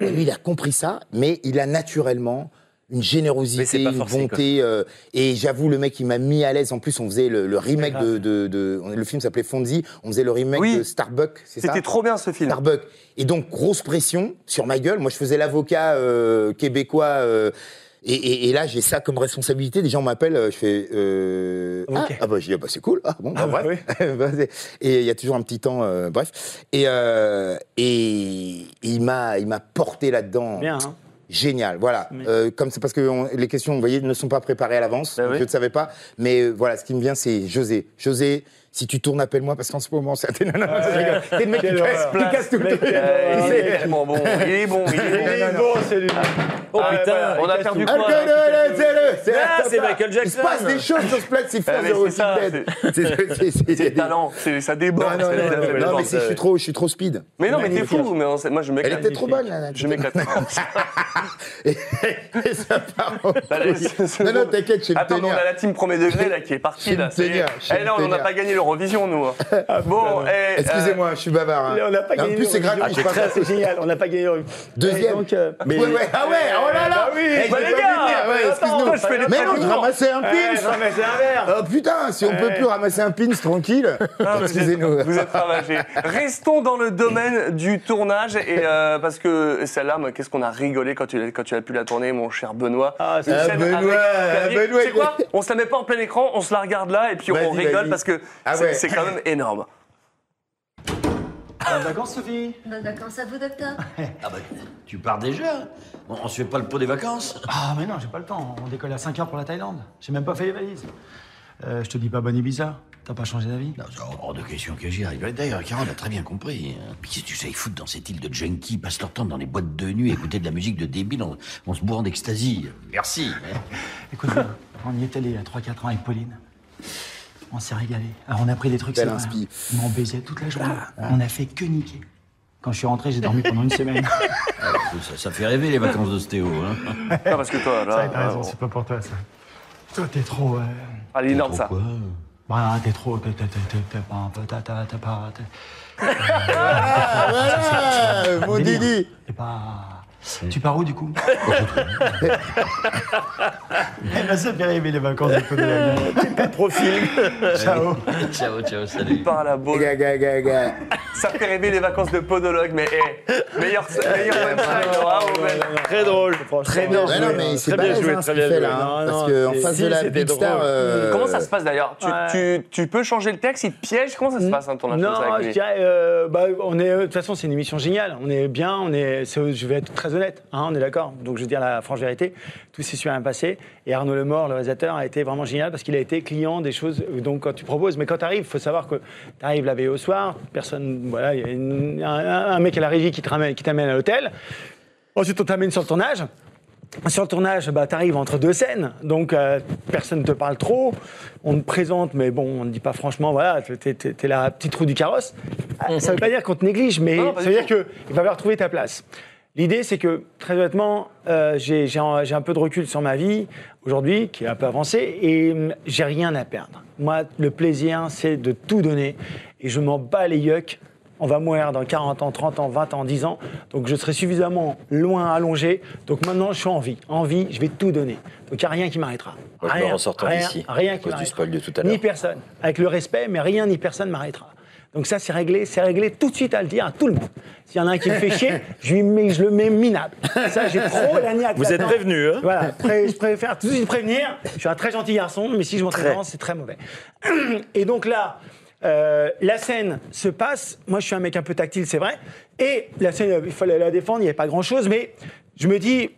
[SPEAKER 7] Et lui, il a compris ça, mais il a naturellement une générosité,
[SPEAKER 8] pas
[SPEAKER 7] une
[SPEAKER 8] forcé, quoi.
[SPEAKER 7] bonté, et, euh, et j'avoue, le mec, il m'a mis à l'aise. En plus, on faisait le, le remake de, de- de- on- Le film s'appelait Fonzie. On faisait le remake de Starbuck, c'est ça
[SPEAKER 6] C'était trop bien ce film.
[SPEAKER 7] Starbuck. Et donc, grosse pression sur ma gueule. Moi, je faisais l'avocat euh, québécois. euh, et, et- et là, j'ai ça comme responsabilité. Des gens m'appellent, euh, je fais. euh, ah,
[SPEAKER 9] Ok.
[SPEAKER 7] ah, bah, je dis, ah bah, c'est cool. Ah, bon, bah, bref. <laughs> Bah, c'est- et il y a toujours un petit temps, euh, bref. Et, euh, et il m'a il m'a porté là-dedans.
[SPEAKER 9] Bien, hein.
[SPEAKER 7] Génial, voilà. Euh, comme c'est parce que on- les questions, vous voyez, ne sont pas préparées à l'avance. donc
[SPEAKER 6] oui.
[SPEAKER 7] Je ne savais pas. Mais euh, voilà, ce qui me vient, c'est José. José, si tu tournes, appelle-moi parce qu'en ce moment, c'est. Non, non, non, je rigole. T'es le mec qui
[SPEAKER 9] Quelle
[SPEAKER 7] casse,
[SPEAKER 9] horreur.
[SPEAKER 7] qui casse tout le
[SPEAKER 9] Mec,
[SPEAKER 7] truc.
[SPEAKER 9] euh,
[SPEAKER 6] Il
[SPEAKER 7] C'est-
[SPEAKER 6] est tellement bon, il est bon, il est bon.
[SPEAKER 9] Il est bon, celui-là.
[SPEAKER 8] Oh
[SPEAKER 6] Ah,
[SPEAKER 8] putain,
[SPEAKER 6] voilà, on a perdu quoi
[SPEAKER 7] Alcool, allez, c'est le- c'est-
[SPEAKER 8] Ah,
[SPEAKER 7] attends,
[SPEAKER 8] c'est
[SPEAKER 7] attends.
[SPEAKER 8] Michael
[SPEAKER 7] Il
[SPEAKER 8] Jackson.
[SPEAKER 7] se passe des choses sur ce plateau, c'est fou.
[SPEAKER 6] Ah, mais c'est ça,
[SPEAKER 7] C'est
[SPEAKER 6] le talent, c'est- ça déborde.
[SPEAKER 7] Non, non,
[SPEAKER 6] ça- ça-
[SPEAKER 7] non,
[SPEAKER 6] ça
[SPEAKER 7] non,
[SPEAKER 6] déborde.
[SPEAKER 7] mais c'est- je suis trop, je suis trop speed.
[SPEAKER 6] Mais non, mais t'es fou, mais on sait- moi je m'éclate.
[SPEAKER 7] Elle était trop bonne, là, là.
[SPEAKER 6] Je m'éclate.
[SPEAKER 7] Et ça part en
[SPEAKER 6] Allez,
[SPEAKER 7] couille.
[SPEAKER 6] Bah, c'est- c'est
[SPEAKER 7] Non, non,
[SPEAKER 6] bon.
[SPEAKER 7] t'inquiète, je suis
[SPEAKER 6] Ah,
[SPEAKER 7] le
[SPEAKER 6] pardon, on
[SPEAKER 7] tenir.
[SPEAKER 6] a la team premier degré là qui est partie
[SPEAKER 7] Chez
[SPEAKER 6] là.
[SPEAKER 7] le
[SPEAKER 6] ça y est.
[SPEAKER 7] tenir, chez
[SPEAKER 6] Eh, là,
[SPEAKER 7] le
[SPEAKER 6] on n'a
[SPEAKER 7] tenir.
[SPEAKER 6] pas gagné l'Eurovision nous. hein. Bon, eh,
[SPEAKER 7] Excusez-moi, je suis bavard. hein.
[SPEAKER 9] Là, on n'a pas
[SPEAKER 7] Et en
[SPEAKER 9] gagné.
[SPEAKER 7] plus, c'est
[SPEAKER 9] l'Eurovision.
[SPEAKER 7] gratuit. je passe à-
[SPEAKER 9] C'est génial, on n'a pas gagné. l'Eurovision.
[SPEAKER 7] Deuxième.
[SPEAKER 9] Et donc, euh,
[SPEAKER 7] Ouais, ouais, ah ouais, oh là là
[SPEAKER 9] Bah oui,
[SPEAKER 7] Eh, j'ai
[SPEAKER 9] bah
[SPEAKER 7] pas
[SPEAKER 9] les
[SPEAKER 7] vu
[SPEAKER 9] gars,
[SPEAKER 7] venir, ouais,
[SPEAKER 9] attends,
[SPEAKER 7] excuse-nous.
[SPEAKER 9] je fais les
[SPEAKER 7] Mais non,
[SPEAKER 9] parcours.
[SPEAKER 7] je ramassais un pins
[SPEAKER 9] Eh, je ramassais un verre.
[SPEAKER 7] Oh putain, si on peut plus ramasser un pins, tranquille
[SPEAKER 6] Ah, vous, êtes,
[SPEAKER 7] Excusez-nous
[SPEAKER 6] vous êtes ravagés. Restons dans le domaine du tournage et euh, parce que celle-là, mais qu'est-ce qu'on a rigolé quand tu, l'as- quand tu as pu la tourner, mon cher Benoît.
[SPEAKER 9] Ah, c'est-
[SPEAKER 6] Une
[SPEAKER 9] Ah,
[SPEAKER 6] scène
[SPEAKER 7] Benoît,
[SPEAKER 6] avec
[SPEAKER 7] ah,
[SPEAKER 6] clavier.
[SPEAKER 7] Benoît,
[SPEAKER 6] C'est quoi On se la met pas en plein écran, on se la regarde là et puis on
[SPEAKER 7] Vas-y,
[SPEAKER 6] rigole
[SPEAKER 7] vas-y.
[SPEAKER 6] parce que
[SPEAKER 7] Ah
[SPEAKER 6] c'est
[SPEAKER 7] ouais.
[SPEAKER 6] c'est quand même énorme.
[SPEAKER 4] Bonnes vacances, Sophie
[SPEAKER 21] Bonnes vacances à vous, docteur.
[SPEAKER 4] Ah bah, tu pars
[SPEAKER 12] hein
[SPEAKER 4] déjà on, se fait pas le pot des vacances Ah mais non, j'ai pas le temps. On décolle à 5 heures pour la Thaïlande. J'ai même pas fait les valises. Euh, je te dis pas bonne Ibiza. T'as pas changé d'avis
[SPEAKER 18] Hors de question que j'y arrive. D'ailleurs, Carole a très bien compris. Puis qu'est-ce que tu sais, ils foutent dans cette île de junkies, ils passent leur temps dans les boîtes de nuit, à écouter de la musique de débile en, en se bourrant d'extasie. Merci.
[SPEAKER 4] Écoute, <laughs> on y est allé il y a 3-4 ans avec Pauline. On s'est régalé. Alors on a pris des trucs,
[SPEAKER 7] Belle
[SPEAKER 4] c'est vrai.
[SPEAKER 7] inspi. Ah.
[SPEAKER 4] Mais on baisait toute la journée. On a fait que niquer. Quand je suis rentré, j'ai dormi pendant une
[SPEAKER 7] <laughs>
[SPEAKER 4] semaine.
[SPEAKER 18] <laughs>
[SPEAKER 7] Ah,
[SPEAKER 18] Ça, ça fait rêver les vacances d'ostéo. Hein.
[SPEAKER 6] Ah,
[SPEAKER 9] Eh,
[SPEAKER 6] parce que toi, là, euh,
[SPEAKER 4] c'est pas pour toi ça. Toi, t'es trop. euh,
[SPEAKER 6] elle est énorme ça.
[SPEAKER 4] Bah, t'es trop. t'es- t'es- t'es- t'es- T'es pas un peu. T'as t'as- t'as pas. t'es-
[SPEAKER 7] Ah, voilà, mon
[SPEAKER 4] Délire.
[SPEAKER 7] Didi.
[SPEAKER 4] Et bah, Tu pars où du coup <laughs> Eh ben ça fait rêver les vacances de Côte de la
[SPEAKER 8] <laughs>
[SPEAKER 4] Lune.
[SPEAKER 6] Profil.
[SPEAKER 4] Ciao.
[SPEAKER 6] ciao, ciao, salut. Par la boule.
[SPEAKER 7] Gaga, gaga.
[SPEAKER 6] Ça fait rêver les vacances de podologue, mais eh,
[SPEAKER 7] <laughs>
[SPEAKER 6] meilleur, meilleur punchline. Bravo, Ben.
[SPEAKER 8] Très drôle. Très bien
[SPEAKER 7] Ouais,
[SPEAKER 8] joué.
[SPEAKER 7] non, mais c'est
[SPEAKER 8] Très bien
[SPEAKER 7] balèze,
[SPEAKER 8] joué,
[SPEAKER 7] hein, ce
[SPEAKER 8] très
[SPEAKER 7] qu'il
[SPEAKER 8] bien
[SPEAKER 7] fait,
[SPEAKER 8] joué.
[SPEAKER 7] là, hein, parce
[SPEAKER 8] Non, non,
[SPEAKER 7] que en
[SPEAKER 8] c'est-
[SPEAKER 7] face de
[SPEAKER 8] si,
[SPEAKER 7] la
[SPEAKER 8] c'était
[SPEAKER 7] Big
[SPEAKER 8] drôle.
[SPEAKER 7] Star, euh,
[SPEAKER 6] Comment ça se passe d'ailleurs tu, tu, tu peux changer le texte, il te piège Comment ça se passe hein, ton
[SPEAKER 9] Mm. Non,
[SPEAKER 6] influence avec
[SPEAKER 9] je
[SPEAKER 6] lui
[SPEAKER 9] dirais, euh, bah, on est, de toute façon, c'est une émission géniale. On est bien, on est, c'est- je vais être très honnête, hein, on est d'accord. Donc, je veux dire la franche vérité. Tout s'est super bien passé. Et Arnaud Lemort, le réalisateur, a été vraiment génial parce qu'il a été client des choses. euh, Donc, quand tu proposes, mais quand tu arrives, il faut savoir que tu arrives la veille au soir, personne, voilà, il y a une- un, un mec à la régie qui te ramène- qui t'amène à l'hôtel. Ensuite, on t'amène sur le tournage. Sur le tournage, bah, t'arrives entre deux scènes, donc euh, personne ne te parle trop. On te présente, mais bon, on ne dit pas franchement, voilà, t'es- t'es t'es- t'es la petite roue du carrosse. Euh, Ça ne veut pas dire qu'on te néglige, mais
[SPEAKER 6] Non, non, pas
[SPEAKER 9] ça veut
[SPEAKER 6] du
[SPEAKER 9] dire qu'il va falloir trouver ta place. L'idée, c'est que, très honnêtement, euh, j'ai j'ai un, j'ai un peu de recul sur ma vie aujourd'hui, qui est un peu avancée, et hum, j'ai rien à perdre. Moi, le plaisir, c'est de tout donner, et je m'en bats les yeux on va mourir dans 40 ans, 30 ans, 20 ans, 10 ans. Donc je serai suffisamment loin allongé. Donc maintenant, je suis en vie. En vie, je vais tout donner. Donc il n'y a rien qui m'arrêtera.
[SPEAKER 8] Moi, je me
[SPEAKER 9] Rien,
[SPEAKER 8] ressortant
[SPEAKER 9] rien,
[SPEAKER 8] d'ici.
[SPEAKER 9] Rien
[SPEAKER 8] à
[SPEAKER 9] qui
[SPEAKER 8] cause du
[SPEAKER 9] m'arrêtera.
[SPEAKER 8] spoil de tout à
[SPEAKER 9] Ni
[SPEAKER 8] l'heure.
[SPEAKER 9] personne. Avec le respect, mais rien ni personne m'arrêtera. Donc ça, c'est réglé. C'est réglé tout de suite à le dire à tout le monde. S'il y en a un qui me fait chier, je, lui mets, je le mets minable. Ça, j'ai trop la niaque
[SPEAKER 8] Vous êtes
[SPEAKER 9] là-dedans.
[SPEAKER 8] prévenu, hein
[SPEAKER 9] Voilà. Pré- je préfère tout de suite prévenir. Je suis un très gentil garçon, mais si je m'entraîne vraiment, c'est très mauvais. Et donc là, euh, la scène se passe. Moi, je suis un mec un peu tactile, c'est vrai. Et la scène, euh, il fallait la défendre, il n'y avait pas grand-chose, mais je me dis,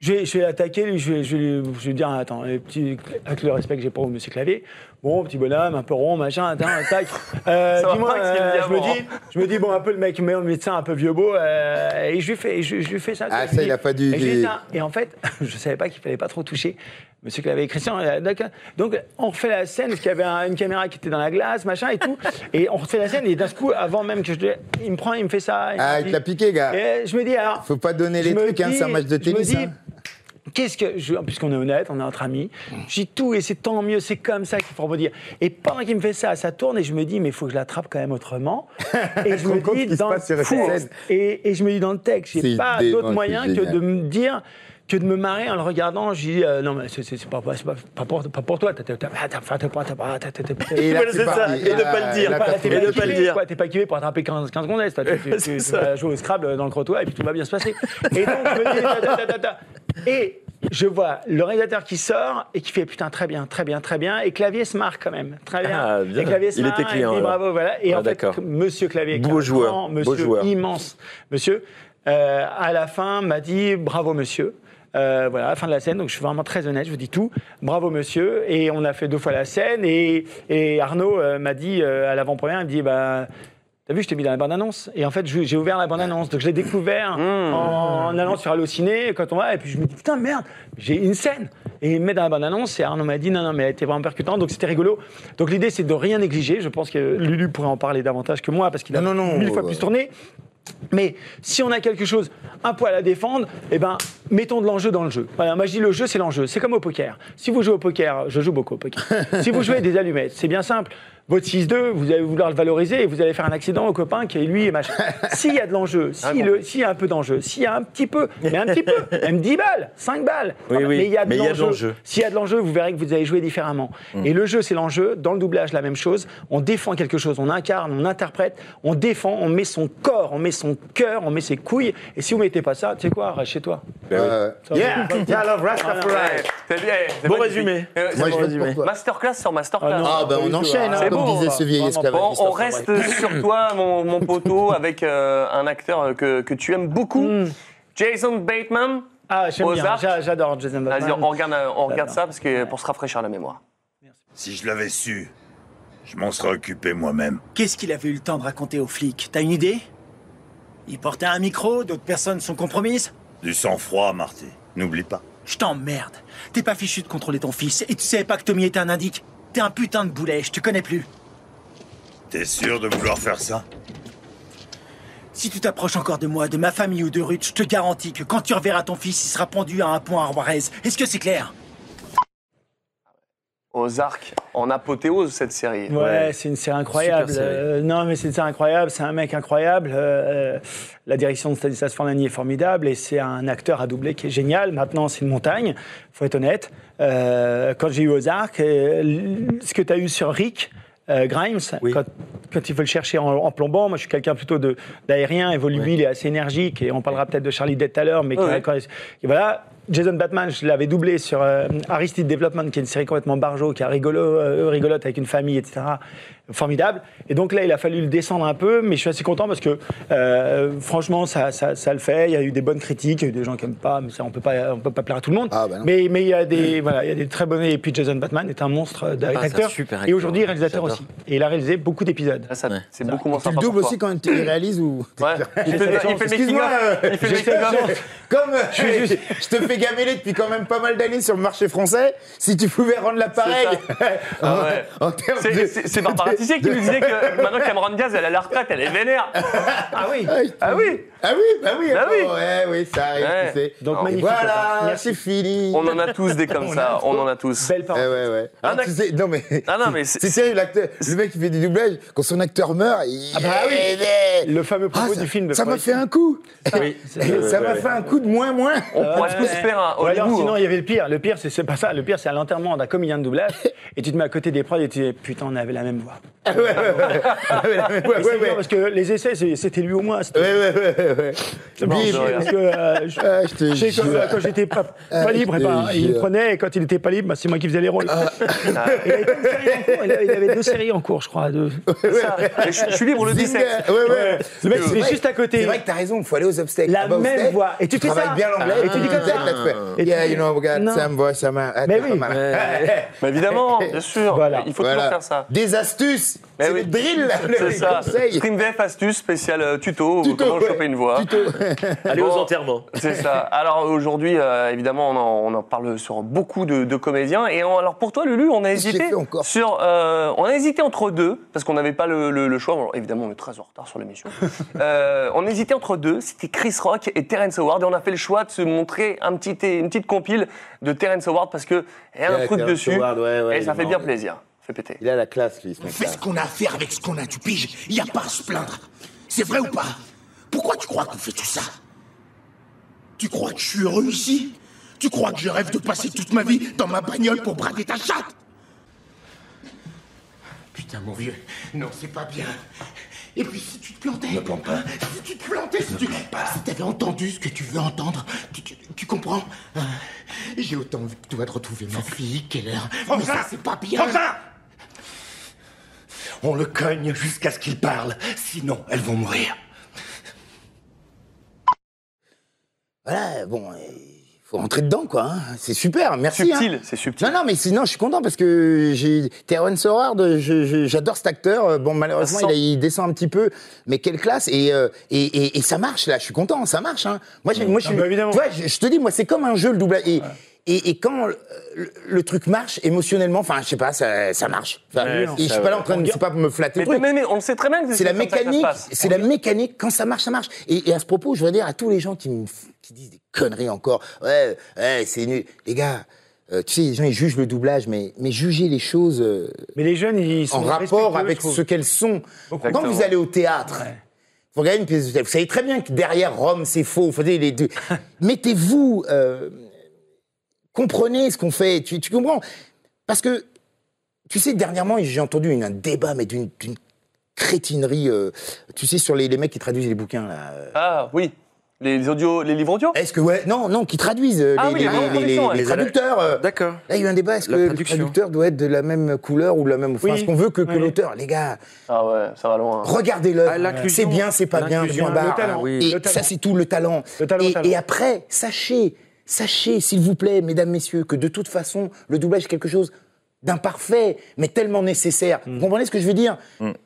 [SPEAKER 9] je vais, je vais attaquer, lui, je vais, je vais lui- je vais lui dire, ah, attends, les petits- avec le respect que j'ai pour monsieur Clavier, bon, petit bonhomme, un peu rond, machin, attends, tac. Euh,
[SPEAKER 6] <laughs> Ça va
[SPEAKER 9] Dis-moi,
[SPEAKER 6] pas que c'est le
[SPEAKER 9] euh, je, me
[SPEAKER 6] diamant.
[SPEAKER 9] dis, je me dis, bon, un peu le mec, mais un médecin un peu vieux beau, euh, et je lui fais, je, je lui fais ça.
[SPEAKER 7] Ah,
[SPEAKER 9] je
[SPEAKER 7] ça,
[SPEAKER 9] lui
[SPEAKER 7] il
[SPEAKER 9] dis-
[SPEAKER 7] a pas dû-
[SPEAKER 9] Et, je lui dis,
[SPEAKER 7] dû-
[SPEAKER 9] tiens, et en fait, <laughs> je savais pas qu'il fallait pas trop toucher. Monsieur Clavier, Christian, euh, d'accord. Donc, on refait la scène, parce qu'il y avait un- une caméra qui était dans la glace, machin et tout. Et on refait la scène, et d'un coup, avant même que je. Il me prend, il me fait ça. me
[SPEAKER 7] Ah, il
[SPEAKER 9] dit-
[SPEAKER 7] te l'a piqué, gars.
[SPEAKER 9] Et je me dis, alors.
[SPEAKER 7] Faut pas donner
[SPEAKER 9] je
[SPEAKER 7] les
[SPEAKER 9] me
[SPEAKER 7] trucs, hein,
[SPEAKER 9] dis-
[SPEAKER 7] c'est un match de
[SPEAKER 9] je me
[SPEAKER 7] tennis,
[SPEAKER 9] dis,
[SPEAKER 7] hein.
[SPEAKER 9] Qu'est-ce que. je- Puisqu'on est honnête, on est entre amis. J'ai tout et c'est tant mieux, c'est comme ça qu'il faut rebondir. Et pendant qu'il me fait ça, ça tourne et je me dis, mais il faut que je l'attrape quand même autrement. Et je me
[SPEAKER 7] compte ce qui
[SPEAKER 9] dis,
[SPEAKER 7] se
[SPEAKER 9] dans le
[SPEAKER 7] passe sur la scène
[SPEAKER 9] texte, et, et je me dis dans le texte,
[SPEAKER 7] C'est
[SPEAKER 9] j'ai pas
[SPEAKER 7] dé- oh,
[SPEAKER 9] d'autre
[SPEAKER 7] c'est
[SPEAKER 9] moyen que
[SPEAKER 7] génial.
[SPEAKER 9] de me dire. Que de me marrer en le regardant, je dis euh, non mais c'est- c'est c'est pas, c'est pas, pas pour pas pour toi. t'as- t'as- t'as- t'as- t'as- t'as- t'as- t'as- t'as- t'as- t'as-
[SPEAKER 7] Et là,
[SPEAKER 9] Voilà,
[SPEAKER 7] c'est
[SPEAKER 9] c'est ça,
[SPEAKER 7] parti.
[SPEAKER 9] Et de
[SPEAKER 7] Ah,
[SPEAKER 9] pas le dire.
[SPEAKER 7] là,
[SPEAKER 9] Pas-
[SPEAKER 7] t'as
[SPEAKER 9] T'es
[SPEAKER 7] fait
[SPEAKER 9] pas
[SPEAKER 7] le
[SPEAKER 9] kiffé,
[SPEAKER 7] kiffé.
[SPEAKER 9] quoi, T'es pas kiffé pour attraper 15 15 secondes. toi, Tu,
[SPEAKER 8] <laughs>
[SPEAKER 9] tu- tu- tu vas jouer au Scrabble dans le crottoir et puis tout va bien se passer. Et donc, je me dis, ta, ta, ta, ta, ta. Et je vois le réalisateur qui sort et qui fait putain très bien, très bien, très bien. Et Clavier se marre quand même. Très bien.
[SPEAKER 8] Ah, bien.
[SPEAKER 9] Et Clavier se
[SPEAKER 8] Il
[SPEAKER 9] marre,
[SPEAKER 8] était client,
[SPEAKER 9] et puis,
[SPEAKER 8] alors.
[SPEAKER 9] bravo, voilà. Et en
[SPEAKER 8] Ah,
[SPEAKER 9] fait,
[SPEAKER 8] d'accord.
[SPEAKER 9] monsieur Clavier,
[SPEAKER 8] Beau
[SPEAKER 9] qui est un
[SPEAKER 8] joueur,
[SPEAKER 9] grand
[SPEAKER 8] beau
[SPEAKER 9] monsieur
[SPEAKER 8] joueur.
[SPEAKER 9] immense, monsieur, euh, à la fin m'a dit bravo monsieur. Euh, voilà, à la fin de la scène, donc je suis vraiment très honnête, je vous dis tout. Bravo monsieur, et on a fait deux fois la scène, et, et Arnaud euh, m'a dit euh, à l'avant-première, il me dit, bah, t'as vu, je t'ai mis dans la bande-annonce, et en fait je- j'ai ouvert la bande-annonce, donc je l'ai découvert en, en allant sur Allociné, quand on va, et puis je me dis, putain merde, j'ai une scène, et il me met dans la bande-annonce, et Arnaud m'a dit, non, non, mais elle était vraiment percutante, donc c'était rigolo. Donc l'idée c'est de rien négliger, je pense que Lulu pourrait en parler davantage que moi, parce qu'il a mille fois plus tourné, mais si on a quelque chose, un poil à défendre, eh ben, mettons de l'enjeu dans le jeu. Voilà, moi je dis le jeu, c'est l'enjeu. C'est comme au poker. Si vous jouez au poker, je joue beaucoup au poker. si vous jouez des allumettes, c'est bien simple. Votre 6-2, vous allez vouloir le valoriser et vous allez faire un accident au copain qui est lui et machin. S'il y a de l'enjeu, si le- s'il y a un peu d'enjeu, s'il y a un petit peu, mais un petit peu, même 10 balles, 5 balles,
[SPEAKER 8] Oui, oui,
[SPEAKER 9] mais il y a de
[SPEAKER 8] mais il y a de
[SPEAKER 9] l'enjeu.
[SPEAKER 8] l'enjeu.
[SPEAKER 9] S'il y a de l'enjeu, vous verrez que vous allez jouer différemment.
[SPEAKER 7] Mm.
[SPEAKER 9] Et le jeu, c'est l'enjeu. Dans le doublage, la même chose. On défend quelque chose, on incarne, on interprète, on défend, on met son corps, on met son cœur, on met ses couilles. Et si vous mettez pas ça, tu sais quoi, reste chez toi.
[SPEAKER 7] Euh,
[SPEAKER 9] Ça,
[SPEAKER 7] yeah,
[SPEAKER 9] c'est-
[SPEAKER 7] I love Rastafari.
[SPEAKER 6] Ouais, c'est bien, c'est
[SPEAKER 8] Bon
[SPEAKER 6] magnifique.
[SPEAKER 8] résumé.
[SPEAKER 6] Euh,
[SPEAKER 7] Moi,
[SPEAKER 6] c'est
[SPEAKER 7] je
[SPEAKER 6] bon
[SPEAKER 7] vote
[SPEAKER 6] résumé.
[SPEAKER 7] pour toi.
[SPEAKER 6] Masterclass sur masterclass.
[SPEAKER 7] Ah non, Ah, bah, on enchaîne, hein,
[SPEAKER 6] C'est
[SPEAKER 7] comme
[SPEAKER 6] beau,
[SPEAKER 7] disait ce vieil
[SPEAKER 6] vraiment
[SPEAKER 7] esclavagiste,
[SPEAKER 6] pas. On, on
[SPEAKER 7] Christophe
[SPEAKER 6] reste sur toi, mon, mon
[SPEAKER 7] <laughs>
[SPEAKER 6] poteau, avec euh, un acteur que, que tu aimes beaucoup,
[SPEAKER 7] Mm.
[SPEAKER 6] Jason Bateman.
[SPEAKER 9] Ah, j'aime bien.
[SPEAKER 6] Ozark.
[SPEAKER 9] J'a- J'adore Jason
[SPEAKER 6] Vas-y,
[SPEAKER 9] Bateman.
[SPEAKER 6] on regarde, euh, on regarde ça parce que pour se rafraîchir la mémoire.
[SPEAKER 21] Si je l'avais su, je m'en serais occupé moi-même.
[SPEAKER 5] Qu'est-ce qu'il avait eu le temps de raconter aux flics T'as une idée Il portait un micro, d'autres personnes sont compromises
[SPEAKER 21] Du sang-froid, Marty. N'oublie pas.
[SPEAKER 5] Je t'emmerde. T'es pas fichu de contrôler ton fils et tu savais pas que Tommy était un indique. T'es un putain de boulet, je te connais plus.
[SPEAKER 21] T'es sûr de vouloir faire ça
[SPEAKER 5] Si tu t'approches encore de moi, de ma famille ou de Ruth, je te garantis que quand tu reverras ton fils, il sera pendu à un point à Juarez. Est-ce que c'est clair
[SPEAKER 6] aux arcs en apothéose cette série.
[SPEAKER 9] Ouais, c'est une série incroyable.
[SPEAKER 6] Super série.
[SPEAKER 9] Euh, non, mais c'est une série incroyable. C'est un mec incroyable. Euh, euh, la direction de Stanislas Forlani est formidable et c'est un acteur à doubler qui est génial. Maintenant, c'est une montagne. Faut être honnête. Euh, quand j'ai eu Ozark, euh, l- ce que tu as eu sur Rick. euh, Grimes, quand, quand il faut le chercher en, en plombant, moi je suis quelqu'un plutôt de- d'aérien, et lui il est assez énergique, et on parlera peut-être de Charlie Dead tout à l'heure, mais quand-
[SPEAKER 6] Ouais.
[SPEAKER 9] quand- et voilà, Jason Batman, je l'avais doublé sur euh, Aristide Development, qui est une série complètement barjo, qui est rigolo, euh, rigolote avec une famille, etc. Formidable. Et donc là, il a fallu le descendre un peu, mais je suis assez content parce que euh, franchement, ça, ça, ça le fait. Il y a eu des bonnes critiques, il y a eu des gens qui n'aiment pas, mais ça, on peut pas, on peut pas plaire à tout le monde.
[SPEAKER 7] Ah, bah
[SPEAKER 9] mais mais il y a des <laughs> voilà, il y a des très bonnes. Et puis Jason Batman est un monstre euh,
[SPEAKER 6] Ah, c'est un
[SPEAKER 9] d'acteur
[SPEAKER 6] super
[SPEAKER 9] et
[SPEAKER 6] acteur,
[SPEAKER 9] aujourd'hui réalisateur
[SPEAKER 6] j'adore.
[SPEAKER 9] aussi. Et il a réalisé beaucoup d'épisodes.
[SPEAKER 6] C'est beaucoup moins
[SPEAKER 7] Tu le
[SPEAKER 9] sympa.
[SPEAKER 7] doubles aussi quand tu <coughs> les réalises ou
[SPEAKER 6] Ouais.
[SPEAKER 7] <laughs>
[SPEAKER 6] Il fait- il fait le making
[SPEAKER 7] Excuse-moi,
[SPEAKER 6] of.
[SPEAKER 7] euh,
[SPEAKER 6] Il fait le
[SPEAKER 7] je-
[SPEAKER 6] making of.
[SPEAKER 7] je- Comme euh, je, je te fais gameler depuis quand même pas mal d'années sur le marché français, si tu pouvais rendre l'appareil. <laughs>
[SPEAKER 6] Ah ouais.
[SPEAKER 7] en- en termes
[SPEAKER 6] C'est-
[SPEAKER 7] de-
[SPEAKER 6] C'est c'est
[SPEAKER 7] <laughs>
[SPEAKER 6] Barbara Tissier qui nous disait que maintenant Cameron Diaz, elle est à la retraite, elle est vénère. Ah oui Ah
[SPEAKER 7] <laughs>
[SPEAKER 6] oui
[SPEAKER 7] Ah oui, bah oui,
[SPEAKER 6] Bah
[SPEAKER 7] attends,
[SPEAKER 6] oui.
[SPEAKER 7] ouais, oui, ça arrive,
[SPEAKER 6] Ouais.
[SPEAKER 7] tu sais.
[SPEAKER 6] Donc,
[SPEAKER 7] Et
[SPEAKER 6] magnifique,
[SPEAKER 7] Voilà,
[SPEAKER 6] papa.
[SPEAKER 7] c'est fini.
[SPEAKER 6] On en a tous des comme ça, on en a tous.
[SPEAKER 9] Belle
[SPEAKER 7] parole. Eh ouais, ouais. Alors, tu sais, non, mais.
[SPEAKER 6] non, mais c'est-
[SPEAKER 7] <laughs> c'est sérieux, l'acteur. Le mec qui fait du doublage, quand son acteur meurt, il.
[SPEAKER 9] Ah bah oui.
[SPEAKER 7] Eh, eh.
[SPEAKER 9] Le fameux
[SPEAKER 7] Ah,
[SPEAKER 9] propos
[SPEAKER 7] ça-
[SPEAKER 9] du film. de
[SPEAKER 7] Ça m'a
[SPEAKER 9] Forrest
[SPEAKER 7] fait un coup.
[SPEAKER 9] Oui, c'est-
[SPEAKER 7] <laughs> Ça m'a
[SPEAKER 9] ouais,
[SPEAKER 7] fait
[SPEAKER 9] ouais.
[SPEAKER 7] un coup de moins, moins.
[SPEAKER 9] Ah
[SPEAKER 7] <laughs>
[SPEAKER 9] ouais. Ou alors, sinon, il y avait le pire. Le pire, c'est c'est pas ça. Le pire, c'est à l'enterrement d'un comédien de doublage. et tu te mets à côté des prods et tu dis Putain, on avait la même voix. Et
[SPEAKER 7] ouais,
[SPEAKER 9] c'est
[SPEAKER 7] ouais,
[SPEAKER 9] dur
[SPEAKER 7] ouais.
[SPEAKER 9] Parce que les essais, c'est- c'était lui au moins. c'était-
[SPEAKER 7] Ouais, ouais, ouais, ouais.
[SPEAKER 9] C'est bon,
[SPEAKER 7] Bim.
[SPEAKER 9] parce que euh, je-
[SPEAKER 7] Ah, je te
[SPEAKER 9] je sais que,
[SPEAKER 7] jure.
[SPEAKER 9] euh, quand j'étais pas, pas
[SPEAKER 7] Ah, je
[SPEAKER 9] libre, eh
[SPEAKER 7] te
[SPEAKER 9] ben, il me
[SPEAKER 7] jure. Ah.
[SPEAKER 9] prenait et quand il était pas libre, bah, c'est moi qui faisais les rôles. <laughs> Il avait une série en cours, il avait- il avait deux séries en cours, je crois. deux.
[SPEAKER 6] Mais je- je suis libre le
[SPEAKER 7] Zinger.
[SPEAKER 6] 17.
[SPEAKER 7] Ouais,
[SPEAKER 9] Le
[SPEAKER 7] ouais.
[SPEAKER 9] mec,
[SPEAKER 7] C'est
[SPEAKER 9] il est
[SPEAKER 7] vrai-
[SPEAKER 9] juste à côté.
[SPEAKER 7] C'est vrai que t'as raison, il faut aller aux obstacles.
[SPEAKER 9] La
[SPEAKER 7] Là-bas, aux
[SPEAKER 9] même
[SPEAKER 7] obstacles,
[SPEAKER 9] voix. Et tu fais ça.
[SPEAKER 7] travailles bien l'anglais.
[SPEAKER 9] Et tu dis comme ça. Et tu
[SPEAKER 7] Yeah,
[SPEAKER 9] dis-
[SPEAKER 7] you know, regarde,
[SPEAKER 9] Non.
[SPEAKER 7] ça me voit, ça m'a.
[SPEAKER 9] Mais oui.
[SPEAKER 6] Mais évidemment, bien sûr. Il faut
[SPEAKER 7] uh, Eh, Voilà.
[SPEAKER 6] toujours faire ça.
[SPEAKER 7] Des astuces.
[SPEAKER 6] Mais
[SPEAKER 7] C'est
[SPEAKER 6] oui.
[SPEAKER 7] le drill, là, le-
[SPEAKER 6] C'est
[SPEAKER 7] les
[SPEAKER 6] ça.
[SPEAKER 7] conseils.
[SPEAKER 6] StreamVF astuce spécial euh, tuto,
[SPEAKER 7] Tuto,
[SPEAKER 6] comment
[SPEAKER 7] ouais.
[SPEAKER 6] choper une voix.
[SPEAKER 8] Allez
[SPEAKER 6] Bon.
[SPEAKER 8] aux enterrements.
[SPEAKER 7] <laughs>
[SPEAKER 6] C'est ça. Alors aujourd'hui, euh, évidemment, on en, on en parle sur beaucoup de, de comédiens. Et on- alors pour toi, Lulu, on a hésité sur, euh, on a hésité entre deux parce qu'on n'avait pas le, le- le choix. Bon, évidemment, on est très en retard sur
[SPEAKER 7] <laughs>
[SPEAKER 6] l'émission. Euh, on hésitait entre deux. C'était Chris Rock et Terrence Howard. Et on a fait le choix de se montrer un petit, une petite compile de Terrence Howard parce que il y a un
[SPEAKER 7] Yeah,
[SPEAKER 6] truc
[SPEAKER 7] Terrence
[SPEAKER 6] dessus.
[SPEAKER 7] Howard, ouais, ouais,
[SPEAKER 6] et ça fait
[SPEAKER 7] évidemment.
[SPEAKER 6] bien plaisir. Fait péter.
[SPEAKER 7] Il a la classe, lui, ce
[SPEAKER 11] On
[SPEAKER 7] mec.
[SPEAKER 11] fait ce qu'on a à faire avec ce qu'on a, tu piges Il a pas à se plaindre. C'est vrai ou pas Pourquoi tu crois qu'on fait tout ça Tu crois que je suis heureux ici Tu crois que je rêve de passer toute ma vie dans ma bagnole pour brader ta chatte Putain, mon vieux, non, c'est pas bien. Et puis si tu te plantais. Ne plante pas. Si tu te plantais, si tu. Si t'avais entendu ce que tu veux entendre, tu, tu- tu comprends Hein J'ai autant envie que toi de retrouver ma fille, Keller. Mais ça, c'est pas bien. On le cogne jusqu'à ce qu'il parle, sinon elles vont mourir.
[SPEAKER 7] Voilà, bon, il faut rentrer dedans, quoi. hein. C'est super, merci. hein.
[SPEAKER 6] Subtil,
[SPEAKER 7] c'est subtil. Non, non, mais sinon, je suis content parce que j'ai Terrence Howard, je- je- j'adore cet acteur. Euh, Bon, malheureusement,
[SPEAKER 6] Ça
[SPEAKER 7] il,
[SPEAKER 6] sent.
[SPEAKER 7] a- il descend un petit peu, mais quelle classe. Et, euh, et, et- et ça marche, là, je suis content, ça marche. hein. Moi, j'ai- moi je, suis- tu vois, je, je te dis, moi, c'est comme un jeu, le doublage. Et, et, et quand euh, le, le truc marche émotionnellement, enfin, je sais pas, ça, ça marche. Enfin,
[SPEAKER 6] Ouais,
[SPEAKER 7] et je
[SPEAKER 6] ça,
[SPEAKER 7] suis pas là
[SPEAKER 6] ouais.
[SPEAKER 7] en train de, c'est pas pour me flatter.
[SPEAKER 6] Mais,
[SPEAKER 7] le truc.
[SPEAKER 6] mais- mais on le sait très bien que
[SPEAKER 7] C'est la
[SPEAKER 6] comme ça que ça se
[SPEAKER 7] mécanique,
[SPEAKER 6] passe.
[SPEAKER 7] c'est la mécanique. Quand ça marche, ça marche. Et, et à ce propos, je voudrais dire à tous les gens qui, me f- qui disent des conneries encore. Ouais, ouais, c'est nul. Les gars, euh, tu sais, les gens ils jugent le doublage, mais mais jugez les choses. euh,
[SPEAKER 9] mais les jeunes, ils sont
[SPEAKER 7] en rapport
[SPEAKER 9] respectueux,
[SPEAKER 7] avec
[SPEAKER 9] je trouve.
[SPEAKER 7] ce qu'elles sont. Quand
[SPEAKER 9] Exactement.
[SPEAKER 7] vous allez au théâtre. Vous regardez une pièce de théâtre, Vous savez très bien que derrière Rome, c'est faux. Vous
[SPEAKER 6] <laughs>
[SPEAKER 7] savez, les deux. Mettez-vous, euh, comprenez ce qu'on fait. Tu, tu comprends Parce que tu sais, dernièrement, j'ai entendu une- un débat, mais d'une d'une crétinerie. euh, tu sais, sur les, les mecs qui traduisent les bouquins, là. euh.
[SPEAKER 6] Ah oui, les audios, les livres audio.
[SPEAKER 7] Est-ce que ouais, non, non, qui traduisent euh,
[SPEAKER 6] Ah
[SPEAKER 7] les,
[SPEAKER 6] oui,
[SPEAKER 7] les-
[SPEAKER 6] la grande
[SPEAKER 7] les- les-
[SPEAKER 6] traduction,
[SPEAKER 7] les
[SPEAKER 6] elle.
[SPEAKER 7] traducteurs. euh.
[SPEAKER 6] D'accord.
[SPEAKER 7] Là, il y a eu un débat. Est-ce
[SPEAKER 6] La
[SPEAKER 7] que le
[SPEAKER 6] traduction.
[SPEAKER 7] traducteur doit être de la même couleur ou de la même, enfin,
[SPEAKER 6] Oui.
[SPEAKER 7] ce qu'on veut que, que
[SPEAKER 6] Oui.
[SPEAKER 7] l'auteur, les gars.
[SPEAKER 6] Ah ouais, ça va loin.
[SPEAKER 7] Regardez l'œuvre. c'est bien, c'est pas bien,
[SPEAKER 6] l'inclusion,
[SPEAKER 7] point barre.
[SPEAKER 6] le talent, oui.
[SPEAKER 7] Et
[SPEAKER 6] Le talent.
[SPEAKER 7] ça, c'est tout le talent. et, et après, sachez, sachez, s'il vous plaît, mesdames, messieurs, que de toute façon, le doublage est quelque chose d'imparfait, mais tellement nécessaire. Vous comprenez ce que je veux dire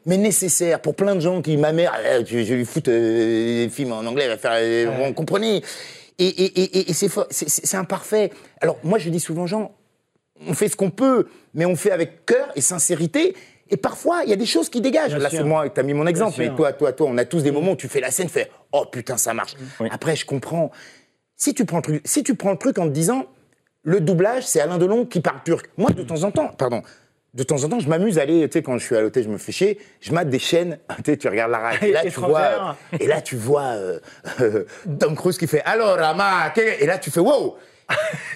[SPEAKER 7] Mais nécessaire pour plein de gens qui, ma mère, euh, je, je lui fous euh, des films en anglais, elle va faire, euh, vous comprenez Et, et- et- et- et c'est fo- c'est- c'est- c'est imparfait. Alors moi, je dis souvent aux gens, on fait ce qu'on peut, mais on fait avec cœur et sincérité. Et parfois, il y a des choses qui dégagent.
[SPEAKER 9] Bien
[SPEAKER 7] Là,
[SPEAKER 9] sûr.
[SPEAKER 7] c'est moi, t'as mis mon exemple,
[SPEAKER 9] Bien
[SPEAKER 7] mais
[SPEAKER 9] sûr.
[SPEAKER 7] toi, toi, toi, on a
[SPEAKER 11] Mm.
[SPEAKER 7] tous des moments où tu fais la scène, tu fais Oh putain, ça marche. Après, je comprends. Si tu prends le truc, si tu prends le truc en te disant le doublage, c'est Alain Delon qui parle turc. Moi, de temps en temps, pardon, de temps en temps, je m'amuse à aller, tu sais, quand je suis à l'hôtel, je me fais chier, je mate des chaînes, <laughs> tu sais, tu regardes la radio, et là, tu vois,
[SPEAKER 11] Étrangère.
[SPEAKER 7] euh, et là, tu vois euh, euh, Tom Cruise qui fait Alors, Rama, que- et là, tu fais
[SPEAKER 11] <laughs>
[SPEAKER 7] Wow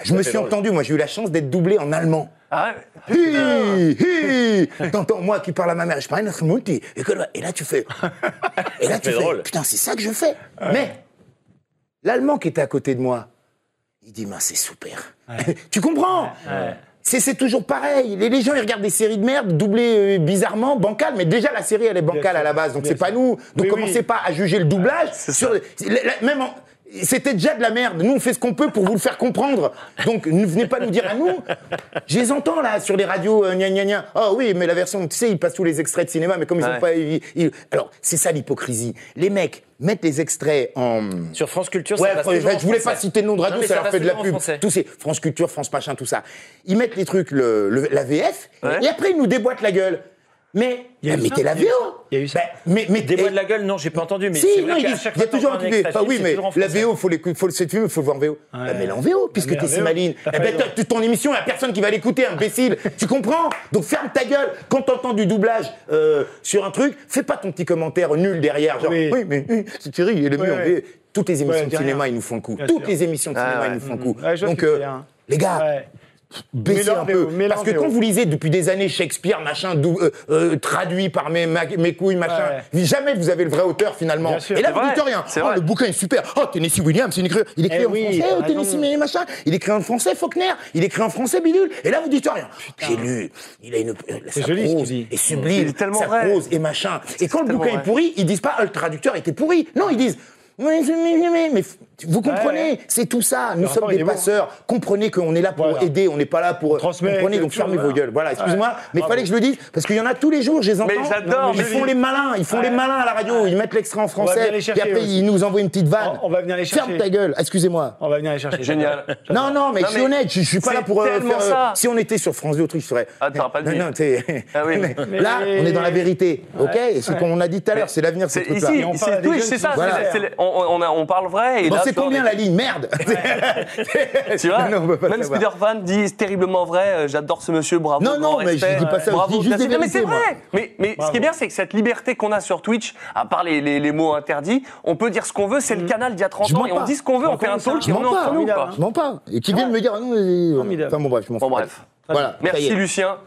[SPEAKER 7] Je me
[SPEAKER 11] fait
[SPEAKER 7] suis
[SPEAKER 11] drôle.
[SPEAKER 7] entendu, moi, j'ai eu la chance d'être doublé en allemand. Ah Hi, hi. <laughs> T'entends moi qui parle à ma mère, je parle à Smuti. Et que là- et là, tu fais. Et là, tu fais. Putain, c'est ça que je fais. Mais l'allemand qui était à côté de moi, il dit, mince, c'est super. <laughs> tu comprends C'est c'est toujours pareil. Les, les gens, ils regardent des séries de merde, doublées euh, bizarrement, bancales, mais déjà la série, elle est bancale à la base, donc c'est pas nous. Donc commencez pas à juger le doublage. sur- la- la- même en- C'était déjà de la merde. Nous, on fait ce qu'on peut pour vous le faire comprendre. Donc ne venez pas nous dire à nous. Je les entends là sur les radios, euh, gna gna gna. Ah oui, mais la version, tu sais, ils passent tous les extraits de cinéma, mais comme ils
[SPEAKER 8] Ouais.
[SPEAKER 7] ont pas. ils- ils- Alors, c'est ça l'hypocrisie. Les mecs mettent les extraits en.
[SPEAKER 8] Sur France Culture,
[SPEAKER 7] Ouais,
[SPEAKER 8] ça passe
[SPEAKER 7] ouais,
[SPEAKER 8] toujours en
[SPEAKER 7] je voulais
[SPEAKER 8] français.
[SPEAKER 7] pas citer le nom de radio,
[SPEAKER 8] Non, mais
[SPEAKER 7] ça,
[SPEAKER 8] ça
[SPEAKER 7] leur
[SPEAKER 8] passe
[SPEAKER 7] fait de la
[SPEAKER 8] toujours en
[SPEAKER 7] pub.
[SPEAKER 8] français.
[SPEAKER 7] Tous ces France Culture, France Machin, tout ça. Ils mettent les trucs, le, le- la VF, et après ils nous déboîtent la gueule. Mais,
[SPEAKER 8] Il y a
[SPEAKER 7] bah,
[SPEAKER 8] eu
[SPEAKER 7] mettez
[SPEAKER 8] ça,
[SPEAKER 7] la
[SPEAKER 8] il y a eu
[SPEAKER 7] VO
[SPEAKER 8] ça,
[SPEAKER 7] Bah, mais, mais,
[SPEAKER 8] Des
[SPEAKER 7] et-
[SPEAKER 8] mots de la gueule, non, j'ai pas entendu, mais
[SPEAKER 7] si,
[SPEAKER 8] c'est
[SPEAKER 7] non,
[SPEAKER 8] vrai
[SPEAKER 7] il,
[SPEAKER 8] qu'à
[SPEAKER 7] y-
[SPEAKER 8] chaque
[SPEAKER 7] il y a
[SPEAKER 8] fois qu'on
[SPEAKER 7] toujours
[SPEAKER 8] prend
[SPEAKER 7] un
[SPEAKER 8] un
[SPEAKER 7] truc.
[SPEAKER 8] extrait,
[SPEAKER 7] Bah oui,
[SPEAKER 8] c'est
[SPEAKER 7] mais
[SPEAKER 8] toujours en
[SPEAKER 7] la
[SPEAKER 8] français.
[SPEAKER 7] VO, faut, les, faut le, cette film, faut le voir en VO. Bah, mais la en VO, puisque
[SPEAKER 8] Mais en
[SPEAKER 7] t'es si
[SPEAKER 8] VO.
[SPEAKER 7] maligne.
[SPEAKER 8] T'as
[SPEAKER 7] Eh
[SPEAKER 8] pas
[SPEAKER 7] ben,
[SPEAKER 8] eu
[SPEAKER 7] t'as- toute ton émission, il a personne qui va l'écouter,
[SPEAKER 8] <laughs>
[SPEAKER 7] imbécile. tu comprends Donc ferme ta gueule. Quand t'entends du doublage euh, sur un truc, fais pas ton petit commentaire nul derrière, genre oui, mais oui, c'est Thierry, il est
[SPEAKER 11] Ouais,
[SPEAKER 7] mieux en
[SPEAKER 11] ouais.
[SPEAKER 7] VO. Toutes les émissions
[SPEAKER 11] Ouais,
[SPEAKER 7] de
[SPEAKER 11] derrière.
[SPEAKER 7] cinéma, ils nous font le coup.
[SPEAKER 11] Bien
[SPEAKER 7] Toutes
[SPEAKER 11] sûr.
[SPEAKER 7] les émissions de
[SPEAKER 11] Ah,
[SPEAKER 7] cinéma,
[SPEAKER 11] ouais.
[SPEAKER 7] ils nous font
[SPEAKER 8] Mm,
[SPEAKER 7] le coup.
[SPEAKER 11] Ouais, je vois ce
[SPEAKER 7] Donc,
[SPEAKER 11] que tu
[SPEAKER 7] euh,
[SPEAKER 11] veux dire, hein.
[SPEAKER 7] les gars, baissez
[SPEAKER 11] Mélange
[SPEAKER 7] un
[SPEAKER 11] des
[SPEAKER 7] peu.
[SPEAKER 11] mots, mélange
[SPEAKER 7] Parce que
[SPEAKER 11] des
[SPEAKER 7] quand
[SPEAKER 11] mots.
[SPEAKER 7] vous lisez depuis des années Shakespeare, machin, dou- euh, euh, traduit par mes, ma- mes couilles, machin, jamais vous avez le vrai auteur finalement.
[SPEAKER 11] Bien sûr.
[SPEAKER 7] Et là,
[SPEAKER 11] C'est
[SPEAKER 7] vous
[SPEAKER 11] vrai,
[SPEAKER 7] dites rien.
[SPEAKER 11] c'est
[SPEAKER 7] Oh,
[SPEAKER 11] vrai.
[SPEAKER 7] le bouquin est super. Oh, Tennessee Williams, c'est écrit. Il est écrit
[SPEAKER 11] Eh
[SPEAKER 7] en
[SPEAKER 11] oui,
[SPEAKER 7] français,
[SPEAKER 11] t'as
[SPEAKER 7] oh,
[SPEAKER 11] raison.
[SPEAKER 7] Tennessee mais machin. Il est écrit en français, Faulkner. Il est écrit en français, Bidule. Et là, vous dites rien. J'ai lu. Il a une. sa
[SPEAKER 11] joli, ce
[SPEAKER 7] prose
[SPEAKER 11] qu'il dit.
[SPEAKER 7] est sublime.
[SPEAKER 11] Il est tellement
[SPEAKER 7] sa
[SPEAKER 11] vrai.
[SPEAKER 7] prose est machin. Et quand le
[SPEAKER 11] tellement
[SPEAKER 7] bouquin
[SPEAKER 11] vrai.
[SPEAKER 7] est pourri, ils disent pas Ah, le traducteur était pourri. Non, ils disent. Mais, mais- mais- mais- mais vous comprenez, c'est tout ça. Nous
[SPEAKER 11] Le
[SPEAKER 7] sommes
[SPEAKER 11] rapport, il
[SPEAKER 7] des
[SPEAKER 11] est bon.
[SPEAKER 7] passeurs. Comprenez qu'on est là pour
[SPEAKER 11] Voilà.
[SPEAKER 7] aider, on n'est pas là pour
[SPEAKER 11] Transmettre,
[SPEAKER 7] Comprenez, donc
[SPEAKER 11] tout,
[SPEAKER 7] fermez vos
[SPEAKER 11] voilà.
[SPEAKER 7] gueules. Voilà, excuse-moi,
[SPEAKER 11] Ouais.
[SPEAKER 7] mais
[SPEAKER 11] Bravo.
[SPEAKER 7] fallait que je le dise parce qu'il y en a tous les jours, je les entends.
[SPEAKER 11] Mais j'adore,
[SPEAKER 7] ils
[SPEAKER 11] je
[SPEAKER 7] font
[SPEAKER 11] dis.
[SPEAKER 7] les malins, ils font
[SPEAKER 11] Ouais.
[SPEAKER 7] les malins à la radio, ils mettent l'extrait en
[SPEAKER 11] On va venir
[SPEAKER 7] français,
[SPEAKER 11] les
[SPEAKER 7] et
[SPEAKER 11] chercher
[SPEAKER 7] après
[SPEAKER 11] aussi.
[SPEAKER 7] ils nous envoient une petite vanne.
[SPEAKER 11] On- on va venir les chercher.
[SPEAKER 7] Ferme ta gueule, excusez-moi.
[SPEAKER 9] On va venir les chercher.
[SPEAKER 6] Génial.
[SPEAKER 7] Non, non, mais
[SPEAKER 6] Non,
[SPEAKER 7] je suis
[SPEAKER 6] mais
[SPEAKER 7] honnête, je, je suis pas
[SPEAKER 6] c'est
[SPEAKER 7] là pour euh,
[SPEAKER 6] tellement
[SPEAKER 7] faire, euh,
[SPEAKER 6] ça.
[SPEAKER 7] si on était sur France 2 Autriche, je serais.
[SPEAKER 6] Ah, t'aurais pas dit.
[SPEAKER 7] Non, non, t'es-
[SPEAKER 6] Ah oui.
[SPEAKER 7] <laughs> Mais
[SPEAKER 6] Mais-
[SPEAKER 7] Là, on est dans la vérité, ok
[SPEAKER 6] Ouais.
[SPEAKER 7] Et C'est comme on a dit tout à l'heure, c'est l'avenir, ces
[SPEAKER 6] C'est
[SPEAKER 7] trucs-là.
[SPEAKER 6] ici, c'est tout, c'est ça.
[SPEAKER 7] Voilà.
[SPEAKER 6] c'est- c'est- on, on, a- on parle vrai. Et
[SPEAKER 7] Bon,
[SPEAKER 6] là,
[SPEAKER 7] c'est
[SPEAKER 6] tu vois,
[SPEAKER 7] combien
[SPEAKER 6] on
[SPEAKER 7] la ligne Merde
[SPEAKER 6] tu
[SPEAKER 7] <laughs>
[SPEAKER 6] vois,
[SPEAKER 7] Non, on peut pas
[SPEAKER 6] même
[SPEAKER 7] savoir.
[SPEAKER 6] Spider Van dit c'est terriblement vrai, euh, j'adore ce monsieur, bravo. grand
[SPEAKER 7] Non, non, mais je
[SPEAKER 6] respect,
[SPEAKER 7] dis pas ça, je
[SPEAKER 6] bravo,
[SPEAKER 7] dis juste
[SPEAKER 6] classe-
[SPEAKER 7] des
[SPEAKER 6] Non, Mais c'est
[SPEAKER 7] vérités, moi.
[SPEAKER 6] vrai Mais, mais ce qui est bien, c'est que cette liberté qu'on a sur Twitch, à part les, les- les mots interdits, on peut dire ce qu'on veut, c'est le canal d'il y a 30
[SPEAKER 7] Je
[SPEAKER 6] ans,
[SPEAKER 7] mens
[SPEAKER 6] et on
[SPEAKER 7] pas.
[SPEAKER 6] dit ce qu'on veut, on fait un talk,
[SPEAKER 7] Je
[SPEAKER 6] et on
[SPEAKER 7] mens
[SPEAKER 6] est entre
[SPEAKER 7] pas,
[SPEAKER 6] nous. quoi.
[SPEAKER 7] je mens pas. Et qui viennent me dire, ah non, vas-y, voilà. enfin bon, bref, je m'en fous.
[SPEAKER 6] bref.
[SPEAKER 7] Voilà. ça y
[SPEAKER 6] Merci
[SPEAKER 7] est.
[SPEAKER 6] Lucien.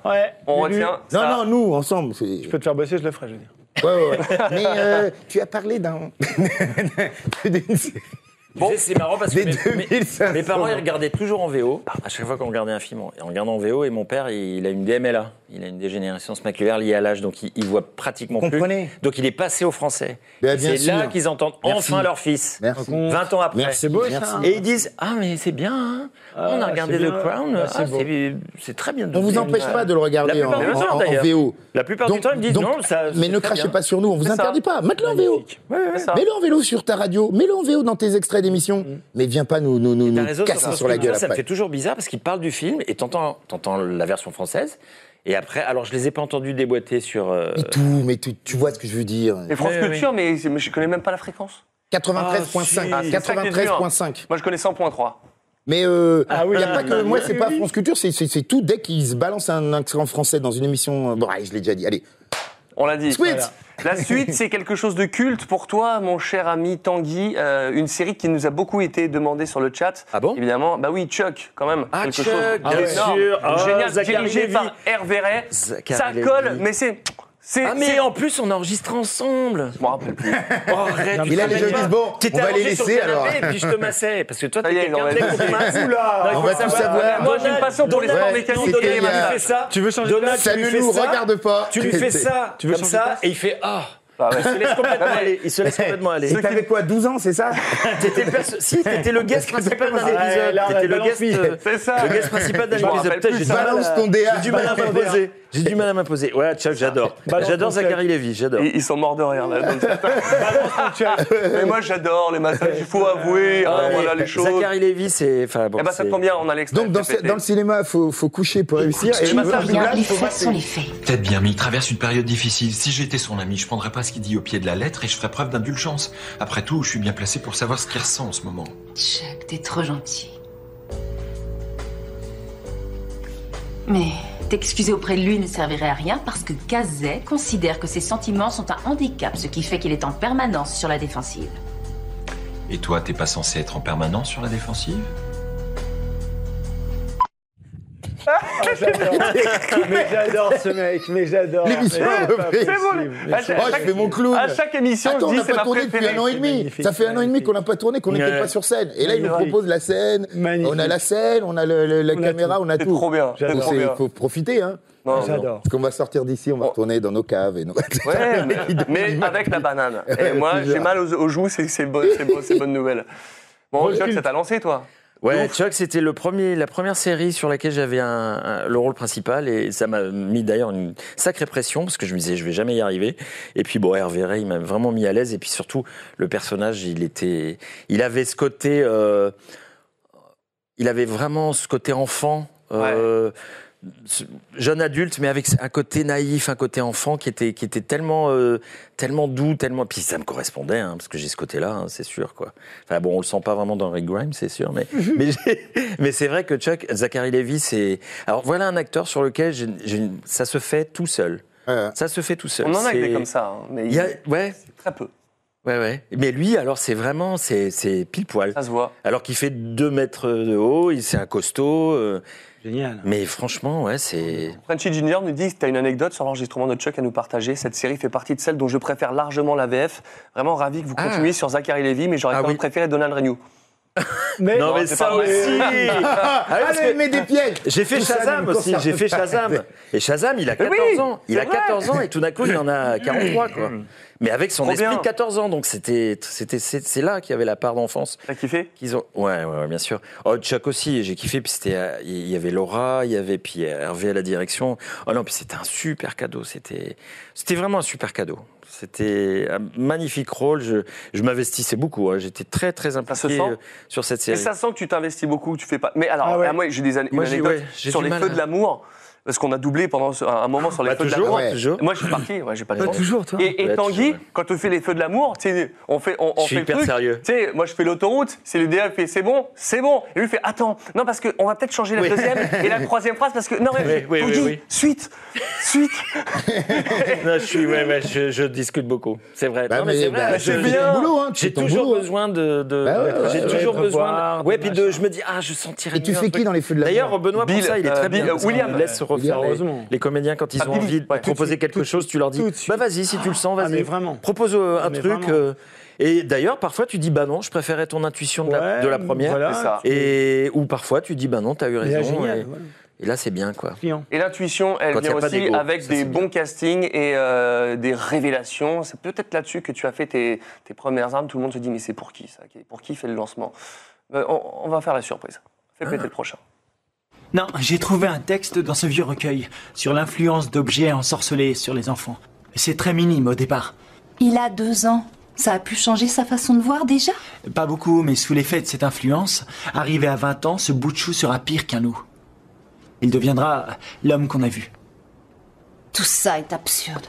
[SPEAKER 6] On
[SPEAKER 7] Lulu.
[SPEAKER 6] retient.
[SPEAKER 7] Non,
[SPEAKER 6] ça.
[SPEAKER 7] non, nous, ensemble. Je
[SPEAKER 9] peux te faire bosser, je le ferai, je veux dire.
[SPEAKER 7] Ouais, ouais, ouais. Mais euh, tu as parlé d'un. <laughs>
[SPEAKER 8] Bon, c'est marrant parce que
[SPEAKER 7] Des
[SPEAKER 8] mes, mes-
[SPEAKER 7] <laughs> 2500.
[SPEAKER 8] mes parents ils regardaient toujours en VO. À chaque fois qu'on regardait un film, on on regardait en VO et mon père il, il a une DMLA, il a une dégénérescence maculaire liée à l'âge, donc il, il voit pratiquement
[SPEAKER 7] Comprenez.
[SPEAKER 8] plus. Donc il est passé au français.
[SPEAKER 7] Ben,
[SPEAKER 8] Et
[SPEAKER 7] bien
[SPEAKER 8] c'est
[SPEAKER 7] sûr.
[SPEAKER 8] là qu'ils entendent
[SPEAKER 7] Merci.
[SPEAKER 8] enfin leur fils.
[SPEAKER 7] Merci.
[SPEAKER 8] 20 ans après.
[SPEAKER 7] Merci, C'est beau, ça. merci.
[SPEAKER 8] Et ils disent ah mais c'est bien. hein. on
[SPEAKER 7] Ah,
[SPEAKER 8] a regardé
[SPEAKER 7] c'est
[SPEAKER 8] The
[SPEAKER 7] bien.
[SPEAKER 8] Crown.
[SPEAKER 7] Ah,
[SPEAKER 8] Ah,
[SPEAKER 7] c'est beau.
[SPEAKER 8] c'est- c'est très bien.
[SPEAKER 7] On vous
[SPEAKER 8] doublé.
[SPEAKER 7] empêche pas de le
[SPEAKER 8] La
[SPEAKER 7] regarder en,
[SPEAKER 8] plupart du
[SPEAKER 7] en-
[SPEAKER 8] temps,
[SPEAKER 7] en
[SPEAKER 8] d'ailleurs.
[SPEAKER 7] VO.
[SPEAKER 8] La plupart du
[SPEAKER 7] Donc-
[SPEAKER 8] temps ils me disent
[SPEAKER 7] donc-
[SPEAKER 8] non ça.
[SPEAKER 7] Mais
[SPEAKER 8] c'est
[SPEAKER 7] ne
[SPEAKER 8] très
[SPEAKER 7] crachez
[SPEAKER 8] bien.
[SPEAKER 7] pas sur nous, on vous
[SPEAKER 8] C'est ça.
[SPEAKER 7] interdit pas. Mets-le en VO. Mets-le en vélo sur ta radio, mets-le en VO dans tes extraits d'émission. Mais viens pas nous, nous, nous,
[SPEAKER 8] Mm. T'as
[SPEAKER 7] nous
[SPEAKER 8] raison,
[SPEAKER 7] casser
[SPEAKER 8] Sophie,
[SPEAKER 7] sur la
[SPEAKER 8] parce que
[SPEAKER 7] gueule
[SPEAKER 8] Ça, ça me
[SPEAKER 7] après.
[SPEAKER 8] fait toujours bizarre parce qu'ils parlent du film et t'entends, t'entends la version française. Et après, alors je les ai pas entendus déboîter sur. euh,
[SPEAKER 7] Mais tout, mais tu, tu vois ce que je veux dire.
[SPEAKER 6] Et France Culture, mais, mais je connais même pas la fréquence.
[SPEAKER 7] 93.5,
[SPEAKER 6] Ah, si. C'est ça qui est dur.
[SPEAKER 7] 93.5.
[SPEAKER 6] Moi, je connais 100.3.
[SPEAKER 7] Mais euh,
[SPEAKER 6] Ah oui,
[SPEAKER 7] il y a
[SPEAKER 6] oui,
[SPEAKER 7] pas
[SPEAKER 6] oui,
[SPEAKER 7] que
[SPEAKER 6] oui,
[SPEAKER 7] moi,
[SPEAKER 6] oui,
[SPEAKER 7] c'est
[SPEAKER 6] oui,
[SPEAKER 7] pas
[SPEAKER 6] oui.
[SPEAKER 7] France Culture, c'est- c'est c'est tout. Dès qu'ils se balancent un accent français dans une émission, euh, bon, ah, je l'ai déjà dit. Allez,
[SPEAKER 6] On l'a dit.
[SPEAKER 7] Suite.
[SPEAKER 6] La suite, c'est quelque chose de culte pour toi, mon cher ami Tanguy. euh, une série qui nous a beaucoup été demandée sur le chat. Ah bon Évidemment. Bah oui, Chuck, quand même.
[SPEAKER 8] Ah,
[SPEAKER 6] quelque
[SPEAKER 8] Chuck,
[SPEAKER 6] chose
[SPEAKER 8] bien
[SPEAKER 6] d'énorme.
[SPEAKER 8] sûr. Ah,
[SPEAKER 6] Génial,
[SPEAKER 8] Zachary
[SPEAKER 6] dirigé
[SPEAKER 8] Levy.
[SPEAKER 6] par Hervé Ray.
[SPEAKER 8] Zachary
[SPEAKER 6] Ça
[SPEAKER 8] Levy.
[SPEAKER 6] colle, mais c'est. c'est-
[SPEAKER 8] Ah mais
[SPEAKER 6] c'est-
[SPEAKER 8] en plus on enregistre ensemble.
[SPEAKER 6] Je m'en rappelle plus.
[SPEAKER 8] Oh, arrête.
[SPEAKER 7] mais là, les gens disent, bon, on va les laisser, alors.
[SPEAKER 8] Et puis je te massais parce que toi
[SPEAKER 6] Ça y
[SPEAKER 8] t'es
[SPEAKER 6] est, on
[SPEAKER 8] quelqu'un
[SPEAKER 6] va
[SPEAKER 8] de très
[SPEAKER 6] laisser.
[SPEAKER 8] compliqué.
[SPEAKER 6] Oula,
[SPEAKER 8] Non, il
[SPEAKER 6] on
[SPEAKER 8] faut
[SPEAKER 6] va tout savoir. Moi, j'ai une passion pour les sports
[SPEAKER 8] Donald-
[SPEAKER 6] mécaniques.
[SPEAKER 8] Donald,
[SPEAKER 6] C'était il y a-
[SPEAKER 8] tu lui fais ça.
[SPEAKER 9] Tu veux changer de
[SPEAKER 8] Donald,
[SPEAKER 9] place
[SPEAKER 8] tu lui
[SPEAKER 9] Ça
[SPEAKER 8] fais
[SPEAKER 9] ne nous
[SPEAKER 8] ça.
[SPEAKER 9] regarde pas.
[SPEAKER 8] Tu lui fais ça.
[SPEAKER 9] Tu veux
[SPEAKER 8] comme
[SPEAKER 9] changer de
[SPEAKER 8] ça
[SPEAKER 9] place
[SPEAKER 8] et il fait ah.
[SPEAKER 6] Bah ouais.
[SPEAKER 8] Il se <laughs> laisse complètement
[SPEAKER 6] Ah ouais.
[SPEAKER 8] aller. Il se laisse complètement aller.
[SPEAKER 7] Et t'avais quoi, 12 ans, c'est ça
[SPEAKER 8] T'étais perso- si, t'étais le guest principal d'un
[SPEAKER 7] Ah, ouais,
[SPEAKER 8] épisode.
[SPEAKER 7] là, on a
[SPEAKER 8] T'étais le
[SPEAKER 7] balance
[SPEAKER 8] guest.
[SPEAKER 7] fille.
[SPEAKER 8] <laughs> euh,
[SPEAKER 7] C'est ça.
[SPEAKER 8] Le guest principal d'un
[SPEAKER 7] Je m'en
[SPEAKER 8] épisode.
[SPEAKER 7] rappelle
[SPEAKER 8] Putain,
[SPEAKER 7] plus.
[SPEAKER 8] j'ai du mal à-
[SPEAKER 7] Balance ton DA.
[SPEAKER 8] J'ai du mal à
[SPEAKER 7] Balance ton
[SPEAKER 8] m'imposer. J'ai du mal à m'imposer. Ouais, Chuck, j'adore.
[SPEAKER 6] Balance
[SPEAKER 8] J'adore
[SPEAKER 6] ton Chuck.
[SPEAKER 8] Zachary Lévy, j'adore.
[SPEAKER 6] Ils, ils sont morts de rire là. Donc,
[SPEAKER 9] <laughs>
[SPEAKER 6] mais moi j'adore les massages, il faut avouer, hein,
[SPEAKER 8] Ah, mais
[SPEAKER 6] voilà les choses.
[SPEAKER 8] Zachary Lévy, c'est. enfin, bon,
[SPEAKER 6] Eh ben ça
[SPEAKER 8] c'est-
[SPEAKER 6] tombe bien, on a l'extrait.
[SPEAKER 7] Donc, dans, ce- dans le cinéma, faut, faut coucher pour réussir.
[SPEAKER 13] Tu
[SPEAKER 7] Et
[SPEAKER 13] m'as
[SPEAKER 7] le
[SPEAKER 13] fait
[SPEAKER 7] doublage, faut pas-
[SPEAKER 9] <laughs>
[SPEAKER 13] Peut-être bien, mais il traverse une période difficile. Si j'étais son ami, je prendrais pas ce qu'il dit au pied de la lettre et je ferais preuve d'indulgence. Après tout, je suis bien placé pour savoir ce qu'il ressent en ce moment.
[SPEAKER 22] Chuck, t'es trop gentil. Mais t'excuser auprès de lui ne servirait à rien parce que Kazet considère que ses sentiments sont un handicap, ce qui fait qu'il est en permanence sur la défensive.
[SPEAKER 13] Et toi, t'es pas censé être en permanence sur la défensive
[SPEAKER 9] mais j'adore ce mec, mais j'adore.
[SPEAKER 7] L'émission
[SPEAKER 9] Mais
[SPEAKER 7] est
[SPEAKER 9] c'est pas
[SPEAKER 7] reprise.
[SPEAKER 9] possible. Mais
[SPEAKER 7] Oh,
[SPEAKER 9] c'est-
[SPEAKER 7] je fais mon clown.
[SPEAKER 9] À chaque émission,
[SPEAKER 7] Attends,
[SPEAKER 9] je dis
[SPEAKER 7] on n'a
[SPEAKER 9] c'est
[SPEAKER 7] pas
[SPEAKER 9] ma
[SPEAKER 7] tourné
[SPEAKER 9] préférée.
[SPEAKER 7] depuis un an et demi. Ça fait un an et demi qu'on n'a pas tourné, qu'on n'était
[SPEAKER 9] Ouais.
[SPEAKER 7] pas sur scène. Et là, ils nous
[SPEAKER 9] Magnifique.
[SPEAKER 7] proposent la scène. On a la scène, on a le- le- la caméra, on a tout.
[SPEAKER 6] trop bien.
[SPEAKER 7] Faut-
[SPEAKER 6] C'est trop
[SPEAKER 7] c'est-
[SPEAKER 6] bien.
[SPEAKER 7] faut profiter, hein.
[SPEAKER 6] Non, j'adore. Oh.
[SPEAKER 7] Parce qu'on va sortir d'ici, on va retourner dans nos caves et nos. <laughs>
[SPEAKER 6] Ouais, mais, mais avec la banane. Et moi, j'ai mal aux, aux joues, c'est c'est bon, c'est bon, c'est bonne nouvelle. Bon, Chuck, ça t'a lancé, toi
[SPEAKER 8] Ouais, tu vois que c'était le premier, la première série sur laquelle j'avais un, un- le rôle principal et ça m'a mis d'ailleurs une sacrée pression parce que je me disais je vais jamais y arriver. Et puis bon, Hervé Rey, il m'a vraiment mis à l'aise et puis surtout le personnage, il était, il avait ce côté, euh, il avait vraiment ce côté enfant. euh, ce- jeune adulte mais avec un côté naïf un côté enfant qui était qui était tellement euh, tellement doux tellement puis ça me correspondait hein, parce que j'ai ce côté là c'est sûr quoi enfin bon on le sent pas vraiment dans Rick Grimes c'est sûr mais <laughs> mais, j'ai- mais c'est vrai que Chuck Zachary Levy c'est alors voilà un acteur sur lequel j'ai- j'ai- ça se fait tout seul ça se fait tout seul
[SPEAKER 6] On en a que des
[SPEAKER 8] C'est-
[SPEAKER 6] comme ça, hein, mais
[SPEAKER 8] Il y a- ouais
[SPEAKER 6] très peu
[SPEAKER 8] Ouais, ouais. Mais lui, alors, c'est vraiment, c'est c'est pile poil. Ça
[SPEAKER 6] se voit.
[SPEAKER 8] Alors qu'il fait 2 mètres de haut, il- c'est un costaud. Génial. Mais franchement, ouais, c'est.
[SPEAKER 6] Frenchy Junior nous dit que tu as une anecdote sur l'enregistrement de Chuck à nous partager. Cette série fait partie de celle dont je préfère largement la VF. Vraiment ravi que vous
[SPEAKER 8] Ah.
[SPEAKER 6] continuiez sur Zachary Levy, mais
[SPEAKER 7] Ah
[SPEAKER 6] j'aurais quand même préféré Donald Renew.
[SPEAKER 9] Mais
[SPEAKER 8] non, mais
[SPEAKER 6] c'est
[SPEAKER 8] ça
[SPEAKER 6] pas vrai. <laughs>
[SPEAKER 8] aussi Ah oui, parce
[SPEAKER 6] Allez,
[SPEAKER 8] que-
[SPEAKER 6] mets des pièges.
[SPEAKER 8] J'ai fait
[SPEAKER 6] Tout ça
[SPEAKER 8] Shazam
[SPEAKER 6] ne me
[SPEAKER 8] aussi, j'ai fait
[SPEAKER 6] concerne pas. <laughs>
[SPEAKER 8] Shazam. Et Shazam, il a
[SPEAKER 6] Mais
[SPEAKER 8] 14
[SPEAKER 6] oui,
[SPEAKER 8] ans. Il
[SPEAKER 6] c'est
[SPEAKER 8] a
[SPEAKER 6] vrai. Mm.
[SPEAKER 8] 14 ans et tout d'un coup, il
[SPEAKER 6] <laughs>
[SPEAKER 8] en a 43, quoi. Mais avec son
[SPEAKER 6] Trop
[SPEAKER 8] esprit
[SPEAKER 6] bien.
[SPEAKER 8] de 14 ans, donc c'était, c'était, c'est, c'est là qu'il y avait la part d'enfance.
[SPEAKER 6] T'as kiffé
[SPEAKER 8] Qu'ils ont, ouais, ouais, ouais, bien sûr. Oh, Chuck aussi, j'ai kiffé. Puis c'était, euh, il y avait Laura, il y avait puis euh, Hervé à la direction. Oh non, puis c'était un super cadeau. C'était, c'était vraiment un super cadeau. C'était un magnifique rôle. Je, je m'investissais beaucoup. hein. J'étais très, très impliqué
[SPEAKER 6] se sent
[SPEAKER 8] euh, sur cette
[SPEAKER 6] Et
[SPEAKER 8] série.
[SPEAKER 6] ça sent que tu t'investis beaucoup, que tu fais pas. Mais alors,
[SPEAKER 8] Ah ouais.
[SPEAKER 6] ah, moi, j'ai des an- une
[SPEAKER 8] Moi, j'ai-
[SPEAKER 6] anecdote
[SPEAKER 8] ouais, j'ai
[SPEAKER 6] sur
[SPEAKER 8] du
[SPEAKER 6] les
[SPEAKER 8] mal
[SPEAKER 6] feux
[SPEAKER 8] à-
[SPEAKER 6] de l'amour. Parce qu'on a doublé pendant ce- un moment sur les
[SPEAKER 8] Bah,
[SPEAKER 6] feux de
[SPEAKER 8] toujours,
[SPEAKER 6] l'amour.
[SPEAKER 8] ouais. Toujours.
[SPEAKER 6] Moi, je suis parti. Ouais, j'ai pas
[SPEAKER 8] Bah,
[SPEAKER 6] le temps.
[SPEAKER 8] toujours, toi.
[SPEAKER 6] Et, et
[SPEAKER 8] Ouais,
[SPEAKER 6] Tanguy,
[SPEAKER 8] toujours, ouais.
[SPEAKER 6] quand on fait les feux de l'amour, tu sais, on fait, on, on
[SPEAKER 8] Je suis
[SPEAKER 6] fait
[SPEAKER 8] hyper
[SPEAKER 6] le truc.
[SPEAKER 8] sérieux.
[SPEAKER 6] Tu sais, moi, je fais l'autoroute. C'est le DA fait, c'est bon, c'est bon. Et lui fait, attends, non, parce qu'on va peut-être changer la
[SPEAKER 8] Oui.
[SPEAKER 6] deuxième et la troisième phrase parce que non, mais
[SPEAKER 8] Oui, oui, oui,
[SPEAKER 6] Tanguy,
[SPEAKER 8] oui.
[SPEAKER 6] suite, suite.
[SPEAKER 8] Non, je suis, ouais, ouais, je, je discute beaucoup. C'est vrai.
[SPEAKER 7] Bah,
[SPEAKER 8] Non, mais
[SPEAKER 7] mais-
[SPEAKER 8] c'est vrai.
[SPEAKER 7] bah,
[SPEAKER 8] je-
[SPEAKER 7] c'est bien.
[SPEAKER 8] j'ai-
[SPEAKER 7] Ton boulot, hein, tu
[SPEAKER 8] J'ai
[SPEAKER 7] fais ton
[SPEAKER 8] toujours
[SPEAKER 7] boulot, hein.
[SPEAKER 8] besoin de. de-
[SPEAKER 7] Bah ouais, ouais,
[SPEAKER 8] j'ai
[SPEAKER 7] ouais,
[SPEAKER 8] toujours
[SPEAKER 7] de
[SPEAKER 8] besoin.
[SPEAKER 7] voir,
[SPEAKER 8] de-
[SPEAKER 7] de
[SPEAKER 8] Ouais, puis de, je me dis, ah, je sentirais.
[SPEAKER 7] Et tu
[SPEAKER 8] bien un
[SPEAKER 7] fais
[SPEAKER 8] truc.
[SPEAKER 7] qui dans les feux de l'amour
[SPEAKER 8] D'ailleurs, Benoît, pour
[SPEAKER 7] Bill,
[SPEAKER 8] ça, il est
[SPEAKER 7] euh,
[SPEAKER 8] très
[SPEAKER 7] Bill,
[SPEAKER 8] bien.
[SPEAKER 7] euh,
[SPEAKER 8] parce qu'on
[SPEAKER 7] William.
[SPEAKER 8] laisse se refaire.
[SPEAKER 7] William,
[SPEAKER 8] les-
[SPEAKER 7] heureusement.
[SPEAKER 8] Les comédiens, quand ils
[SPEAKER 7] Ah,
[SPEAKER 8] ont
[SPEAKER 7] Bill,
[SPEAKER 8] envie de
[SPEAKER 7] ouais.
[SPEAKER 8] proposer quelque chose, tu leur dis, bah vas-y, si tu
[SPEAKER 9] Ah,
[SPEAKER 8] le sens, vas-y. Propose euh, un
[SPEAKER 9] mais
[SPEAKER 8] truc.
[SPEAKER 9] vraiment.
[SPEAKER 8] euh, Et d'ailleurs, parfois, tu dis, bah non, je préférais ton intuition de la-
[SPEAKER 9] Ouais,
[SPEAKER 8] de la première.
[SPEAKER 9] voilà. C'est ça.
[SPEAKER 8] Et ou parfois, tu dis, bah non, t'as eu
[SPEAKER 9] Mais là,
[SPEAKER 8] raison.
[SPEAKER 9] génial,
[SPEAKER 8] et-
[SPEAKER 9] voilà.
[SPEAKER 8] Et là, c'est bien, quoi.
[SPEAKER 6] Et l'intuition, elle
[SPEAKER 8] Quand y
[SPEAKER 6] vient
[SPEAKER 8] a pas
[SPEAKER 6] aussi
[SPEAKER 8] d'ego,
[SPEAKER 6] avec
[SPEAKER 8] ça,
[SPEAKER 6] des
[SPEAKER 8] c'est
[SPEAKER 6] bons castings et euh, des révélations. C'est peut-être là-dessus que tu as fait tes, tes premières armes. Tout le monde se dit, mais c'est pour qui ça Pour qui fait le lancement Ben, on, on va faire la surprise.
[SPEAKER 8] Ah.
[SPEAKER 6] Fais péter le prochain.
[SPEAKER 5] Non, j'ai trouvé un texte dans ce vieux recueil sur l'influence d'objets ensorcelés sur les enfants. C'est très minime au départ.
[SPEAKER 23] Il a deux ans. Ça a pu changer sa façon de voir déjà
[SPEAKER 5] Pas beaucoup, mais sous l'effet de cette influence, arrivé à 20 ans, ce bout de chou sera pire qu'un loup. Il deviendra l'homme qu'on a vu.
[SPEAKER 23] Tout ça est absurde.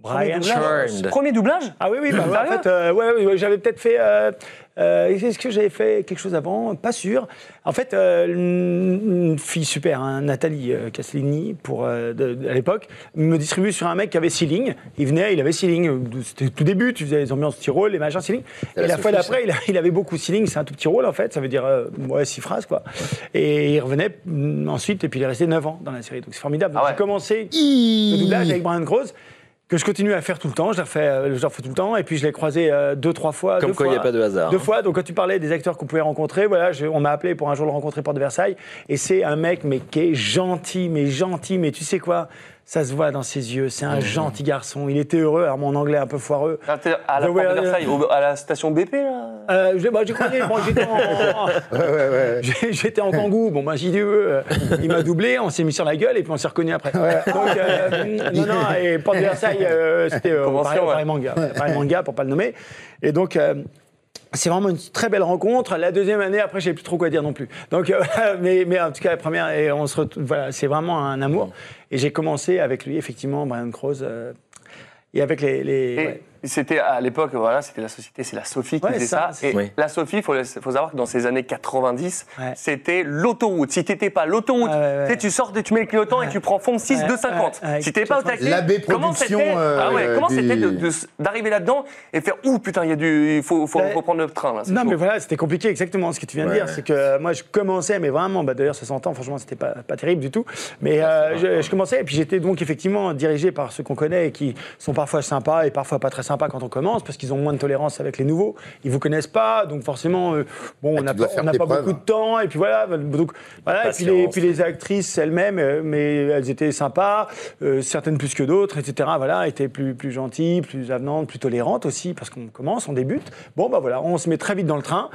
[SPEAKER 9] Brian Charmed.
[SPEAKER 6] Premier doublage
[SPEAKER 9] Ah oui, oui, bah, ouais, en fait, euh, ouais, ouais, ouais, j'avais peut-être fait. euh, euh, Est-ce que j'avais fait quelque chose avant Pas sûr. En fait, euh, une une fille super, hein, Nathalie euh, Castellini, pour, euh, de- de- à l'époque, me distribue sur un mec qui avait Sealing. Il venait, il avait Sealing. euh, C'était tout début, tu faisais les ambiances petits rôles, les machins Sealing.
[SPEAKER 7] la
[SPEAKER 9] Et la fois
[SPEAKER 7] Sophie,
[SPEAKER 9] d'après, il, a- il avait beaucoup Sealing, c'est un tout petit rôle en fait, ça veut dire euh, ouais, six phrases quoi. Et il revenait mm, ensuite, et puis il est resté 9 ans dans la série, donc c'est formidable. Donc, J'ai commencé le doublage avec Brian Gross que je continue à faire tout le temps, je la fais, euh, je la fais tout le temps, et puis je l'ai croisé euh, deux, trois fois.
[SPEAKER 8] Comme
[SPEAKER 9] deux
[SPEAKER 8] quoi, il
[SPEAKER 9] fois,
[SPEAKER 8] y a pas de hasard,
[SPEAKER 9] Deux
[SPEAKER 8] hein.
[SPEAKER 9] fois, donc quand tu parlais des acteurs qu'on pouvait rencontrer, voilà, je- on m'a appelé pour un jour le rencontrer Porte de Versailles, et c'est un mec, mais qui est gentil, mais gentil, mais tu sais quoi ça se voit dans ses yeux, c'est un
[SPEAKER 8] Mmh.
[SPEAKER 9] gentil garçon. Il était heureux, alors mon anglais est un peu foireux.
[SPEAKER 6] Ah, t'es À la,
[SPEAKER 9] Ouais,
[SPEAKER 6] porte de
[SPEAKER 9] ouais,
[SPEAKER 6] Versailles,
[SPEAKER 9] ouais.
[SPEAKER 6] au- à la station BP, là
[SPEAKER 9] Euh, je- bah, j'ai connu, bon, j'étais
[SPEAKER 6] <laughs>
[SPEAKER 9] en- <laughs> J'ai- J'étais en kangou, bon ben j'ai dit, euh, il m'a doublé, on s'est mis sur la gueule et puis on s'est reconnus après. Donc, euh, non,
[SPEAKER 6] <laughs>
[SPEAKER 9] non, et Porte de Versailles, euh, c'était euh,
[SPEAKER 6] Convention,
[SPEAKER 9] pareil,
[SPEAKER 6] ouais.
[SPEAKER 9] pareil manga, pareil manga pour pas le nommer. Et donc. euh, c'est vraiment une très belle rencontre. La deuxième année, après, j'ai plus trop quoi dire non plus. Donc, euh, <laughs> mais, mais en tout cas, la première, et on se retrouve- voilà, c'est vraiment un amour. Et j'ai commencé avec lui, effectivement, Brian Croze, euh, et avec les. les-
[SPEAKER 6] Et
[SPEAKER 9] ouais.
[SPEAKER 6] C'était à l'époque, voilà, c'était la société, c'est la Sophie qui
[SPEAKER 9] Ouais,
[SPEAKER 6] faisait
[SPEAKER 9] ça,
[SPEAKER 6] ça.
[SPEAKER 9] c'est
[SPEAKER 6] Et
[SPEAKER 9] ça. Oui.
[SPEAKER 6] la Sophie, il faut, le- faut savoir que dans ces années 90, c'était l'autoroute. Si t'étais pas à l'autoroute,
[SPEAKER 9] Ah
[SPEAKER 6] tu sais, tu sors, tu mets le clignotant et tu prends fond 6
[SPEAKER 9] Ouais,
[SPEAKER 6] de 50.
[SPEAKER 9] ouais, ouais,
[SPEAKER 6] si t'étais pas au
[SPEAKER 9] 90.
[SPEAKER 6] taquet,
[SPEAKER 9] L'abbé
[SPEAKER 6] comment
[SPEAKER 9] Production,
[SPEAKER 6] c'était
[SPEAKER 9] euh,
[SPEAKER 6] ah ouais, comment
[SPEAKER 9] des-
[SPEAKER 6] c'était de- de- d'arriver là-dedans et faire ouh putain, il y a du, il faut, faut
[SPEAKER 9] Ouais.
[SPEAKER 6] reprendre le train là. c'est
[SPEAKER 9] Bah, Non,
[SPEAKER 6] chaud.
[SPEAKER 9] mais voilà, c'était compliqué, exactement ce que tu viens de
[SPEAKER 6] Ouais,
[SPEAKER 9] dire.
[SPEAKER 6] ouais.
[SPEAKER 9] C'est que euh, moi, je commençais, mais vraiment, bah, d'ailleurs, 60 ans, franchement, c'était pas, pas terrible du tout. Mais euh, je, je commençais, et puis j'étais donc effectivement dirigé par ceux qu'on connaît et qui sont parfois sympas et parfois pas très sympas quand on commence, parce qu'ils ont moins de tolérance avec les nouveaux. Ils vous connaissent pas, donc forcément, euh, bon, on n'a
[SPEAKER 7] dois
[SPEAKER 9] pas,
[SPEAKER 7] faire
[SPEAKER 9] on n'a
[SPEAKER 7] tes
[SPEAKER 9] pas
[SPEAKER 7] preuves.
[SPEAKER 9] beaucoup de temps, et puis voilà. Donc, voilà et puis, les,
[SPEAKER 7] Patience.
[SPEAKER 9] puis les actrices elles-mêmes, euh, mais elles étaient sympas, euh, certaines plus que d'autres, etc. Voilà, étaient plus, plus gentilles, plus avenantes, plus tolérantes aussi, parce qu'on commence, on débute. Bon, bah voilà, on se met très vite dans le train.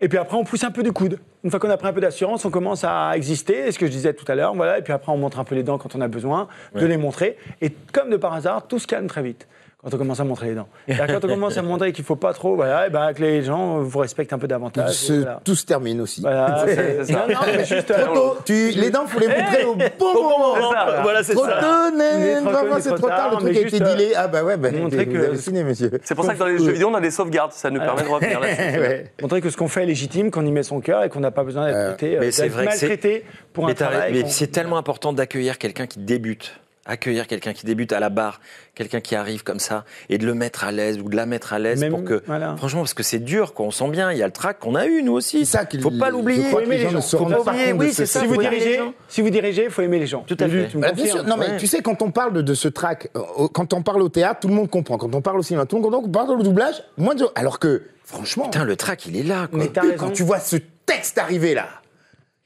[SPEAKER 9] Et puis après, on pousse un peu du coude. Une fois qu'on a pris un peu d'assurance, on commence à exister, ce que je disais tout à l'heure. Voilà. Et puis après, on montre un peu les dents quand on a besoin de
[SPEAKER 8] Ouais.
[SPEAKER 9] les montrer. Et comme de par hasard, tout se calme très vite quand on commence à montrer les dents. C'est-à-dire, Quand on commence à montrer qu'il ne faut pas trop, voilà, et ben, que les gens vous respectent un peu
[SPEAKER 7] <laughs>
[SPEAKER 9] davantage.
[SPEAKER 7] Se- Tout se termine aussi.
[SPEAKER 9] Voilà, c'est- c'est ça.
[SPEAKER 7] non, non, mais juste.
[SPEAKER 9] Trop tôt.
[SPEAKER 7] Tu, les dents, faut les montrer au bon moment.
[SPEAKER 9] C'est ça, voilà. Voilà, c'est
[SPEAKER 7] trop
[SPEAKER 9] ça.
[SPEAKER 7] Tôt, nan,
[SPEAKER 9] Il est
[SPEAKER 7] nan,
[SPEAKER 9] trop
[SPEAKER 7] vraiment,
[SPEAKER 9] tôt, il est
[SPEAKER 7] c'est
[SPEAKER 9] trop
[SPEAKER 7] trop tard. Le
[SPEAKER 9] tard,
[SPEAKER 7] truc a
[SPEAKER 9] mais
[SPEAKER 7] été
[SPEAKER 9] juste,
[SPEAKER 7] dilé. Ah bah ouais, bah,
[SPEAKER 9] montrer
[SPEAKER 7] vous
[SPEAKER 9] que-
[SPEAKER 7] avez signé, monsieur. Euh,
[SPEAKER 6] C'est pour ça que dans les jeux vidéo, on a des sauvegardes. Ça nous permet de revenir là-dessus.
[SPEAKER 9] <laughs> Ouais. Montrer que ce qu'on fait est légitime, qu'on y met son cœur et qu'on n'a pas besoin d'être traité, euh,
[SPEAKER 8] Mais c'est
[SPEAKER 9] d'être
[SPEAKER 8] vrai que c'est-
[SPEAKER 9] maltraité pour
[SPEAKER 8] mais
[SPEAKER 9] un
[SPEAKER 8] t'as-
[SPEAKER 9] travail.
[SPEAKER 8] mais
[SPEAKER 9] qu'on-
[SPEAKER 8] c'est tellement important d'accueillir quelqu'un qui débute, accueillir quelqu'un qui débute à la barre, quelqu'un qui arrive comme ça, et de le mettre à l'aise ou de la mettre à l'aise
[SPEAKER 9] Même-
[SPEAKER 8] pour que,
[SPEAKER 9] voilà.
[SPEAKER 8] franchement, parce que c'est dur, quoi, on sent bien, il y a le trac qu'on a eu nous aussi. Ça faut pas l'oublier.
[SPEAKER 9] Faut aimer les gens.
[SPEAKER 8] Faut pas oublier, oui, c'est ça.
[SPEAKER 9] Si
[SPEAKER 8] faut
[SPEAKER 9] vous
[SPEAKER 8] aimer les
[SPEAKER 9] dirigez,
[SPEAKER 8] gens.
[SPEAKER 9] si vous dirigez, faut aimer les gens. Tout
[SPEAKER 8] à fait.
[SPEAKER 7] Bah, bien sûr. Non, mais tu sais, quand on parle de, de ce track, euh, euh, quand on parle au théâtre, tout le monde comprend. Quand on parle au cinéma, tout le monde comprend. Quand on parle au doublage, moins de. Alors que, franchement. Putain,
[SPEAKER 8] le track, il est là,
[SPEAKER 7] quoi. Euh, quand tu vois ce texte arriver là.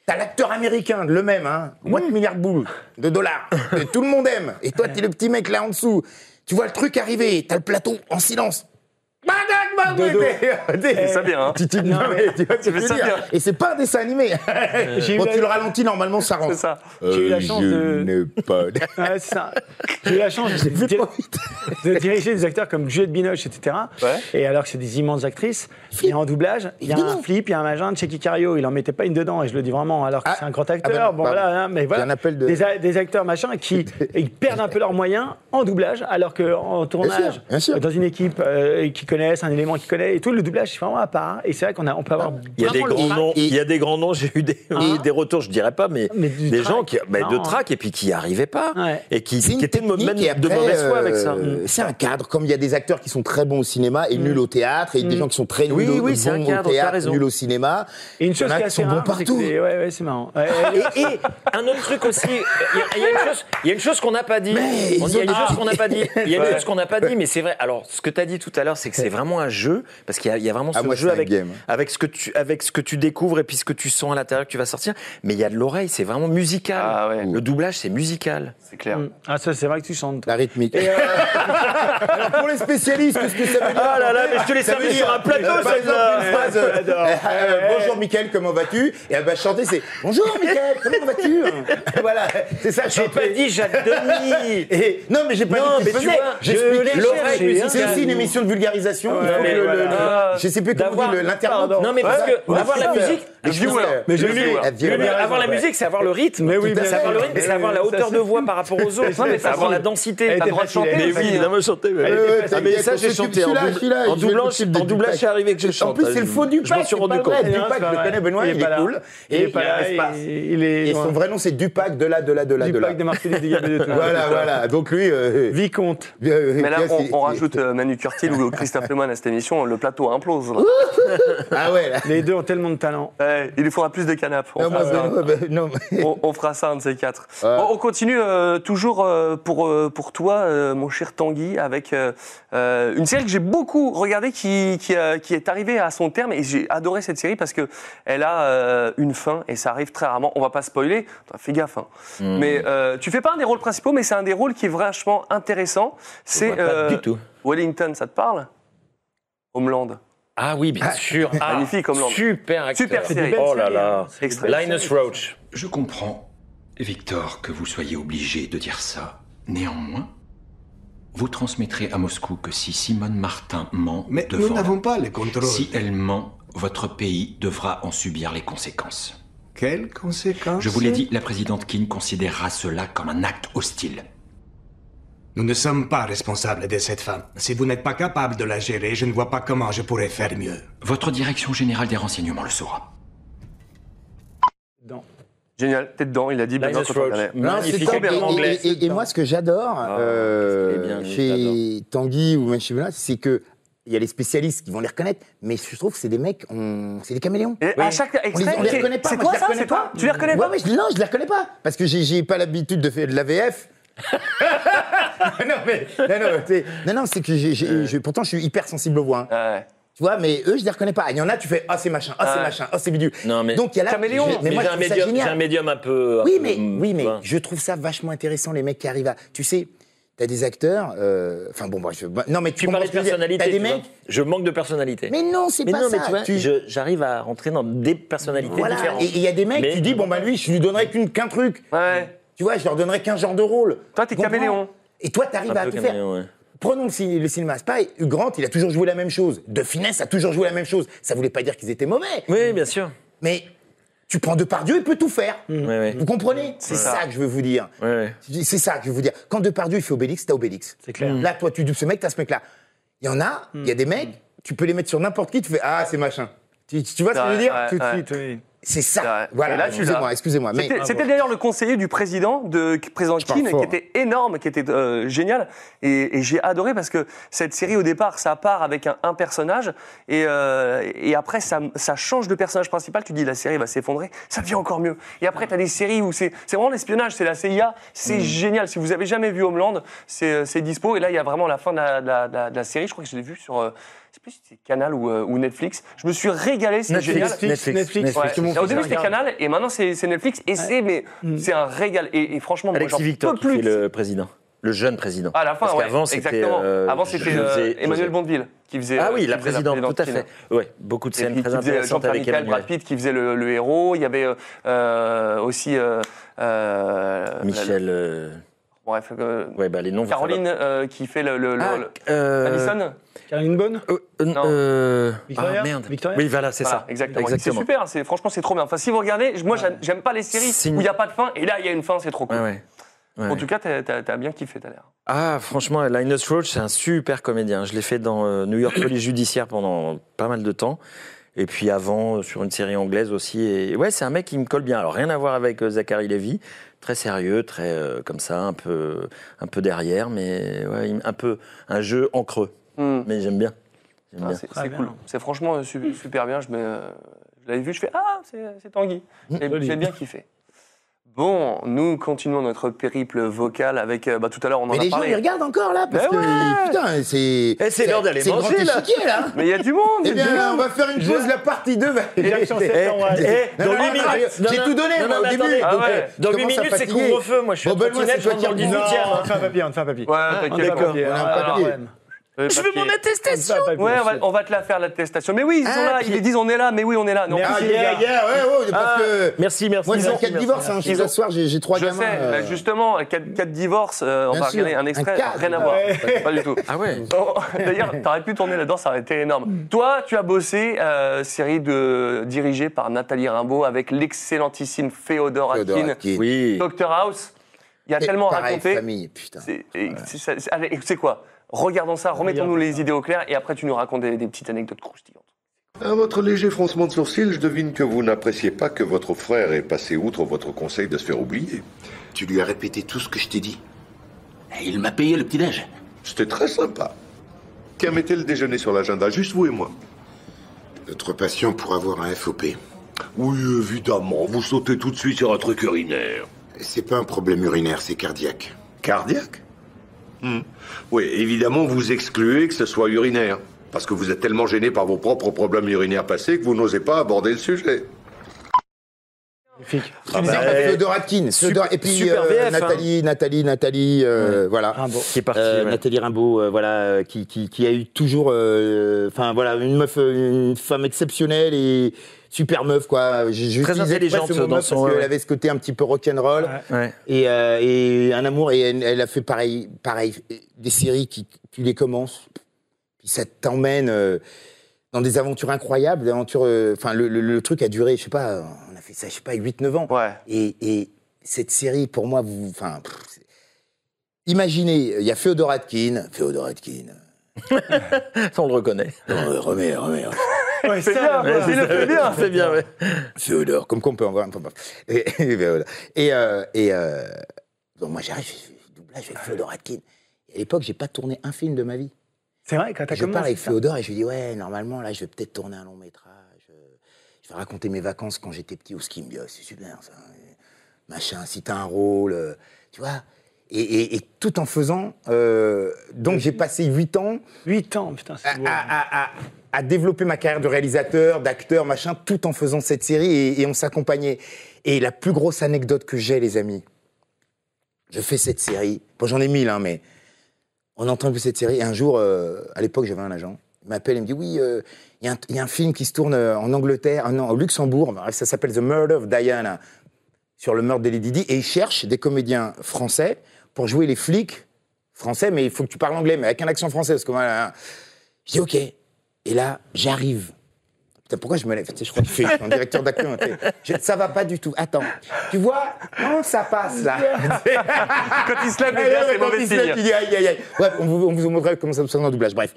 [SPEAKER 7] T'as l'acteur américain, le même, hein.
[SPEAKER 9] Mm.
[SPEAKER 7] What milliard boule
[SPEAKER 9] <laughs>
[SPEAKER 7] de dollars. que tout le monde aime. Et toi, t'es le petit mec là en dessous. Tu vois le truc arriver. T'as le plateau en silence.
[SPEAKER 9] Dodo.
[SPEAKER 7] <laughs> Tu
[SPEAKER 9] Eh,
[SPEAKER 7] fais ça
[SPEAKER 9] <laughs>
[SPEAKER 7] bien, hein.
[SPEAKER 9] tu- tu- non, mais tu vois ce que je veux dire.
[SPEAKER 7] Et c'est pas un dessin animé.
[SPEAKER 9] Euh, J'ai eu
[SPEAKER 7] Quand
[SPEAKER 9] la-
[SPEAKER 7] tu le ralentis, normalement, ça rentre. C'est ça.
[SPEAKER 9] J'ai eu la chance de- <laughs>
[SPEAKER 7] pas.
[SPEAKER 9] Ouais, c'est ça. J'ai eu la chance de, dir- de diriger des acteurs comme Juliette Binoche, etc. Et alors que c'est des immenses actrices, il y a en doublage, il y a un flip, il y a un magin de chez Kikario, il en mettait pas une dedans, et je le dis vraiment, alors que c'est un grand acteur.
[SPEAKER 7] ah bah non,
[SPEAKER 9] bon,
[SPEAKER 7] pardon.
[SPEAKER 9] voilà, hein, mais voilà.
[SPEAKER 7] Il y a un appel de-
[SPEAKER 9] des, a- des acteurs machin
[SPEAKER 7] <laughs>
[SPEAKER 9] qui ils perdent un peu leurs moyens en doublage, alors qu'en tournage,
[SPEAKER 7] sûr, bien sûr.
[SPEAKER 9] dans une équipe euh, qui connaissent, un élément qui connaît, et tout, le doublage, c'est vraiment à part. hein. Et c'est vrai qu'on a, on peut
[SPEAKER 7] Ah.
[SPEAKER 9] avoir.
[SPEAKER 13] Il y, a des
[SPEAKER 9] vraiment le
[SPEAKER 13] grands
[SPEAKER 9] trac.
[SPEAKER 13] noms, il y a des grands noms, j'ai eu des, des retours, je dirais pas, mais,
[SPEAKER 9] du
[SPEAKER 13] des
[SPEAKER 9] trac,
[SPEAKER 13] gens qui, bah, de
[SPEAKER 9] non.
[SPEAKER 13] trac et puis qui n'y arrivaient pas.
[SPEAKER 9] Ouais. Mm.
[SPEAKER 13] Et qui,
[SPEAKER 7] C'est une
[SPEAKER 13] qui étaient de,
[SPEAKER 7] technique
[SPEAKER 13] même-
[SPEAKER 7] et
[SPEAKER 13] de
[SPEAKER 7] après,
[SPEAKER 13] mauvaise foi avec
[SPEAKER 7] euh,
[SPEAKER 13] ça.
[SPEAKER 7] C'est un cadre, comme il y a des acteurs qui sont très bons au cinéma et nuls au théâtre, et des
[SPEAKER 9] Mm.
[SPEAKER 7] gens qui sont très nuls
[SPEAKER 9] Oui,
[SPEAKER 7] au,
[SPEAKER 9] oui, c'est
[SPEAKER 7] bons
[SPEAKER 9] un
[SPEAKER 7] au
[SPEAKER 9] cadre, t'as
[SPEAKER 7] théâtre,
[SPEAKER 9] raison.
[SPEAKER 7] nuls au cinéma.
[SPEAKER 9] Et une
[SPEAKER 7] Il y en
[SPEAKER 9] chose
[SPEAKER 7] a
[SPEAKER 9] qui est
[SPEAKER 7] qui
[SPEAKER 9] assez
[SPEAKER 7] sont bons
[SPEAKER 9] rare, c'est que
[SPEAKER 7] partout.
[SPEAKER 9] c'est- ouais, ouais, c'est marrant. Ouais,
[SPEAKER 7] <laughs>
[SPEAKER 9] ouais.
[SPEAKER 13] Et, et un autre truc aussi, il y a- il y, a une chose- il y a une chose qu'on n'a pas dit.
[SPEAKER 8] Mais
[SPEAKER 13] On- Il y
[SPEAKER 8] ils
[SPEAKER 13] a une
[SPEAKER 8] ont-
[SPEAKER 13] chose qu'on n'a pas dit. Il y a une
[SPEAKER 8] Ouais.
[SPEAKER 13] chose qu'on n'a pas dit, mais c'est vrai. Alors, ce que tu as dit tout à l'heure, c'est que c'est vraiment un jeu, parce qu'il y, a- il y a vraiment ce
[SPEAKER 7] Ah, moi,
[SPEAKER 13] jeu
[SPEAKER 7] c'est un
[SPEAKER 13] avec,
[SPEAKER 7] game.
[SPEAKER 13] avec, ce que tu, avec ce que tu découvres et puis ce que tu sens à l'intérieur que tu vas sortir. Mais il y a de l'oreille, c'est vraiment musical. Le doublage, c'est musical.
[SPEAKER 6] C'est clair.
[SPEAKER 9] Ah, ça, c'est vrai que tu chantes.
[SPEAKER 7] La rythmique. <laughs> Alors pour les spécialistes, qu'est-ce que ça veut dire
[SPEAKER 13] Ah là là, mais je te l'ai
[SPEAKER 7] Ça
[SPEAKER 13] servi
[SPEAKER 7] veut dire,
[SPEAKER 13] sur un plateau,
[SPEAKER 7] euh, par exemple,
[SPEAKER 13] celle-là.
[SPEAKER 7] une phrase, euh, euh, euh, Bonjour Mickaël, comment vas-tu Et elle va chanter, c'est Bonjour Mickaël, comment vas-tu Voilà, c'est ça. J'ai pas dit Jacques Denis. Non, mais j'ai pas
[SPEAKER 13] Non,
[SPEAKER 7] dit que
[SPEAKER 13] mais tu
[SPEAKER 7] faisais.
[SPEAKER 13] vois,
[SPEAKER 7] J'explique.
[SPEAKER 13] je l'ai
[SPEAKER 7] L'oreille
[SPEAKER 13] cherché, hein.
[SPEAKER 7] C'est aussi une émission de vulgarisation.
[SPEAKER 13] Ouais,
[SPEAKER 7] Il faut
[SPEAKER 13] mais
[SPEAKER 7] que le-
[SPEAKER 13] voilà.
[SPEAKER 7] le- le-
[SPEAKER 13] Ah,
[SPEAKER 7] Je sais plus comment on
[SPEAKER 13] d'avoir-
[SPEAKER 7] dit, le- l'internaute.
[SPEAKER 13] Non, mais parce
[SPEAKER 7] Ouais.
[SPEAKER 13] que avoir la
[SPEAKER 7] Ouais.
[SPEAKER 13] musique,
[SPEAKER 7] Le
[SPEAKER 13] je pense-
[SPEAKER 7] viewer.
[SPEAKER 13] mais je
[SPEAKER 7] Le
[SPEAKER 13] le
[SPEAKER 7] viewer.
[SPEAKER 13] dis,
[SPEAKER 7] viewer.
[SPEAKER 13] le- avoir la
[SPEAKER 7] Ouais.
[SPEAKER 13] musique, c'est avoir le rythme.
[SPEAKER 7] Mais oui,
[SPEAKER 13] Tout à
[SPEAKER 7] mais
[SPEAKER 13] fait. avoir
[SPEAKER 7] oui.
[SPEAKER 13] le rythme, c'est avoir la
[SPEAKER 7] Ça,
[SPEAKER 13] hauteur
[SPEAKER 7] c'est-
[SPEAKER 13] de voix par rapport aux autres. Non, mais c'est avoir la densité. T'as le droit de chanter.
[SPEAKER 7] Mais oui,
[SPEAKER 13] évidemment, chanter. ouais.
[SPEAKER 7] Euh,
[SPEAKER 13] Ah,
[SPEAKER 7] t'inquiète,
[SPEAKER 13] mais ça,
[SPEAKER 7] on
[SPEAKER 13] j'ai
[SPEAKER 7] s'occupe
[SPEAKER 13] chanté. En
[SPEAKER 7] celui-là,
[SPEAKER 13] doubl-
[SPEAKER 7] celui-là,
[SPEAKER 13] en
[SPEAKER 7] il joue le
[SPEAKER 13] doublage,
[SPEAKER 7] type de
[SPEAKER 13] en doublage,
[SPEAKER 7] Dupac.
[SPEAKER 13] c'est arrivé que je chante. hein.
[SPEAKER 7] En plus, c'est le faux Dupac.
[SPEAKER 13] Je m'en suis
[SPEAKER 7] c'est
[SPEAKER 13] rendu
[SPEAKER 7] pas
[SPEAKER 13] compte.
[SPEAKER 7] vrai. Dupac, je le connais, Benoît, il est cool. Et il y a un espace. Et son vrai nom, c'est Dupac, de là, de là, de là, de là.
[SPEAKER 9] Dupac de Marseillais des Gables de Tours.
[SPEAKER 13] Ah,
[SPEAKER 7] Voilà, voilà. Donc lui. euh,
[SPEAKER 9] Vicomte.
[SPEAKER 7] euh,
[SPEAKER 6] Mais là,
[SPEAKER 7] <laughs> bien,
[SPEAKER 6] on,
[SPEAKER 7] c'est-
[SPEAKER 6] on rajoute euh, Manu Curtil ou
[SPEAKER 8] <laughs>
[SPEAKER 6] Christophe Lemoine à cette émission, le plateau implose. là.
[SPEAKER 7] Ah ouais, là.
[SPEAKER 9] Les deux ont tellement de talent.
[SPEAKER 6] Ouais, il lui faudra plus de canapes. On,
[SPEAKER 8] Ah,
[SPEAKER 7] Non, moi,
[SPEAKER 6] fera ça.
[SPEAKER 7] Benoît, ben, non,
[SPEAKER 6] on, on fera ça un de ces quatre. Bon, on continue euh, toujours euh, pour, euh, pour toi, euh, mon cher Tanguy, avec euh, euh, une série que j'ai beaucoup regardée qui, qui, euh, qui est arrivée à son terme. Et j'ai adoré cette série parce que elle a euh, une fin et ça arrive très rarement. On va pas spoiler, Attends, fais gaffe. hein.
[SPEAKER 8] Mm.
[SPEAKER 6] Mais euh, tu fais pas un des rôles principaux, mais c'est un des rôles qui est vachement intéressant. C'est euh,
[SPEAKER 8] vois pas du tout.
[SPEAKER 6] Wellington, ça te parle Homeland.
[SPEAKER 13] Ah oui, bien sûr. Ah,
[SPEAKER 6] Magnifique Homeland.
[SPEAKER 13] Super acteur.
[SPEAKER 6] Super série.
[SPEAKER 13] Oh là là.
[SPEAKER 6] Extrêmement.
[SPEAKER 13] Linus Roach.
[SPEAKER 6] Je
[SPEAKER 13] comprends.
[SPEAKER 6] Victor,
[SPEAKER 13] que vous soyez obligé de dire ça. Néanmoins, vous transmettrez à Moscou que si Simone Martin ment
[SPEAKER 12] Mais
[SPEAKER 13] devant...
[SPEAKER 12] nous n'avons pas les contrôles.
[SPEAKER 13] Si elle ment, votre pays devra en subir les conséquences.
[SPEAKER 12] Quelles conséquences
[SPEAKER 13] Je vous l'ai dit, la présidente King considérera cela comme un acte hostile.
[SPEAKER 24] Nous ne sommes pas responsables de cette femme. Si vous n'êtes pas capable de la gérer, je ne vois pas comment je pourrais faire mieux.
[SPEAKER 13] Votre direction générale des renseignements le saura.
[SPEAKER 6] Génial, t'es dedans, il a dit.
[SPEAKER 8] Linus
[SPEAKER 6] Benoît
[SPEAKER 8] Roach.
[SPEAKER 6] Cotterêt.
[SPEAKER 7] Non, c'est top. Et-
[SPEAKER 6] anglais.
[SPEAKER 7] Et, et- et moi, ce que j'adore euh,
[SPEAKER 6] qu'est-ce qu'il est bien, lui,
[SPEAKER 7] chez Tanguy ou Machimela, c'est que il y a les spécialistes qui vont les reconnaître, mais je trouve que c'est des mecs, on- c'est des caméléons.
[SPEAKER 6] Et à
[SPEAKER 7] Ouais.
[SPEAKER 6] chaque
[SPEAKER 7] on les,
[SPEAKER 6] extrait,
[SPEAKER 7] on les
[SPEAKER 6] c'est-
[SPEAKER 7] reconnaît pas.
[SPEAKER 6] c'est
[SPEAKER 7] moi,
[SPEAKER 6] toi,
[SPEAKER 7] je les
[SPEAKER 6] ça
[SPEAKER 7] reconnais
[SPEAKER 6] C'est
[SPEAKER 7] pas.
[SPEAKER 6] toi Tu les reconnais
[SPEAKER 7] Ouais,
[SPEAKER 6] pas
[SPEAKER 7] ouais, je- Non, je les reconnais pas parce que j'ai- j'ai pas l'habitude de faire de la VF. non mais non non, c'est- non, non, c'est que j'ai- j'ai- je- pourtant je suis hyper sensible aux voix. hein. Tu vois, mais eux, je les reconnais pas. Il y en a, tu fais ah c'est machin, ah c'est
[SPEAKER 8] Ouais.
[SPEAKER 7] machin, ah c'est bidule.
[SPEAKER 8] Non, mais.
[SPEAKER 7] Donc il y a là,
[SPEAKER 8] Caméléon,
[SPEAKER 7] je- moi,
[SPEAKER 8] mais, j'ai
[SPEAKER 7] je
[SPEAKER 8] un
[SPEAKER 7] trouve ça
[SPEAKER 8] médium-
[SPEAKER 7] génial.
[SPEAKER 8] j'ai un médium un peu.
[SPEAKER 7] Oui, mais,
[SPEAKER 8] hum,
[SPEAKER 7] oui, mais
[SPEAKER 8] tu vois.
[SPEAKER 7] je trouve ça vachement intéressant, les mecs qui arrivent à. Tu sais, t'as des acteurs. euh, Enfin bon, moi, je. bah, Non, mais tu,
[SPEAKER 8] Tu
[SPEAKER 7] comprends
[SPEAKER 8] parlais
[SPEAKER 7] ce que
[SPEAKER 8] de
[SPEAKER 7] je veux dire.
[SPEAKER 8] personnalité.
[SPEAKER 7] T'as des
[SPEAKER 8] tu vois.
[SPEAKER 7] mecs.
[SPEAKER 8] Je manque de personnalité.
[SPEAKER 7] Mais non, c'est
[SPEAKER 8] Mais
[SPEAKER 7] pas
[SPEAKER 8] non,
[SPEAKER 7] ça.
[SPEAKER 8] mais tu vois,
[SPEAKER 7] Tu-
[SPEAKER 8] je- j'arrive à rentrer dans des personnalités
[SPEAKER 7] Voilà,
[SPEAKER 8] différentes.
[SPEAKER 7] et il y a des mecs,
[SPEAKER 8] Mais-
[SPEAKER 7] tu dis, bon, bah lui, je lui donnerais qu'une- qu'un truc. Tu vois, je leur donnerais qu'un genre de rôle. Toi, t'es
[SPEAKER 6] caméléon.
[SPEAKER 7] Et toi, t'arrives
[SPEAKER 8] Un
[SPEAKER 7] à
[SPEAKER 8] peu
[SPEAKER 7] tout faire.
[SPEAKER 8] caméléon, ouais.
[SPEAKER 7] Prenons le, cin- le cinéma Spy, Hugh Grant, il a toujours joué la même chose. De finesse a toujours joué la même chose. Ça voulait pas dire qu'ils étaient mauvais.
[SPEAKER 8] Oui, bien sûr.
[SPEAKER 7] Mais tu prends Depardieu, il peut tout faire.
[SPEAKER 8] oui.
[SPEAKER 7] Vous comprenez C'est
[SPEAKER 8] Mm. Ouais.
[SPEAKER 7] ça que je veux vous dire. C'est ça que je veux vous dire. Quand Depardieu, il fait Obélix, t'as Obélix. C'est
[SPEAKER 9] clair.
[SPEAKER 7] Là, toi, tu doubles ce mec, t'as ce mec-là. Il y en a, il y a des mecs, tu peux les mettre sur n'importe qui, tu fais Ah, c'est machin. Tu, tu vois ce que je veux dire Tout de suite. C'est ça.
[SPEAKER 6] Et
[SPEAKER 7] Voilà,
[SPEAKER 6] là, tu l'as.
[SPEAKER 7] excusez-moi, excusez-moi. mais-
[SPEAKER 6] C'était- C'était d'ailleurs le conseiller du président, de qui- président Keane,
[SPEAKER 7] fort,
[SPEAKER 6] qui était énorme, qui était euh, génial. Et, et j'ai adoré parce que cette série, au départ, ça part avec un, un personnage. Et, euh, et après, ça, ça change de personnage principal. Tu dis, la série va s'effondrer. Ça devient encore mieux. Et après, tu as des séries où c'est c'est vraiment l'espionnage, c'est la CIA.
[SPEAKER 7] Mm.
[SPEAKER 6] C'est génial. Si vous avez jamais vu Homeland, c'est c'est dispo. Et là, il y a vraiment la fin de la, de la- de la- de la série. Je crois que je l'ai vu sur. euh, je sais plus si c'est Canal ou, euh, ou Netflix. Je me suis régalé, c'est
[SPEAKER 7] Netflix,
[SPEAKER 6] génial.
[SPEAKER 7] Netflix, Netflix, Netflix,
[SPEAKER 6] Ouais.
[SPEAKER 7] tout le monde
[SPEAKER 6] Au début, c'était
[SPEAKER 7] regarde.
[SPEAKER 6] Canal. Canal, et maintenant c'est c'est Netflix et c'est mais c'est un régal et, et franchement moi,
[SPEAKER 8] Alexis
[SPEAKER 6] j'en
[SPEAKER 8] Victor
[SPEAKER 6] peux
[SPEAKER 8] qui
[SPEAKER 6] plus Ah,
[SPEAKER 8] est le président. Le jeune président.
[SPEAKER 6] à la fin
[SPEAKER 8] Parce
[SPEAKER 6] ouais,
[SPEAKER 8] qu'avant, c'était.
[SPEAKER 6] exactement
[SPEAKER 8] euh,
[SPEAKER 6] avant c'était
[SPEAKER 8] José-
[SPEAKER 6] euh,
[SPEAKER 8] José.
[SPEAKER 6] Emmanuel Bondeville qui faisait
[SPEAKER 8] Ah
[SPEAKER 6] euh,
[SPEAKER 8] oui,
[SPEAKER 6] qui
[SPEAKER 8] la
[SPEAKER 6] faisait
[SPEAKER 8] présidente, tout à fait.
[SPEAKER 6] présidente.
[SPEAKER 8] Ouais, beaucoup de
[SPEAKER 6] Et
[SPEAKER 8] scènes
[SPEAKER 6] puis,
[SPEAKER 8] très
[SPEAKER 6] qui faisait
[SPEAKER 8] intéressantes
[SPEAKER 6] Jean-Pierre
[SPEAKER 8] avec
[SPEAKER 6] Michael,
[SPEAKER 8] Emmanuel.
[SPEAKER 6] Brad Pitt qui faisait le, le héros il y avait euh, euh, aussi euh, euh, la-
[SPEAKER 8] Michel. euh,
[SPEAKER 6] bref euh,
[SPEAKER 8] Ouais, bah les noms. vous
[SPEAKER 6] Caroline euh, qui fait le, le, le-
[SPEAKER 8] Ah,
[SPEAKER 6] le-
[SPEAKER 8] euh,
[SPEAKER 6] Alison
[SPEAKER 9] Caroline Bonne
[SPEAKER 8] savez pas. Euh,
[SPEAKER 6] Victoria
[SPEAKER 8] ah, merde.
[SPEAKER 6] Victoria
[SPEAKER 8] Oui, voilà, c'est
[SPEAKER 6] Voilà,
[SPEAKER 8] ça.
[SPEAKER 6] exactement. C'est super, c'est- franchement c'est trop bien. Enfin, si vous regardez, moi j'aime- j'aime pas les séries
[SPEAKER 8] C'est
[SPEAKER 6] où
[SPEAKER 8] une-
[SPEAKER 6] il n'y a pas de fin, et là il y a une fin, c'est trop cool.
[SPEAKER 8] Ouais, ouais. Ouais,
[SPEAKER 6] en
[SPEAKER 8] ouais.
[SPEAKER 6] tout cas, t'as t'as- t'as bien kiffé, t'as l'air.
[SPEAKER 8] Ah, franchement, Linus Roach, c'est un super comédien. Je l'ai fait dans euh, New York Police Judiciaire pendant pas mal de temps. Et puis avant, euh, sur une série anglaise aussi. Et ouais, c'est un mec qui me colle bien. Alors, rien à voir avec euh, Zachary Levy. Très sérieux, très euh, comme ça, un peu, un peu derrière, mais ouais, il- un peu un jeu en creux. Mais j'aime bien. J'aime
[SPEAKER 6] Ah,
[SPEAKER 8] bien.
[SPEAKER 6] c'est c'est cool. C'est franchement euh, su- super bien. Je, me, euh, je l'avais vu, je fais Ah, c'est c'est Tanguy.
[SPEAKER 7] Mmh.
[SPEAKER 6] J'ai j'ai bien kiffé. Bon, nous continuons notre périple vocal avec. euh, bah, tout à l'heure, on en
[SPEAKER 7] Mais
[SPEAKER 6] a
[SPEAKER 7] les gens
[SPEAKER 6] parlé.
[SPEAKER 7] les regardent encore là parce que putain c'est
[SPEAKER 8] c'est l'heure d'aller
[SPEAKER 7] c'est le grand
[SPEAKER 8] manger, là.
[SPEAKER 7] échiquier, là.
[SPEAKER 6] Mais il y a du monde.
[SPEAKER 7] Eh
[SPEAKER 6] il y a
[SPEAKER 7] bien
[SPEAKER 6] du monde.
[SPEAKER 7] on va faire une
[SPEAKER 6] Je-
[SPEAKER 7] pause la partie 2 va.
[SPEAKER 8] Jackson, c'est
[SPEAKER 7] Eh,
[SPEAKER 8] en vrai.
[SPEAKER 7] eh,
[SPEAKER 8] Eh,
[SPEAKER 7] non,
[SPEAKER 8] dans
[SPEAKER 7] non,
[SPEAKER 8] huit
[SPEAKER 7] non,
[SPEAKER 8] minutes.
[SPEAKER 7] non, J'ai
[SPEAKER 8] Non,
[SPEAKER 7] tout
[SPEAKER 8] non,
[SPEAKER 7] donné
[SPEAKER 8] non,
[SPEAKER 7] moi,
[SPEAKER 8] non,
[SPEAKER 7] au
[SPEAKER 8] mais
[SPEAKER 7] début.
[SPEAKER 8] attendez.
[SPEAKER 7] donc,
[SPEAKER 8] Ah
[SPEAKER 7] euh,
[SPEAKER 8] ouais. Dans
[SPEAKER 7] je
[SPEAKER 8] huit
[SPEAKER 7] commence à
[SPEAKER 8] minutes, c'est
[SPEAKER 7] fatiguer.
[SPEAKER 8] couvre-feu, moi, je suis
[SPEAKER 7] Bon,
[SPEAKER 8] en
[SPEAKER 7] ben, moi,
[SPEAKER 8] trottinette,
[SPEAKER 7] c'est toi
[SPEAKER 8] je
[SPEAKER 7] qui
[SPEAKER 8] rentre
[SPEAKER 7] as
[SPEAKER 8] dans le
[SPEAKER 7] le
[SPEAKER 8] 18e,
[SPEAKER 7] temps.
[SPEAKER 8] hein.
[SPEAKER 9] Enfin, papier, on ne fait un papier.
[SPEAKER 6] Ouais,
[SPEAKER 7] Ah,
[SPEAKER 6] t'inquiète pas.
[SPEAKER 9] On a un
[SPEAKER 6] Alors,
[SPEAKER 9] papier.
[SPEAKER 6] euh,
[SPEAKER 8] Je veux
[SPEAKER 6] papier.
[SPEAKER 8] mon attestation.
[SPEAKER 6] Ouais, on va, on va te la faire l'attestation. Mais oui, ils sont
[SPEAKER 8] Ah,
[SPEAKER 6] là.
[SPEAKER 8] puis-
[SPEAKER 6] Ils disent on est là, mais oui, on est là. Non,
[SPEAKER 7] Ah,
[SPEAKER 6] si, les
[SPEAKER 7] yeah,
[SPEAKER 6] gars.
[SPEAKER 7] yeah, ouais, ouais, parce
[SPEAKER 8] Ah,
[SPEAKER 7] que.
[SPEAKER 8] Merci, merci.
[SPEAKER 7] Moi, ils ont
[SPEAKER 8] merci,
[SPEAKER 7] 4
[SPEAKER 8] merci.
[SPEAKER 7] divorces, hein. Je
[SPEAKER 6] Ils ont-
[SPEAKER 7] ce soir, j'ai j'ai trois
[SPEAKER 6] Je
[SPEAKER 7] gamins.
[SPEAKER 6] sais,
[SPEAKER 7] euh,
[SPEAKER 6] bah, justement, 4, divorces, euh, on
[SPEAKER 7] Bien
[SPEAKER 6] va
[SPEAKER 7] sûr,
[SPEAKER 6] regarder un extrait,
[SPEAKER 7] un cadre.
[SPEAKER 6] rien à voir.
[SPEAKER 7] Ouais.
[SPEAKER 6] Pas du tout.
[SPEAKER 8] Ah ouais
[SPEAKER 6] Oh, <laughs> D'ailleurs, t'aurais pu tourner là-dedans, ça aurait été
[SPEAKER 7] Mm.
[SPEAKER 6] énorme. Toi, tu as bossé, euh, série de, dirigée par Nathalie Rimbaud avec l'excellentissime Féodore
[SPEAKER 7] Féodore
[SPEAKER 6] Atkin,
[SPEAKER 7] Atkin.
[SPEAKER 8] Oui.
[SPEAKER 6] Doctor House. Il y a
[SPEAKER 7] et
[SPEAKER 6] tellement
[SPEAKER 7] pareil,
[SPEAKER 6] raconté.
[SPEAKER 7] famille, putain.
[SPEAKER 6] C'est- et c'est- ça- c'est- allez, C'est quoi Regardons ça, remettons-nous les idées au clair et après tu nous racontes des, des petites anecdotes croustillantes.
[SPEAKER 25] À votre léger froncement de sourcil, je devine que vous n'appréciez pas que votre frère ait passé outre votre conseil de se faire oublier.
[SPEAKER 24] Tu lui as répété tout ce que je t'ai dit. Et il m'a payé le petit-déj.
[SPEAKER 25] C'était très sympa. Tiens, mettez le déjeuner sur l'agenda, juste vous et moi.
[SPEAKER 24] Notre patient pour avoir un FOP.
[SPEAKER 25] Oui, évidemment, vous sautez tout de suite sur un truc urinaire.
[SPEAKER 24] C'est pas un problème urinaire, c'est cardiaque.
[SPEAKER 25] Cardiaque Hmm. Oui, évidemment, vous excluez que ce soit urinaire. Parce que vous êtes tellement gêné par vos propres problèmes urinaires passés que vous n'osez pas aborder le sujet.
[SPEAKER 7] Ah bah,
[SPEAKER 8] bah, ouais.
[SPEAKER 7] Féodor Atkin, Féodor- et puis
[SPEAKER 8] super
[SPEAKER 7] euh,
[SPEAKER 8] VF, hein.
[SPEAKER 7] Nathalie, Nathalie, Nathalie, euh, voilà,
[SPEAKER 8] Qui est partie, ouais.
[SPEAKER 7] Nathalie Rimbaud, euh, voilà, euh, qui, qui, qui a eu toujours, euh, enfin voilà, une meuf, euh, une femme exceptionnelle et super meuf quoi. J- j'utilisais
[SPEAKER 8] Très intelligente
[SPEAKER 7] presque ce mot
[SPEAKER 8] dans
[SPEAKER 7] meuf
[SPEAKER 8] son-
[SPEAKER 7] parce
[SPEAKER 8] ouais,
[SPEAKER 7] qu'elle
[SPEAKER 8] ouais.
[SPEAKER 7] avait ce côté un petit peu rock'n'roll
[SPEAKER 8] Ouais.
[SPEAKER 7] et, euh, et un amour et elle, elle a fait pareil, pareil, des séries qui tu les commences, puis ça t'emmène. euh, dans des aventures incroyables, des aventures. euh, Enfin, le, le- le truc a duré, je sais pas, euh, on a fait ça, je sais pas, 8-9 ans. Et, et cette série, pour moi, vous, enfin, pff, c'est- Imaginez, il y a Féodor Atkin. Féodor Atkin. euh,
[SPEAKER 8] on le reconnaît.
[SPEAKER 7] remets, remets.
[SPEAKER 8] Ouais, c'est bien, voilà. Ah bah, Il le fait bien. C'est bien, ouais.
[SPEAKER 7] Féodor, comme qu'on peut en voir un peu. Et, <laughs> et, ben voilà. et, euh, et euh, donc moi j'arrive, je fais du doublage avec Féodor Atkin. Et à l'époque, j'ai pas tourné un film de ma vie.
[SPEAKER 9] C'est vrai, quand t'as
[SPEAKER 7] Je
[SPEAKER 9] commencé.
[SPEAKER 7] parle avec
[SPEAKER 9] ça.
[SPEAKER 7] Féodor et je lui dis ouais, normalement là, je vais peut-être tourner un long métrage. euh, Je vais raconter mes vacances quand j'étais petit au Skimbios. Ah, C'est super ça. Et Machin, si t'as un rôle, euh, tu vois. Et, et- et tout en faisant. euh, donc j'ai passé 8 ans.
[SPEAKER 9] 8 ans, putain, c'est
[SPEAKER 7] à, à- à- à développer ma carrière de réalisateur, d'acteur, machin, tout en faisant cette série et, et on s'accompagnait. Et la plus grosse anecdote que j'ai, les amis, je fais cette série. Bon, j'en ai mille, hein, mais on entend plus cette série. Et un jour, euh, à l'époque, j'avais un agent. Il m'appelle, il me dit Oui, euh, il y, a un- il y a un film qui se tourne euh, en Angleterre, ah non, au Luxembourg, Bref, ça s'appelle The Murder of Diana, sur le meurtre d'Eli Didi, et il cherche des comédiens français pour jouer les flics français, mais il faut que tu parles anglais, mais avec un accent français, parce que moi, là, hein, là. je dis Ok. Et là, j'arrive. Putain, pourquoi je me lève Tu sais, Je crois que je suis un directeur d'acteur. tu sais. Je- Ça va pas du tout. Attends, tu vois, non, ça passe là.
[SPEAKER 6] Quand il se lève, les
[SPEAKER 7] Et
[SPEAKER 6] gars,
[SPEAKER 7] là,
[SPEAKER 6] c'est
[SPEAKER 7] Ah, quand
[SPEAKER 6] mauvais
[SPEAKER 7] il se lève,
[SPEAKER 6] signe.
[SPEAKER 7] tu dis, aïe, aïe, aïe. Bref, on vous, on vous montrera comment ça se passe dans le doublage. Bref.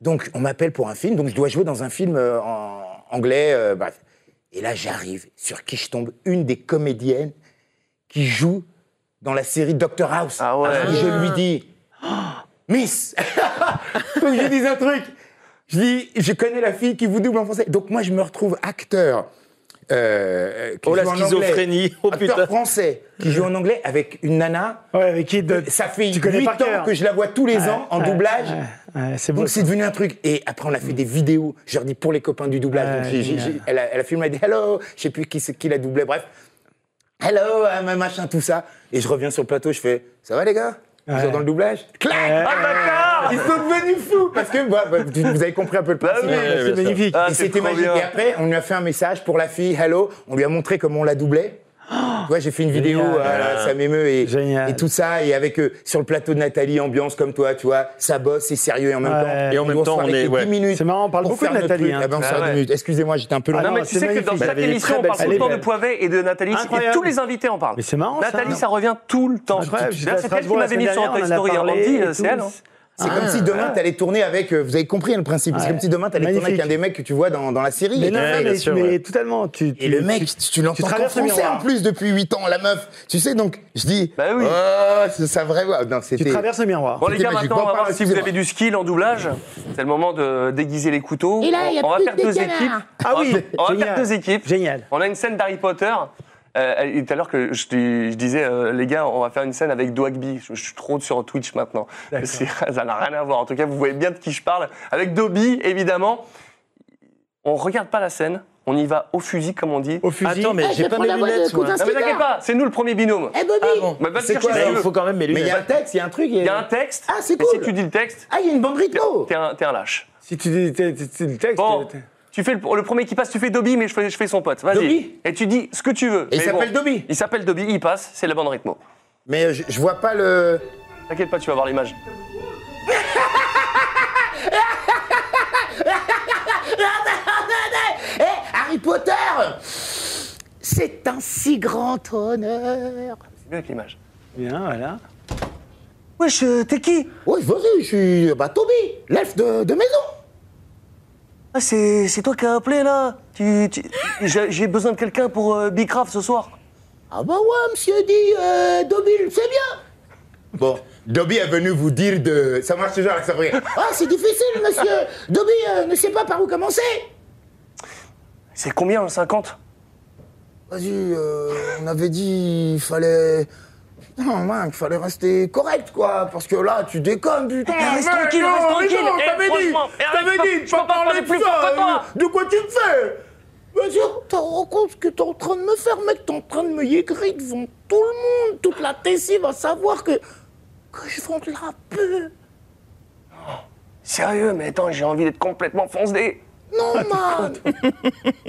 [SPEAKER 7] Donc, on m'appelle pour un film, donc je dois jouer dans un film euh, en anglais. euh, bref. Et là, j'arrive. Sur qui je tombe Une des comédiennes qui joue dans la série Doctor House.
[SPEAKER 8] Ah
[SPEAKER 7] Et je lui dis, <gasps> Miss <laughs> Donc je lui dis un truc. Je dis, je connais la fille qui vous double en français. Donc moi, je me retrouve acteur. euh, qui
[SPEAKER 8] Oh, la
[SPEAKER 7] joue en
[SPEAKER 8] schizophrénie.
[SPEAKER 7] anglais,
[SPEAKER 8] Oh,
[SPEAKER 7] acteur
[SPEAKER 8] putain.
[SPEAKER 7] français qui joue en anglais avec une nana.
[SPEAKER 9] avec qui
[SPEAKER 7] ah. Euh, Ça fait
[SPEAKER 9] tu connais
[SPEAKER 7] 8
[SPEAKER 9] par
[SPEAKER 7] ans
[SPEAKER 9] cœur.
[SPEAKER 7] que je la vois tous les
[SPEAKER 9] Ouais,
[SPEAKER 7] ans en
[SPEAKER 9] ouais,
[SPEAKER 7] doublage.
[SPEAKER 9] ouais, ouais, c'est beau.
[SPEAKER 7] Donc c'est devenu un truc. Et après, on a fait des vidéos, je leur dis, pour les copains du doublage.
[SPEAKER 9] Ouais,
[SPEAKER 7] Donc, j'ai- j'ai-
[SPEAKER 9] génial.
[SPEAKER 7] j'ai- elle, a, elle a filmé, elle a dit hello, je sais plus qui, c'est- qui la doublait, bref. Hello, euh, machin, tout ça. Et je reviens sur le plateau, je fais, ça va les gars Vous êtes dans le doublage Clac Ah d'accord Ils sont devenus fous Parce que bah, bah, tu- vous avez compris un peu le
[SPEAKER 9] Ah
[SPEAKER 7] principe.
[SPEAKER 6] oui,
[SPEAKER 7] hein,
[SPEAKER 6] oui, bien
[SPEAKER 7] c'est
[SPEAKER 6] sûr.
[SPEAKER 7] magnifique.
[SPEAKER 6] Ah,
[SPEAKER 7] et
[SPEAKER 6] c'est
[SPEAKER 7] c'était
[SPEAKER 6] trop
[SPEAKER 7] magique.
[SPEAKER 6] bien.
[SPEAKER 7] Et après, on lui a fait un message pour la fille, hello. On lui a montré comment on la doublait. Tu vois, j'ai fait une vidéo,
[SPEAKER 9] Génial.
[SPEAKER 7] euh, ça m'émeut et, et tout ça. Et avec euh, sur le plateau de Nathalie, ambiance comme toi, tu vois, ça bosse, c'est sérieux et en même
[SPEAKER 9] Ouais.
[SPEAKER 7] temps.
[SPEAKER 9] Et en même
[SPEAKER 7] on
[SPEAKER 9] temps,
[SPEAKER 7] doit
[SPEAKER 9] on
[SPEAKER 7] se faire
[SPEAKER 9] est-
[SPEAKER 7] les 10
[SPEAKER 9] ouais.
[SPEAKER 7] minutes
[SPEAKER 9] C'est marrant, on parle
[SPEAKER 7] pour
[SPEAKER 9] beaucoup de
[SPEAKER 7] faire notre
[SPEAKER 9] Nathalie,
[SPEAKER 7] truc.
[SPEAKER 9] hein.
[SPEAKER 7] Ah ben, on
[SPEAKER 9] Ah
[SPEAKER 7] sort
[SPEAKER 9] ouais.
[SPEAKER 7] deux minutes. Excusez-moi, j'étais un peu long.
[SPEAKER 9] Ah
[SPEAKER 6] non, mais tu sais que dans chaque émission, on parle tout le temps de Poivet et de Nathalie. Et
[SPEAKER 9] Incroyable.
[SPEAKER 6] tous les invités en parlent.
[SPEAKER 9] Mais c'est marrant, ça.
[SPEAKER 6] Nathalie, ça, revient tout le temps.
[SPEAKER 9] Incroyable, j'étais à
[SPEAKER 6] D'ailleurs, C'est elle qui
[SPEAKER 9] Strasbourg la
[SPEAKER 6] m'avait mis
[SPEAKER 9] semaine
[SPEAKER 6] sur Toy
[SPEAKER 9] dernière, on en a
[SPEAKER 6] Story
[SPEAKER 9] parlé
[SPEAKER 6] Irlandi,
[SPEAKER 9] et
[SPEAKER 6] euh,
[SPEAKER 9] tout.
[SPEAKER 6] c'est elle. hein.
[SPEAKER 7] C'est comme si demain, t'allais tourner avec. euh, Vous avez compris hein, le principe. C'est
[SPEAKER 9] Ah. Ouais.
[SPEAKER 7] comme si demain, t'allais tourner avec
[SPEAKER 9] Magnifique.
[SPEAKER 7] un des mecs que tu vois dans, dans la série.
[SPEAKER 9] Mais non, mais, mais totalement. Tu,
[SPEAKER 7] Et le mec, tu, tu l'entends qu'en
[SPEAKER 9] traverses le
[SPEAKER 7] français
[SPEAKER 9] miroir.
[SPEAKER 7] en plus depuis 8 ans, la meuf. Tu sais, donc je dis. Bah oui. Oh, c'est sa vraie voix. Non, c'était-
[SPEAKER 9] traverses le miroir.
[SPEAKER 6] Bon, les
[SPEAKER 7] C'était
[SPEAKER 6] gars,
[SPEAKER 7] magique.
[SPEAKER 6] maintenant, on va
[SPEAKER 7] Bon,
[SPEAKER 6] voir si vous
[SPEAKER 7] excusez-moi.
[SPEAKER 6] avez du skill en doublage. C'est le moment de déguiser les couteaux.
[SPEAKER 9] Et là, il y a
[SPEAKER 6] on, on va
[SPEAKER 9] plus
[SPEAKER 6] faire
[SPEAKER 9] de
[SPEAKER 6] deux
[SPEAKER 9] canards.
[SPEAKER 6] équipes.
[SPEAKER 9] Ah
[SPEAKER 6] On va-
[SPEAKER 9] oui,
[SPEAKER 6] On va
[SPEAKER 9] génial.
[SPEAKER 6] faire deux équipes.
[SPEAKER 9] Génial.
[SPEAKER 6] On a une scène d'Harry Potter. Euh, et tout à l'heure que je, dis- je disais, euh, les gars, on va faire une scène avec Dwagby. Je, je suis trop sur Twitch maintenant. C'est- <laughs> Ça n'a rien à voir. En tout cas, vous voyez bien de qui je parle. Avec Dobby, évidemment. On regarde pas la scène. On y va au fusil, comme on dit. Au
[SPEAKER 8] fusil. Attends, mais Eh, je j'ai vais pas prendre mes la voix de lunettes, moi. Cousin
[SPEAKER 6] Non, Ah, mais t'inquiète
[SPEAKER 8] Skinner.
[SPEAKER 6] pas, c'est nous le premier binôme.
[SPEAKER 8] Eh, Bobby.
[SPEAKER 6] Ah, bon. Bah, va te
[SPEAKER 8] C'est
[SPEAKER 6] chercher
[SPEAKER 8] quoi,
[SPEAKER 6] si
[SPEAKER 8] mais
[SPEAKER 6] tu
[SPEAKER 8] il
[SPEAKER 6] veux.
[SPEAKER 8] faut quand même mes
[SPEAKER 7] Mais il y a un texte, il y a un truc. Il
[SPEAKER 6] y a un texte.
[SPEAKER 7] Ah, c'est
[SPEAKER 6] et
[SPEAKER 7] cool.
[SPEAKER 6] si tu dis le texte.
[SPEAKER 7] Ah, il y a une bande rythmo.
[SPEAKER 6] T'es un, t'es un lâche.
[SPEAKER 9] Si tu dis t'es- t'es- t'es le texte.
[SPEAKER 6] Bon, tu fais le, le premier qui passe, tu fais Dobby, mais je fais, je fais son pote. Vas-y.
[SPEAKER 7] Dobby
[SPEAKER 6] Et tu dis ce que tu veux.
[SPEAKER 7] Et il
[SPEAKER 6] Mais
[SPEAKER 7] s'appelle Dobby
[SPEAKER 6] Il s'appelle Dobby, il passe, c'est la bande rythmo.
[SPEAKER 7] Mais euh, je, je vois pas le.
[SPEAKER 6] T'inquiète pas, tu vas voir l'image.
[SPEAKER 11] Eh, Harry Potter C'est un si grand honneur.
[SPEAKER 6] C'est mieux avec l'image.
[SPEAKER 9] Bien, voilà.
[SPEAKER 11] Wesh,
[SPEAKER 6] euh,
[SPEAKER 11] t'es qui Ouais, vas-y, je suis. Bah, Toby, l'elfe de, de maison.
[SPEAKER 6] Ah, c'est c'est toi qui as appelé là Tu- tu- J'ai j'ai besoin de quelqu'un pour euh, Bicraft ce soir.
[SPEAKER 11] Ah, bah ouais, monsieur dit, euh, Dobby, c'est bien.
[SPEAKER 7] Bon, Dobby est venu vous dire de. Ça marche toujours avec sa vraie.
[SPEAKER 11] Ah, c'est difficile, monsieur. Dobby euh, ne sait pas par où commencer.
[SPEAKER 6] C'est combien, le 50
[SPEAKER 11] Vas-y, euh, on avait dit, il fallait. Non, man, il fallait rester correct, quoi, parce que là, tu déconnes, putain.
[SPEAKER 6] Eh, reste tranquille, reste tranquille. Eh,
[SPEAKER 11] t'avais dit,
[SPEAKER 6] franchement, eh,
[SPEAKER 11] t'avais
[SPEAKER 6] arrête pas,
[SPEAKER 11] dit,
[SPEAKER 6] je
[SPEAKER 11] tu vas
[SPEAKER 6] peux pas
[SPEAKER 11] parler
[SPEAKER 6] parler
[SPEAKER 11] plus
[SPEAKER 6] plus fort que toi.
[SPEAKER 11] De quoi tu me fais Vas-y, t'en rends compte ce que t'es en train de me faire, mec, t'es en train de me yégrer devant tout le monde. Toute la Tessie va savoir que. que je vends de la pub.
[SPEAKER 6] Sérieux, mais attends, j'ai envie d'être complètement foncé. <laughs>
[SPEAKER 11] Non, man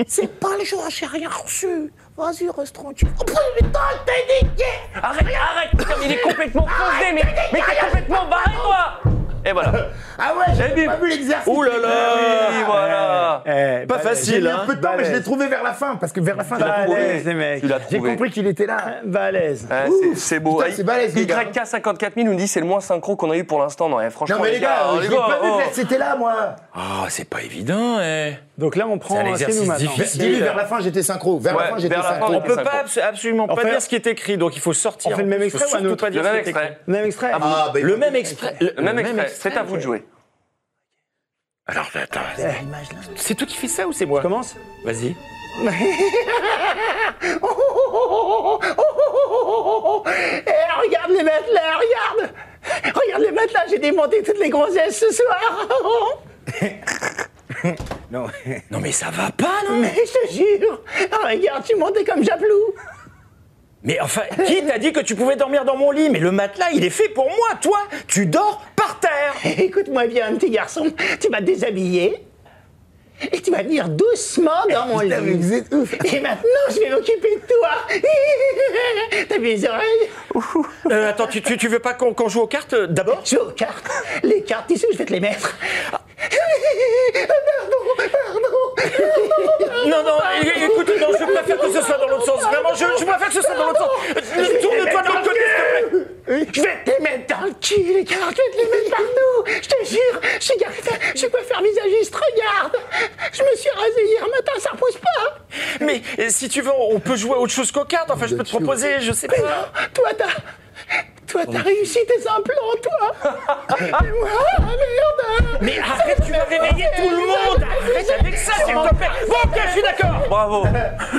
[SPEAKER 11] C'est pas le jour, j'ai rien reçu. Vas-y, reste tranquille. Oh putain, je t'ai niqué
[SPEAKER 6] Arrête, arrête, putain, mais il est complètement foncé, mais, mais t'es complètement barré, toi Et voilà.
[SPEAKER 7] Ah ouais, j'avais pas vu l'exercice.
[SPEAKER 6] Ouh là là,
[SPEAKER 7] Ah oui,
[SPEAKER 6] voilà.
[SPEAKER 7] Eh,
[SPEAKER 6] Pas
[SPEAKER 7] balèze.
[SPEAKER 6] facile,
[SPEAKER 7] J'ai mis
[SPEAKER 6] hein.
[SPEAKER 7] un peu de temps, mais je l'ai
[SPEAKER 6] Balèze.
[SPEAKER 7] trouvé vers la fin, parce que vers la fin,
[SPEAKER 6] Tu l'as
[SPEAKER 7] j'avais
[SPEAKER 6] trouvé.
[SPEAKER 7] trouvé.
[SPEAKER 6] Les mecs. Tu l'as
[SPEAKER 7] J'ai
[SPEAKER 6] trouvé.
[SPEAKER 7] compris qu'il était là. hein.
[SPEAKER 26] Balèze.
[SPEAKER 6] Ah, c'est- c'est beau.
[SPEAKER 7] Putain, c'est balèze, les gars.
[SPEAKER 6] YK54000 nous dit c'est le moins synchro qu'on a eu pour l'instant. Non, eh, franchement.
[SPEAKER 7] Non mais les
[SPEAKER 8] hein,
[SPEAKER 7] gars,
[SPEAKER 6] oh,
[SPEAKER 7] j'ai pas vu
[SPEAKER 6] oh.
[SPEAKER 7] que la- c'était là, moi.
[SPEAKER 6] Ah, c'est pas évident. eh.
[SPEAKER 26] Donc là, on
[SPEAKER 7] prend
[SPEAKER 6] C'est
[SPEAKER 7] un
[SPEAKER 6] un exercice
[SPEAKER 7] chez nous, maintenant.
[SPEAKER 6] difficile.
[SPEAKER 7] Vers la fin, j'étais synchro. Vers la
[SPEAKER 6] Ouais,
[SPEAKER 7] fin, j'étais
[SPEAKER 6] vers la fin,
[SPEAKER 7] synchro.
[SPEAKER 6] on peut pas abso- absolument pas dire ce qui est écrit, donc il faut sortir.
[SPEAKER 26] On fait le même
[SPEAKER 6] Il faut
[SPEAKER 26] extrait ou un
[SPEAKER 6] surtout
[SPEAKER 26] autre
[SPEAKER 6] pas dire
[SPEAKER 26] Le
[SPEAKER 6] ce
[SPEAKER 26] même
[SPEAKER 6] qui est
[SPEAKER 26] extrait.
[SPEAKER 6] écrit.
[SPEAKER 26] Le même extrait
[SPEAKER 6] Ah,
[SPEAKER 26] Ah, bah,
[SPEAKER 6] le
[SPEAKER 26] écoute,
[SPEAKER 6] même extrait. Le le même extrait. C'est à vous de jouer. Alors attends. C'est toi qui fais ça ou c'est moi Je
[SPEAKER 26] commence
[SPEAKER 6] Vas-y.
[SPEAKER 9] Oh, oh, oh, oh, oh, oh, oh, oh, oh. Eh, regarde les matelas, regarde Regarde les matelas, j'ai démonté toutes les grossesses ce soir <laughs>
[SPEAKER 6] Non. non mais ça va pas.
[SPEAKER 9] Mais je te jure Regarde, tu montais comme Japlou
[SPEAKER 6] Mais enfin, qui t'a dit que tu pouvais dormir dans mon lit Mais le matelas, il est fait pour moi, toi Tu dors par terre
[SPEAKER 9] <laughs> Écoute-moi bien, petit garçon, tu vas te déshabiller et tu vas venir doucement dans mon lit. Et maintenant, je vais m'occuper de toi <laughs> T'as vu les oreilles
[SPEAKER 6] Euh, attends, tu, tu, tu veux pas qu'on qu'on joue aux cartes euh, d'abord
[SPEAKER 9] Joue aux cartes Les cartes, tu sais où je vais te les mettre Pardon, pardon
[SPEAKER 6] Non, non, é- écoute, non, je préfère que ce soit dans l'autre sens. Vraiment, je, je préfère que ce soit dans l'autre sens. Euh, Tourne-toi de l'autre côté, s'il te plaît.
[SPEAKER 9] Je vais te les mettre dans le cul, les cartes, je vais te les mettre partout Je te jure, je suis, gar- je suis coiffeur visagiste, regarde Je me suis rasé hier matin, ça repousse pas
[SPEAKER 6] Mais euh, si tu veux, on on peut jouer à autre chose qu'aux cartes. Enfin, je peux te proposer, je sais pas.
[SPEAKER 9] Toi, t'as... Toi, t'as réussi tes implants, toi
[SPEAKER 7] <laughs>
[SPEAKER 9] Et moi, ah, merde
[SPEAKER 6] Mais arrête, tu vas réveiller tout le monde Arrête avec ça, s'il te plaît Bon, ok, je suis d'accord
[SPEAKER 7] <laughs>
[SPEAKER 6] Bravo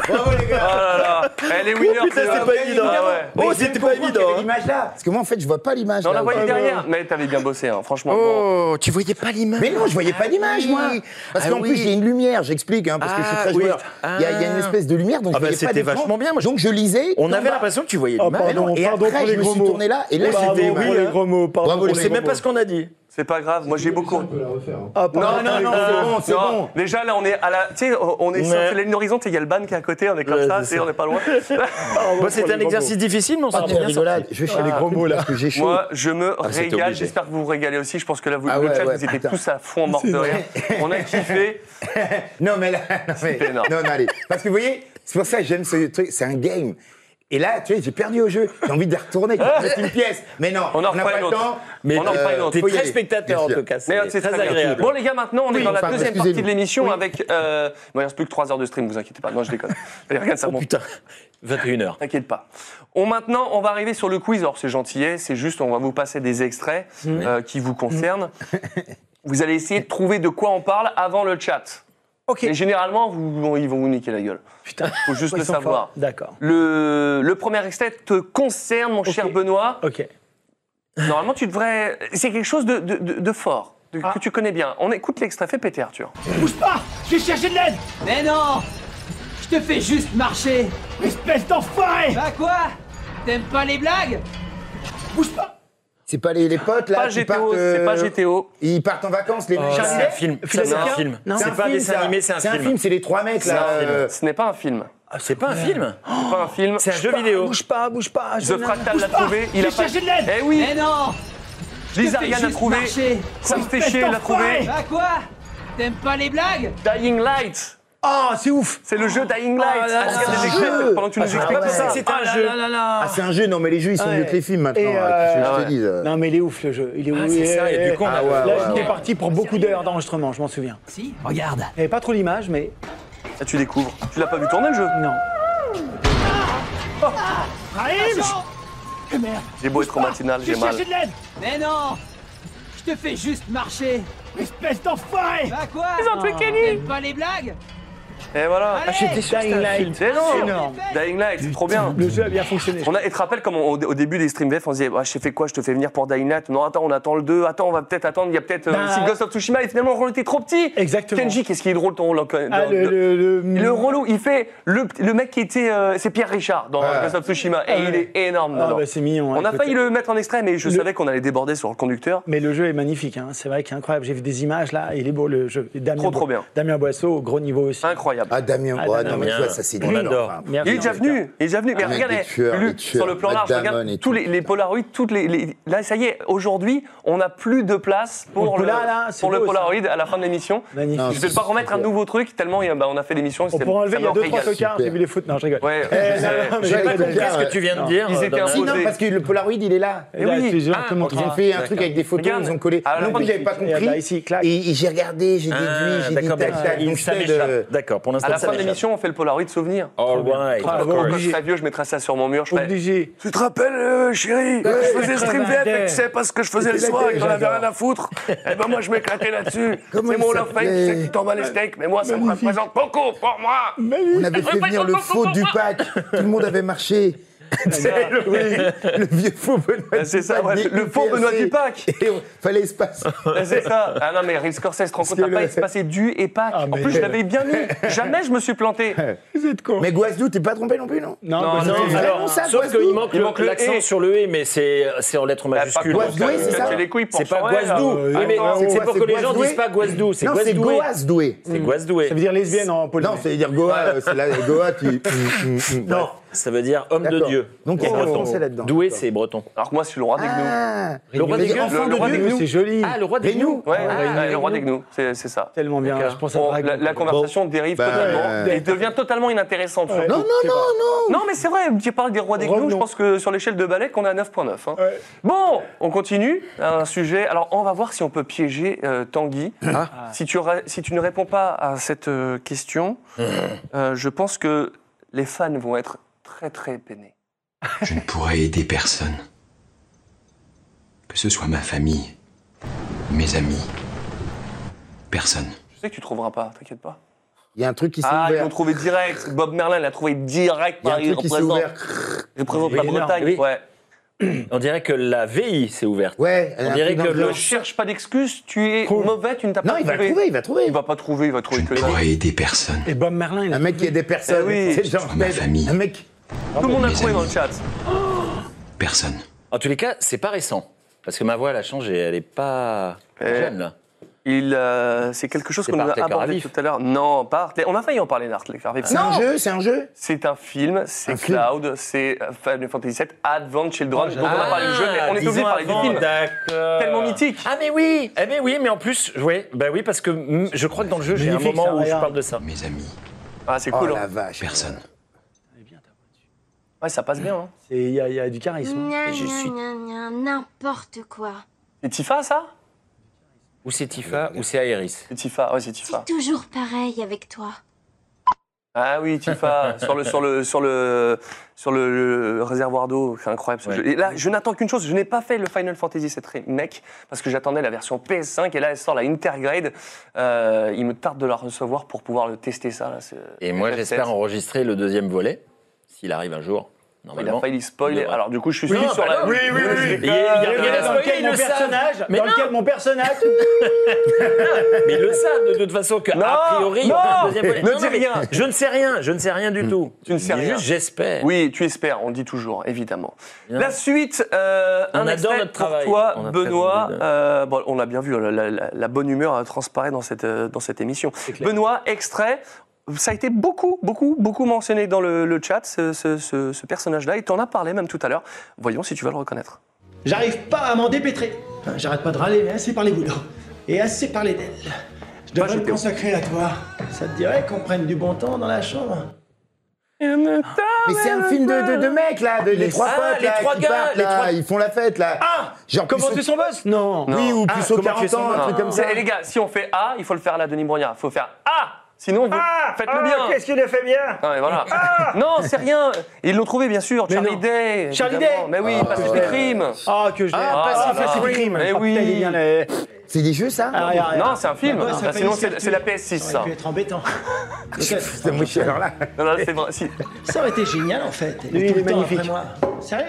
[SPEAKER 6] Bravo, les gars Oh là là Elle est winner,
[SPEAKER 8] Putain, c'est pas évident.
[SPEAKER 7] Ah
[SPEAKER 6] Oh, c'était pas évident
[SPEAKER 7] L'image là. Parce que moi, en fait, je vois pas l'image.
[SPEAKER 6] Non, on
[SPEAKER 7] là,
[SPEAKER 6] la voyait
[SPEAKER 7] au fond.
[SPEAKER 6] derrière. Mais t'avais bien bossé, hein, franchement.
[SPEAKER 8] Oh, tu voyais pas l'image
[SPEAKER 7] Mais non, je voyais pas l'image, moi. Parce
[SPEAKER 8] Ah
[SPEAKER 7] qu'en plus,
[SPEAKER 8] oui.
[SPEAKER 7] j'ai une lumière, j'explique, hein, parce que je suis
[SPEAKER 8] Ah
[SPEAKER 7] très
[SPEAKER 8] oui.
[SPEAKER 7] joueur. Il y, a- il y a une
[SPEAKER 8] Ah.
[SPEAKER 7] espèce de lumière, donc
[SPEAKER 8] Ah
[SPEAKER 7] je
[SPEAKER 8] bah,
[SPEAKER 7] voyais pas
[SPEAKER 8] c'était
[SPEAKER 7] d'écran.
[SPEAKER 8] vachement bien, moi, je-
[SPEAKER 7] Donc je lisais.
[SPEAKER 8] On avait
[SPEAKER 6] bah-
[SPEAKER 7] combat.
[SPEAKER 8] l'impression que tu
[SPEAKER 6] Oh,
[SPEAKER 8] voyais l'image.
[SPEAKER 7] Mais non,
[SPEAKER 8] Pardon,
[SPEAKER 7] et
[SPEAKER 8] pardon
[SPEAKER 7] après,
[SPEAKER 8] pour les
[SPEAKER 7] je me
[SPEAKER 8] gros
[SPEAKER 7] suis
[SPEAKER 8] mots.
[SPEAKER 7] tourné là, et là,
[SPEAKER 8] Bravo,
[SPEAKER 7] c'était.
[SPEAKER 8] bravo les gros mots, pardon
[SPEAKER 7] Bravo,
[SPEAKER 8] pour
[SPEAKER 7] les
[SPEAKER 6] On sait
[SPEAKER 7] gros
[SPEAKER 6] même
[SPEAKER 7] mots.
[SPEAKER 6] pas ce qu'on a dit. C'est pas grave, moi j'ai beaucoup.
[SPEAKER 9] Ah,
[SPEAKER 7] Non, non, non, c'est bon, c'est
[SPEAKER 6] Non,
[SPEAKER 7] bon.
[SPEAKER 6] Déjà, là, on est à la. Tu sais, on est sur
[SPEAKER 7] Ouais.
[SPEAKER 6] sur l'île d'horizon, il y a le ban qui est à côté, on est comme ça, tu sais, on n'est pas loin.
[SPEAKER 8] Bon, c'était un exercice difficile, mais on s'en
[SPEAKER 6] Pardon,
[SPEAKER 8] est bien
[SPEAKER 6] rigolade.
[SPEAKER 8] sorti. Ah,
[SPEAKER 6] Je vais chez les gros mots, là, parce
[SPEAKER 8] que j'ai
[SPEAKER 6] Moi, je me
[SPEAKER 8] Ah, c'était
[SPEAKER 6] régale.
[SPEAKER 8] obligé.
[SPEAKER 6] J'espère que vous vous régalez aussi. Je pense que là, vous,
[SPEAKER 8] Ah
[SPEAKER 6] le
[SPEAKER 8] ouais,
[SPEAKER 6] chat,
[SPEAKER 8] ouais,
[SPEAKER 6] vous étiez
[SPEAKER 8] putain.
[SPEAKER 6] tous à fond morts de rire. On a kiffé.
[SPEAKER 8] non, mais là, non, mais, non, non, allez. Parce que vous voyez, c'est pour ça que j'aime ce truc, c'est un game. Et là, tu sais, j'ai perdu au jeu. J'ai envie de la
[SPEAKER 6] <laughs>
[SPEAKER 8] retourner, de mettre une pièce. Mais non, on
[SPEAKER 6] en
[SPEAKER 8] n'a
[SPEAKER 6] reprend
[SPEAKER 8] pas
[SPEAKER 6] une
[SPEAKER 8] le
[SPEAKER 6] autre.
[SPEAKER 8] temps.
[SPEAKER 6] Mais on en reprend
[SPEAKER 7] euh,
[SPEAKER 6] une autre.
[SPEAKER 8] t'es
[SPEAKER 6] Faut y
[SPEAKER 8] très
[SPEAKER 6] aller.
[SPEAKER 8] spectateur, en tout cas.
[SPEAKER 6] Mais
[SPEAKER 8] <laughs> C'est
[SPEAKER 6] c'est
[SPEAKER 8] très agréable.
[SPEAKER 6] Bon, les gars, maintenant, on est
[SPEAKER 8] Oui,
[SPEAKER 6] dans la
[SPEAKER 8] enfin,
[SPEAKER 6] deuxième partie de
[SPEAKER 8] excusez-nous.
[SPEAKER 6] l'émission avec. Euh... Bon, il reste plus que 3 heures de stream, vous inquiétez pas. Non, je
[SPEAKER 8] <laughs>
[SPEAKER 6] déconne. Allez, regarde ça,
[SPEAKER 8] Oh,
[SPEAKER 6] bon. Putain,
[SPEAKER 27] 21h.
[SPEAKER 6] T'inquiète pas. On, maintenant, on va arriver sur le quiz. Or, c'est gentillet, c'est juste, on va vous passer des extraits
[SPEAKER 27] Mmh.
[SPEAKER 6] euh, qui vous
[SPEAKER 8] <laughs>
[SPEAKER 6] concernent. vous allez essayer de trouver de quoi on parle avant le chat. Ok. Et généralement, vous, bon, ils vont vous niquer la gueule. Putain. Faut juste le savoir.
[SPEAKER 26] D'accord.
[SPEAKER 6] Le, le premier extrait te concerne, mon cher Benoît.
[SPEAKER 26] Ok.
[SPEAKER 6] Normalement, tu devrais. C'est quelque chose de, de- de- de fort, de- que tu connais bien. On écoute l'extrait, fais péter, Arthur.
[SPEAKER 9] Bouge pas Je vais chercher de l'aide Mais non Je te fais juste marcher Espèce d'enfoiré Bah quoi T'aimes pas les blagues Bouge pas
[SPEAKER 7] C'est pas les, les potes là
[SPEAKER 6] Pas
[SPEAKER 7] qui
[SPEAKER 6] GTO,
[SPEAKER 7] partent, euh,
[SPEAKER 6] c'est pas GTO.
[SPEAKER 7] Ils partent en vacances les
[SPEAKER 6] Oh,
[SPEAKER 7] mecs.
[SPEAKER 6] c'est
[SPEAKER 7] Charlie
[SPEAKER 6] un film.
[SPEAKER 7] Philadelphia
[SPEAKER 6] C'est un film.
[SPEAKER 7] Non,
[SPEAKER 6] C'est pas un dessin
[SPEAKER 7] ça.
[SPEAKER 6] animé, c'est un film.
[SPEAKER 7] c'est les trois mecs
[SPEAKER 6] C'est un
[SPEAKER 7] là.
[SPEAKER 6] film.
[SPEAKER 7] euh,
[SPEAKER 6] Ce n'est pas un film.
[SPEAKER 8] Ah,
[SPEAKER 27] C'est pas un film
[SPEAKER 6] C'est pas un film. C'est un
[SPEAKER 27] jeu vidéo.
[SPEAKER 26] Bouge pas, bouge pas. je-
[SPEAKER 6] The Fractal
[SPEAKER 26] Bouge
[SPEAKER 6] l'a
[SPEAKER 26] pas.
[SPEAKER 6] trouvé. Il a pas- Eh oui.
[SPEAKER 9] Mais non Je te
[SPEAKER 6] Lisa
[SPEAKER 9] fais
[SPEAKER 6] Ariane a
[SPEAKER 9] juste
[SPEAKER 6] trouvé.
[SPEAKER 9] marcher.
[SPEAKER 6] Ça me fait
[SPEAKER 9] Espèce
[SPEAKER 6] chier, l'a
[SPEAKER 9] d'enfoiré.
[SPEAKER 6] trouvé.
[SPEAKER 9] Bah quoi T'aimes pas les blagues Oh
[SPEAKER 6] Dying Light.
[SPEAKER 26] Ah, c'est ouf.
[SPEAKER 6] C'est le jeu Dying Light.
[SPEAKER 26] là là,
[SPEAKER 6] Ah, regarde
[SPEAKER 26] c'est
[SPEAKER 6] les
[SPEAKER 26] un
[SPEAKER 6] extraits,
[SPEAKER 26] jeu.
[SPEAKER 6] pendant que tu
[SPEAKER 26] Ah,
[SPEAKER 6] nous
[SPEAKER 26] je
[SPEAKER 6] expliques
[SPEAKER 26] savais pas
[SPEAKER 6] ça.
[SPEAKER 26] que c'était un Ah jeu. là là là.
[SPEAKER 7] Ah, c'est un jeu, non mais les jeux ils sont
[SPEAKER 26] Ouais.
[SPEAKER 7] mieux que les films maintenant.
[SPEAKER 26] Et,
[SPEAKER 7] hein,
[SPEAKER 26] euh,
[SPEAKER 7] qu'est-ce que je
[SPEAKER 26] ouais.
[SPEAKER 7] te dis. euh.
[SPEAKER 26] Non, mais il est ouf le jeu. Il est
[SPEAKER 7] Ah,
[SPEAKER 26] ouf.
[SPEAKER 7] c'est ça, et du coup, on
[SPEAKER 26] Ah,
[SPEAKER 7] a-
[SPEAKER 26] ouais,
[SPEAKER 7] là,
[SPEAKER 26] là,
[SPEAKER 7] ouais,
[SPEAKER 26] j'étais
[SPEAKER 7] ouais.
[SPEAKER 26] parti pour beaucoup d'heures d'enregistrement, je m'en souviens. Si,
[SPEAKER 6] regarde.
[SPEAKER 26] Il n'y avait pas trop l'image, mais.
[SPEAKER 6] Là, Ah, tu découvres. Tu l'as pas vu tourner le jeu
[SPEAKER 26] Non.
[SPEAKER 9] Arrive Eh Merde
[SPEAKER 6] J'ai beau être au matinal,
[SPEAKER 9] Je
[SPEAKER 6] j'ai
[SPEAKER 9] vais
[SPEAKER 6] mal.
[SPEAKER 9] chercher de l'aide Mais non Je te fais juste marcher Espèce d'enfoiré Bah quoi
[SPEAKER 6] Ils ont tué Kenny.
[SPEAKER 9] T'aimes pas les blagues
[SPEAKER 6] Et voilà.
[SPEAKER 9] Ah, j'étais sûr que c'était un film.
[SPEAKER 6] Mais non,
[SPEAKER 9] C'est énorme.
[SPEAKER 6] Dying Light, c'est trop bien.
[SPEAKER 26] Le jeu a bien fonctionné.
[SPEAKER 6] On a, et te rappelles, comme on- au, au début des stream def, on disait ah, Je sais fait quoi, je te fais venir pour Dying Light Non, attends, on attend le 2, attends, on va peut-être attendre, il y a peut-être euh,
[SPEAKER 26] Bah,
[SPEAKER 6] aussi Ghost of Tsushima, et finalement, le rôle était trop petit. Exactement. Kenji, qu'est-ce qui est drôle ton rôle en-
[SPEAKER 26] Ah,
[SPEAKER 6] dans-
[SPEAKER 26] le,
[SPEAKER 6] de-
[SPEAKER 26] le, le-
[SPEAKER 9] Mm.
[SPEAKER 6] Le relou, il fait le, le mec qui était. euh, c'est Pierre Richard dans
[SPEAKER 26] Ouais.
[SPEAKER 6] Ghost of Tsushima. Et
[SPEAKER 26] Ah
[SPEAKER 6] il
[SPEAKER 26] ouais.
[SPEAKER 6] est énorme.
[SPEAKER 26] Ah
[SPEAKER 6] dedans.
[SPEAKER 26] bah, c'est mignon,
[SPEAKER 6] On a
[SPEAKER 26] écoute.
[SPEAKER 6] failli le mettre en extrait, mais je savais qu'on allait déborder sur le conducteur.
[SPEAKER 26] Mais le jeu est magnifique, hein. c'est vrai qu'il est incroyable. J'ai vu des images là, il est beau le jeu. Et Damien
[SPEAKER 6] Trop,
[SPEAKER 26] Bo-
[SPEAKER 6] trop bien.
[SPEAKER 26] Damien Boisseau, gros niveau aussi.
[SPEAKER 6] Incroyable. incroyable.
[SPEAKER 7] Ah, Damien,
[SPEAKER 6] Ah,
[SPEAKER 7] ouais,
[SPEAKER 6] Damien,
[SPEAKER 7] non, mais tu vois,
[SPEAKER 6] Damien.
[SPEAKER 7] ça, c'est
[SPEAKER 6] On
[SPEAKER 7] dur,
[SPEAKER 6] adore.
[SPEAKER 7] enfin.
[SPEAKER 9] Ah,
[SPEAKER 6] Merci, Il est déjà en tout venu. cas. Il est déjà venu. Mais
[SPEAKER 7] Ah, mais
[SPEAKER 6] regardez,
[SPEAKER 7] des tueurs,
[SPEAKER 6] Lulu,
[SPEAKER 7] des tueurs,
[SPEAKER 6] sur le plan
[SPEAKER 7] Matt
[SPEAKER 6] large,
[SPEAKER 7] Damon
[SPEAKER 6] regarde,
[SPEAKER 7] et
[SPEAKER 6] tous les, les Polaroids, toutes les, les- Là, ça y est, aujourd'hui, on n'a plus de place pour
[SPEAKER 9] On
[SPEAKER 6] le,
[SPEAKER 9] peut là, là, c'est
[SPEAKER 6] pour le
[SPEAKER 9] beau, ça.
[SPEAKER 6] Polaroid à la fin de l'émission.
[SPEAKER 9] Magnifique.
[SPEAKER 6] Je vais pas remettre un nouveau truc, tellement il y a- bah, on a fait l'émission.
[SPEAKER 9] On pourra enlever, il y a deux, trois tocards, j'ai vu les
[SPEAKER 6] fautes.
[SPEAKER 9] Non,
[SPEAKER 26] <laughs>
[SPEAKER 9] je rigole.
[SPEAKER 6] Ouais,
[SPEAKER 9] Eh,
[SPEAKER 6] je sais.
[SPEAKER 9] non, non, mais
[SPEAKER 6] J'ai pas
[SPEAKER 9] rigole,
[SPEAKER 6] compris
[SPEAKER 9] rigole.
[SPEAKER 6] ce que tu viens de
[SPEAKER 9] Non.
[SPEAKER 6] dire, Ils euh, étaient dans la-
[SPEAKER 7] Si, non,
[SPEAKER 6] imposés.
[SPEAKER 7] parce que le Polaroid, il est là.
[SPEAKER 9] Eh oui.
[SPEAKER 7] tu sais,
[SPEAKER 9] Ah,
[SPEAKER 7] tout le monde-
[SPEAKER 9] ok.
[SPEAKER 7] ils ont fait un
[SPEAKER 9] D'accord.
[SPEAKER 7] truc avec des photos,
[SPEAKER 9] Regarde.
[SPEAKER 7] ils ont collé.
[SPEAKER 9] Ah, la
[SPEAKER 7] Au début,
[SPEAKER 9] fin,
[SPEAKER 7] j'avais pas
[SPEAKER 9] tu- ah, bah,
[SPEAKER 7] compris.
[SPEAKER 9] ici, clac.
[SPEAKER 7] Et et j'ai regardé, j'ai déduit,
[SPEAKER 9] Ah,
[SPEAKER 7] j'ai dit
[SPEAKER 9] d'accord,
[SPEAKER 7] tac, tac.
[SPEAKER 9] d'accord.
[SPEAKER 7] donc
[SPEAKER 9] Ça
[SPEAKER 7] c'était
[SPEAKER 9] m'échappe.
[SPEAKER 7] de-
[SPEAKER 8] D'accord, pour
[SPEAKER 6] À la fin de l'émission, on fait le Polaroid souvenir.
[SPEAKER 8] All right.
[SPEAKER 9] Ah,
[SPEAKER 6] Quand
[SPEAKER 8] Bravo.
[SPEAKER 6] quand je serai vieux, je mettrai ça sur mon mur. Je ferai-
[SPEAKER 8] Tu te rappelles, euh,
[SPEAKER 6] Ouais,
[SPEAKER 8] chérie, je faisais Stream
[SPEAKER 6] Streamdeck.
[SPEAKER 8] VF et tu sais pas ce que je faisais le
[SPEAKER 6] C'était la
[SPEAKER 8] soir et
[SPEAKER 6] tête,
[SPEAKER 8] qu'on avait
[SPEAKER 6] j'adore.
[SPEAKER 8] rien à foutre. Eh ben moi, je m'éclatais là-dessus. C'est
[SPEAKER 7] Comment il
[SPEAKER 8] mon love fake, tu sais
[SPEAKER 7] s'appelait
[SPEAKER 8] que tu t'en bats les steaks, mais moi, ça me
[SPEAKER 7] Magnifique.
[SPEAKER 8] représente beaucoup pour moi.
[SPEAKER 7] On avait fait venir le faux du pack. Tout le monde avait marché.
[SPEAKER 8] C'est le-
[SPEAKER 7] Oui, le vieux faux Benoît
[SPEAKER 6] C'est ça,
[SPEAKER 7] Dupac,
[SPEAKER 6] ouais, le faux
[SPEAKER 7] découpé,
[SPEAKER 6] Benoît
[SPEAKER 7] c'est-
[SPEAKER 6] Dupac.
[SPEAKER 7] <laughs> Et on- Fallait espace.
[SPEAKER 6] Ouais, C'est ça. Ah non, mais Riz Scorsese, te rends compte, t'as pas espacé du et Pâques. en plus, je l'avais bien mis. Jamais je me suis planté.
[SPEAKER 7] Vous êtes con. Mais Guazdou, t'es pas trompé non plus, non
[SPEAKER 8] Non, non, alors, sauf qu'il manque,
[SPEAKER 6] Il manque le
[SPEAKER 8] le- l'accent
[SPEAKER 6] et.
[SPEAKER 8] sur le E, mais c'est c'est en lettres
[SPEAKER 6] Bah,
[SPEAKER 8] majuscules.
[SPEAKER 7] Guazdoué,
[SPEAKER 8] donc, euh,
[SPEAKER 7] Bah, c'est ça
[SPEAKER 8] C'est les couilles pour
[SPEAKER 7] C'est pas
[SPEAKER 8] Sorel,
[SPEAKER 7] Guazdou.
[SPEAKER 8] euh,
[SPEAKER 7] Ah,
[SPEAKER 8] mais
[SPEAKER 7] non, c'est
[SPEAKER 8] c'est
[SPEAKER 7] quoi,
[SPEAKER 8] pour
[SPEAKER 7] c'est
[SPEAKER 8] que les gens
[SPEAKER 7] Guazdoué
[SPEAKER 8] disent pas Guazdou, c'est
[SPEAKER 7] Non, c'est
[SPEAKER 8] Guazdoué.
[SPEAKER 7] Guazdoué.
[SPEAKER 8] C'est Guazdoué.
[SPEAKER 7] Ça veut dire lesbienne en polonais. Non, ça veut dire Goa, euh, c'est la Goa qui.
[SPEAKER 8] Non, ça veut dire homme de
[SPEAKER 7] D'accord.
[SPEAKER 8] Dieu.
[SPEAKER 7] Donc, il y a
[SPEAKER 8] C'est
[SPEAKER 7] des
[SPEAKER 8] breton.
[SPEAKER 7] Français là-dedans.
[SPEAKER 8] Doué, c'est breton.
[SPEAKER 6] Alors que moi, je suis le roi des
[SPEAKER 7] Ah.
[SPEAKER 6] gnous.
[SPEAKER 8] Le roi des gnous.
[SPEAKER 6] Le- le roi des gnous.
[SPEAKER 7] joli.
[SPEAKER 8] Ah, le roi des gnous.
[SPEAKER 6] Ouais, ouais, le roi des gnous, c'est c'est ça.
[SPEAKER 9] Tellement bien. Je pense à
[SPEAKER 6] On-
[SPEAKER 9] Dragon.
[SPEAKER 6] la, la conversation dérive
[SPEAKER 7] Bah,
[SPEAKER 6] totalement
[SPEAKER 7] euh,
[SPEAKER 6] et devient totalement inintéressante.
[SPEAKER 7] Non, non, non, non.
[SPEAKER 6] Non, mais c'est vrai, tu parles des rois des gnous, je pense que sur l'échelle de Balek, on est à 9.9. hein. Bon, on continue. Un sujet. Alors, on va voir si on peut piéger euh, Tanguy.
[SPEAKER 7] Ah.
[SPEAKER 6] Ah. Si, tu, ra- si tu ne réponds pas à cette euh, question,
[SPEAKER 7] Mmh.
[SPEAKER 6] euh, je pense que les fans vont être très, très peinés.
[SPEAKER 13] Je ne pourrai aider personne. Que ce soit ma famille, mes amis, personne.
[SPEAKER 6] Je sais que tu trouveras pas, t'inquiète pas.
[SPEAKER 7] Il y a un truc qui s'est
[SPEAKER 6] Ah, ils
[SPEAKER 7] ouvert.
[SPEAKER 6] l'ont trouvé direct. Bob Merlin l'a trouvé direct.
[SPEAKER 7] Il y a un
[SPEAKER 6] Paris
[SPEAKER 7] truc qui s'est
[SPEAKER 6] représente.
[SPEAKER 7] ouvert.
[SPEAKER 6] Il représente la
[SPEAKER 8] Oui,
[SPEAKER 6] Bretagne.
[SPEAKER 8] oui.
[SPEAKER 6] Ouais.
[SPEAKER 8] On dirait que la VI s'est ouverte.
[SPEAKER 7] Ouais,
[SPEAKER 8] On dirait que
[SPEAKER 6] ne
[SPEAKER 8] le
[SPEAKER 6] cherche pas d'excuses, tu es mauvais, tu ne t'as pas
[SPEAKER 7] Non, il va
[SPEAKER 6] trouvé.
[SPEAKER 7] le trouver, il va trouver.
[SPEAKER 6] Il va pas trouver, il va trouver que les
[SPEAKER 13] pourrai aider personne.
[SPEAKER 9] Et Bob Merlin, il
[SPEAKER 7] Un mec qui a des personnes.
[SPEAKER 6] Eh oui.
[SPEAKER 7] C'est genre
[SPEAKER 13] Ma famille.
[SPEAKER 7] Un mec.
[SPEAKER 6] Tout le monde a
[SPEAKER 13] Mes
[SPEAKER 6] trouvé dans
[SPEAKER 13] amis.
[SPEAKER 6] le chat.
[SPEAKER 13] Personne.
[SPEAKER 8] En tous les cas, c'est pas récent. Parce que ma voix, elle a changé. Elle est pas
[SPEAKER 6] Eh.
[SPEAKER 8] jeune, là.
[SPEAKER 6] Il, euh, c'est quelque chose
[SPEAKER 8] C'est
[SPEAKER 6] qu'on
[SPEAKER 8] pas
[SPEAKER 6] a
[SPEAKER 8] Arthur
[SPEAKER 6] abordé
[SPEAKER 8] Caravif.
[SPEAKER 6] tout à l'heure. Non, pas Arthur- On a failli en parler d'Arthur Carvif.
[SPEAKER 7] C'est un jeu, c'est un jeu.
[SPEAKER 6] C'est un film, c'est
[SPEAKER 7] Un film.
[SPEAKER 6] Cloud, c'est euh, Final Fantasy VII, Advent Children.
[SPEAKER 8] Oh,
[SPEAKER 6] donc on a parlé du jeu, mais on est obligé de parler du film. Tellement mythique.
[SPEAKER 8] Ah mais oui, eh mais oui, mais en plus, oui, bah oui, parce que mm, je crois que dans le jeu, j'ai un
[SPEAKER 9] Magnifique,
[SPEAKER 8] moment
[SPEAKER 9] ça,
[SPEAKER 8] où je
[SPEAKER 9] regarde.
[SPEAKER 8] parle de ça.
[SPEAKER 13] Mes amis,
[SPEAKER 6] Ah, c'est
[SPEAKER 7] Oh
[SPEAKER 6] cool.
[SPEAKER 7] la
[SPEAKER 6] hein.
[SPEAKER 7] vache.
[SPEAKER 13] personne.
[SPEAKER 6] Ouais, ça passe bien. hein.
[SPEAKER 9] C'est- Il y, a- il y a du charisme.
[SPEAKER 16] Gna,
[SPEAKER 8] Et je
[SPEAKER 16] gna,
[SPEAKER 8] suis-
[SPEAKER 16] gna, gna, N'importe quoi.
[SPEAKER 6] C'est Tifa, ça
[SPEAKER 8] Ou c'est Tifa, ou c'est Aéris.
[SPEAKER 6] C'est Tifa, ouais, c'est Tifa.
[SPEAKER 16] Toujours pareil avec toi.
[SPEAKER 6] Ah oui, Tifa, sur le sur le sur le sur le, le réservoir d'eau, c'est incroyable. ce
[SPEAKER 8] Ouais.
[SPEAKER 6] jeu. Et là, je n'attends qu'une chose, je n'ai pas fait le Final Fantasy VII remake parce que j'attendais la version PS5 et là elle sort la Intergrade. Euh, il me tarde de la recevoir pour pouvoir le tester ça. Là, c'est-
[SPEAKER 8] Et moi,
[SPEAKER 6] la
[SPEAKER 8] j'espère
[SPEAKER 6] tête.
[SPEAKER 8] enregistrer le deuxième volet, s'il arrive un jour.
[SPEAKER 6] Il a
[SPEAKER 8] Normalement.
[SPEAKER 6] failli spoiler.
[SPEAKER 8] devrait.
[SPEAKER 6] Alors du coup, je suis
[SPEAKER 8] Oui,
[SPEAKER 6] seul
[SPEAKER 8] non,
[SPEAKER 6] sur
[SPEAKER 8] bah
[SPEAKER 6] la.
[SPEAKER 8] non. Oui, oui, oui, oui.
[SPEAKER 6] Euh,
[SPEAKER 8] Il y a- il y a- il y a-
[SPEAKER 9] Dans
[SPEAKER 8] Parce
[SPEAKER 9] lequel
[SPEAKER 8] qu'ils
[SPEAKER 9] mon
[SPEAKER 8] le savent.
[SPEAKER 9] personnage,
[SPEAKER 8] Mais
[SPEAKER 9] dans
[SPEAKER 8] non.
[SPEAKER 9] lequel mon <laughs> personnage.
[SPEAKER 8] Mais ils le savent de toute façon que a priori,
[SPEAKER 6] non,
[SPEAKER 8] on fait le deuxième volet.
[SPEAKER 6] ne
[SPEAKER 8] Non, non,
[SPEAKER 6] dis
[SPEAKER 8] mais
[SPEAKER 6] rien. Hmm.
[SPEAKER 8] Je ne sais rien, je ne sais rien du tout.
[SPEAKER 6] Tu ne sais
[SPEAKER 8] Mais
[SPEAKER 6] rien.
[SPEAKER 8] Juste, j'espère.
[SPEAKER 6] Oui, tu espères, on dit toujours, évidemment. La suite, euh,
[SPEAKER 8] On
[SPEAKER 6] un
[SPEAKER 8] adore
[SPEAKER 6] extrait
[SPEAKER 8] notre
[SPEAKER 6] pour
[SPEAKER 8] travail.
[SPEAKER 6] toi,
[SPEAKER 8] On a très
[SPEAKER 6] Benoît.
[SPEAKER 8] envie de-
[SPEAKER 6] Euh, bon, on l'a bien vu, la, la- la- la bonne humeur euh, transparaît dans cette, euh, dans cette émission. Benoît, extrait. Ça a été beaucoup, beaucoup, beaucoup mentionné dans le, le chat, ce, ce- ce- ce personnage-là, et t'en as parlé même tout à l'heure. Voyons si tu vas le reconnaître.
[SPEAKER 5] J'arrive pas à m'en dépêtrer. Enfin, J'arrête pas de râler, mais assez parlé boulot. Et assez parlé d'elle. Je devrais me consacrer à toi. Ça te dirait qu'on prenne du bon temps dans la chambre
[SPEAKER 7] Mais c'est un film de, de, de mecs là, de, les
[SPEAKER 9] Mais
[SPEAKER 7] trois
[SPEAKER 9] ça,
[SPEAKER 7] potes
[SPEAKER 9] les
[SPEAKER 7] là,
[SPEAKER 9] trois
[SPEAKER 7] qui
[SPEAKER 9] gars,
[SPEAKER 7] partent,
[SPEAKER 9] les
[SPEAKER 7] là,
[SPEAKER 9] trois-
[SPEAKER 7] ils font la fête là. Ah Genre
[SPEAKER 9] Comment
[SPEAKER 7] plus
[SPEAKER 9] tu
[SPEAKER 7] au-
[SPEAKER 9] es son boss Non.
[SPEAKER 7] Oui, ou plus
[SPEAKER 9] Ah,
[SPEAKER 7] aux
[SPEAKER 9] comment tu es
[SPEAKER 7] 40
[SPEAKER 9] son
[SPEAKER 7] ans, un
[SPEAKER 9] boss
[SPEAKER 7] truc comme ça.
[SPEAKER 6] Et les gars, si on fait A, il faut le faire à la Denis Brogniard. Il faut faire A Sinon, vous- faites-le
[SPEAKER 9] Ah,
[SPEAKER 6] bien
[SPEAKER 9] Qu'est-ce qu'il a fait bien
[SPEAKER 6] Non, mais Ah, voilà.
[SPEAKER 9] Ah
[SPEAKER 6] Non, c'est rien Ils l'ont trouvé, bien sûr, Charlie Day
[SPEAKER 9] Charlie Day
[SPEAKER 6] évidemment. Mais oui,
[SPEAKER 9] Ah,
[SPEAKER 6] Pacific
[SPEAKER 9] ouais.
[SPEAKER 6] Rim
[SPEAKER 9] Ah, que je l'aime.
[SPEAKER 6] Ah,
[SPEAKER 9] Ah,
[SPEAKER 6] Pacific
[SPEAKER 9] Pacific
[SPEAKER 6] Rim.
[SPEAKER 9] Rim.
[SPEAKER 6] Eh
[SPEAKER 9] Ah,
[SPEAKER 6] oui.
[SPEAKER 9] putain, il est bien, le-
[SPEAKER 7] C'est des jeux ça
[SPEAKER 9] Ah, ah, ah,
[SPEAKER 6] Non,
[SPEAKER 9] ah.
[SPEAKER 6] c'est un film.
[SPEAKER 9] Ouais, ça
[SPEAKER 6] Ah,
[SPEAKER 9] s'appelle
[SPEAKER 6] sinon, c'est
[SPEAKER 9] Scarface.
[SPEAKER 6] c'est la PS6, ça.
[SPEAKER 5] Ça aurait pu être embêtant.
[SPEAKER 7] Putain, moi, je suis- alors là.
[SPEAKER 6] Non, non, c'est vrai. si.
[SPEAKER 5] Ça aurait été génial en fait.
[SPEAKER 9] Lui,
[SPEAKER 5] Tout
[SPEAKER 9] il est
[SPEAKER 5] le temps
[SPEAKER 9] magnifique.
[SPEAKER 5] après moi. Sérieux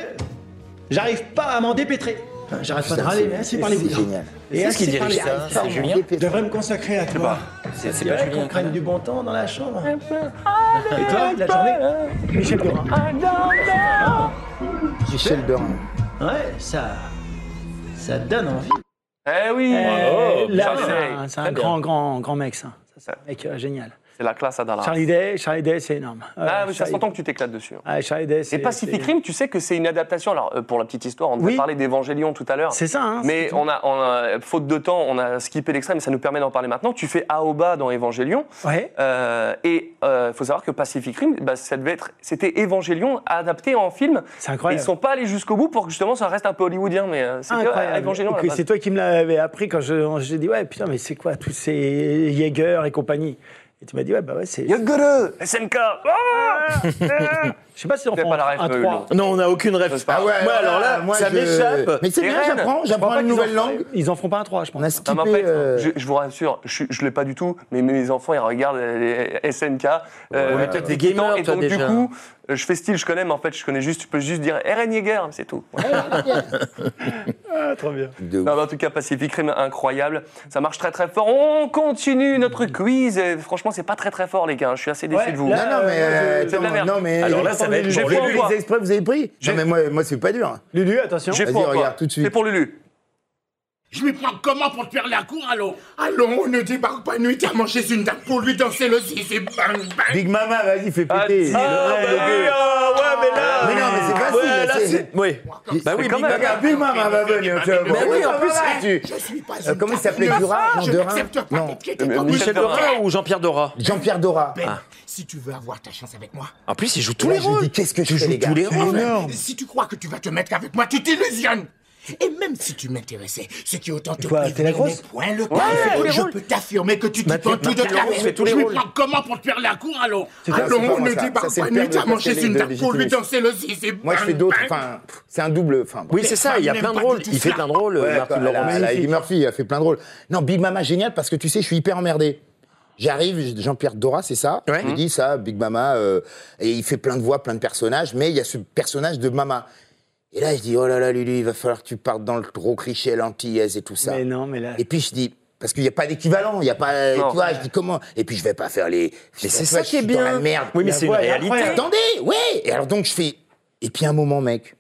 [SPEAKER 5] J'arrive pas à m'en dépêtrer. Enfin, J'arrête pas de
[SPEAKER 7] Putain,
[SPEAKER 5] râler,
[SPEAKER 7] c'est-
[SPEAKER 5] mais assez parlé
[SPEAKER 7] c'est
[SPEAKER 5] boulot.
[SPEAKER 7] génial.
[SPEAKER 5] Et
[SPEAKER 8] C'est ce qui
[SPEAKER 5] assez
[SPEAKER 8] dirige
[SPEAKER 5] parlé
[SPEAKER 8] ça C'est Julien
[SPEAKER 5] Je devrais me consacrer à toi.
[SPEAKER 8] C'est
[SPEAKER 5] Ça
[SPEAKER 8] c'est
[SPEAKER 5] te
[SPEAKER 8] pas
[SPEAKER 5] dirait qu'on
[SPEAKER 8] Julien.
[SPEAKER 5] prenne du bon temps dans la chambre. Et toi, la journée
[SPEAKER 9] Michel Dorin.
[SPEAKER 7] Michel Dorin.
[SPEAKER 5] Ouais, ça. Ça donne envie.
[SPEAKER 6] Eh oui
[SPEAKER 9] Eh,
[SPEAKER 6] Bravo,
[SPEAKER 9] là,
[SPEAKER 6] Charlie
[SPEAKER 9] c'est
[SPEAKER 6] Day.
[SPEAKER 9] un- c'est
[SPEAKER 6] Très
[SPEAKER 9] un
[SPEAKER 6] bien.
[SPEAKER 9] grand, grand, grand mec, ça. Ça, C'est un mec euh, génial.
[SPEAKER 6] C'est la classe à Dallas.
[SPEAKER 9] Charlie Day, Charlie Day, c'est énorme. Euh,
[SPEAKER 6] Ah, mais ça
[SPEAKER 9] Charlie-
[SPEAKER 6] s'entend que tu t'éclates dessus. hein.
[SPEAKER 9] Ah, Charlie Day, c'est.
[SPEAKER 6] Et Pacific
[SPEAKER 9] c'est-
[SPEAKER 6] Rim, tu sais que c'est une adaptation. Alors, euh, pour la petite histoire, on devait
[SPEAKER 9] Oui.
[SPEAKER 6] parler d'Evangélion tout à l'heure.
[SPEAKER 9] C'est ça, hein, c'est
[SPEAKER 6] mais
[SPEAKER 9] tout.
[SPEAKER 6] on a, on a- faute de temps, on a skippé l'extrême, et ça nous permet d'en parler maintenant. Tu fais Aoba dans Evangélion.
[SPEAKER 9] Ouais.
[SPEAKER 6] Euh, et il faut savoir que Pacific Rim, bah, ça devait être, c'était Evangélion adapté en film.
[SPEAKER 9] C'est incroyable.
[SPEAKER 6] Et ils sont pas allés jusqu'au bout pour que justement ça reste un peu hollywoodien, mais euh, c'était
[SPEAKER 9] Incroyable.
[SPEAKER 6] euh, Evangélion. à la
[SPEAKER 9] Et que
[SPEAKER 6] base.
[SPEAKER 9] C'est toi qui me l'avais appris quand je- j'ai dit ouais putain mais c'est quoi tous ces Jaeger et compagnie et tu m'as dit ouais bah ouais c'est
[SPEAKER 6] Jaeger SMK
[SPEAKER 9] je sais pas si on fait
[SPEAKER 6] pas la ref,
[SPEAKER 9] un
[SPEAKER 6] euh,
[SPEAKER 9] 3
[SPEAKER 6] Hulot.
[SPEAKER 15] Non, on n'a aucune ref.
[SPEAKER 6] Ah ouais,
[SPEAKER 15] moi,
[SPEAKER 6] ouais,
[SPEAKER 15] alors là,
[SPEAKER 6] moi,
[SPEAKER 15] ça
[SPEAKER 6] je-
[SPEAKER 15] m'échappe.
[SPEAKER 6] Mais c'est bien,
[SPEAKER 15] Irène, je
[SPEAKER 6] j'apprends,
[SPEAKER 15] crois
[SPEAKER 6] j'apprends
[SPEAKER 15] pas
[SPEAKER 6] une
[SPEAKER 15] qu'ils en
[SPEAKER 6] nouvelle
[SPEAKER 15] font-
[SPEAKER 6] langue.
[SPEAKER 9] ils en feront pas un 3 je pense
[SPEAKER 6] Non, mais en fait,
[SPEAKER 7] euh.
[SPEAKER 6] je, je vous rassure, je ne l'ai pas du tout, mais mes enfants, ils regardent les les SNK. euh,
[SPEAKER 15] Ouais,
[SPEAKER 6] les Tactics
[SPEAKER 15] t'es gamer,
[SPEAKER 6] Titans, et
[SPEAKER 15] toi,
[SPEAKER 6] donc,
[SPEAKER 15] déjà.
[SPEAKER 6] du coup, euh, je fais style, je connais, mais en fait, je connais juste, tu peux juste dire Eren Yeager, c'est tout.
[SPEAKER 9] ah, trop bien
[SPEAKER 6] Non, mais en tout cas, Pacific Rim, incroyable. Ça marche très, très fort. On continue notre quiz. Et franchement, c'est pas très, très fort, les gars. Je suis assez déçu
[SPEAKER 7] Ouais,
[SPEAKER 6] de vous.
[SPEAKER 7] là, Non, non, mais, euh,
[SPEAKER 6] C'est de la
[SPEAKER 7] attends,
[SPEAKER 6] merde.
[SPEAKER 7] non, mais- Alors là, ça va être
[SPEAKER 6] J'ai
[SPEAKER 7] bon.
[SPEAKER 6] foi en
[SPEAKER 7] Lulu,
[SPEAKER 6] toi.
[SPEAKER 7] les exprès, vous avez pris
[SPEAKER 6] J'ai-
[SPEAKER 7] Non, mais moi, moi c'est pas dur.
[SPEAKER 9] Lulu, attention.
[SPEAKER 6] J'ai foi en
[SPEAKER 7] Vas-y,
[SPEAKER 6] toi.
[SPEAKER 7] regarde tout de suite.
[SPEAKER 6] C'est pour Lulu.
[SPEAKER 11] Je m'y prends comment pour te faire la cour, allons Allons, ne débarque pas nuit à manger une dame pour lui danser le zizi, bang, bang
[SPEAKER 7] Big Mama, vas-y, fais péter.
[SPEAKER 15] Ah,
[SPEAKER 7] Eh, Ouais,
[SPEAKER 15] bah oui,
[SPEAKER 7] gueule.
[SPEAKER 15] ah, ouais, mais là.
[SPEAKER 7] Mais non, mais c'est facile.
[SPEAKER 15] Ouais, là,
[SPEAKER 7] c'est-
[SPEAKER 15] c'est- Oui. Bah oui,
[SPEAKER 7] quand
[SPEAKER 15] Big
[SPEAKER 7] même,
[SPEAKER 15] Mac.
[SPEAKER 7] regarde, Big Mama va venir. tu vas voir.
[SPEAKER 15] Mais oui, en
[SPEAKER 7] Ah,
[SPEAKER 15] plus,
[SPEAKER 7] voilà.
[SPEAKER 15] tu-
[SPEAKER 7] Je suis pas Euh, Comment il s'appelait Dura Non, Dora. Non.
[SPEAKER 11] Ah.
[SPEAKER 15] Euh, Michel Dora ou Jean-Pierre Dora
[SPEAKER 7] Jean-Pierre Dora.
[SPEAKER 15] Ah.
[SPEAKER 11] Si tu veux avoir ta chance avec moi,
[SPEAKER 15] En plus, il joue tous
[SPEAKER 7] Là,
[SPEAKER 15] les
[SPEAKER 7] je
[SPEAKER 15] rôles.
[SPEAKER 7] dis, qu'est-ce que
[SPEAKER 15] tu
[SPEAKER 7] je fais,
[SPEAKER 15] joues
[SPEAKER 7] les gars
[SPEAKER 15] tous les rôles.
[SPEAKER 11] Si tu crois que tu vas te mettre avec moi, tu t'illusionnes Et même si tu m'intéressais, ce qui autant te
[SPEAKER 9] Quoi,
[SPEAKER 11] prive
[SPEAKER 9] t'es la
[SPEAKER 11] n'est
[SPEAKER 9] grosse
[SPEAKER 11] point le
[SPEAKER 9] Ouais,
[SPEAKER 11] cas.
[SPEAKER 9] elle fait tous les
[SPEAKER 11] je
[SPEAKER 9] rôles.
[SPEAKER 11] peux t'affirmer que tu t'y
[SPEAKER 9] Mathieu-
[SPEAKER 11] prends tout de
[SPEAKER 9] Mathieu
[SPEAKER 11] ta
[SPEAKER 9] Laurent fait tous les
[SPEAKER 11] Je me
[SPEAKER 9] rôles.
[SPEAKER 11] prends comment pour te faire la cour, allons
[SPEAKER 7] C'est pas- c'est pas
[SPEAKER 11] Allons,
[SPEAKER 7] moi,
[SPEAKER 11] ne
[SPEAKER 7] ça.
[SPEAKER 11] débarque
[SPEAKER 7] Ça, c'est
[SPEAKER 11] pas
[SPEAKER 7] le père
[SPEAKER 11] nuit
[SPEAKER 7] de
[SPEAKER 11] à manger
[SPEAKER 7] Pascal et
[SPEAKER 11] une
[SPEAKER 7] de
[SPEAKER 11] dame pour lui
[SPEAKER 7] Légitimus.
[SPEAKER 11] danser le zizi,
[SPEAKER 7] Moi, je
[SPEAKER 11] bang,
[SPEAKER 7] fais d'autres.
[SPEAKER 11] bang.
[SPEAKER 7] Enfin, pff, c'est un double. Enfin,
[SPEAKER 11] Oui, c'est ça, il y a
[SPEAKER 7] Même
[SPEAKER 11] plein de
[SPEAKER 7] pas
[SPEAKER 11] rôles.
[SPEAKER 7] du
[SPEAKER 11] Il
[SPEAKER 7] tout
[SPEAKER 11] fait
[SPEAKER 7] ça.
[SPEAKER 11] plein de rôles,
[SPEAKER 7] Ouais,
[SPEAKER 11] Martin
[SPEAKER 7] quoi,
[SPEAKER 11] Laurent.
[SPEAKER 7] là, là, Eddie
[SPEAKER 11] Magnifique.
[SPEAKER 7] Murphy, il a fait plein de rôles. Non, Big Mama, génial parce que tu sais, je suis hyper emmerdé. J'arrive, Jean-Pierre Dora, c'est ça. Je lui dis ça, Big Mama, euh, et il fait plein de voix, plein de personnages, mais il y a ce personnage de Mama. Et là, je dis, oh là là, Lulu, il va falloir que tu partes dans le gros cliché, l'antillaise et tout ça.
[SPEAKER 9] Mais non, mais là-
[SPEAKER 7] Et puis je dis, parce qu'il n'y a pas d'équivalent, il n'y a pas.
[SPEAKER 15] Non.
[SPEAKER 7] Tu vois, je dis comment Et puis je vais pas faire les. Mais
[SPEAKER 15] c'est ça qui est bien.
[SPEAKER 7] Dans la merde.
[SPEAKER 15] Oui, mais
[SPEAKER 7] La
[SPEAKER 15] c'est une
[SPEAKER 7] voix est
[SPEAKER 15] réalité.
[SPEAKER 7] incroyable. Attendez, oui Et alors donc je fais. Et puis à un moment, mec,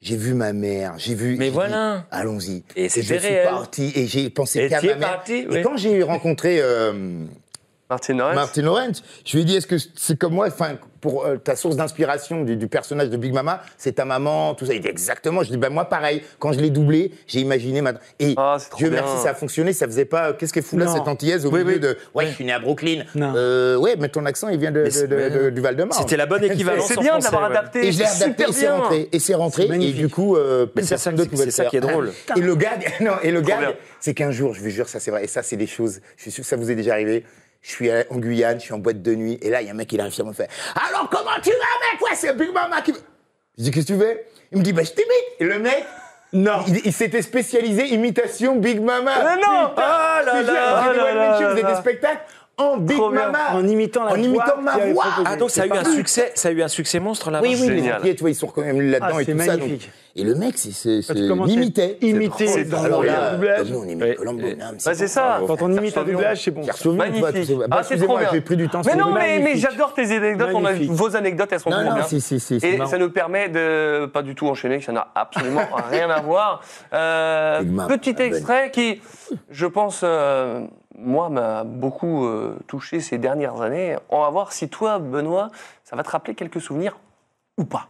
[SPEAKER 7] j'ai vu ma mère, j'ai vu. Mais
[SPEAKER 15] voilà.
[SPEAKER 7] Allons-y.
[SPEAKER 15] Et
[SPEAKER 7] je
[SPEAKER 15] c'était
[SPEAKER 7] suis
[SPEAKER 15] réel.
[SPEAKER 7] parti et j'ai pensé
[SPEAKER 15] Et
[SPEAKER 7] qu'à
[SPEAKER 15] t'y
[SPEAKER 7] ma
[SPEAKER 15] es
[SPEAKER 7] mère.
[SPEAKER 15] parti,
[SPEAKER 7] et
[SPEAKER 15] oui.
[SPEAKER 7] quand j'ai rencontré euh,
[SPEAKER 6] Martin Lawrence.
[SPEAKER 7] Martin Lawrence, je lui ai dit est-ce que c'est comme moi, enfin pour euh, ta source d'inspiration du, du personnage de Big Mama, c'est ta maman, tout ça. Il dit exactement. Je dis bah moi pareil. Quand je l'ai doublé, j'ai imaginé ma. Et Dieu
[SPEAKER 6] Ah, bien.
[SPEAKER 7] merci, ça a fonctionné. Ça faisait pas. euh, Qu'est-ce qu'elle fout là
[SPEAKER 6] Non.
[SPEAKER 7] cette antillaise au
[SPEAKER 15] Oui,
[SPEAKER 7] milieu
[SPEAKER 15] oui.
[SPEAKER 7] de. Ouais, je suis né à Brooklyn. Euh, ouais, mais ton accent il vient de,
[SPEAKER 15] Mais c'est-
[SPEAKER 7] de- de- de- du Val de Marne.
[SPEAKER 15] C'était la bonne équivalence
[SPEAKER 7] C'est
[SPEAKER 15] en
[SPEAKER 7] bien de
[SPEAKER 15] français,
[SPEAKER 7] l'avoir
[SPEAKER 15] ouais.
[SPEAKER 7] adapté. Et je l'ai
[SPEAKER 15] C'est
[SPEAKER 7] adapté
[SPEAKER 15] super
[SPEAKER 7] et c'est
[SPEAKER 15] bien.
[SPEAKER 7] rentré. Et c'est rentré.
[SPEAKER 15] C'est
[SPEAKER 7] Et
[SPEAKER 15] magnifique.
[SPEAKER 7] du coup, euh,
[SPEAKER 15] Mais c'est
[SPEAKER 7] personne
[SPEAKER 15] ça-
[SPEAKER 7] d'autre
[SPEAKER 15] c'est-
[SPEAKER 7] pouvait le
[SPEAKER 15] c'est ça qui est
[SPEAKER 7] faire.
[SPEAKER 15] drôle.
[SPEAKER 7] Et le gag, <laughs> non, et le
[SPEAKER 15] Trop
[SPEAKER 7] gag,
[SPEAKER 15] bien.
[SPEAKER 7] c'est qu'un jour, je vous jure, ça c'est vrai, et ça c'est des choses, je suis sûr que ça vous est déjà arrivé. Je suis à- en Guyane, je suis en boîte de nuit, et là, il y a un mec, il arrive sur moi, il fait Alors comment tu vas, mec Ouais, c'est Big Mama qui. Je dis Qu'est-ce que tu veux Il me dit Bah, je t'imite Et le mec. Non. Il, il s'était spécialisé imitation Big Mama.
[SPEAKER 15] Mais non Ah là là, ah là là
[SPEAKER 7] Vous
[SPEAKER 15] là
[SPEAKER 7] des
[SPEAKER 15] là.
[SPEAKER 7] spectacles en Big Mama.
[SPEAKER 9] En imitant la
[SPEAKER 7] En imitant
[SPEAKER 9] voix qu'il
[SPEAKER 7] ma
[SPEAKER 9] avait
[SPEAKER 7] voix.
[SPEAKER 9] proposée.
[SPEAKER 15] Ah donc ça a
[SPEAKER 7] C'est
[SPEAKER 15] eu
[SPEAKER 7] pas
[SPEAKER 15] un
[SPEAKER 7] mal.
[SPEAKER 15] succès, ça a eu un succès monstre là-bas.
[SPEAKER 7] Oui, oui, mais les pieds, tu vois, ils sont quand même là-dedans
[SPEAKER 15] Ah,
[SPEAKER 7] et
[SPEAKER 15] c'est
[SPEAKER 7] tout
[SPEAKER 15] magnifique.
[SPEAKER 7] ça. donc- Et le mec, c'est, c'est,
[SPEAKER 15] tu
[SPEAKER 7] c'est-
[SPEAKER 15] commences à
[SPEAKER 7] imitait.
[SPEAKER 15] être imité
[SPEAKER 7] C'est
[SPEAKER 15] dans
[SPEAKER 7] drôle. Alors
[SPEAKER 15] le
[SPEAKER 7] là, bah
[SPEAKER 15] doublage.
[SPEAKER 7] nous, on imite Colombo. non, mais
[SPEAKER 6] Bah, c'est ça.
[SPEAKER 7] Quand on
[SPEAKER 6] imite un doublage, c'est bon.
[SPEAKER 7] J'ai sauvé ou pas, tout ça
[SPEAKER 6] Ah,
[SPEAKER 7] Bah,
[SPEAKER 6] c'est trop
[SPEAKER 7] excusez-moi,
[SPEAKER 6] bien.
[SPEAKER 7] j'ai pris du temps.
[SPEAKER 6] Mais
[SPEAKER 7] c'est
[SPEAKER 6] non, mais,
[SPEAKER 7] magnifique.
[SPEAKER 6] mais j'adore tes anecdotes. on a-
[SPEAKER 7] Magnifique.
[SPEAKER 6] vos anecdotes, elles sont
[SPEAKER 7] Non,
[SPEAKER 6] trop
[SPEAKER 7] non,
[SPEAKER 6] bien.
[SPEAKER 7] si, si, si, c'est
[SPEAKER 6] Et
[SPEAKER 7] marrant.
[SPEAKER 6] ça nous permet de pas du tout enchaîner, que ça n'a absolument
[SPEAKER 7] <laughs>
[SPEAKER 6] rien à voir. Euh, petit extrait qui, je pense, euh, moi, m'a beaucoup euh, touché ces dernières années. On va voir si toi, Benoît, ça va te rappeler quelques souvenirs ou pas.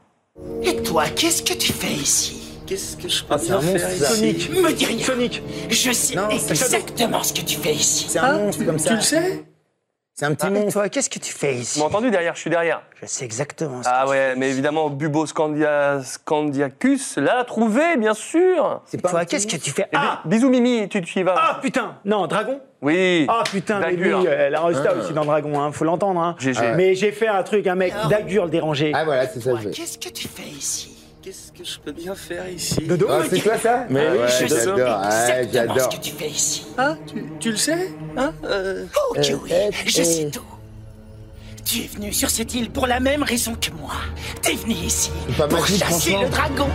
[SPEAKER 14] Et toi, qu'est-ce que tu fais ici Qu'est-ce que je peux
[SPEAKER 6] Ah, c'est un monstre, ça.
[SPEAKER 14] Sonic Me dis rien Sonic Je sais exactement ce que tu fais ici.
[SPEAKER 7] C'est
[SPEAKER 9] Hein
[SPEAKER 7] un monstre comme ça.
[SPEAKER 14] Tu le sais
[SPEAKER 7] C'est un petit
[SPEAKER 9] Ah,
[SPEAKER 14] monstre. Toi, qu'est-ce que tu fais ici
[SPEAKER 6] Tu m'as entendu derrière Je suis derrière.
[SPEAKER 14] Je sais exactement
[SPEAKER 6] Ah ouais, mais évidemment, Bubo Scandia, Scandiacus l'a trouvé, bien sûr.
[SPEAKER 7] C'est
[SPEAKER 6] pas.
[SPEAKER 9] qu'est-ce que tu fais
[SPEAKER 6] Ah Bisous Mimi, tu, tu y vas.
[SPEAKER 9] Eh ah putain non dragon
[SPEAKER 6] Oui.
[SPEAKER 9] Ah putain, mais lui,
[SPEAKER 6] Dagur.
[SPEAKER 9] euh, elle a un star
[SPEAKER 6] Ah.
[SPEAKER 9] aussi dans Dragon, hein, faut l'entendre. Hein.
[SPEAKER 6] GG.
[SPEAKER 9] Ah ouais. Mais j'ai fait un truc, un mec,
[SPEAKER 14] Alors
[SPEAKER 9] Dagur le dérangé.
[SPEAKER 7] Ah voilà, c'est ça que je
[SPEAKER 14] Qu'est-ce que tu fais ici
[SPEAKER 15] Qu'est-ce que je peux bien faire ici
[SPEAKER 9] Dodo
[SPEAKER 7] Ah, c'est toi ça
[SPEAKER 15] Mais
[SPEAKER 7] Ah
[SPEAKER 15] oui,
[SPEAKER 7] ouais,
[SPEAKER 15] je suis
[SPEAKER 7] j'adore.
[SPEAKER 15] Dodo.
[SPEAKER 7] ouais,
[SPEAKER 14] Exactement
[SPEAKER 7] j'adore.
[SPEAKER 14] ce que tu fais ici.
[SPEAKER 15] Ah, tu, tu le sais Hein Euh,
[SPEAKER 14] Oh, que oui,
[SPEAKER 15] euh,
[SPEAKER 14] je
[SPEAKER 15] euh,
[SPEAKER 14] sais tout. Tu es venu sur cette île pour la même raison que moi. T'es venu ici
[SPEAKER 7] pas
[SPEAKER 14] pour
[SPEAKER 7] magique,
[SPEAKER 14] chasser
[SPEAKER 7] franchement.
[SPEAKER 14] le dragon.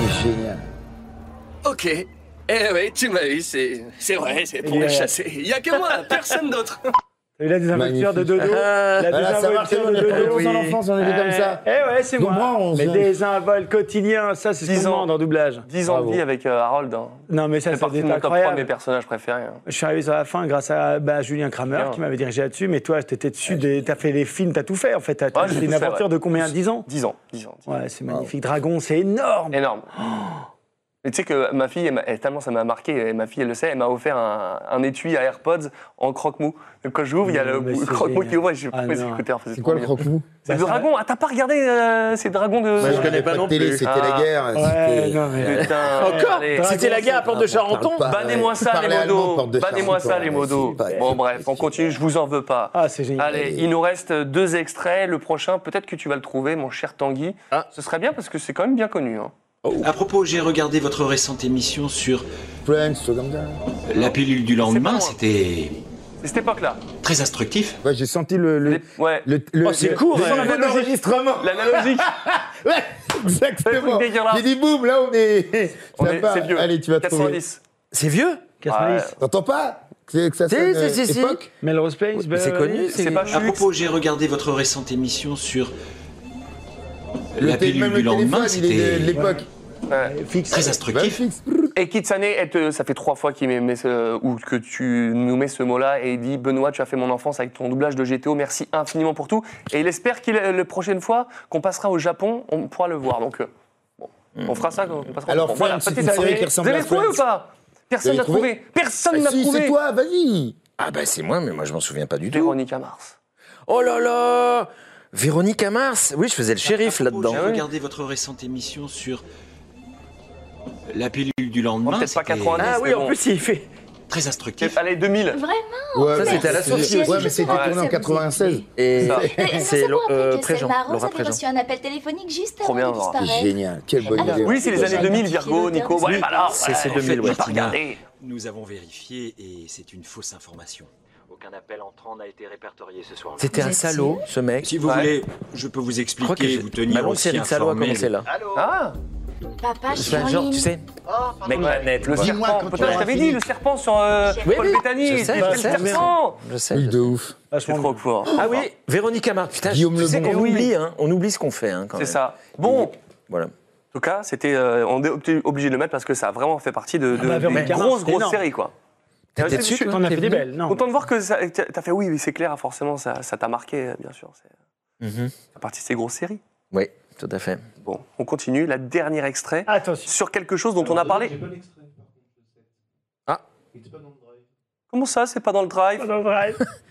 [SPEAKER 7] C'est génial.
[SPEAKER 15] Ok. Eh oui, tu m'as eu, c'est c'est vrai, c'est pour
[SPEAKER 9] Il est- euh,
[SPEAKER 15] le chasser. Il y a que moi, personne d'autre.
[SPEAKER 9] Il a des investisseurs de dodo.
[SPEAKER 7] Magnifique.
[SPEAKER 9] Il
[SPEAKER 14] Ah.
[SPEAKER 6] Ah,
[SPEAKER 9] a des
[SPEAKER 7] Voilà, ça marche,
[SPEAKER 9] investisseurs
[SPEAKER 7] on est
[SPEAKER 9] de
[SPEAKER 7] pas
[SPEAKER 9] dodo.
[SPEAKER 7] tous en enfance, on était comme ça.
[SPEAKER 9] Eh ouais, c'est
[SPEAKER 7] Donc
[SPEAKER 9] moi.
[SPEAKER 7] moi, on
[SPEAKER 9] Mais
[SPEAKER 7] se-
[SPEAKER 9] des invols quotidiens, ça, c'est ce
[SPEAKER 6] Dix
[SPEAKER 9] qu'on
[SPEAKER 6] ans.
[SPEAKER 9] demande en doublage.
[SPEAKER 6] 10 ans de vie avec euh, Harold. hein.
[SPEAKER 9] Non, mais ça,
[SPEAKER 6] fait
[SPEAKER 9] c'est
[SPEAKER 6] partie de
[SPEAKER 9] des
[SPEAKER 6] mon top 3 de
[SPEAKER 9] incroyable.
[SPEAKER 6] mes personnages préférés. hein.
[SPEAKER 9] Je suis arrivé sur la fin grâce à bah, Julien Kramer
[SPEAKER 6] Bien.
[SPEAKER 9] qui m'avait dirigé là-dessus, mais toi, t'étais dessus, des- t'as fait les films, t'as tout fait en fait. T'as-
[SPEAKER 6] Ouais,
[SPEAKER 9] t'as-
[SPEAKER 6] j'ai
[SPEAKER 9] C'est une
[SPEAKER 6] tout fait,
[SPEAKER 9] aventure
[SPEAKER 6] ouais.
[SPEAKER 9] de combien 10 ans
[SPEAKER 6] 10 ans. 10 ans.
[SPEAKER 9] Ouais, c'est magnifique. Dragon, c'est énorme
[SPEAKER 6] Énorme. <gasps> Mais tu sais que ma fille, elle m'a- elle- tellement ça m'a marqué, et ma fille elle le sait, elle m'a offert un, un étui à AirPods en croque-mou. Donc quand j'ouvre, il y a le
[SPEAKER 9] Mais c'est
[SPEAKER 6] croque-mou qui
[SPEAKER 9] génial.
[SPEAKER 6] ouvre et j'ai
[SPEAKER 9] Ah
[SPEAKER 6] pris mes
[SPEAKER 9] non.
[SPEAKER 6] écouteurs. C'est
[SPEAKER 9] quoi le
[SPEAKER 7] croque-mou
[SPEAKER 6] C'est le dragon. Ah, t'as pas regardé euh, ces dragons de.
[SPEAKER 7] Moi, je connais pas non plus. Ah. Ouais, non, mais-
[SPEAKER 6] Putain,
[SPEAKER 7] Encore
[SPEAKER 6] allez.
[SPEAKER 7] C'était la guerre à Porte de Charenton
[SPEAKER 6] Parle pas, Bannez-moi ça,
[SPEAKER 7] Parlez
[SPEAKER 6] les
[SPEAKER 7] allemand,
[SPEAKER 6] modos.
[SPEAKER 7] Porte de
[SPEAKER 6] Bannez-moi ça,
[SPEAKER 7] Charenton,
[SPEAKER 6] les modos.
[SPEAKER 7] c'est pas-
[SPEAKER 6] Bon, bref, on continue, je vous en veux pas.
[SPEAKER 9] Ah, c'est génial.
[SPEAKER 6] Allez, il nous reste deux extraits. Le prochain, peut-être que tu vas le trouver, mon cher Tanguy.
[SPEAKER 7] Ah.
[SPEAKER 6] Ce serait bien parce que c'est quand même bien connu. hein.
[SPEAKER 1] À propos, j'ai regardé votre récente émission sur la pilule du lendemain. C'était
[SPEAKER 6] C'est cette époque-là.
[SPEAKER 1] très instructif.
[SPEAKER 7] Ouais, j'ai senti le. le
[SPEAKER 6] ouais.
[SPEAKER 7] Le, le-
[SPEAKER 1] Oh, c'est
[SPEAKER 7] le-
[SPEAKER 1] court,
[SPEAKER 7] le-
[SPEAKER 1] hein.
[SPEAKER 7] le- l'enregistrement.
[SPEAKER 6] L'analogique.
[SPEAKER 7] ouais, <laughs> exactement. J'ai dit boum, là on est.
[SPEAKER 6] On
[SPEAKER 7] <laughs> Ça
[SPEAKER 6] est-
[SPEAKER 7] va.
[SPEAKER 6] c'est vieux.
[SPEAKER 7] Allez, tu vas trouver.
[SPEAKER 6] 90.
[SPEAKER 7] C'est vieux
[SPEAKER 6] 90.
[SPEAKER 7] T'entends pas que, que ça
[SPEAKER 6] Si,
[SPEAKER 7] sonne,
[SPEAKER 6] si,
[SPEAKER 7] euh,
[SPEAKER 6] si, si.
[SPEAKER 7] époque
[SPEAKER 9] Melrose Place,
[SPEAKER 1] Mais c'est connu,
[SPEAKER 6] c'est pas
[SPEAKER 1] À
[SPEAKER 6] Schultz.
[SPEAKER 1] propos, j'ai regardé votre récente émission sur
[SPEAKER 7] Le
[SPEAKER 1] la
[SPEAKER 7] té-
[SPEAKER 1] pilule
[SPEAKER 7] même
[SPEAKER 1] du
[SPEAKER 7] le
[SPEAKER 1] lendemain.
[SPEAKER 7] téléphone, il est de-
[SPEAKER 1] C'était
[SPEAKER 7] de l'époque.
[SPEAKER 1] très instructif.
[SPEAKER 6] Et Kitsane, elle te- euh, ça fait trois fois qu'il met, met ce- ou que tu nous mets ce mot-là et il dit Benoît, tu as fait mon enfance avec ton doublage de GTO, merci infiniment pour tout. Et il espère qu'il la prochaine fois qu'on passera au Japon, on pourra le voir. Donc, euh, bon,
[SPEAKER 1] Hmm.
[SPEAKER 6] on fera ça quand on passera
[SPEAKER 7] Alors,
[SPEAKER 6] au Japon.
[SPEAKER 7] Friends, c'est
[SPEAKER 6] petite
[SPEAKER 7] une série
[SPEAKER 6] année.
[SPEAKER 7] qui ressemble
[SPEAKER 6] Vous
[SPEAKER 7] à
[SPEAKER 6] avez trouvé ou
[SPEAKER 7] Friends.
[SPEAKER 6] pas Personne
[SPEAKER 7] Vous
[SPEAKER 6] n'a
[SPEAKER 7] avez trouvé
[SPEAKER 6] trouvé. Personne
[SPEAKER 7] Ah,
[SPEAKER 6] n'a
[SPEAKER 7] si,
[SPEAKER 6] trouvé.
[SPEAKER 7] c'est toi, vas-y.
[SPEAKER 13] Ah bah c'est moi, mais moi je m'en souviens pas du tout.
[SPEAKER 6] Véronique Mars.
[SPEAKER 1] Ah,
[SPEAKER 13] Oh là là Véronique Amars Oui, je faisais le shérif
[SPEAKER 1] À propos,
[SPEAKER 13] là-dedans.
[SPEAKER 16] Ah
[SPEAKER 1] J'ai regardé votre récente émission sur la pilule du
[SPEAKER 6] Bon,
[SPEAKER 1] lendemain.
[SPEAKER 6] peut-être pas
[SPEAKER 1] C'était
[SPEAKER 6] 90. mais bon.
[SPEAKER 1] il fait très instructif.
[SPEAKER 6] Allez, 2000.
[SPEAKER 16] Vraiment
[SPEAKER 13] ça c'était à la sortie aussi. Et
[SPEAKER 16] Ça.
[SPEAKER 13] c'est euh, Préjean,
[SPEAKER 16] marrant,
[SPEAKER 13] Laura
[SPEAKER 16] vous avez
[SPEAKER 13] Préjean.
[SPEAKER 16] reçu un appel téléphonique juste
[SPEAKER 6] Trop
[SPEAKER 16] avant
[SPEAKER 6] bien,
[SPEAKER 16] de
[SPEAKER 6] Laura.
[SPEAKER 16] disparaître.
[SPEAKER 7] Génial, quelle bonne
[SPEAKER 1] Ah,
[SPEAKER 16] Alors,
[SPEAKER 7] idée.
[SPEAKER 6] Ah, Oui, c'est les années 2000, Virgo, Nico. Ouais,
[SPEAKER 1] Oui,
[SPEAKER 6] bah là,
[SPEAKER 1] c'est
[SPEAKER 6] ouais,
[SPEAKER 1] ces
[SPEAKER 6] en
[SPEAKER 1] 2000,
[SPEAKER 6] fait, j'ai
[SPEAKER 1] ouais.
[SPEAKER 6] pas regardé.
[SPEAKER 1] Nous avons vérifié et c'est une fausse information. Aucun appel entrant n'a été répertorié ce soir.
[SPEAKER 13] C'était un salaud, ce mec.
[SPEAKER 1] Si vous voulez, je peux vous expliquer,
[SPEAKER 13] crois que j'ai-
[SPEAKER 1] vous
[SPEAKER 13] ma
[SPEAKER 1] tenir
[SPEAKER 13] longue
[SPEAKER 1] aussi
[SPEAKER 13] série de salauds a
[SPEAKER 1] informé.
[SPEAKER 13] commencé là.
[SPEAKER 6] Ah
[SPEAKER 16] Papa, je suis
[SPEAKER 13] C'est
[SPEAKER 16] en
[SPEAKER 13] un genre,
[SPEAKER 16] ligne.
[SPEAKER 13] tu sais, mec manette.
[SPEAKER 6] Le
[SPEAKER 13] quoi.
[SPEAKER 6] serpent. Putain, je t'avais dit, le serpent sur euh,
[SPEAKER 13] Oui,
[SPEAKER 6] Paul
[SPEAKER 13] oui,
[SPEAKER 6] Bettany.
[SPEAKER 13] je sais,
[SPEAKER 6] c'était
[SPEAKER 13] je
[SPEAKER 6] le
[SPEAKER 13] sais, je sais.
[SPEAKER 6] serpent.
[SPEAKER 13] Je sais. Oui,
[SPEAKER 7] de ouf.
[SPEAKER 6] C'est trop fort.
[SPEAKER 13] Ah oui, Véronique Amart. Putain,
[SPEAKER 7] Guillaume
[SPEAKER 13] tu sais
[SPEAKER 7] Lebon.
[SPEAKER 13] qu'on
[SPEAKER 7] Oui.
[SPEAKER 13] oublie, hein. On oublie ce qu'on fait, hein, quand
[SPEAKER 6] C'est
[SPEAKER 13] même.
[SPEAKER 6] ça. Ah, Bon,
[SPEAKER 13] Voilà.
[SPEAKER 6] En tout cas, c'était, euh, on est obti- obligé de le mettre parce que ça a vraiment fait partie de, de-
[SPEAKER 9] Ah bah,
[SPEAKER 6] des
[SPEAKER 9] Véronique Amars,
[SPEAKER 6] grosses,
[SPEAKER 9] c'est
[SPEAKER 6] grosses
[SPEAKER 9] énorme.
[SPEAKER 6] séries, quoi.
[SPEAKER 9] T'étais
[SPEAKER 6] Euh, c'est-
[SPEAKER 9] dessus,
[SPEAKER 6] je-
[SPEAKER 9] toi, T'en as t'es fait des venu belles, non.
[SPEAKER 6] Content de voir que ça- que t'as fait, oui, oui, c'est clair, forcément, ça, ça t'a marqué, euh, bien sûr. C'est
[SPEAKER 13] Mhm.
[SPEAKER 6] ça fait partie de ces grosses séries.
[SPEAKER 13] Oui, tout à fait.
[SPEAKER 6] Bon, on continue. La dernière extrait sur quelque chose dont on a parlé. Ah. Comment ça, <laughs> c'est pas dans le drive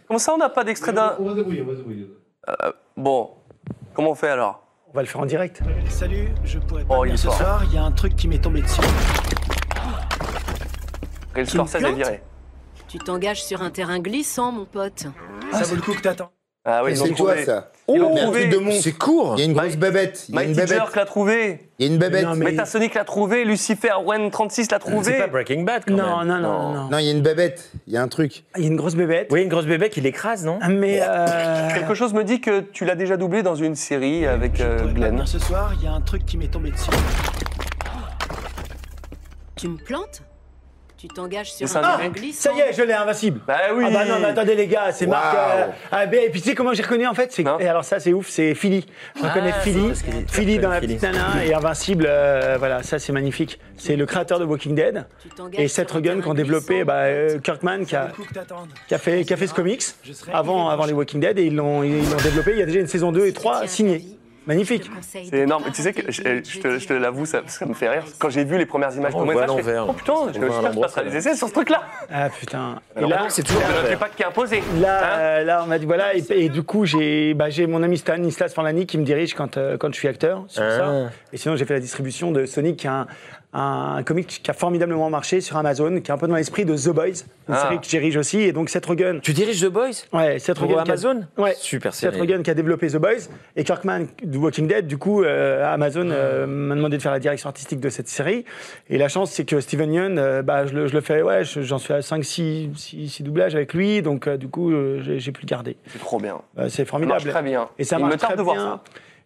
[SPEAKER 6] Comment ça, on n'a pas d'extrait d'un.
[SPEAKER 17] On va se débrouiller, on va se débrouiller.
[SPEAKER 6] Euh, bon, comment on fait alors
[SPEAKER 9] On va le faire en direct.
[SPEAKER 5] Salut, je pourrais pas
[SPEAKER 6] Oh, il
[SPEAKER 5] venir
[SPEAKER 6] est
[SPEAKER 5] ce
[SPEAKER 6] fort.
[SPEAKER 5] soir, il y a un truc qui m'est tombé dessus.
[SPEAKER 6] Après, le
[SPEAKER 5] Tu me
[SPEAKER 6] Scorsese est
[SPEAKER 5] plantes
[SPEAKER 6] viré.
[SPEAKER 28] Tu t'engages sur un terrain glissant, mon pote.
[SPEAKER 5] Ça vaut le coup que t'attends.
[SPEAKER 6] Ah oui, ils ont
[SPEAKER 7] c'est toi
[SPEAKER 6] trouvé.
[SPEAKER 7] ça.
[SPEAKER 6] Ils l'ont
[SPEAKER 7] Mais un
[SPEAKER 6] trouvé.
[SPEAKER 7] truc de monstre.
[SPEAKER 13] C'est court.
[SPEAKER 7] Il y a une grosse babette. Il y a une
[SPEAKER 6] Mighty
[SPEAKER 7] babette.
[SPEAKER 6] Jerk l'a trouvé.
[SPEAKER 7] Il y a une babette.
[SPEAKER 6] Metasonic l'a trouvé. Lucifer Wen 36 l'a trouvé.
[SPEAKER 13] Breaking Bad,
[SPEAKER 9] Non, non, non, non.
[SPEAKER 7] Non, il y a une babette. Il y a un truc.
[SPEAKER 9] Il y a une grosse bébête.
[SPEAKER 13] Oui, une grosse bébête qui l'écrase, non
[SPEAKER 9] Mais. euh,
[SPEAKER 6] Quelque chose me dit que tu l'as déjà doublé dans une série avec euh, Glenn.
[SPEAKER 5] Venir ce soir, il y a un truc qui m'est tombé dessus.
[SPEAKER 28] Tu me plantes Tu t'engages sur un
[SPEAKER 9] Ah,
[SPEAKER 28] terrain glissant.
[SPEAKER 9] ça y est, je l'ai, invincible.
[SPEAKER 6] Bah oui.
[SPEAKER 9] Ah bah non, mais attendez les gars, c'est
[SPEAKER 6] Wow.
[SPEAKER 9] Marc. euh, ah, ben, et puis tu sais comment j'ai reconnu en fait c'est, Et alors ça c'est ouf, c'est Philly. Je
[SPEAKER 13] Ah,
[SPEAKER 9] reconnais
[SPEAKER 13] c'est
[SPEAKER 9] Philly,
[SPEAKER 13] parce qu'il est-
[SPEAKER 9] Philly dans la
[SPEAKER 13] Philly.
[SPEAKER 9] petite nana et invincible. euh, voilà, ça c'est magnifique. C'est le créateur de Walking Dead
[SPEAKER 28] t'engages
[SPEAKER 9] et Seth Rogen qui ont développé bah, euh, Kirkman qui a, qui a fait, qui a fait ce comics avant, avant les Walking Dead et ils l'ont, ils l'ont développé. Il y a déjà une saison 2 et 3 signées. Magnifique.
[SPEAKER 6] C'est énorme. Tu sais que je, euh, je te, je te l'avoue, ça, ça me fait rire. Quand j'ai vu les premières images,
[SPEAKER 13] On
[SPEAKER 6] de
[SPEAKER 13] voit
[SPEAKER 6] mon message, je fais,
[SPEAKER 13] l'envers.
[SPEAKER 6] Oh putain,
[SPEAKER 13] On
[SPEAKER 6] je-
[SPEAKER 13] voit
[SPEAKER 6] j'espère que je
[SPEAKER 13] l'endroit,
[SPEAKER 6] passerai
[SPEAKER 13] ça
[SPEAKER 6] les essais sur ce truc-là.
[SPEAKER 9] Ah putain. Et
[SPEAKER 6] Alors,
[SPEAKER 9] là-
[SPEAKER 6] c'est toujours
[SPEAKER 9] là-
[SPEAKER 6] le pack qui est imposé. hein.
[SPEAKER 9] Là,
[SPEAKER 13] Hein
[SPEAKER 9] euh, là, on m'a dit voilà, et, et du coup, j'ai bah, j'ai mon ami Stan Islas Forlani qui me dirige quand, euh, quand je suis acteur sur
[SPEAKER 13] Ah.
[SPEAKER 9] ça. Et sinon, j'ai fait la distribution de Sonic, qui est un, un, comic qui a formidablement marché sur Amazon, qui est un peu dans l'esprit de The Boys, une
[SPEAKER 13] Ah.
[SPEAKER 9] série que je dirige aussi. Et donc, Seth Rogen.
[SPEAKER 13] Tu diriges The Boys
[SPEAKER 9] Ouais, Seth
[SPEAKER 13] Pour
[SPEAKER 9] Rogen. qui a-
[SPEAKER 13] Amazon
[SPEAKER 9] Ouais.
[SPEAKER 13] Super
[SPEAKER 9] Seth
[SPEAKER 13] série.
[SPEAKER 9] Rogen qui a développé The Boys et Kirkman de Walking Dead. Du coup, euh, Amazon euh, m'a demandé de faire la direction artistique de cette série. Et la chance, c'est que Steven Yeun, euh, bah, je, le, je le fais, ouais, je- j'en suis à 5, 6, doublages avec lui. Donc, euh, du coup, euh, j'ai j'ai pu le garder.
[SPEAKER 6] C'est trop bien.
[SPEAKER 9] Euh, c'est
[SPEAKER 6] Ça
[SPEAKER 9] formidable.
[SPEAKER 6] marche très bien.
[SPEAKER 9] Et ça
[SPEAKER 6] Il
[SPEAKER 9] marche
[SPEAKER 6] me tarde
[SPEAKER 9] très
[SPEAKER 6] de voir
[SPEAKER 9] bien.
[SPEAKER 6] ça.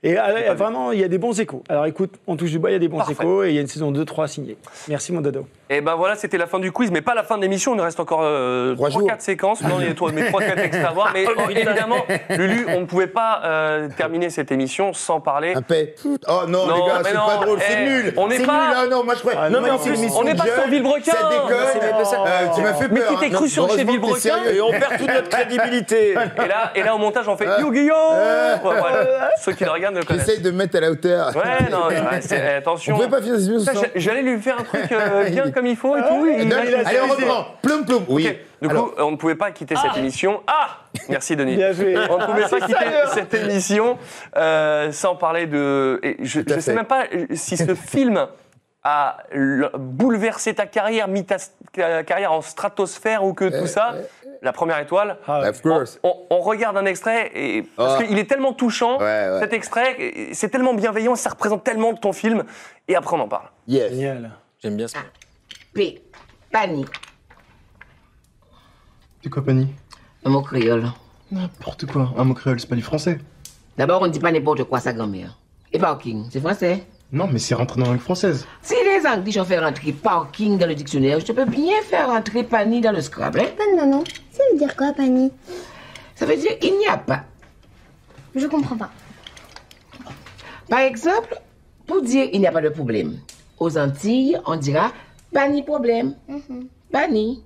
[SPEAKER 9] Et euh, vraiment, il y a des bons échos. Alors écoute, on touche du bois, il y a des bons
[SPEAKER 6] Parfait.
[SPEAKER 9] échos et il y a une saison 2-3 signée. Merci mon dodo.
[SPEAKER 29] Et
[SPEAKER 6] ben voilà, c'était la fin du quiz, mais pas la fin de l'émission. Il nous reste encore 3-4 séquences. Non, il y a trois- mais 3-4 extraits à voir. Mais
[SPEAKER 7] Oh, putain.
[SPEAKER 6] évidemment, Lulu, on ne pouvait pas euh, terminer cette émission sans parler.
[SPEAKER 7] Un paix. Oh non, les gars,
[SPEAKER 6] mais
[SPEAKER 7] c'est
[SPEAKER 6] non,
[SPEAKER 7] pas drôle, c'est
[SPEAKER 6] eh,
[SPEAKER 7] nul.
[SPEAKER 6] On n'est
[SPEAKER 7] C'est
[SPEAKER 6] pas.
[SPEAKER 7] nul, ah non, moi je crois.
[SPEAKER 6] Ah, non, mais en plus, on n'est pas sur Villebrequin.
[SPEAKER 7] Ça déconne. Euh, tu m'as fait
[SPEAKER 6] Mais
[SPEAKER 7] peur.
[SPEAKER 6] tu t'es
[SPEAKER 7] hein.
[SPEAKER 6] cru sur chez
[SPEAKER 7] Heureusement que t'es
[SPEAKER 6] Villebrequin.
[SPEAKER 7] sérieux. <laughs>
[SPEAKER 6] et, là, et là, au montage, on fait Yu-Gi-Oh Voilà. Ceux qui le regardent le connaissent.
[SPEAKER 7] J'essaye de me mettre à la hauteur.
[SPEAKER 6] Ouais, non, ouais, c'est- eh, attention.
[SPEAKER 7] On pouvait pas finir cette émission
[SPEAKER 6] Putain,
[SPEAKER 7] sans-
[SPEAKER 6] j'ai- J'allais lui faire un truc
[SPEAKER 7] <laughs>
[SPEAKER 6] euh, bien comme il faut et tout. il-
[SPEAKER 7] Ah Non,
[SPEAKER 6] il a-
[SPEAKER 7] allez, on
[SPEAKER 6] il a-
[SPEAKER 7] reprend. Plum, plum.
[SPEAKER 6] Ok, Du coup, on ne pouvait pas quitter cette émission. Ah Merci Denis.
[SPEAKER 7] Bien joué.
[SPEAKER 6] On ne pouvait
[SPEAKER 7] Ah,
[SPEAKER 6] pas
[SPEAKER 7] c'est
[SPEAKER 6] quitter
[SPEAKER 7] sérieux.
[SPEAKER 6] cette émission euh, sans parler de. et je
[SPEAKER 7] à
[SPEAKER 6] ne sais
[SPEAKER 7] fait.
[SPEAKER 6] même pas euh, si ce film a l- bouleversé ta carrière, mis ta, s- ta carrière en stratosphère ou que
[SPEAKER 7] Euh,
[SPEAKER 6] tout ça. La première étoile.
[SPEAKER 7] Of course.
[SPEAKER 6] On, on regarde un extrait et parce
[SPEAKER 7] Ah.
[SPEAKER 6] qu'il est tellement touchant,
[SPEAKER 7] ouais.
[SPEAKER 6] cet extrait, et c'est tellement bienveillant, ça représente tellement de ton film. Et après, on en parle.
[SPEAKER 7] Yes.
[SPEAKER 6] J'aime bien ça.
[SPEAKER 13] P. Pani.
[SPEAKER 11] C'est quoi, Pani
[SPEAKER 13] Un mot créole.
[SPEAKER 11] N'importe quoi. Un mot créole, c'est pas du français.
[SPEAKER 13] D'abord, on ne dit pas n'importe quoi à sa grand-mère. Et parking, c'est français.
[SPEAKER 11] Non, mais c'est rentré dans la langue française.
[SPEAKER 13] Si les Anglais ont fait rentrer parking dans le dictionnaire, je peux bien faire rentrer pani dans le Scrabble. hein.
[SPEAKER 30] Pan Nanon, ça veut dire quoi, Pani
[SPEAKER 13] Ça veut dire il n'y a pas.
[SPEAKER 30] Je comprends pas.
[SPEAKER 13] Par exemple, pour dire il n'y a pas de problème, aux Antilles, on dira pas ni problème,
[SPEAKER 30] Mhm.
[SPEAKER 13] pas ni.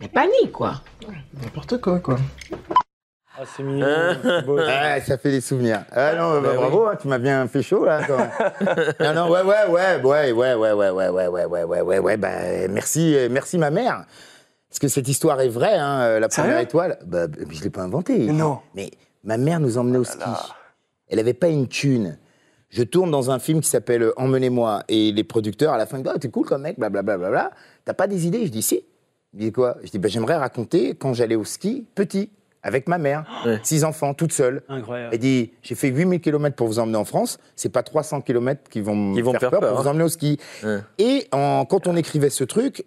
[SPEAKER 13] Mais pas ni, quoi.
[SPEAKER 11] N'importe quoi, quoi.
[SPEAKER 9] Ah, c'est mignon.
[SPEAKER 6] <laughs>
[SPEAKER 7] Ah, ça fait des souvenirs. Ah non, bah,
[SPEAKER 9] oui.
[SPEAKER 7] bravo, hein, tu m'as bien fait chaud là. Quand même. non, non, ouais, ouais, ouais, ouais, ouais, ouais, ouais, ouais, ouais, ouais, ouais, ouais, ouais, ouais, bah, merci, euh, merci ma mère. Parce que cette histoire est vraie, hein, euh, la première
[SPEAKER 29] Sérieux
[SPEAKER 7] étoile. Bah, bah, je l'ai pas inventée.
[SPEAKER 29] Non.
[SPEAKER 7] Mais ma mère nous emmenait au ski. Elle avait pas une thune. Je tourne dans un film qui s'appelle Emmenez-moi et les producteurs à la fin ils disent Ah, t'es cool comme mec, blablabla. Bla, bla, bla. T'as pas des idées Je dis si. Il dit quoi Je dis bah, j'aimerais raconter quand j'allais au ski petit avec ma mère, six enfants toute seule.
[SPEAKER 9] Incroyable.
[SPEAKER 7] Elle dit J'ai fait 8000 km pour vous emmener en France, c'est pas 300 km qui vont me
[SPEAKER 6] Qui vont
[SPEAKER 7] faire,
[SPEAKER 6] faire
[SPEAKER 7] peur,
[SPEAKER 6] peur,
[SPEAKER 7] pour vous
[SPEAKER 6] hein.
[SPEAKER 7] emmener au ski. Et en- quand on écrivait ce truc,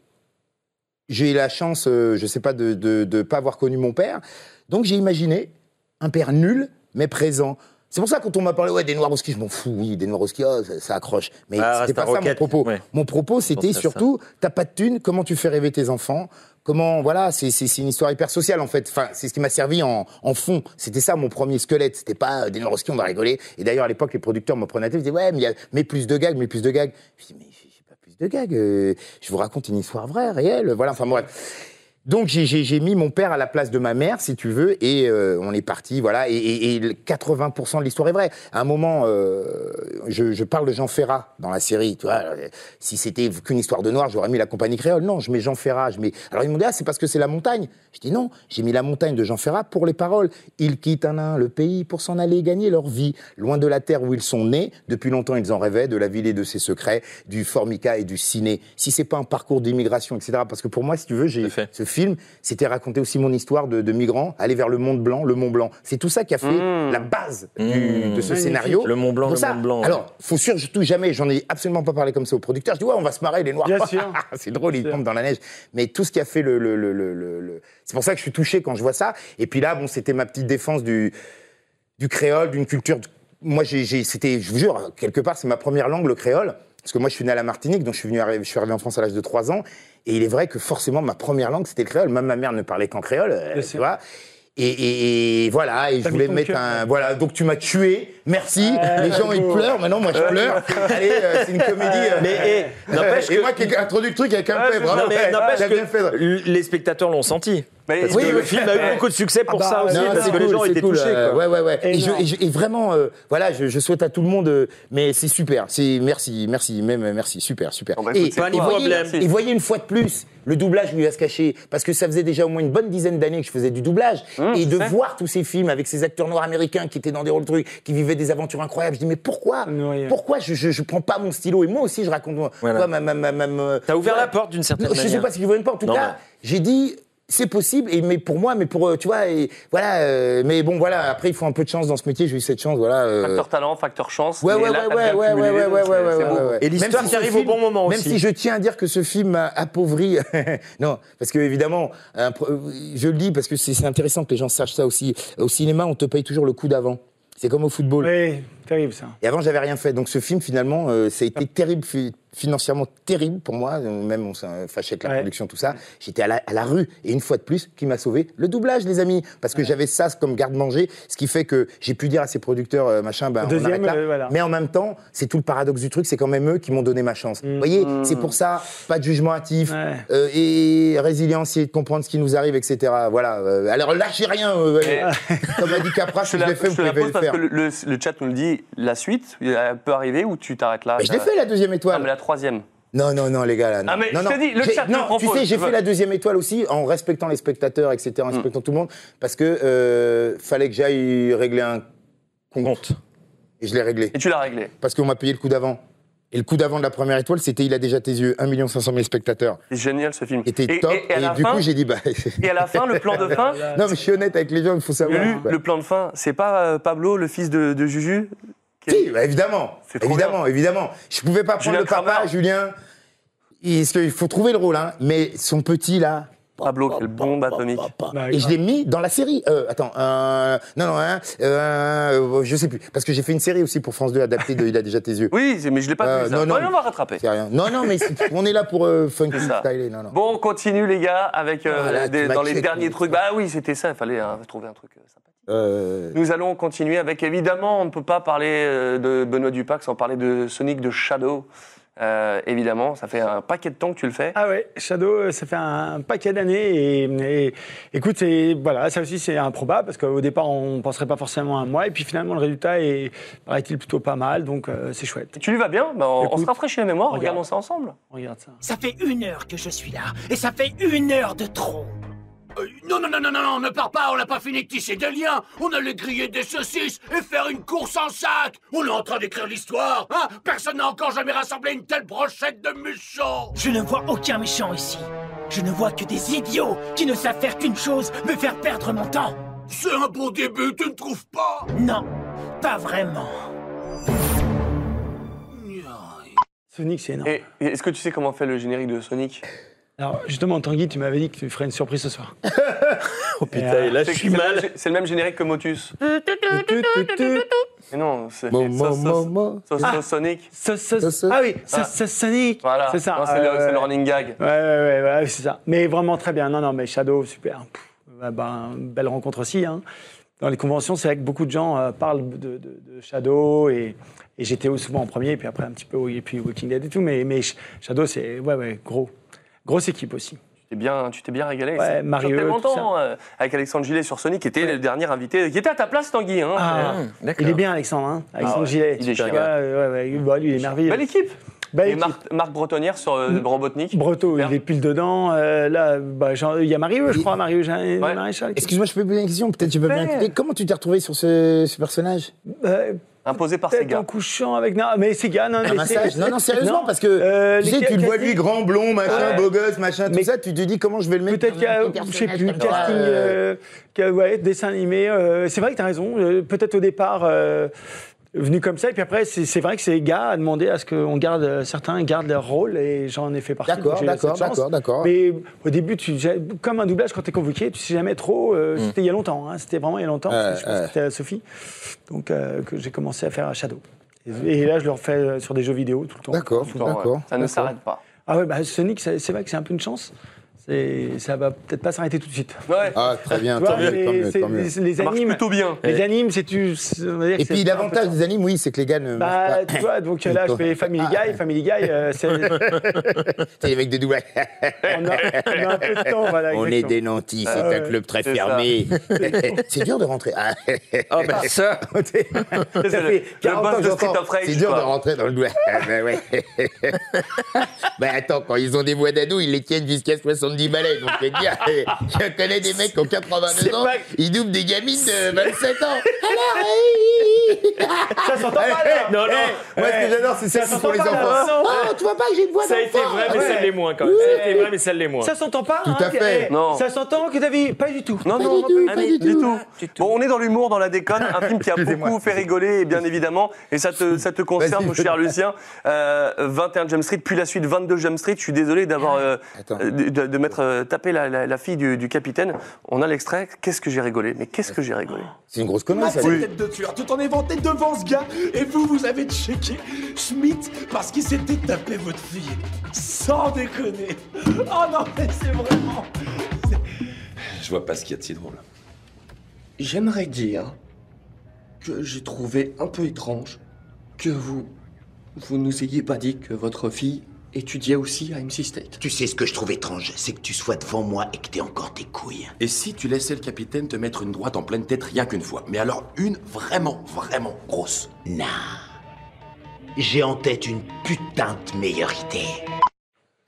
[SPEAKER 7] j'ai eu la chance, euh, je sais pas, de ne pas avoir connu mon père. Donc j'ai imaginé un père nul, mais présent. C'est pour ça quand on m'a parlé ouais, des noirs au ski, je m'en fous, oui, des noirs au ski, ah, ça, ça accroche. Mais
[SPEAKER 6] Ah, Rasta
[SPEAKER 7] c'était pas ça mon
[SPEAKER 6] Rocket,
[SPEAKER 7] propos.
[SPEAKER 6] ouais.
[SPEAKER 7] Mon propos, c'était
[SPEAKER 6] à ça.
[SPEAKER 7] surtout, t'as pas de thune, comment tu fais rêver tes enfants Comment, voilà, c'est c'est- c'est une histoire hyper sociale en fait. Enfin, c'est ce qui m'a servi en, en fond. C'était ça mon premier squelette. C'était pas euh, des noirs au ski, on va rigoler. Et d'ailleurs, à l'époque, les producteurs me prenaient à tête, ils disaient ouais, mais il y a mais plus de gags, mais plus de gags. Je dis mais plus de gags. euh, je vous raconte une histoire vraie, réelle. Voilà, enfin bref. Donc j'ai- j'ai j'ai mis mon père à la place de ma mère, si tu veux, et euh, on est parti, voilà. Et, et- et le 80% de l'histoire est vraie. À un moment, euh, je, je parle de Jean Ferrat dans la série, tu vois. Alors, euh, Si c'était qu'une histoire de noir, j'aurais mis la compagnie créole. Non, je mets Jean Ferrat. Je mets... Alors ils m'ont dit, ah, c'est parce que c'est la montagne. Je dis non, j'ai mis la montagne de Jean Ferrat pour les paroles. Ils quittent un à un le pays pour s'en aller gagner leur vie, loin de la terre où ils sont nés. Depuis longtemps, ils en rêvaient, de la ville et de ses secrets, du formica et du ciné. Si c'est pas un parcours d'immigration, etc. Parce que pour moi, si tu veux, j'ai ce film, c'était raconter aussi mon histoire de, de migrant, aller vers le Mont Blanc, le Mont Blanc. C'est tout ça qui a fait la base du- de ce
[SPEAKER 6] Mmh. Magnifique.
[SPEAKER 7] scénario.
[SPEAKER 6] Le Mont Blanc,
[SPEAKER 7] Pour
[SPEAKER 6] le
[SPEAKER 7] ça,
[SPEAKER 6] Mont Blanc, ouais.
[SPEAKER 7] Alors, faut surtout jamais, j'en ai absolument pas parlé comme ça au producteur. Je dis, ouais, on va se marrer, les noirs.
[SPEAKER 9] Bien sûr.
[SPEAKER 7] <laughs> c'est drôle, ils tombent dans la neige. Mais tout ce qui a fait le. le- le- le- le- le- C'est pour ça que je suis touché quand je vois ça. Et puis là, bon, c'était ma petite défense du, du créole, d'une culture. Moi, j'ai, j'ai- c'était, je vous jure, quelque part, c'est ma première langue, le créole. Parce que moi, je suis né à la Martinique, donc je suis, venu arriver, je suis arrivé en France à l'âge de 3 ans. Et il est vrai que forcément, ma première langue, c'était le créole. Même ma mère ne parlait qu'en créole, euh, tu vois. Et, et- et voilà, et je
[SPEAKER 9] mis
[SPEAKER 7] voulais
[SPEAKER 9] ton
[SPEAKER 7] mettre
[SPEAKER 9] cœur.
[SPEAKER 7] un. Voilà, donc tu m'as tué, merci.
[SPEAKER 9] Ah,
[SPEAKER 7] Les gens, ils
[SPEAKER 9] beau.
[SPEAKER 7] pleurent, maintenant, moi, je
[SPEAKER 9] Ouais.
[SPEAKER 7] pleure. Allez, euh, c'est une comédie. euh,
[SPEAKER 9] Mais,
[SPEAKER 6] eh, n'empêche
[SPEAKER 7] et
[SPEAKER 6] que-
[SPEAKER 7] moi qui ai introduit le truc avec un
[SPEAKER 6] Ah,
[SPEAKER 7] paix,
[SPEAKER 6] je-
[SPEAKER 7] bravo.
[SPEAKER 6] non, mais
[SPEAKER 7] hein. ouais,
[SPEAKER 6] n'empêche
[SPEAKER 7] t'as
[SPEAKER 6] que
[SPEAKER 7] bien fait.
[SPEAKER 6] les spectateurs l'ont senti. parce
[SPEAKER 7] Oui,
[SPEAKER 6] que
[SPEAKER 7] oui.
[SPEAKER 6] le film a eu beaucoup de succès pour
[SPEAKER 7] Ah bah,
[SPEAKER 6] ça aussi,
[SPEAKER 7] non,
[SPEAKER 6] parce
[SPEAKER 7] c'est
[SPEAKER 6] que les
[SPEAKER 7] cool,
[SPEAKER 6] gens
[SPEAKER 7] c'est
[SPEAKER 6] étaient
[SPEAKER 7] cool,
[SPEAKER 6] touchés.
[SPEAKER 7] euh,
[SPEAKER 6] quoi.
[SPEAKER 7] ouais, ouais, ouais. Et, je- et je- et vraiment, euh, voilà, je, je souhaite à tout le monde, euh, mais c'est super. C'est merci, merci, même euh, merci, super, super.
[SPEAKER 6] bah,
[SPEAKER 7] et,
[SPEAKER 6] écoute, c'est
[SPEAKER 7] et
[SPEAKER 6] pas de
[SPEAKER 7] voyez,
[SPEAKER 6] problème.
[SPEAKER 7] et voyez une fois de plus le doublage lui va se cacher, parce que ça faisait déjà au moins une bonne dizaine d'années que je faisais du doublage
[SPEAKER 6] Mmh,
[SPEAKER 7] et de voir tous ces films avec ces acteurs noirs américains qui étaient dans des rôles trucs, qui vivaient des aventures incroyables. Je dis mais pourquoi, pourquoi je, je, je prends pas mon stylo et moi aussi je raconte. moi,
[SPEAKER 6] Voilà.
[SPEAKER 7] ma, ma, ma, ma- ma-
[SPEAKER 6] T'as ouvert
[SPEAKER 7] Ouais.
[SPEAKER 6] la porte d'une certaine
[SPEAKER 7] Non, Je sais
[SPEAKER 6] manière.
[SPEAKER 7] pas si tu ouvert une porte. En tout
[SPEAKER 6] Non,
[SPEAKER 7] cas,
[SPEAKER 6] mais-
[SPEAKER 7] j'ai dit c'est possible et mais pour moi mais pour euh, tu vois et voilà euh, mais bon voilà après il faut un peu de chance dans ce métier j'ai eu cette chance voilà euh.
[SPEAKER 6] Facteur talent, facteur chance.
[SPEAKER 7] Ouais,
[SPEAKER 6] et
[SPEAKER 7] ouais,
[SPEAKER 6] là,
[SPEAKER 7] ouais,
[SPEAKER 6] t'as
[SPEAKER 7] ouais,
[SPEAKER 6] bien
[SPEAKER 7] ouais,
[SPEAKER 6] cumulé,
[SPEAKER 7] ouais,
[SPEAKER 6] donc
[SPEAKER 7] ouais,
[SPEAKER 6] c'est-
[SPEAKER 7] ouais,
[SPEAKER 6] c'est
[SPEAKER 7] ouais,
[SPEAKER 6] beau.
[SPEAKER 7] ouais, ouais.
[SPEAKER 6] Et
[SPEAKER 7] Même
[SPEAKER 6] l'histoire
[SPEAKER 7] si
[SPEAKER 6] qui
[SPEAKER 7] ce
[SPEAKER 6] arrive au
[SPEAKER 7] film-
[SPEAKER 6] bon moment
[SPEAKER 7] Même
[SPEAKER 6] aussi.
[SPEAKER 7] si je tiens à dire que ce film m'a appauvri, <laughs> non, parce que évidemment, un pro- je le dis parce que c'est c'est intéressant que les gens sachent ça aussi. Au cinéma, on te paye toujours le coup d'avant. C'est comme au football.
[SPEAKER 9] Oui, terrible ça.
[SPEAKER 6] Ah.
[SPEAKER 7] Et avant, j'avais rien fait. Donc ce film, finalement, euh, ça a été terrible fi- financièrement terrible pour moi, euh, même on s'est euh, fâché avec la production, tout ça. J'étais à la, à la rue. Et une fois de plus, qui m'a sauvé Le doublage, les amis. Parce que j'avais ça comme garde-manger, ce qui fait que j'ai pu dire à ces producteurs, euh, machin,
[SPEAKER 6] Bah,
[SPEAKER 7] ben,
[SPEAKER 9] Deuxième,
[SPEAKER 7] on arrête là.
[SPEAKER 9] euh, voilà.
[SPEAKER 7] Mais en même temps, c'est tout le paradoxe du truc, c'est quand même eux qui m'ont donné ma chance. Vous voyez,
[SPEAKER 9] Mmh.
[SPEAKER 7] c'est pour ça, pas de jugement hâtif, euh, et résilience, essayer de comprendre ce qui nous arrive, etc. Voilà. euh, alors lâchez rien, euh, <laughs> comme a dit
[SPEAKER 6] <laughs> Je
[SPEAKER 7] Capra,
[SPEAKER 6] te
[SPEAKER 7] si je
[SPEAKER 6] la,
[SPEAKER 7] l'ai fait,
[SPEAKER 6] je
[SPEAKER 7] vous
[SPEAKER 6] te la
[SPEAKER 7] pouvez
[SPEAKER 6] pose
[SPEAKER 7] le
[SPEAKER 6] parce
[SPEAKER 7] faire.
[SPEAKER 6] que le, le- le chat nous le dit, la suite elle peut arriver ou tu t'arrêtes là
[SPEAKER 7] Mais je l'ai
[SPEAKER 6] ça-
[SPEAKER 7] fait, la deuxième étoile.
[SPEAKER 6] Non, Ah. mais la troisième.
[SPEAKER 7] Non, non, non, les gars, là. Non,
[SPEAKER 6] Ah, mais
[SPEAKER 7] non,
[SPEAKER 6] je te
[SPEAKER 7] non.
[SPEAKER 6] dis, le
[SPEAKER 7] J'ai-
[SPEAKER 6] chat me
[SPEAKER 7] Non,
[SPEAKER 6] propose,
[SPEAKER 7] tu sais, j'ai
[SPEAKER 6] tu Mm.
[SPEAKER 7] fait
[SPEAKER 6] vois.
[SPEAKER 7] la deuxième étoile aussi en respectant les spectateurs, etc., en respectant tout le monde, parce que euh, fallait que j'aille régler un compte. Et je l'ai réglé.
[SPEAKER 6] Et tu l'as réglé.
[SPEAKER 7] Parce qu'on m'a payé le coup d'avant. Et le coup d'avant de la première étoile, c'était Il a déjà tes yeux, 1 500 000 spectateurs.
[SPEAKER 6] C'est génial ce film.
[SPEAKER 7] C'était top. Et,
[SPEAKER 6] à la
[SPEAKER 7] du
[SPEAKER 6] fin-
[SPEAKER 7] coup, j'ai dit, bah. <laughs>
[SPEAKER 6] Et à la fin, le plan de fin.
[SPEAKER 7] non, mais je suis honnête avec les gens, il faut savoir.
[SPEAKER 6] Lulu,
[SPEAKER 7] quoi.
[SPEAKER 6] le plan de fin, c'est pas euh, Pablo, le fils de, de Juju
[SPEAKER 7] Si, bah, évidemment. Évidemment, évidemment. Je pouvais pas prendre
[SPEAKER 6] Julien
[SPEAKER 7] le papa, Julien. Il parce qu'il faut trouver le rôle, hein. Mais son petit, là.
[SPEAKER 6] Pablo, quelle bombe atomique.
[SPEAKER 7] Et je l'ai mis dans la série. Euh, attends, euh, non, non, hein, euh, euh, je sais plus. Parce que j'ai fait une série aussi pour France 2 adaptée de Il a déjà
[SPEAKER 6] <laughs>
[SPEAKER 7] tes yeux.
[SPEAKER 6] Oui, mais je l'ai pas vu, ça.
[SPEAKER 7] Euh, Non,
[SPEAKER 6] Ouais,
[SPEAKER 7] non,
[SPEAKER 6] on va rattraper.
[SPEAKER 7] c'est rien. Non, non, mais c'est- on est là pour euh, funky
[SPEAKER 6] C'est ça.
[SPEAKER 7] styler. Non, non.
[SPEAKER 6] Bon, on continue les gars avec euh,
[SPEAKER 7] Ah, là,
[SPEAKER 6] des-
[SPEAKER 7] tu
[SPEAKER 6] dans les
[SPEAKER 7] m'inquiètes,
[SPEAKER 6] derniers
[SPEAKER 7] mais-
[SPEAKER 6] trucs. Bah oui, c'était ça, il fallait hein, trouver un truc euh, sympa.
[SPEAKER 7] Euh,
[SPEAKER 6] Nous allons continuer avec, évidemment, on ne peut pas parler euh, de Benoît Dupac sans parler de Sonic de Shadow. Euh, évidemment, ça fait un paquet de temps que tu le fais.
[SPEAKER 9] Ah ouais, Shadow, euh, ça fait un, un paquet d'années et, et écoute, c'est- voilà, ça aussi c'est improbable parce qu'au départ on penserait pas forcément à moi et puis finalement le résultat est, paraît-il, plutôt pas mal donc euh, c'est chouette.
[SPEAKER 6] Tu lui vas bien Bah, on, on se rafraîchit la mémoire,
[SPEAKER 9] regarde.
[SPEAKER 6] regardons ça ensemble.
[SPEAKER 9] Regarde ça.
[SPEAKER 4] Ça fait une heure que je suis là, et ça fait une heure de trop.
[SPEAKER 18] Euh, Non, non, non, non, non, non, ne pars pas, on n'a pas fini de tisser des liens. On allait griller des saucisses et faire une course en sac. On est en train d'écrire l'histoire, hein Personne n'a encore jamais rassemblé une telle brochette de méchants.
[SPEAKER 4] Je ne vois aucun méchant ici. Je ne vois que des idiots qui ne savent faire qu'une chose, me faire perdre mon temps.
[SPEAKER 18] C'est un bon début, tu ne trouves pas
[SPEAKER 4] Non, pas vraiment.
[SPEAKER 9] Sonic c'est énorme.
[SPEAKER 6] Et, et est-ce que tu sais comment fait le générique de Sonic
[SPEAKER 9] Alors justement Tanguy, tu m'avais dit que tu ferais une surprise ce soir.
[SPEAKER 6] <laughs> Oh
[SPEAKER 9] putain, et là, je suis mal.
[SPEAKER 6] C'est le même générique que Motus.
[SPEAKER 9] euh,
[SPEAKER 6] Mais non, c'est
[SPEAKER 9] Mo,
[SPEAKER 6] c'est
[SPEAKER 9] mo,
[SPEAKER 6] Sauce-
[SPEAKER 9] mo,
[SPEAKER 6] Sauce-
[SPEAKER 9] mo.
[SPEAKER 6] Sauce-
[SPEAKER 9] Ah.
[SPEAKER 6] Sauce Sonic.
[SPEAKER 9] Ah oui,
[SPEAKER 6] Ah.
[SPEAKER 9] ça Sonic.
[SPEAKER 6] Voilà,
[SPEAKER 9] c'est ça. euh,
[SPEAKER 6] Non, c'est
[SPEAKER 9] ouais,
[SPEAKER 6] le, c'est le
[SPEAKER 9] ouais.
[SPEAKER 6] running gag.
[SPEAKER 9] Ouais, ouais, ouais, ouais, c'est ça. Mais vraiment très bien. Non, non, mais Shadow, super. Pff, bah, ben, belle rencontre aussi. hein. Dans les conventions, c'est vrai que beaucoup de gens euh, parlent de, de- de Shadow et, et j'étais souvent en premier, puis après un petit peu, et puis Walking Dead et tout. Mais, mais Sh- Shadow, c'est ouais, ouais, gros. Grosse équipe aussi.
[SPEAKER 6] Tu t'es bien, tu t'es bien régalé.
[SPEAKER 9] Ouais,
[SPEAKER 6] Ça
[SPEAKER 9] Mario,
[SPEAKER 6] fait
[SPEAKER 9] tout ça.
[SPEAKER 6] longtemps euh, avec Alexandre Gillet sur Sonic, qui était le dernier invité, qui était à ta place, Tanguy. Hein,
[SPEAKER 9] Ah,
[SPEAKER 6] Euh,
[SPEAKER 9] il est bien, Alexandre. hein. Alexandre
[SPEAKER 6] Ah ouais,
[SPEAKER 9] Gillet.
[SPEAKER 6] il est
[SPEAKER 9] Super
[SPEAKER 6] chiant.
[SPEAKER 9] gars, ouais, ouais, bah, lui, il est merveilleux. Bah,
[SPEAKER 6] Belle équipe.
[SPEAKER 9] Belle Mmh.
[SPEAKER 6] et Marc, Marc Bretonnière sur euh, Robotnik.
[SPEAKER 9] Breto, il est pile dedans. Euh, là, bah, Jean- il y a Mario, je crois, hein, Mario Jean- Maréchal.
[SPEAKER 7] Excuse-moi, je peux poser une question. Peut-être je peux bien
[SPEAKER 9] Super.
[SPEAKER 7] écouter. Comment tu t'es retrouvé sur ce, ce personnage
[SPEAKER 9] Euh,
[SPEAKER 6] Imposé par
[SPEAKER 9] ces gars. en couchant avec. Non, mais ces gars, non,
[SPEAKER 7] Un
[SPEAKER 9] mais
[SPEAKER 7] massage
[SPEAKER 9] c'est-
[SPEAKER 7] Non, non, sérieusement,
[SPEAKER 9] Non.
[SPEAKER 7] parce que
[SPEAKER 9] Euh,
[SPEAKER 7] tu sais,
[SPEAKER 9] les
[SPEAKER 7] tu le vois
[SPEAKER 9] casting-
[SPEAKER 7] lui grand, blond, machin,
[SPEAKER 9] Ouais.
[SPEAKER 7] beau gosse, machin, tout
[SPEAKER 9] Mais-
[SPEAKER 7] ça. Tu te dis comment je vais le mettre
[SPEAKER 9] Peut-être qu'il y a,
[SPEAKER 7] dans un
[SPEAKER 9] je sais plus,
[SPEAKER 7] personnage comme ça,
[SPEAKER 9] casting,
[SPEAKER 7] euh,
[SPEAKER 9] euh, que- ouais, dessin animé. euh, c'est vrai que tu as raison. euh, Peut-être au départ, euh, venu comme ça. Et puis après, c'est c'est vrai que ces gars a demandé à ce qu'on garde, euh, certains gardent leur rôle. Et j'en ai fait partie.
[SPEAKER 7] D'accord,
[SPEAKER 9] donc j'ai
[SPEAKER 7] d'accord,
[SPEAKER 9] cette chance.
[SPEAKER 7] d'accord, d'accord.
[SPEAKER 9] Mais au début, tu, j'ai- comme un doublage, quand tu es convoqué, tu sais jamais trop. euh, C'était il y a longtemps. hein, C'était vraiment il y a longtemps.
[SPEAKER 7] Mm. Ouais,
[SPEAKER 9] je pense
[SPEAKER 7] ouais.
[SPEAKER 9] que c'était à Sophie. Donc, euh, que j'ai commencé à faire à Shadow. Et, et là, je le refais euh, sur des jeux vidéo tout le temps.
[SPEAKER 7] D'accord,
[SPEAKER 9] Tout le temps,
[SPEAKER 7] d'accord.
[SPEAKER 9] ouais.
[SPEAKER 7] Ça ne
[SPEAKER 9] D'accord.
[SPEAKER 7] s'arrête
[SPEAKER 6] pas.
[SPEAKER 9] Ah ouais, bah, Sonic, c'est c'est vrai que c'est un peu une chance. C'est- Ça va peut-être pas s'arrêter tout de suite.
[SPEAKER 7] Ah, très bien,
[SPEAKER 9] Tu vois,
[SPEAKER 7] tant mieux,
[SPEAKER 9] les-
[SPEAKER 7] tant mieux,
[SPEAKER 9] c'est-
[SPEAKER 7] tant mieux.
[SPEAKER 9] les- les Ça marche animes- plutôt bien. les animes, c'est tu.
[SPEAKER 7] Et puis l'avantage des animes, oui, c'est que les gars ne.
[SPEAKER 9] Bah,
[SPEAKER 7] mangent pas.
[SPEAKER 9] tu vois, donc là, je fais Family
[SPEAKER 7] Ah.
[SPEAKER 9] Guy. Family Guy, euh, c'est.
[SPEAKER 7] T'es les mecs des doublages.
[SPEAKER 9] on, a, on a un peu de temps, voilà.
[SPEAKER 7] On est
[SPEAKER 9] exactement.
[SPEAKER 7] des nantis, c'est
[SPEAKER 9] Ah
[SPEAKER 7] un
[SPEAKER 9] ouais,
[SPEAKER 7] club très
[SPEAKER 9] c'est ça.
[SPEAKER 7] fermé. <laughs> c'est dur de rentrer.
[SPEAKER 9] <laughs>
[SPEAKER 7] Ah,
[SPEAKER 9] bah,
[SPEAKER 7] ça
[SPEAKER 6] C'est
[SPEAKER 7] Ça
[SPEAKER 6] le-
[SPEAKER 7] fait
[SPEAKER 6] le
[SPEAKER 7] 40
[SPEAKER 6] boss
[SPEAKER 7] ans que
[SPEAKER 6] de Street
[SPEAKER 7] j'entends,
[SPEAKER 6] of Rage,
[SPEAKER 7] C'est dur
[SPEAKER 6] quoi.
[SPEAKER 7] de rentrer dans le doigt. <laughs> bah, ouais. bah attends, quand ils ont des voix d'ado, ils les tiennent jusqu'à 70 balais. Donc je veux dire, <laughs> je connais des mecs qui ont 82 ans, ils doublent des gamines de 27 ans. Alors,
[SPEAKER 9] ça s'entend pas, là.
[SPEAKER 7] Non, non. Moi, ce
[SPEAKER 9] Ouais.
[SPEAKER 7] que j'adore, c'est
[SPEAKER 9] eh, Ça
[SPEAKER 7] ça, c'est
[SPEAKER 9] s'entend
[SPEAKER 7] pour les
[SPEAKER 9] pas,
[SPEAKER 7] enfants.
[SPEAKER 9] là.
[SPEAKER 7] Oh, tu vois pas que j'ai une voix
[SPEAKER 9] Ça a été
[SPEAKER 7] d'enfant
[SPEAKER 9] vrai,
[SPEAKER 8] mais
[SPEAKER 7] Ouais.
[SPEAKER 8] ça l'est moins quand même. Ça a été vrai, mais ça l'est moins.
[SPEAKER 9] Ah Ça s'entend pas
[SPEAKER 7] Tout à
[SPEAKER 9] hein,
[SPEAKER 7] fait.
[SPEAKER 9] eh,
[SPEAKER 6] Non.
[SPEAKER 9] Ça s'entend que David Pas du tout.
[SPEAKER 6] Non,
[SPEAKER 9] Pas
[SPEAKER 6] non,
[SPEAKER 9] du tout,
[SPEAKER 6] ah,
[SPEAKER 9] pas
[SPEAKER 6] mais
[SPEAKER 9] du tout.
[SPEAKER 6] Bon, on est dans l'humour, dans la déconne, un film
[SPEAKER 7] <laughs>
[SPEAKER 6] qui a
[SPEAKER 9] Excusez-moi.
[SPEAKER 6] beaucoup fait rigoler, et bien évidemment, et ça te, ça te concerne, mon cher Lucien. Euh, 21 Jump Street, puis la suite 22 Jump Street. Je suis désolé d'avoir euh,
[SPEAKER 7] Ah,
[SPEAKER 6] euh, de, de mettre euh, taper la, la- la fille du, du capitaine. On a l'extrait. Qu'est-ce que j'ai rigolé Mais qu'est-ce que j'ai rigolé
[SPEAKER 7] C'est une grosse
[SPEAKER 18] Comment
[SPEAKER 6] connerie, ça.
[SPEAKER 18] de tueur, tout en
[SPEAKER 20] présenté devant ce gars et vous, vous avez checké Schmidt parce qu'il s'était tapé votre fille. Sans déconner. Oh non, mais c'est vraiment.
[SPEAKER 1] Je vois pas ce qu'il y a de si drôle.
[SPEAKER 21] J'aimerais dire que j'ai trouvé un peu étrange que vous. Vous nous ayez pas dit que votre fille étudiait aussi à MC State.
[SPEAKER 23] Tu sais ce que je trouve étrange, c'est que tu sois devant moi et que t'aies encore tes couilles.
[SPEAKER 1] Et si tu laissais le capitaine te mettre une droite en pleine tête rien qu'une fois Mais alors une vraiment, vraiment grosse.
[SPEAKER 23] Nah. J'ai en tête une putain de meilleure idée.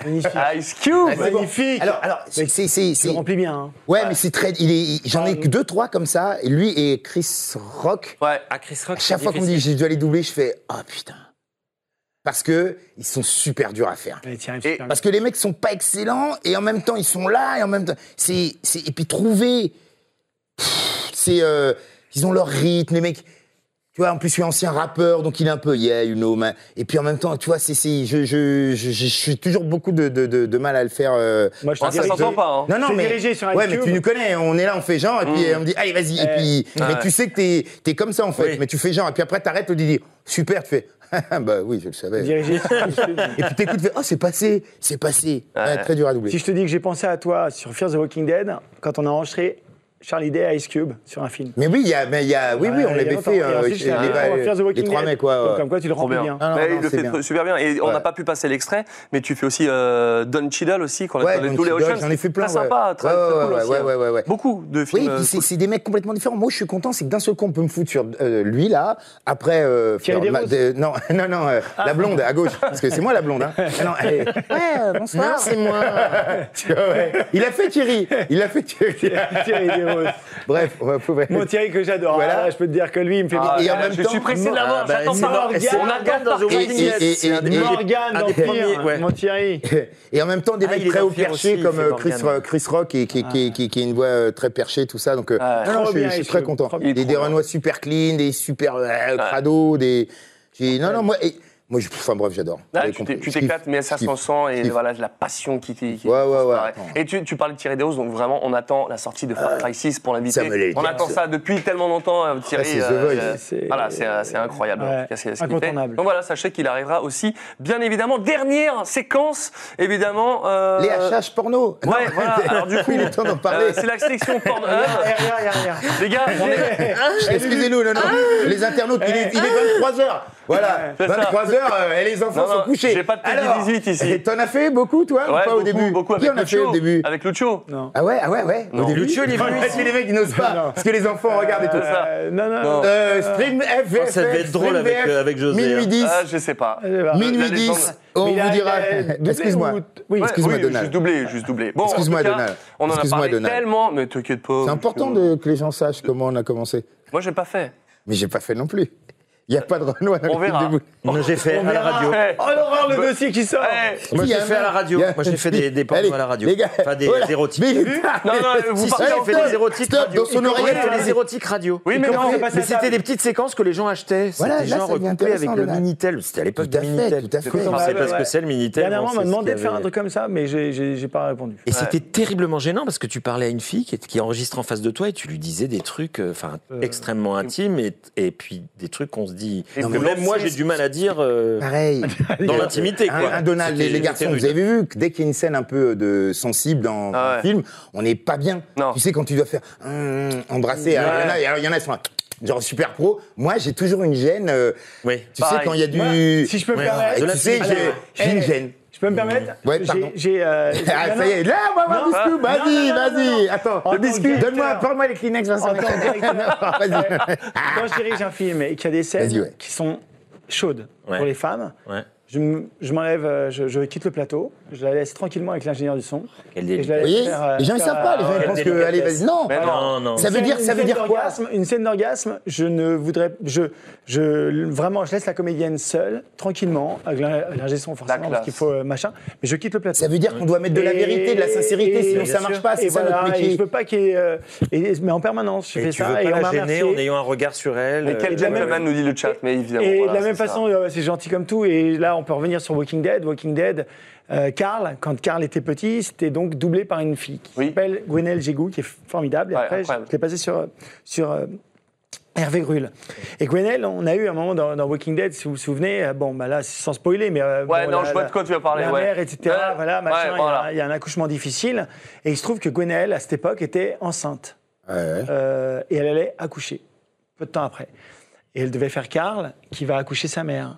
[SPEAKER 9] Magnifique.
[SPEAKER 7] Ah,
[SPEAKER 6] Ah, Ice Cube
[SPEAKER 9] Magnifique.
[SPEAKER 7] Alors, alors c'est. c'est- c'est-
[SPEAKER 9] Tu le remplis bien. hein.
[SPEAKER 7] Ouais, mais c'est très. il est- il- J'en ai que deux, trois comme ça. Et lui et Chris Rock.
[SPEAKER 8] Ouais, à Chris Rock.
[SPEAKER 7] À chaque
[SPEAKER 8] c'est
[SPEAKER 7] fois qu'on me dit
[SPEAKER 8] difficile.
[SPEAKER 7] j'ai dû aller doubler, je fais oh putain. Parce que ils sont super durs à faire. Et- parce que les mecs sont pas excellents et en même temps ils sont là et en même temps c'est c'est- et puis trouver pff, c'est euh, ils ont leur rythme les mecs tu vois en plus je suis ancien rappeur donc il est un peu yeah you know man et puis en même temps tu vois c'est c'est je je je je- je suis toujours beaucoup de de, de, de mal à le faire euh,
[SPEAKER 9] Moi, je te Ah, ça dirais- s'entend pas, hein.
[SPEAKER 7] non non
[SPEAKER 9] C'est
[SPEAKER 7] mais
[SPEAKER 9] dirigé sur
[SPEAKER 7] ouais mais
[SPEAKER 9] Cube.
[SPEAKER 7] tu nous connais on est là on fait genre et puis
[SPEAKER 9] Mm.
[SPEAKER 7] euh, on me dit allez vas-y
[SPEAKER 9] Eh.
[SPEAKER 7] et puis
[SPEAKER 9] Ah
[SPEAKER 7] mais
[SPEAKER 9] ouais.
[SPEAKER 7] tu sais que t'es es comme ça en fait mais tu fais genre et puis après t'arrêtes au Didi super tu fais <laughs> bah oui je le savais
[SPEAKER 9] Dirigé
[SPEAKER 7] <laughs>
[SPEAKER 9] sur
[SPEAKER 7] et puis t'écoutes tu fais oh c'est passé c'est passé Ouais, très dur à doubler
[SPEAKER 9] Si je te dis que j'ai pensé à toi sur Fear the Walking Dead, quand on a enregistré Charlie Day et Ice Cube sur un film.
[SPEAKER 7] Mais oui, il y a, mais il y a, oui, oui, on
[SPEAKER 9] les
[SPEAKER 7] l'avait fait, euh, chez les, les- les trois mecs, quoi. ouais.
[SPEAKER 9] Comme quoi, tu le
[SPEAKER 6] Trop
[SPEAKER 9] remplis bien.
[SPEAKER 7] Ah, non,
[SPEAKER 6] Ouais,
[SPEAKER 7] non,
[SPEAKER 6] il le
[SPEAKER 7] c'est
[SPEAKER 6] fait
[SPEAKER 7] bien.
[SPEAKER 6] tr- super bien. Et on
[SPEAKER 7] Ouais.
[SPEAKER 6] n'a pas pu passer l'extrait, mais tu fais aussi euh, Don Cheadle aussi, quand
[SPEAKER 7] Ouais,
[SPEAKER 6] on a
[SPEAKER 7] Don
[SPEAKER 6] tous les
[SPEAKER 7] Cheadle,
[SPEAKER 6] Oceans.
[SPEAKER 7] j'en ai fait plein,
[SPEAKER 6] Très
[SPEAKER 7] ouais.
[SPEAKER 6] sympa, très,
[SPEAKER 7] Ouais,
[SPEAKER 6] très
[SPEAKER 7] ouais,
[SPEAKER 6] cool
[SPEAKER 7] ouais,
[SPEAKER 6] aussi.
[SPEAKER 7] ouais,
[SPEAKER 6] hein.
[SPEAKER 7] ouais, ouais, ouais.
[SPEAKER 6] Beaucoup de films.
[SPEAKER 7] Oui,
[SPEAKER 6] euh,
[SPEAKER 7] puis c'est- c'est des mecs complètement différents. Moi, je suis content, c'est que d'un seul coup, on peut me foutre sur euh, lui là. Après, euh,
[SPEAKER 9] Thierry
[SPEAKER 7] Fleur-
[SPEAKER 9] Desroses.
[SPEAKER 7] de- non, <laughs> non, non, euh, la blonde à gauche, parce que c'est moi la blonde. Hein. Ah non, elle est- Ouais, euh, bonsoir. c'est moi. <laughs> Tu vois, ouais. Il a fait Thierry. Il a fait Thierry.
[SPEAKER 9] Thierry Desroses.
[SPEAKER 7] Bref, on va pouvoir.
[SPEAKER 9] Mon Thierry que j'adore. Ah, là, je peux te dire que lui, il me fait.
[SPEAKER 7] Ah,
[SPEAKER 9] et
[SPEAKER 7] et en même
[SPEAKER 9] je
[SPEAKER 7] temps-
[SPEAKER 9] suis pressé de l'avoir.
[SPEAKER 7] Ah, bah,
[SPEAKER 9] J'attends
[SPEAKER 7] c'est
[SPEAKER 9] pas
[SPEAKER 7] mor- c'est-
[SPEAKER 9] Morgane.
[SPEAKER 7] on attend dans une
[SPEAKER 9] Morgane.
[SPEAKER 7] et- et- et- et-
[SPEAKER 9] Morgane
[SPEAKER 7] un
[SPEAKER 9] dans
[SPEAKER 7] des premiers,
[SPEAKER 9] Pire.
[SPEAKER 7] ouais.
[SPEAKER 9] Mon Thierry.
[SPEAKER 7] Et en même temps, des
[SPEAKER 9] Ah, il
[SPEAKER 7] mecs
[SPEAKER 9] est
[SPEAKER 7] très
[SPEAKER 9] dans
[SPEAKER 7] haut
[SPEAKER 9] Fear
[SPEAKER 7] perchés
[SPEAKER 9] aussi, il
[SPEAKER 7] comme
[SPEAKER 9] fait
[SPEAKER 7] euh, Chris,
[SPEAKER 9] Morgane.
[SPEAKER 7] euh, Chris Rock, et, qui, qui, qui, qui a une voix euh, très perchée, tout ça. Donc, euh,
[SPEAKER 9] Ah,
[SPEAKER 7] non, non,
[SPEAKER 9] trop
[SPEAKER 7] je,
[SPEAKER 9] bien,
[SPEAKER 7] je suis
[SPEAKER 9] il
[SPEAKER 7] très
[SPEAKER 9] se-
[SPEAKER 7] content.
[SPEAKER 9] trop bien.
[SPEAKER 7] Et des Renois super clean, des super euh, crado, des. j'ai- Non, non, moi, et- moi, je- enfin bref, j'adore. Vous
[SPEAKER 6] Ah,
[SPEAKER 7] avez
[SPEAKER 6] tu
[SPEAKER 7] compris.
[SPEAKER 6] t'é- tu
[SPEAKER 7] Je kiffe,
[SPEAKER 6] t'éclates, mais ça
[SPEAKER 7] je kiffe.
[SPEAKER 6] s'en sent et
[SPEAKER 7] Steve.
[SPEAKER 6] voilà la passion qui, qui, qui
[SPEAKER 7] Ouais, ouais, ouais.
[SPEAKER 6] transparaît. Et tu, tu parlais de Thierry Desroses, donc vraiment, on attend la sortie de Far Cry 6 pour
[SPEAKER 7] ça me
[SPEAKER 6] l'inviter.
[SPEAKER 7] l'est
[SPEAKER 6] On
[SPEAKER 7] dit,
[SPEAKER 6] attend
[SPEAKER 7] ça.
[SPEAKER 6] ça depuis tellement longtemps, euh,
[SPEAKER 7] Ah,
[SPEAKER 6] Thierry.
[SPEAKER 7] c'est The Voice.
[SPEAKER 9] C'est-
[SPEAKER 6] voilà, c'est euh, c'est incroyable.
[SPEAKER 9] Ouais,
[SPEAKER 6] en tout cas, c'est ce qu'il fait.
[SPEAKER 9] incontournable.
[SPEAKER 6] Donc voilà, sachez qu'il arrivera aussi, bien évidemment. Dernière séquence, évidemment. euh,
[SPEAKER 7] Les HH porno.
[SPEAKER 6] Ouais,
[SPEAKER 7] Non.
[SPEAKER 6] voilà. Alors du coup,
[SPEAKER 7] <laughs> il est temps d'en parler.
[SPEAKER 6] euh, c'est la section Pornhub. Les gars, on est...
[SPEAKER 7] Excusez-nous, non, non.
[SPEAKER 6] Ah,
[SPEAKER 7] Les internautes, il est, 23h.
[SPEAKER 6] Eh,
[SPEAKER 7] Voilà,
[SPEAKER 6] C'est ça.
[SPEAKER 7] 23h, et les
[SPEAKER 6] Non,
[SPEAKER 7] enfants
[SPEAKER 6] non,
[SPEAKER 7] sont couchés.
[SPEAKER 6] j'ai pas de
[SPEAKER 7] Alors,
[SPEAKER 6] P18 ici.
[SPEAKER 7] et T'en as fait beaucoup, toi, ou
[SPEAKER 6] Ouais,
[SPEAKER 7] pas au
[SPEAKER 6] beaucoup,
[SPEAKER 7] début
[SPEAKER 6] beaucoup
[SPEAKER 7] Qui
[SPEAKER 6] avec
[SPEAKER 7] en a fait
[SPEAKER 6] Lucho.
[SPEAKER 7] au début
[SPEAKER 6] Avec Lucho.
[SPEAKER 7] Ah ouais, ah ouais, ouais.
[SPEAKER 6] Non.
[SPEAKER 7] Au début.
[SPEAKER 6] Lucio, il est
[SPEAKER 7] <laughs>
[SPEAKER 6] venu
[SPEAKER 7] Parce que les mecs, ils n'osent pas. Parce que les enfants regardent et tout.
[SPEAKER 6] ça.
[SPEAKER 9] Euh, Non, non.
[SPEAKER 7] Non. Euh, stream FVF.
[SPEAKER 31] Oh, ça devait être drôle
[SPEAKER 7] stream
[SPEAKER 31] avec,
[SPEAKER 7] VF,
[SPEAKER 31] euh, avec José,
[SPEAKER 7] Minuit
[SPEAKER 31] hein.
[SPEAKER 7] 10.
[SPEAKER 6] Ah, je sais pas.
[SPEAKER 9] Euh,
[SPEAKER 7] Minuit
[SPEAKER 6] La légende.
[SPEAKER 7] 10, on
[SPEAKER 9] Mais il a-
[SPEAKER 7] vous dira.
[SPEAKER 9] il a doublé
[SPEAKER 7] Excuse-moi.
[SPEAKER 9] ou-
[SPEAKER 7] Oui,
[SPEAKER 6] Ouais,
[SPEAKER 7] excuse-moi,
[SPEAKER 6] oui,
[SPEAKER 7] Donald.
[SPEAKER 6] Juste doublé, juste doublé. Bon, en
[SPEAKER 7] Excuse-moi,
[SPEAKER 6] tout cas,
[SPEAKER 7] Donald.
[SPEAKER 6] On en a
[SPEAKER 7] Excuse-moi,
[SPEAKER 6] parlé
[SPEAKER 7] Donald.
[SPEAKER 6] tellement, mais t'inquiète pas.
[SPEAKER 7] C'est important de- que les gens sachent comment on a commencé.
[SPEAKER 6] Moi, j'ai pas
[SPEAKER 7] <laughs>
[SPEAKER 6] fait.
[SPEAKER 7] Mais j'ai pas fait non plus. Il n'y a pas de Renoir dans
[SPEAKER 6] On
[SPEAKER 7] le film
[SPEAKER 6] verra.
[SPEAKER 7] de boule.
[SPEAKER 31] Moi, j'ai fait
[SPEAKER 7] On
[SPEAKER 31] à la
[SPEAKER 7] verra.
[SPEAKER 31] radio.
[SPEAKER 7] Eh.
[SPEAKER 9] Oh l'horreur, le dossier qui sort.
[SPEAKER 31] Moi,
[SPEAKER 7] Il y
[SPEAKER 31] j'ai
[SPEAKER 7] a
[SPEAKER 31] fait
[SPEAKER 7] un-
[SPEAKER 31] à la radio.
[SPEAKER 7] <laughs> il y a-
[SPEAKER 31] Moi, j'ai fait des, des pornos
[SPEAKER 7] Allez,
[SPEAKER 31] à la radio.
[SPEAKER 7] les gars,
[SPEAKER 31] enfin, des
[SPEAKER 7] voilà.
[SPEAKER 31] érotiques.
[SPEAKER 7] Ah, Mais-
[SPEAKER 6] Non, non, vous
[SPEAKER 31] Si,
[SPEAKER 6] partez
[SPEAKER 31] si,
[SPEAKER 6] en
[SPEAKER 31] j'ai fait
[SPEAKER 6] stop.
[SPEAKER 31] des érotiques
[SPEAKER 7] Stop,
[SPEAKER 31] radio.
[SPEAKER 7] dans son oreille,
[SPEAKER 31] Ouais, j'ai fait
[SPEAKER 7] voilà.
[SPEAKER 31] des érotiques radio.
[SPEAKER 6] Oui, mais
[SPEAKER 31] Et comment
[SPEAKER 6] non,
[SPEAKER 31] on fait
[SPEAKER 6] mais
[SPEAKER 31] passer Mais c'était des petites séquences que les gens achetaient.
[SPEAKER 7] Voilà,
[SPEAKER 31] C'était
[SPEAKER 7] là,
[SPEAKER 31] genre
[SPEAKER 7] ça devient
[SPEAKER 31] couplé avec
[SPEAKER 7] intéressant,
[SPEAKER 31] le
[SPEAKER 7] là.
[SPEAKER 31] Minitel. C'était à l'époque
[SPEAKER 7] Tout
[SPEAKER 31] du
[SPEAKER 7] à fait,
[SPEAKER 31] Minitel.
[SPEAKER 7] tout à fait.
[SPEAKER 31] Je ne sais pas ce
[SPEAKER 9] Ouais.
[SPEAKER 31] que c'est le Minitel.
[SPEAKER 9] Dernièrement, on m'a
[SPEAKER 31] sait ce
[SPEAKER 9] demandé de
[SPEAKER 31] qu'il y
[SPEAKER 9] faire un
[SPEAKER 31] avait.
[SPEAKER 9] truc comme ça, mais j'ai- j'ai j'ai pas répondu.
[SPEAKER 31] Et c'était terriblement gênant parce que tu parlais à une fille qui, qui enregistre en face de toi et tu lui disais des trucs euh, enfin, extrêmement intimes et, et puis des trucs qu'on se dit.
[SPEAKER 6] Et
[SPEAKER 31] que
[SPEAKER 6] te
[SPEAKER 31] même moi,
[SPEAKER 6] lancer-
[SPEAKER 31] j'ai du mal à dire. euh,
[SPEAKER 7] Pareil.
[SPEAKER 31] Dans l'intimité,
[SPEAKER 7] Un-
[SPEAKER 31] quoi.
[SPEAKER 7] Un, Donald, les,
[SPEAKER 31] C'était-
[SPEAKER 7] les garçons,
[SPEAKER 31] c'était
[SPEAKER 7] vous avez vu que dès qu'il y a une scène un peu de sensible dans
[SPEAKER 6] Ah ouais.
[SPEAKER 7] un film, on n'est pas bien. Tu sais, quand tu dois faire hum, embrasser, alors il y en a- alors il y en a, ils sont là, genre super pro. Moi, j'ai toujours une gêne. euh, Tu
[SPEAKER 9] Pareil.
[SPEAKER 7] sais, quand il y a
[SPEAKER 9] Moi,
[SPEAKER 7] du.
[SPEAKER 9] Bah, si je peux me
[SPEAKER 7] Ouais,
[SPEAKER 9] permettre,
[SPEAKER 7] Tu sais,
[SPEAKER 9] Alors,
[SPEAKER 7] j'ai- j'ai une
[SPEAKER 9] eh,
[SPEAKER 7] gêne.
[SPEAKER 9] Je peux me permettre
[SPEAKER 7] Ouais,
[SPEAKER 9] J'ai-
[SPEAKER 7] pardon.
[SPEAKER 9] J'ai. euh,
[SPEAKER 7] <laughs> Ah,
[SPEAKER 9] non,
[SPEAKER 7] ça y est, là, on va voir
[SPEAKER 9] non,
[SPEAKER 7] le
[SPEAKER 9] non, non,
[SPEAKER 7] biscuit,
[SPEAKER 9] non, non, non.
[SPEAKER 7] vas-y, vas-y, attends,
[SPEAKER 9] En tant que
[SPEAKER 7] donne-moi,
[SPEAKER 9] directeur.
[SPEAKER 7] parle-moi les Kleenex, Vincent.
[SPEAKER 9] En tant que directeur.
[SPEAKER 7] <laughs> Vas-y.
[SPEAKER 9] Quand je dirige un film et qu'il y a des
[SPEAKER 7] Vas-y,
[SPEAKER 9] scènes
[SPEAKER 7] ouais.
[SPEAKER 9] qui sont chaudes
[SPEAKER 31] Ouais.
[SPEAKER 9] pour les femmes,
[SPEAKER 31] Ouais.
[SPEAKER 9] je m- je m'enlève, euh, je, je quitte le plateau, je la laisse tranquillement avec l'ingénieur du son.
[SPEAKER 31] Quelle
[SPEAKER 9] et je la
[SPEAKER 7] Vous
[SPEAKER 9] laisse
[SPEAKER 7] voyez,
[SPEAKER 9] faire, euh,
[SPEAKER 7] les gens ils
[SPEAKER 9] faire,
[SPEAKER 7] savent pas, les gens
[SPEAKER 9] euh,
[SPEAKER 7] ils pensent que allez vas-y. Non,
[SPEAKER 31] Mais non, non.
[SPEAKER 7] ça veut
[SPEAKER 9] Une
[SPEAKER 7] dire,
[SPEAKER 9] scène-
[SPEAKER 7] ça
[SPEAKER 9] une
[SPEAKER 7] veut
[SPEAKER 9] scène
[SPEAKER 7] dire quoi
[SPEAKER 9] d'orgasme- Une scène d'orgasme, je ne voudrais, je, je, vraiment, je laisse la comédienne seule, tranquillement, avec l'in- l'ingé son forcément, parce
[SPEAKER 6] classe.
[SPEAKER 9] qu'il faut euh, machin, mais je quitte le plateau.
[SPEAKER 7] Ça veut dire qu'on doit mettre de la
[SPEAKER 9] Et-
[SPEAKER 7] vérité, de la sincérité,
[SPEAKER 9] et-
[SPEAKER 7] sinon
[SPEAKER 9] bien
[SPEAKER 7] ça
[SPEAKER 9] sûr.
[SPEAKER 7] marche pas,
[SPEAKER 9] Et
[SPEAKER 7] c'est ça
[SPEAKER 9] voilà,
[SPEAKER 7] notre
[SPEAKER 9] et je
[SPEAKER 7] métier.
[SPEAKER 9] peux pas qu'il y ait, euh, et- mais en permanence, je
[SPEAKER 31] Et
[SPEAKER 9] fais
[SPEAKER 31] tu
[SPEAKER 9] ça
[SPEAKER 31] veux pas
[SPEAKER 9] et on
[SPEAKER 31] la
[SPEAKER 9] m'a
[SPEAKER 31] gêner en
[SPEAKER 9] remercié.
[SPEAKER 31] ayant un regard sur elle.
[SPEAKER 6] Mais
[SPEAKER 31] euh,
[SPEAKER 6] quel
[SPEAKER 31] de la même-
[SPEAKER 6] gentleman nous dit le chat, mais évidemment.
[SPEAKER 9] Et
[SPEAKER 6] voilà,
[SPEAKER 9] de la même
[SPEAKER 6] c'est ça.
[SPEAKER 9] façon, euh, c'est gentil comme tout. Et là, on peut revenir sur Walking Dead. Walking Dead, euh, Carl, quand Carl était petit, c'était donc doublé par une fille qui s'appelle Gwenelle Jégou, qui est formidable. Et après, je-
[SPEAKER 6] incroyable.
[SPEAKER 9] je l'ai passé sur, sur euh, Hervé Grull. Et Gwenelle, on a eu un moment dans, dans Walking Dead, si vous vous souvenez, euh, bon, bah là, sans spoiler, mais. euh,
[SPEAKER 6] Ouais,
[SPEAKER 9] bon,
[SPEAKER 6] non,
[SPEAKER 9] la-
[SPEAKER 6] je vois
[SPEAKER 9] la-
[SPEAKER 6] de quoi tu vas parler,
[SPEAKER 9] La
[SPEAKER 6] ouais.
[SPEAKER 9] mère, etc.
[SPEAKER 6] Ouais,
[SPEAKER 9] voilà, machin,
[SPEAKER 6] ouais,
[SPEAKER 9] il y a-
[SPEAKER 6] voilà.
[SPEAKER 9] il y, a un accouchement difficile. Et il se trouve que Gwenelle, à cette époque, était enceinte. Euh, et elle allait accoucher, peu de temps après. Et elle devait faire Karl, qui va accoucher sa mère.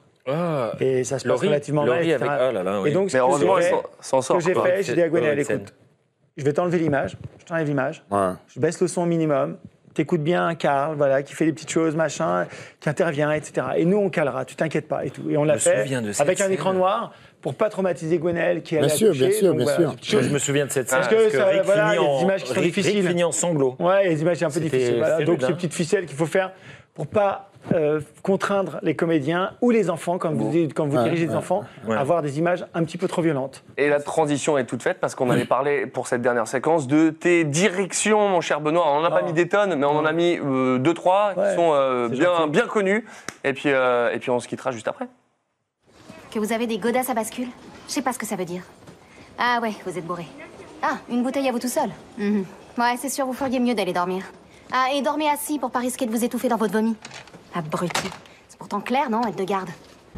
[SPEAKER 9] et ça se passe
[SPEAKER 31] Laurie,
[SPEAKER 9] relativement
[SPEAKER 31] Laurie
[SPEAKER 9] mal. etc.
[SPEAKER 31] avec- ah là là, oui.
[SPEAKER 9] Et donc, ce
[SPEAKER 31] Mais
[SPEAKER 9] que
[SPEAKER 31] heureusement,
[SPEAKER 9] j'ai
[SPEAKER 31] elle
[SPEAKER 9] fait-
[SPEAKER 31] s'en- s'en
[SPEAKER 9] Ce que
[SPEAKER 31] sort,
[SPEAKER 9] j'ai
[SPEAKER 31] quoi.
[SPEAKER 6] hein.
[SPEAKER 9] fait, j'ai dit à
[SPEAKER 31] C'est-
[SPEAKER 9] Gwenelle,
[SPEAKER 31] ouais, une
[SPEAKER 9] écoute, je vais t'enlever l'image, je t'enlève l'image,
[SPEAKER 7] Ouais.
[SPEAKER 9] je baisse le son au minimum, t'écoutes bien Karl, voilà, qui fait des petites choses, machin, qui intervient, etc. Et nous, on calera, tu t'inquiètes pas, et tout. Et on l'a
[SPEAKER 31] me
[SPEAKER 9] fait
[SPEAKER 31] souviens de cette
[SPEAKER 9] avec un
[SPEAKER 31] scène.
[SPEAKER 9] écran noir pour pas traumatiser Gwenelle qui
[SPEAKER 31] Bien
[SPEAKER 9] allait
[SPEAKER 31] sûr,
[SPEAKER 9] accoucher.
[SPEAKER 31] bien sûr,
[SPEAKER 9] Donc
[SPEAKER 31] bien
[SPEAKER 9] voilà,
[SPEAKER 31] sûr.
[SPEAKER 9] des petites choses.
[SPEAKER 31] Je me souviens de cette scène,
[SPEAKER 9] Parce que,
[SPEAKER 31] parce que
[SPEAKER 9] Euh, ça,
[SPEAKER 31] Rick
[SPEAKER 9] voilà,
[SPEAKER 31] finit
[SPEAKER 9] il y a
[SPEAKER 31] en-
[SPEAKER 9] des images qui sont
[SPEAKER 31] Rick- Rick
[SPEAKER 9] difficiles.
[SPEAKER 31] finit en sanglots.
[SPEAKER 9] Ouais, les images sont un peu
[SPEAKER 31] C'était-
[SPEAKER 9] difficiles. voilà.
[SPEAKER 31] c'était
[SPEAKER 9] Donc,
[SPEAKER 31] rude,
[SPEAKER 9] ces
[SPEAKER 31] hein.
[SPEAKER 9] petites ficelles qu'il faut faire pour pas euh, contraindre les comédiens ou les enfants, quand vous, dites- quand vous
[SPEAKER 6] Ouais,
[SPEAKER 9] dirigez des
[SPEAKER 6] ouais,
[SPEAKER 9] enfants,
[SPEAKER 6] ouais.
[SPEAKER 9] à avoir des images un petit peu trop violentes.
[SPEAKER 6] Et la transition est toute faite parce qu'on avait parlé pour cette dernière séquence de tes directions, mon cher Benoît. On n'en a
[SPEAKER 9] Ah.
[SPEAKER 6] pas mis des tonnes, mais on en a mis euh, deux, trois qui sont euh, bien, bien connus. Et puis, euh, et puis on se quittera juste après.
[SPEAKER 16] Que vous avez des godasses à bascule Je sais pas ce que ça veut dire. Ah ouais, vous êtes bourré. Ah, une bouteille à vous tout seul. Mhm. Ouais, c'est sûr, vous feriez mieux d'aller dormir. Ah, et dormez assis pour pas risquer de vous étouffer dans votre vomi. Abruti. C'est pourtant clair, non, elle de garde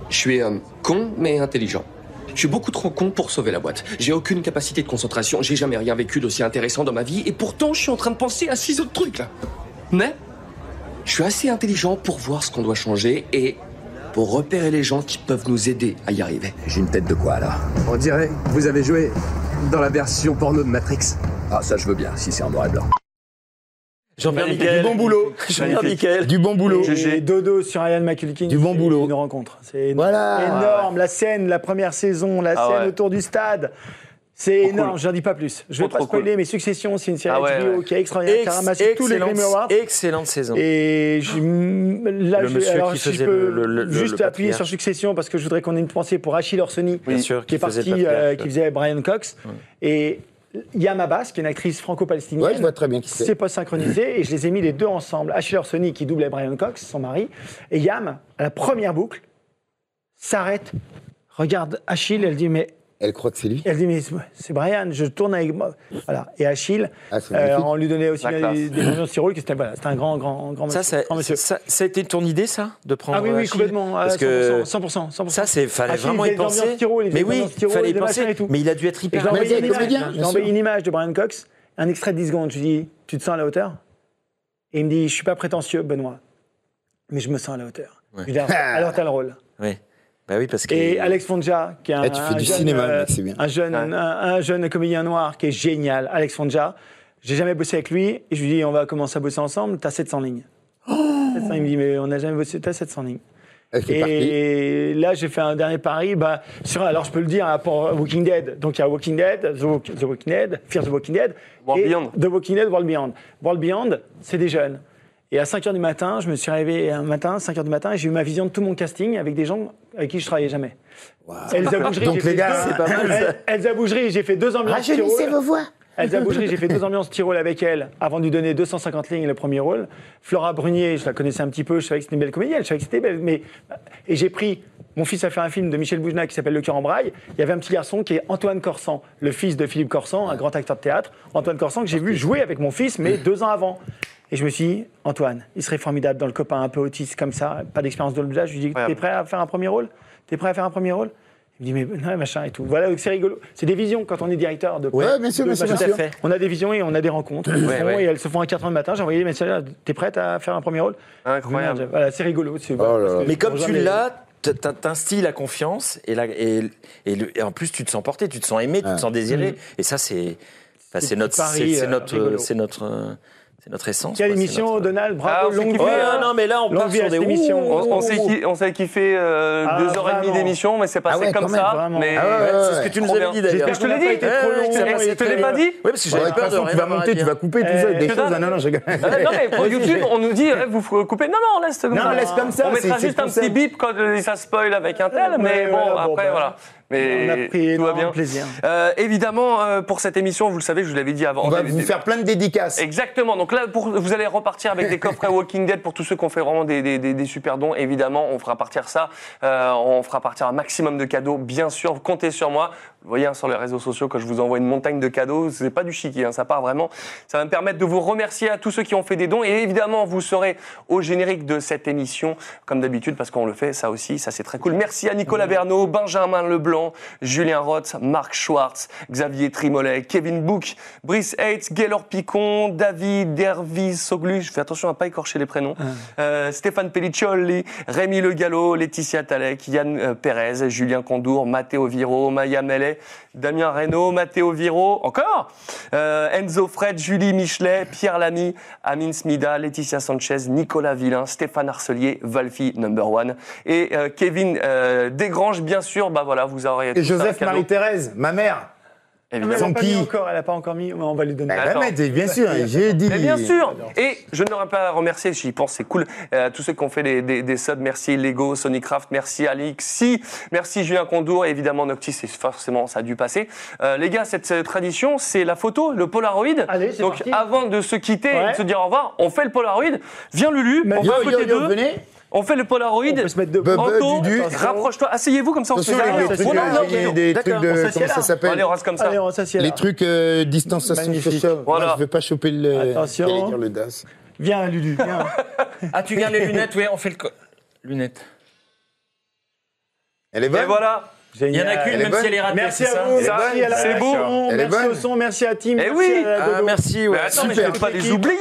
[SPEAKER 21] Je suis euh, con, mais intelligent. Je suis beaucoup trop con pour sauver la boîte. J'ai aucune capacité de concentration, j'ai jamais rien vécu d'aussi intéressant dans ma vie, et pourtant je suis en train de penser à six autres trucs là. Mais je suis assez intelligent pour voir ce qu'on doit changer et pour repérer les gens qui peuvent nous aider à y arriver. J'ai une tête de quoi là
[SPEAKER 11] On dirait que vous avez joué dans la version porno de Matrix. Ah, ça, je veux bien, si c'est en noir et blanc.
[SPEAKER 9] Jean-Pierre
[SPEAKER 11] Michael. Du bon boulot.
[SPEAKER 7] Jean-Pierre Michael. Du bon boulot.
[SPEAKER 9] Et Dodo sur Ryan McCulkin. Du bon boulot. Une rencontre. C'est énorme. énorme. La scène, la première saison, la
[SPEAKER 6] Ah
[SPEAKER 9] scène
[SPEAKER 6] ouais.
[SPEAKER 9] autour du stade. C'est
[SPEAKER 6] Trop
[SPEAKER 9] énorme,
[SPEAKER 6] cool.
[SPEAKER 9] je n'en dis pas plus. Je vais
[SPEAKER 6] Trop,
[SPEAKER 9] pas
[SPEAKER 6] trop cool.
[SPEAKER 9] spoiler, mais Succession, c'est une série
[SPEAKER 6] Ah ouais,
[SPEAKER 9] HBO
[SPEAKER 6] ouais.
[SPEAKER 9] qui est extraordinaire, qui a
[SPEAKER 6] Ex-
[SPEAKER 9] ramassé tous les
[SPEAKER 6] excellente-
[SPEAKER 9] Grammy Awards.
[SPEAKER 31] Excellente saison.
[SPEAKER 9] Et je- là,
[SPEAKER 31] Le
[SPEAKER 9] je-
[SPEAKER 31] monsieur
[SPEAKER 9] alors,
[SPEAKER 31] qui
[SPEAKER 9] si je
[SPEAKER 31] faisait
[SPEAKER 9] peux
[SPEAKER 31] le- le- le-
[SPEAKER 9] juste
[SPEAKER 31] le
[SPEAKER 9] appuyer
[SPEAKER 31] patriarche.
[SPEAKER 9] sur Succession parce que je voudrais qu'on ait une pensée pour Achille Orsoni,
[SPEAKER 31] Bien sûr,
[SPEAKER 9] qui
[SPEAKER 31] qui
[SPEAKER 9] est
[SPEAKER 31] faisait le
[SPEAKER 9] parti,
[SPEAKER 31] patriarche.
[SPEAKER 9] euh, qui faisait Brian Cox. Et Yama Bass, qui est une actrice franco-palestinienne,
[SPEAKER 7] Ouais, je vois très bien qui c'est.
[SPEAKER 9] s'est pas synchronisée et je les ai mis les deux ensemble. Achille Orsoni qui doublait Brian Cox, son mari, et Yam, à la première boucle, s'arrête, regarde Achille, elle dit mais.
[SPEAKER 7] Elle croit que c'est lui.
[SPEAKER 9] Elle dit mais c'est- c'est Brian, je tourne avec moi. Voilà. Et Achille,
[SPEAKER 7] Ah, c'est
[SPEAKER 6] Euh,
[SPEAKER 7] magnifique.
[SPEAKER 9] Euh, on lui donnait aussi
[SPEAKER 31] La
[SPEAKER 9] bien
[SPEAKER 31] classe.
[SPEAKER 9] des, des mentions de Cyril, que c'était voilà, c'était un grand, grand, grand
[SPEAKER 31] Ça,
[SPEAKER 9] monsieur.
[SPEAKER 31] ça, ça, ça a été ton idée, ça De prendre
[SPEAKER 9] Ah oui, oui,
[SPEAKER 31] Achille
[SPEAKER 9] complètement, à
[SPEAKER 31] Parce que
[SPEAKER 9] 100%, 100%.
[SPEAKER 31] Ça, c'est fallait
[SPEAKER 9] Achille,
[SPEAKER 31] vraiment
[SPEAKER 9] il
[SPEAKER 31] y
[SPEAKER 9] faisait des
[SPEAKER 31] penser.
[SPEAKER 9] ambiances Tiro, il faisait
[SPEAKER 31] mais
[SPEAKER 9] des
[SPEAKER 31] oui,
[SPEAKER 9] ambiances Tiro,
[SPEAKER 31] fallait y
[SPEAKER 9] des machins
[SPEAKER 31] penser.
[SPEAKER 9] et tout.
[SPEAKER 31] Mais il a dû être
[SPEAKER 9] Et
[SPEAKER 31] hyper.
[SPEAKER 9] J'ai envoyé, une
[SPEAKER 31] impliqué.
[SPEAKER 9] image, j'ai envoyé une image de Brian Cox, un extrait de 10 secondes. Je lui dis Tu te sens à la hauteur Et il me dit Je suis pas prétentieux, Benoît, mais je me sens à la hauteur.
[SPEAKER 31] Ouais.
[SPEAKER 9] Je lui
[SPEAKER 31] <laughs>
[SPEAKER 9] dis Alors t'as le rôle.
[SPEAKER 31] Oui. Bah oui, parce que.
[SPEAKER 9] Et Alex Fonja, qui est un,
[SPEAKER 31] Ah, tu fais
[SPEAKER 9] un
[SPEAKER 31] du
[SPEAKER 9] jeune,
[SPEAKER 31] cinéma,
[SPEAKER 9] euh,
[SPEAKER 31] mec, c'est bien.
[SPEAKER 9] un jeune, un, un jeune comédien noir qui est génial, Alex Fonja. J'ai jamais bossé avec lui et je lui dis on va commencer à bosser ensemble. T'as 700 lignes. 700, il me dit mais on n'a jamais bossé. T'as 700 lignes.
[SPEAKER 7] c'est
[SPEAKER 9] Et là, j'ai fait un dernier pari. Bah, sur, alors, je peux le dire hein, pour Walking Dead. Donc, il y a Walking Dead, The, Walk- The Walking Dead, Fear the Walking Dead. et The Walking Dead, World Beyond. World Beyond, c'est des jeunes. Et à 5 h du matin, je me suis réveillé euh, un matin, 5 h du matin, et j'ai eu ma vision de tout mon casting avec des gens avec qui je travaillais jamais. Elsa Bougerie,
[SPEAKER 7] Donc,
[SPEAKER 9] j'ai
[SPEAKER 7] les
[SPEAKER 9] fait
[SPEAKER 7] gars,
[SPEAKER 9] deux-
[SPEAKER 7] c'est pas mal, ça. Ah,
[SPEAKER 9] El- Elsa Bougerie, j'ai fait deux ambiances.
[SPEAKER 14] Rajeunissez
[SPEAKER 9] Tyrol.
[SPEAKER 14] vos voix.
[SPEAKER 9] Elsa Bougerie, j'ai fait deux ambiances Tyrol avec elle avant de lui donner 250 lignes le premier rôle. Flora Brunier, je la connaissais un petit peu, je savais que c'était une belle comédienne, je savais que c'était belle. Mais... Et j'ai pris. Mon fils a fait un film de Michel Boujna qui s'appelle Le cœur en braille. Il y avait un petit garçon qui est Antoine Corsan, le fils de Philippe Corsan, un grand acteur de théâtre. Antoine Corsan que j'ai vu jouer avec mon fils, mais deux ans avant. Et je me suis dit, Antoine, il serait formidable dans le copain un peu autiste comme ça, pas d'expérience de l'âge. Je lui dis, t'es prêt à faire un premier rôle T'es prêt à faire un premier rôle il me dit, mais non, machin et tout. Voilà, donc c'est rigolo. C'est des visions quand on est directeur de.
[SPEAKER 7] Ouais, bien sûr,
[SPEAKER 9] de
[SPEAKER 7] bien sûr,
[SPEAKER 9] machin.
[SPEAKER 7] bien sûr. Tout à fait.
[SPEAKER 9] On a des visions et on a des rencontres.
[SPEAKER 7] Ouais,
[SPEAKER 9] Elles se font
[SPEAKER 7] ouais.
[SPEAKER 9] Et elles se font à 4 h du matin. J'ai envoyé des messages. T'es prête à faire un premier rôle Incroyable. Voilà, c'est rigolo. c'est- parce que-
[SPEAKER 31] Mais comme
[SPEAKER 9] Bonjour,
[SPEAKER 31] tu
[SPEAKER 9] mais-
[SPEAKER 31] l'as, t- t'in- t'instilles la confiance et, la, et, et le- et en plus tu te sens porté, tu te sens aimé,
[SPEAKER 7] Ah.
[SPEAKER 31] tu te sens désiré.
[SPEAKER 9] Mhm.
[SPEAKER 31] Et ça, c'est enfin,
[SPEAKER 9] C'est
[SPEAKER 31] c'est
[SPEAKER 9] le
[SPEAKER 31] notre,
[SPEAKER 9] pari,
[SPEAKER 31] c'est- c'est
[SPEAKER 9] euh,
[SPEAKER 31] notre,
[SPEAKER 9] rigolo.
[SPEAKER 31] euh, c'est notre, euh, c'est notre essence.
[SPEAKER 9] Quelle
[SPEAKER 31] quoi, c'est
[SPEAKER 9] émission, Donald
[SPEAKER 31] Ah, on
[SPEAKER 9] Bravo,
[SPEAKER 31] s'est
[SPEAKER 9] longue vie.
[SPEAKER 31] kiffé, hein. Non, mais là, on
[SPEAKER 9] Longue
[SPEAKER 31] part
[SPEAKER 9] vie
[SPEAKER 31] sur
[SPEAKER 9] à
[SPEAKER 31] des
[SPEAKER 9] cette émission.
[SPEAKER 6] On, on s'est qui- on s'est kiffé euh,
[SPEAKER 9] Oh. Ah,
[SPEAKER 6] deux heures et demie
[SPEAKER 9] vraiment.
[SPEAKER 6] d'émission, mais c'est passé
[SPEAKER 9] Ah ouais,
[SPEAKER 6] comme
[SPEAKER 9] quand même,
[SPEAKER 6] ça.
[SPEAKER 9] vraiment.
[SPEAKER 6] mais
[SPEAKER 31] Ah ouais, ouais, ouais. C'est ce que tu nous
[SPEAKER 6] Trop
[SPEAKER 31] avais
[SPEAKER 6] bien.
[SPEAKER 31] dit, d'ailleurs.
[SPEAKER 6] J'espère que je te l'ai dit.
[SPEAKER 31] Ouais, ouais, ouais,
[SPEAKER 6] Eh,
[SPEAKER 31] ouais,
[SPEAKER 6] Je te
[SPEAKER 31] ouais,
[SPEAKER 6] l'ai
[SPEAKER 31] ouais.
[SPEAKER 6] pas dit.
[SPEAKER 31] Ouais, parce que j'avais
[SPEAKER 7] Ouais, de
[SPEAKER 31] peur
[SPEAKER 7] toute façon,
[SPEAKER 31] de
[SPEAKER 7] tu vas
[SPEAKER 31] rien
[SPEAKER 7] monter,
[SPEAKER 31] dire.
[SPEAKER 7] tu vas couper tout seul, des
[SPEAKER 31] Que
[SPEAKER 7] choses.
[SPEAKER 31] dalle.
[SPEAKER 7] Ah non, non, je rigole.
[SPEAKER 6] Ah, Euh, non, mais pour YouTube, on nous dit, eh, vous f- coupez. Non, non, laisse comme
[SPEAKER 7] Non,
[SPEAKER 6] ça.
[SPEAKER 7] laisse comme ça,
[SPEAKER 6] On mettra
[SPEAKER 7] c'est- c'est
[SPEAKER 6] juste un
[SPEAKER 7] le concept.
[SPEAKER 6] petit bip quand euh, ça spoil avec un tel,
[SPEAKER 9] Ouais,
[SPEAKER 6] mais bon,
[SPEAKER 9] voilà, bon,
[SPEAKER 6] après,
[SPEAKER 9] bah,
[SPEAKER 6] voilà. Mais
[SPEAKER 9] on a pris
[SPEAKER 6] tout va
[SPEAKER 9] énormément
[SPEAKER 6] bien.
[SPEAKER 9] de plaisir.
[SPEAKER 6] Euh, évidemment, euh, pour cette émission, vous le savez, je vous l'avais dit avant.
[SPEAKER 7] On va
[SPEAKER 6] Des-
[SPEAKER 7] vous
[SPEAKER 6] des-
[SPEAKER 7] faire plein de dédicaces.
[SPEAKER 6] Exactement. Donc là, pour- vous allez repartir avec des coffrets Walking Dead pour tous ceux qui ont fait vraiment des, des- des- des super dons. Évidemment, on fera partir ça. Euh, on fera partir un maximum de cadeaux, bien sûr. Comptez sur moi. Vous voyez, hein, sur les réseaux sociaux, quand je vous envoie une montagne de cadeaux, c'est pas du chiqui, hein, ça part vraiment. Ça va me permettre de vous remercier à tous ceux qui ont fait des dons. Et évidemment, vous serez au générique de cette émission, comme d'habitude, parce qu'on le fait, ça aussi, ça c'est très cool. Merci à Nicolas Bernot, Benjamin Leblanc, Julien Roth, Marc Schwartz, Xavier Trimolet, Kevin Book, Brice Hates, Gaylor Picon, David Dervis Soglu, je fais attention à pas écorcher les prénoms, euh, Stéphane Pelliccioli, Rémi Le Gallo, Laetitia Talek, Yann euh, Pérez, Julien Condour, Matteo Viro, Maya Mellet, Damien Reynaud, Matteo Viro, encore euh, Enzo Fred, Julie Michelet, Pierre Lamy, Amine Smida, Laetitia Sanchez, Nicolas Villain, Stéphane Arcelier, Valfi Number One et euh, Kevin euh, Desgranges, bien sûr. Bah voilà, vous aurez tout
[SPEAKER 7] Et
[SPEAKER 6] ça,
[SPEAKER 7] Joseph
[SPEAKER 6] cadeau.
[SPEAKER 7] Marie-Thérèse, ma mère.
[SPEAKER 6] Évidemment.
[SPEAKER 9] Elle
[SPEAKER 7] Sans
[SPEAKER 9] n'a pas
[SPEAKER 7] qui
[SPEAKER 9] mis encore, elle n'a pas encore mis, mais on va lui donner.
[SPEAKER 7] Elle va mettre, bien sûr, j'ai dit.
[SPEAKER 6] Bah, Mais bien sûr Et je n'aurais pas à remercier, j'y pense, c'est cool, euh, tous ceux qui ont fait des, des, des subs, merci Lego, Sonicraft, merci Alexis, merci Julien Condour, et évidemment Noctis, et forcément ça a dû passer. Euh, les gars, cette, cette tradition, c'est la photo, le Polaroid.
[SPEAKER 7] Ah,
[SPEAKER 6] Donc avant de se quitter et de se dire au revoir, on fait le Polaroid. Viens Lulu, on
[SPEAKER 7] yo,
[SPEAKER 6] va
[SPEAKER 7] yo,
[SPEAKER 6] tous les
[SPEAKER 7] yo,
[SPEAKER 6] deux.
[SPEAKER 7] venez.
[SPEAKER 6] On fait le Polaroid. On
[SPEAKER 9] se mettre deux.
[SPEAKER 6] Anto,
[SPEAKER 7] Bebe, Dudu.
[SPEAKER 6] rapproche-toi, asseyez-vous comme ça on se
[SPEAKER 7] Attention,
[SPEAKER 6] fait
[SPEAKER 7] les, trucs,
[SPEAKER 6] Voilà,
[SPEAKER 7] euh,
[SPEAKER 6] ok.
[SPEAKER 7] des trucs
[SPEAKER 6] D'accord, on
[SPEAKER 7] de.
[SPEAKER 6] s'assied
[SPEAKER 7] Comment
[SPEAKER 6] là.
[SPEAKER 7] ça s'appelle
[SPEAKER 6] Allez, on reste comme ça.
[SPEAKER 9] Allez, on s'assied là.
[SPEAKER 7] Les trucs euh, distanciation
[SPEAKER 9] Magnifique.
[SPEAKER 7] sociale.
[SPEAKER 9] Voilà.
[SPEAKER 7] Moi, je vais pas choper le.
[SPEAKER 9] Attention.
[SPEAKER 7] j'allais dire le DAS.
[SPEAKER 9] Viens, Lulu, viens.
[SPEAKER 8] Ah, tu gardes les lunettes, oui, on fait le. co- Lunettes.
[SPEAKER 7] Elle est bonne.
[SPEAKER 6] Et voilà.
[SPEAKER 8] Il y en a qu'une, même si elle est ratée.
[SPEAKER 9] Merci
[SPEAKER 8] c'est
[SPEAKER 9] à
[SPEAKER 8] ça
[SPEAKER 9] vous,
[SPEAKER 8] Elle est
[SPEAKER 9] merci
[SPEAKER 8] bonne,
[SPEAKER 9] à la
[SPEAKER 8] c'est beau.
[SPEAKER 9] rédaction,
[SPEAKER 8] Elle est
[SPEAKER 9] merci au
[SPEAKER 8] bonne.
[SPEAKER 9] son, merci à Tim.
[SPEAKER 6] Eh
[SPEAKER 9] merci
[SPEAKER 6] oui.
[SPEAKER 9] à Dodo.
[SPEAKER 8] Ah, merci,
[SPEAKER 6] Mais
[SPEAKER 8] ouais.
[SPEAKER 6] attends, mais je ne peux pas les oublier.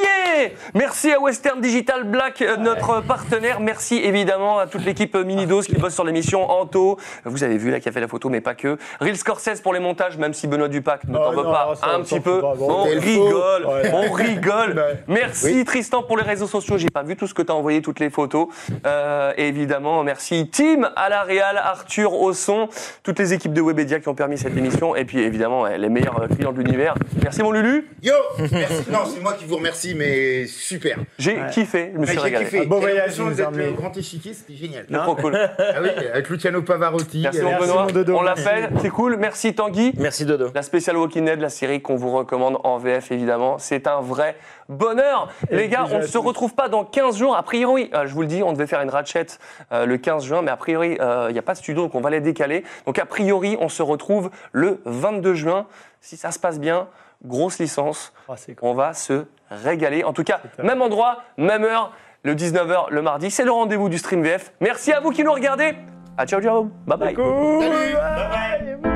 [SPEAKER 6] Merci à Western Digital Black, euh, notre partenaire. Merci évidemment à toute l'équipe euh, Minidos qui bosse sur l'émission. Anto, vous avez vu là qui a fait la photo, mais pas que. Real Scorsese pour les montages, même si Benoît Dupac ne
[SPEAKER 9] Ah,
[SPEAKER 6] t'en veut
[SPEAKER 9] non,
[SPEAKER 6] pas
[SPEAKER 9] ça, on
[SPEAKER 6] un
[SPEAKER 9] s'en
[SPEAKER 6] petit
[SPEAKER 9] fout
[SPEAKER 6] peu.
[SPEAKER 9] pas, bon.
[SPEAKER 6] on
[SPEAKER 9] C'était le
[SPEAKER 6] rigole,
[SPEAKER 9] faux. Ouais.
[SPEAKER 6] on rigole.
[SPEAKER 9] Ouais.
[SPEAKER 6] Merci Tristan pour les réseaux sociaux. J'ai pas vu tout ce que t'as envoyé, toutes les photos. Euh, et évidemment, merci Tim à la Real, Arthur au son, toutes les équipes de Webedia qui ont permis cette émission. Et puis évidemment, ouais, les meilleurs euh, clients de l'univers. Merci mon Lulu.
[SPEAKER 7] Yo Merci. Non, c'est moi qui vous remercie, mais super.
[SPEAKER 6] J'ai kiffé, je me suis
[SPEAKER 7] Ouais,
[SPEAKER 6] régalé.
[SPEAKER 7] J'ai kiffé.
[SPEAKER 9] Un bon
[SPEAKER 7] J'ai
[SPEAKER 9] voyage,
[SPEAKER 7] l'impression
[SPEAKER 9] mes
[SPEAKER 7] d'être
[SPEAKER 9] amis.
[SPEAKER 7] le grand échiquier, c'était génial.
[SPEAKER 6] C'est
[SPEAKER 7] <laughs>
[SPEAKER 6] trop cool.
[SPEAKER 7] Ah oui, avec Luciano Pavarotti.
[SPEAKER 6] Merci,
[SPEAKER 7] euh,
[SPEAKER 6] mon Benoît.
[SPEAKER 9] Dodo.
[SPEAKER 6] on l'appelle, c'est cool. Merci Tanguy.
[SPEAKER 8] Merci Dodo.
[SPEAKER 6] La spéciale Walking Dead, la série qu'on vous recommande en VF évidemment. C'est un vrai bonheur.
[SPEAKER 9] Et
[SPEAKER 6] Les gars,
[SPEAKER 9] déjà,
[SPEAKER 6] on ne se
[SPEAKER 9] c'est-
[SPEAKER 6] retrouve pas dans 15 jours. A priori, euh, je vous le dis, on devait faire une ratchet euh, le 15 juin, mais a priori, euh, il n'y a pas de studio, donc on va les décaler. Donc a priori, on se retrouve le 22 juin. Si ça se passe bien, grosse licence.
[SPEAKER 9] Ah, c'est cool.
[SPEAKER 6] On va se régaler. En tout cas, même endroit, même heure, le 19h le mardi. C'est le rendez-vous du Stream VF. Merci à vous qui nous regardez. À ciao ciao. Bye bye.
[SPEAKER 9] Cool. Bye bye.